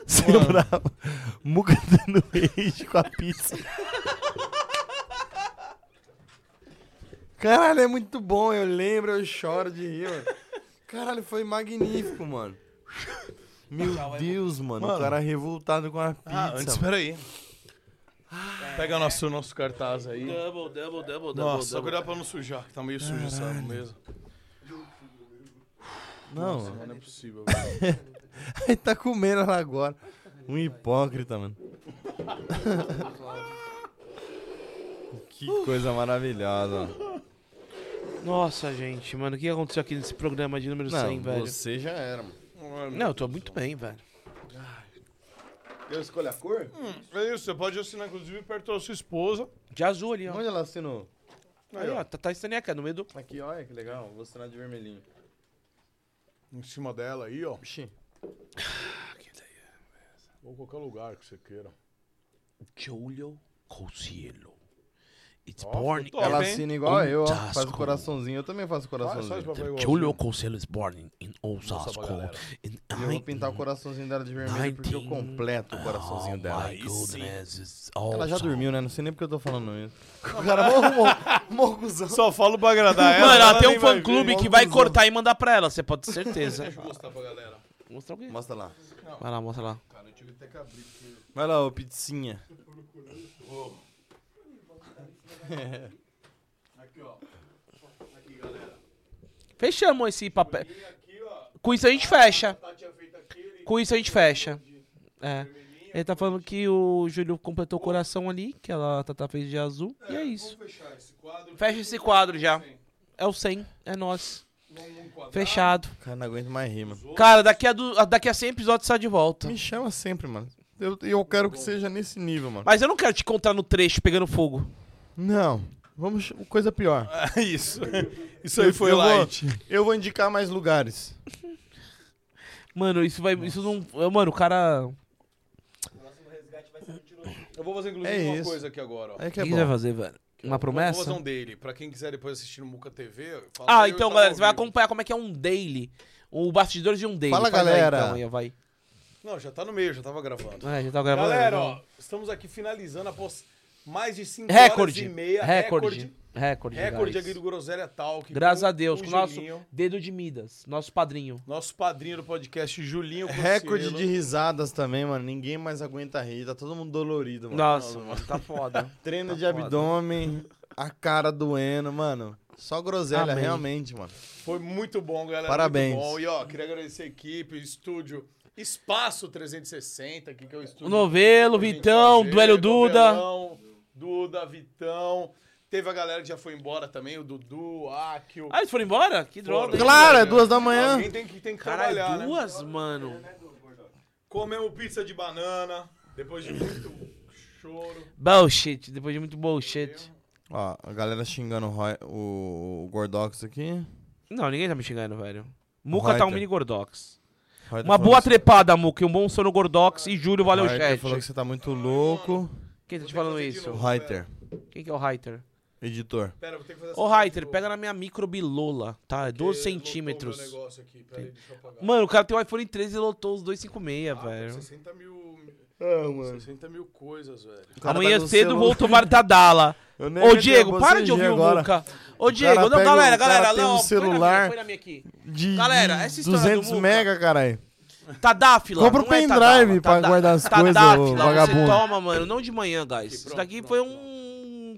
F: Você é bravo. Muca dando rage com a pizza. Caralho, é muito bom. Eu lembro, eu choro de rir, mano. Caralho, foi magnífico, mano. Meu Deus, mano, O
A: Mano.
F: cara revoltado com a pizza.
A: Ah, antes,
F: mano.
A: peraí. Pega nosso, nosso cartaz aí.
B: Double, double, double, double.
A: Nossa, só
B: double.
A: cuidado pra não sujar, que tá meio sujo essa
F: Caralho.
A: mesa.
F: Não.
A: Nossa, não é possível. velho.
F: Aí tá comendo ela agora. Um hipócrita, mano. que coisa maravilhosa.
B: Nossa, gente, mano, o que aconteceu aqui nesse programa de número 100,
F: Não,
B: velho?
F: você já era, mano.
B: Não, eu tô muito bem, velho.
A: Eu escolho a cor? é isso, você pode assinar, inclusive, perto da sua esposa.
B: De azul ali, ó.
F: Onde ela assinou?
B: Aí, ó, tá, tá estaneca no meio do...
F: Aqui, olha que legal. Vou assinar de vermelhinho.
A: Em cima dela aí, ó. Ou qualquer lugar que você queira.
B: Julio Cossielo. It's
A: Ó,
B: born
A: ficou top,
F: ela
A: hein?
F: assina igual eu, ó. Faz o
B: Tasco.
F: coraçãozinho. Eu também faço o
A: Faz,
F: coraçãozinho.
A: faz, faz,
B: Julio Cossielo is born in Osasco.
F: pra galera.
B: in
F: E eu vou pintar o coraçãozinho dela de vermelho porque eu
B: 19.
F: completo o coraçãozinho dela.
B: Oh My goodness, it's
F: Ela já
B: also-
F: dormiu, né? Não sei nem porque eu tô falando isso. O cara mó- mó mocuzão.
A: Só falo pra agradar Tá, ela.
B: Mano, ela tem
A: nem
B: um fã
A: ver.
B: clube que vai cortar e mandar pra ela, você pode ter certeza.
A: Deixa eu mostrar pra galera.
B: Mostra alguém.
F: Mostra lá.
B: Vai lá, mostra lá.
A: Cara, eu tive até que abrir. porque-
F: Vai lá, ô pizzinha.
A: Ô. Aqui, ó. Aqui, galera.
B: Fechamos esse papel. Com isso a gente fecha. Com isso a gente fecha. É. Ele tá falando que o Júlio completou o coração ali, que ela tá, fez de azul, e é isso. Fecha esse quadro já. É o 100, é nós. Fechado.
F: Cara, não aguento mais rir, mano.
B: Cara, daqui a, du- a- daqui a 100 episódios você tá de volta.
F: Me chama sempre, mano. Eu, eu quero que seja nesse nível, mano.
B: Mas eu não quero te contar no trecho pegando fogo.
F: Não. Vamos. ch- Coisa pior.
A: isso. Isso aí
F: Eu-
A: foi
F: eu vou-
A: light.
F: eu vou indicar mais lugares.
B: Mano, isso vai. Isso não. Mano, o cara. um
A: Eu vou fazer, inclusive,
B: É
A: uma
B: isso.
A: coisa aqui agora. Ó.
B: É que é O que você bom. vai fazer, velho? Uma promessa?
A: Vou fazer um daily. Pra quem quiser depois assistir no Muca TV... fala
B: Ah,
A: que eu
B: então,
A: tava
B: galera, você vai
A: ao vivo.
B: acompanhar como é que é um daily. O bastidores de um daily.
A: Fala,
B: Faz aí,
A: galera.
B: então, aí, vai.
A: Não, já tá no meio, já tava gravando.
B: É, já tava gravando,
A: Galera,
B: já.
A: ó, estamos aqui finalizando após mais de 5 horas
B: Recorde.
A: e meia.
B: Recorde. Recorde,
A: Recorde
B: guys.
A: aqui do um Groselha Talk.
B: Graças
A: com
B: a Deus,
A: o
B: com o nosso
A: Julinho,
B: dedo de Midas, nosso padrinho.
A: Nosso padrinho do podcast, Julinho
F: Recorde
A: Cossielo.
F: de risadas também, mano. Ninguém mais aguenta rir. Tá todo mundo dolorido, mano.
B: Nossa, mano, tá foda.
F: Treino
B: Tá
F: de
B: foda.
F: abdômen, a cara doendo, mano. Só groselha,
A: Amém.
F: realmente, mano.
A: Foi muito bom, galera.
F: Parabéns.
A: Muito bom. E, ó, queria agradecer a equipe, o estúdio Espaço 360, aqui que é o estúdio.
B: O novelo,
A: que a gente
B: Vitão,
A: fazer,
B: Duélio Duda.
A: Novelão, Duda, Vitão. Teve a galera que já foi embora também, o Dudu, Akio.
B: Ah, eles foram embora? Que droga. hein?
F: Claro, é duas da manhã.
A: Alguém tem que, tem que
B: Caralho,
A: trabalhar, né?
B: duas, mano.
A: Comemos pizza de banana, depois de muito choro.
B: Bullshit, depois de muito bullshit.
C: Ó, a galera xingando o, Roy- o, o Gordox aqui.
B: Não, ninguém tá me xingando, velho. Muca tá um
C: Reuter.
B: mini Gordox.
C: Reuter
B: Uma
C: falou
B: boa
C: que-
B: trepada, Muca, e um bom sono Gordox. E Júlio, valeu,
C: Reuter
B: chat.
C: falou que você tá muito louco.
B: Quem tá te falando isso?
C: O Reiter,
B: Quem que é o Reiter?
C: editor.
A: Pera, vou ter que fazer
B: Ô, Reiter, pega na minha microbilola, tá? É 12 centímetros.
A: negócio aqui, pera aí, deixa eu apagar.
B: Mano, o cara tem um iPhone 13 e lotou os 256, velho.
A: 60 mil.
F: Ah, mano.
A: 60 mil coisas, velho.
F: cara
B: Amanhã
F: tá no
B: cedo
F: celular.
B: vou tomar Tadala.
F: Eu nem
B: Ô,
F: aguentei
B: Diego,
F: você
B: para de
F: rir
B: ouvir o
F: agora.
B: Luca. Ô,
F: O
B: Diego,
F: cara
B: não,
F: pega-
B: galera,
F: o cara
B: galera,
F: tem
B: não, põe
F: um
B: na minha,
F: celular
B: põe na minha aqui.
F: De
B: Galera, essa história
F: 200
B: do Muca.
F: mega, caralho.
B: Tadáfila.
F: Compra o
B: não é
F: pendrive
B: Tadáfila,
F: pra
B: Tadá-
F: guardar as coisas,
B: Tadáfila,
F: ô
B: Tá Você
F: vagabundo.
B: toma, mano, não de manhã, guys. Isso daqui foi um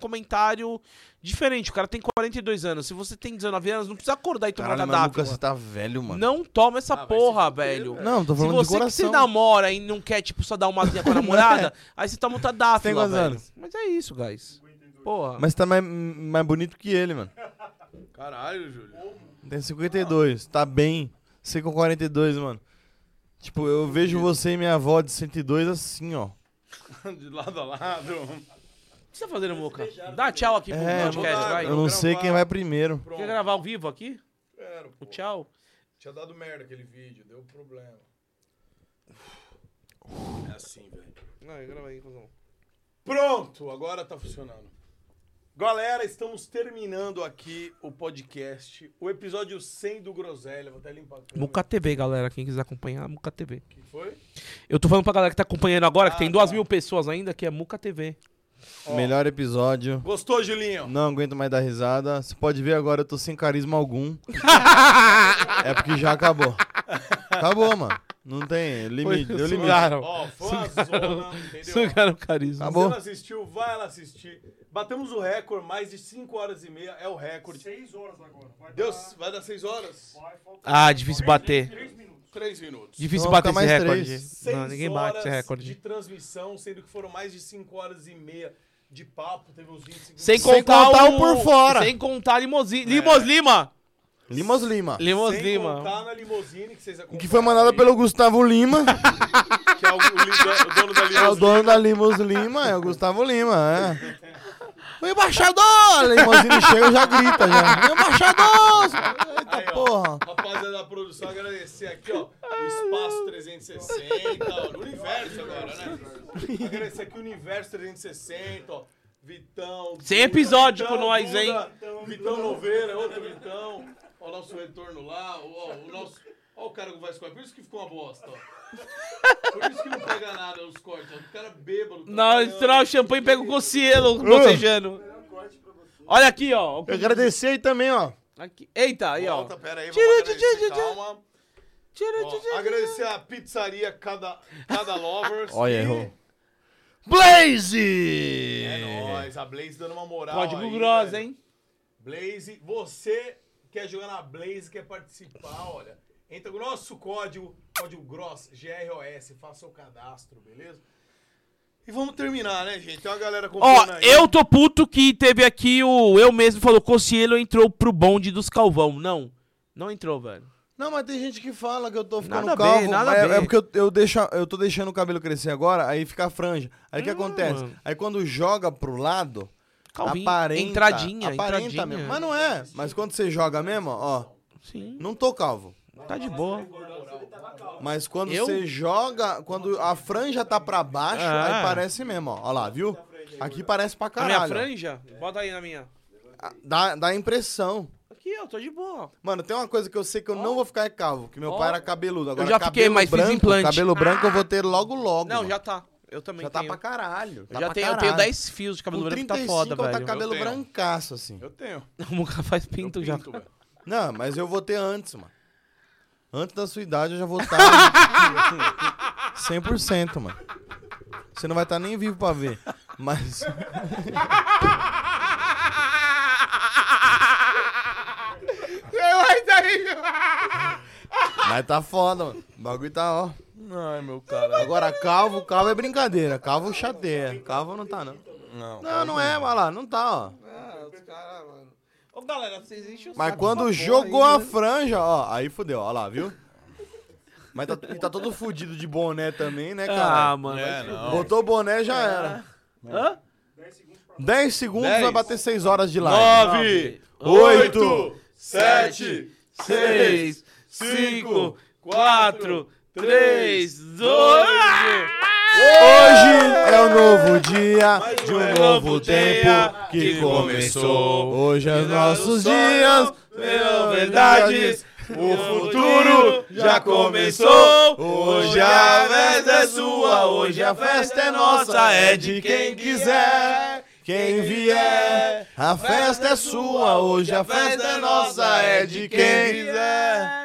B: comentário diferente. O cara tem 42 anos. Se você tem 19 anos, não precisa acordar e tomar
C: Caralho, mas Lucas,
B: Tadáfila.
C: você tá velho, mano.
B: Não toma essa porra, tá velho.
C: Não, tô falando de
B: Se você que se
C: coração.
B: namora e não quer, tipo, só dar uma com a namorada, aí você toma o Tadáfila,
C: Tem quantos
B: velho.
C: anos?
B: Mas é isso, guys. Porra.
C: Mas tá mais, mais bonito que ele, mano.
A: Caralho, Júlio.
C: Tem 52, tá bem. Você com 42, mano. Tipo, eu vejo você e minha avó de 102 assim, ó.
A: De lado a lado.
B: O que você tá fazendo, Moca? Dá tchau aqui pro
C: É,
B: podcast, vai.
C: eu não sei quem vai primeiro.
B: Quer gravar ao vivo aqui?
A: Quero, pô.
B: O tchau.
A: Tinha dado merda aquele vídeo, deu problema. É assim, velho.
B: Não, eu gravei, cuzão.
A: Pronto, agora tá funcionando. Galera, estamos terminando aqui o podcast, o episódio 100 do Groselha. Vou até limpar a câmera.
B: Muca TV, galera. Quem quiser acompanhar, Muca TV.
A: Que foi?
B: Eu tô falando pra galera que tá acompanhando agora, que tem
A: Ah,
B: duas mil pessoas ainda, que é Muca TV.
C: Melhor episódio.
A: Gostou, Julinho?
C: Não aguento mais dar risada. Você pode ver agora, eu tô sem carisma algum. é porque já acabou. Acabou, mano. Não tem limite.
B: Foi-
C: deu limite.
B: sugaram.
A: Ó, foi uma zona, entendeu?
B: Sugaram o carisma.
A: Se Tá você não
C: Acabou.
A: assistiu, vai lá assistir. Batemos o recorde, mais de 5 horas e meia é o recorde. 6 horas agora. Vai Deus, vai dar 6 horas?
B: Ah, difícil bater.
A: 3 minutos.
B: Difícil
C: Então,
B: bater
C: fica
B: esse
C: mais
B: recorde.
C: três.
B: Não,
A: Seis
B: ninguém bate
A: horas
B: esse
A: de
B: recorde.
A: transmissão, sendo que foram mais de 5 horas e meia de papo, teve uns 20 segundos.
B: Sem contar, o... Sem contar limousine. Limos Lima.
C: Limos Lima.
B: Limos
A: É. Sem
B: Lima.
A: contar na limousine que vocês acompanham.
C: Que foi mandada pelo Gustavo Lima.
A: Que é o, o li- o dono da
C: É o
A: limousine.
C: dono da Limos Lima, é o Gustavo Lima, é. O embaixador! A limousine chega e já grita já. O embaixador! Eita porra!
A: Rapaziada da produção, agradecer aqui, ó, o Espaço 360, ó, o Universo agora, né? Agradecer aqui o Universo 360, ó, Vitão.
B: Sem
A: Duda,
B: episódio
A: Vitão,
B: com nós,
A: Duda,
B: hein?
A: Vitão, Vitão Noveira, outro Vitão. Ó, o nosso retorno lá, ó, o nosso... Ó o cara que vai escolher, por isso que ficou uma bosta, ó. Por isso que não pega nada os cortes, ó. O cara bêbado. tá
B: Na hora de tirar o champanhe, pega o cocielo bocejando.
A: um
B: Olha aqui, ó.
F: Eu agradecer aí também, ó.
B: Aqui. Eita, aí, ó.
A: Volta, pera aí,
B: Tira,
A: vamos agradecer,
B: tira, tira,
A: calma. Ó, agradecer a pizzaria cada, cada lovers.
C: Olha,
A: e-
C: errou.
F: Blaze!
A: É nóis, a Blaze dando uma moral.
B: Código
A: aí,
B: grossa,
A: velho.
B: hein?
A: Blaze, você quer jogar na Blaze, quer participar, olha. Entra com o nosso código, código GROSS, G-R-O-S, faça o cadastro, beleza? E vamos terminar, né, gente? Tem uma galera
B: Ó,
A: acompanhando aí.
B: eu tô puto que teve aqui o. Eu mesmo falou, Cocielo entrou pro bonde dos Calvão. Não, não entrou, velho.
C: Não, mas tem gente que fala que eu tô ficando
B: Nada a
C: calvo.
B: ver, nada a
C: mas
B: ver.
C: É, é porque eu, eu, deixo, a- eu tô deixando o cabelo crescer agora, aí fica a franja. Aí
B: É,
C: o que acontece? Aí quando joga pro lado,
B: Calvinho,
C: aparenta.
B: entradinha,
C: aparenta
B: entradinha.
C: mesmo. Mas não é. Mas quando você joga mesmo, ó.
B: Sim.
C: Não tô calvo.
B: Tá de boa.
C: Mas quando
F: Eu?
C: você joga, quando a franja tá pra baixo,
F: Ah.
C: aí parece mesmo, ó. Olha lá, viu? Aqui parece pra
B: A
C: caralho.
B: minha
C: ó.
B: franja? Bota aí na minha.
C: Ah, Dá, dá a impressão.
B: Aqui, ó, tô de boa.
C: Mano, tem uma coisa que eu sei que eu não vou ficar é calvo, que meu
B: Ó.
C: pai era cabeludo. Agora,
B: já fiquei,
C: cabelo
B: mas fiz
C: branco,
B: implante. Ah.
C: Cabelo branco eu vou ter logo logo.
B: Não, já tá. Eu também
C: Já tá
B: tenho.
C: pra caralho.
B: Eu
C: tá
B: já
C: pra
B: tenho, eu
C: caralho.
B: tenho 10 fios de cabelo
C: Com
B: branco, tá
C: 35
B: foda,
C: eu tá
B: velho.
C: cabelo
B: Eu tenho.
C: brancaço, assim.
O: Eu tenho.
B: O Muca faz pinto já. Ah,
C: Não, mas eu vou ter antes, mano. Antes da sua idade eu já vou tá estar 100%, mano. Você não vai estar nem vivo pra ver. Mas mas tá foda, mano. O bagulho tá, ó.
O: Ai, meu cara.
C: Agora calvo, calvo é brincadeira. Calvo chateia. Calvo não tá não.
O: Não,
C: não, não é, vai lá, não tá, ó.
B: Ah, os caras, mano. Ô, galera, vocês enchem o
C: Mas
B: saco
C: quando
B: pra
C: jogou
B: porra
C: a
B: aí, né?
C: franja, ó, aí fudeu, ó lá, viu? Mas tá, e tá todo fudido de boné também, né, cara?
B: Ah, mano, vai se fuder.
C: Botou o boné, já era.
B: Hã?
C: 10 segundos
B: Dez.
C: vai bater 6 horas de
O: Nove,
C: live.
O: oito,
C: 8,
O: sete, seis,
B: cinco, quatro, três, dois.
C: Hoje é o novo dia de um
O: é
C: novo
O: novo
C: tempo
O: dia
C: que
O: que
C: começou.
O: começou.
C: Hoje é os nossos dias,
O: sonhos
C: verão
O: verão
C: verdades.
O: verdades.
C: O
O: futuro já começou. Hoje a festa é sua, hoje a festa é nossa, é de quem quiser.
C: Quem vier, a festa é sua. Hoje a festa é nossa, é de quem quiser.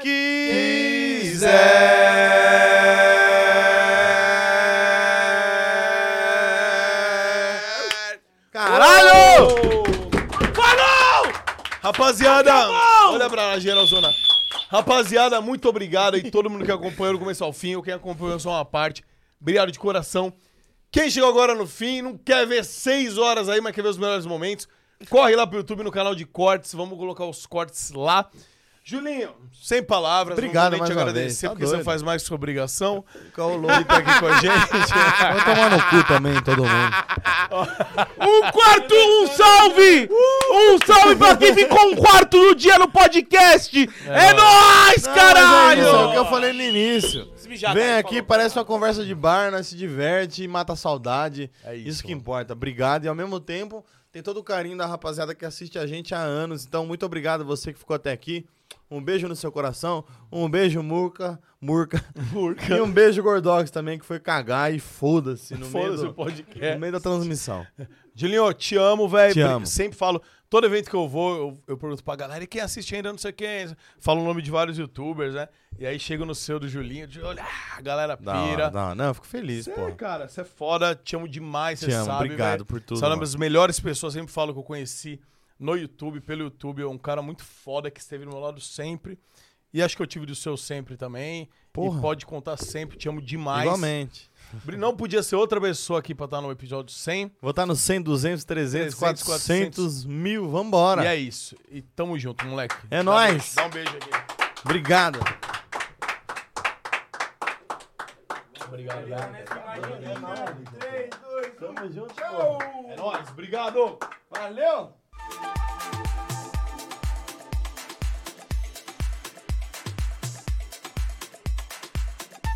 A: Caralho! Falou! Rapaziada,
O: Tá
A: olha pra lá, geralzona. Rapaziada, muito obrigado aí todo mundo que acompanhou do começo ao fim, ou quem acompanhou só uma parte. Obrigado de coração. Quem chegou agora no fim, não quer ver seis horas aí, mas quer ver os melhores momentos, corre lá pro YouTube no canal de cortes, vamos colocar os cortes lá. Julinho, sem palavras,
C: Obrigado
A: não vou nem te
C: mais uma vez,
A: agradecer,
C: tá
A: porque você
C: doido.
A: faz mais que sua obrigação.
C: Caolou.
A: E tá aqui com a gente.
C: Vai tomar no cu também, todo mundo.
B: Um quarto, um salve! Um salve pra quem ficou um quarto do dia no podcast! É, nóis,
C: Não, mas
B: caralho! tá,
C: É isso, é o que eu falei no início.
B: mijado,
C: Vem
B: ele
C: aqui, parece uma conversa de bar, nós se diverte e mata a saudade. É isso. que importa. Obrigado. E ao mesmo tempo, tem todo o carinho da rapaziada que assiste a gente há anos. Então, muito obrigado a você que ficou até aqui. Um beijo no seu coração. Um beijo, Murca. Murca. E um beijo, Gordox, também, que foi cagar e foda-se no, meio
A: Foda-se
C: do-
A: o podcast.
C: no meio da transmissão.
A: Julinho, te amo, velho.
C: Te
A: Bri-
C: amo.
A: Sempre falo, todo evento que eu vou, eu, eu pergunto pra galera, e quem assiste ainda não sei quem? Falo o nome de vários youtubers, né? E aí chego no seu do Julinho, de olha, ah, a galera
C: Da hora,
A: pira.
C: da hora. Não, eu fico feliz,
A: Cê,
C: pô.
A: cara, você é foda, te amo demais, você
C: Te amo,
A: sabe,
C: obrigado
A: velho.
C: por tudo,
A: Você é uma
C: mano.
A: das melhores pessoas, sempre falo que eu conheci no YouTube, pelo YouTube, é um cara muito foda que esteve do meu lado sempre. E acho que eu tive do seu sempre também.
C: Porra.
A: E pode contar sempre, te amo demais.
C: Igualmente.
A: Bri- Não podia ser outra pessoa aqui pra estar no episódio 100.
C: Vou estar no 100, 200, 300,
A: 300,
C: 400 mil. Vambora.
A: E é isso. E tamo junto, moleque.
C: É
A: Dá
C: nóis.
A: um- Dá um beijo aqui.
C: Obrigado.
A: É nóis. Obrigado. Valeu.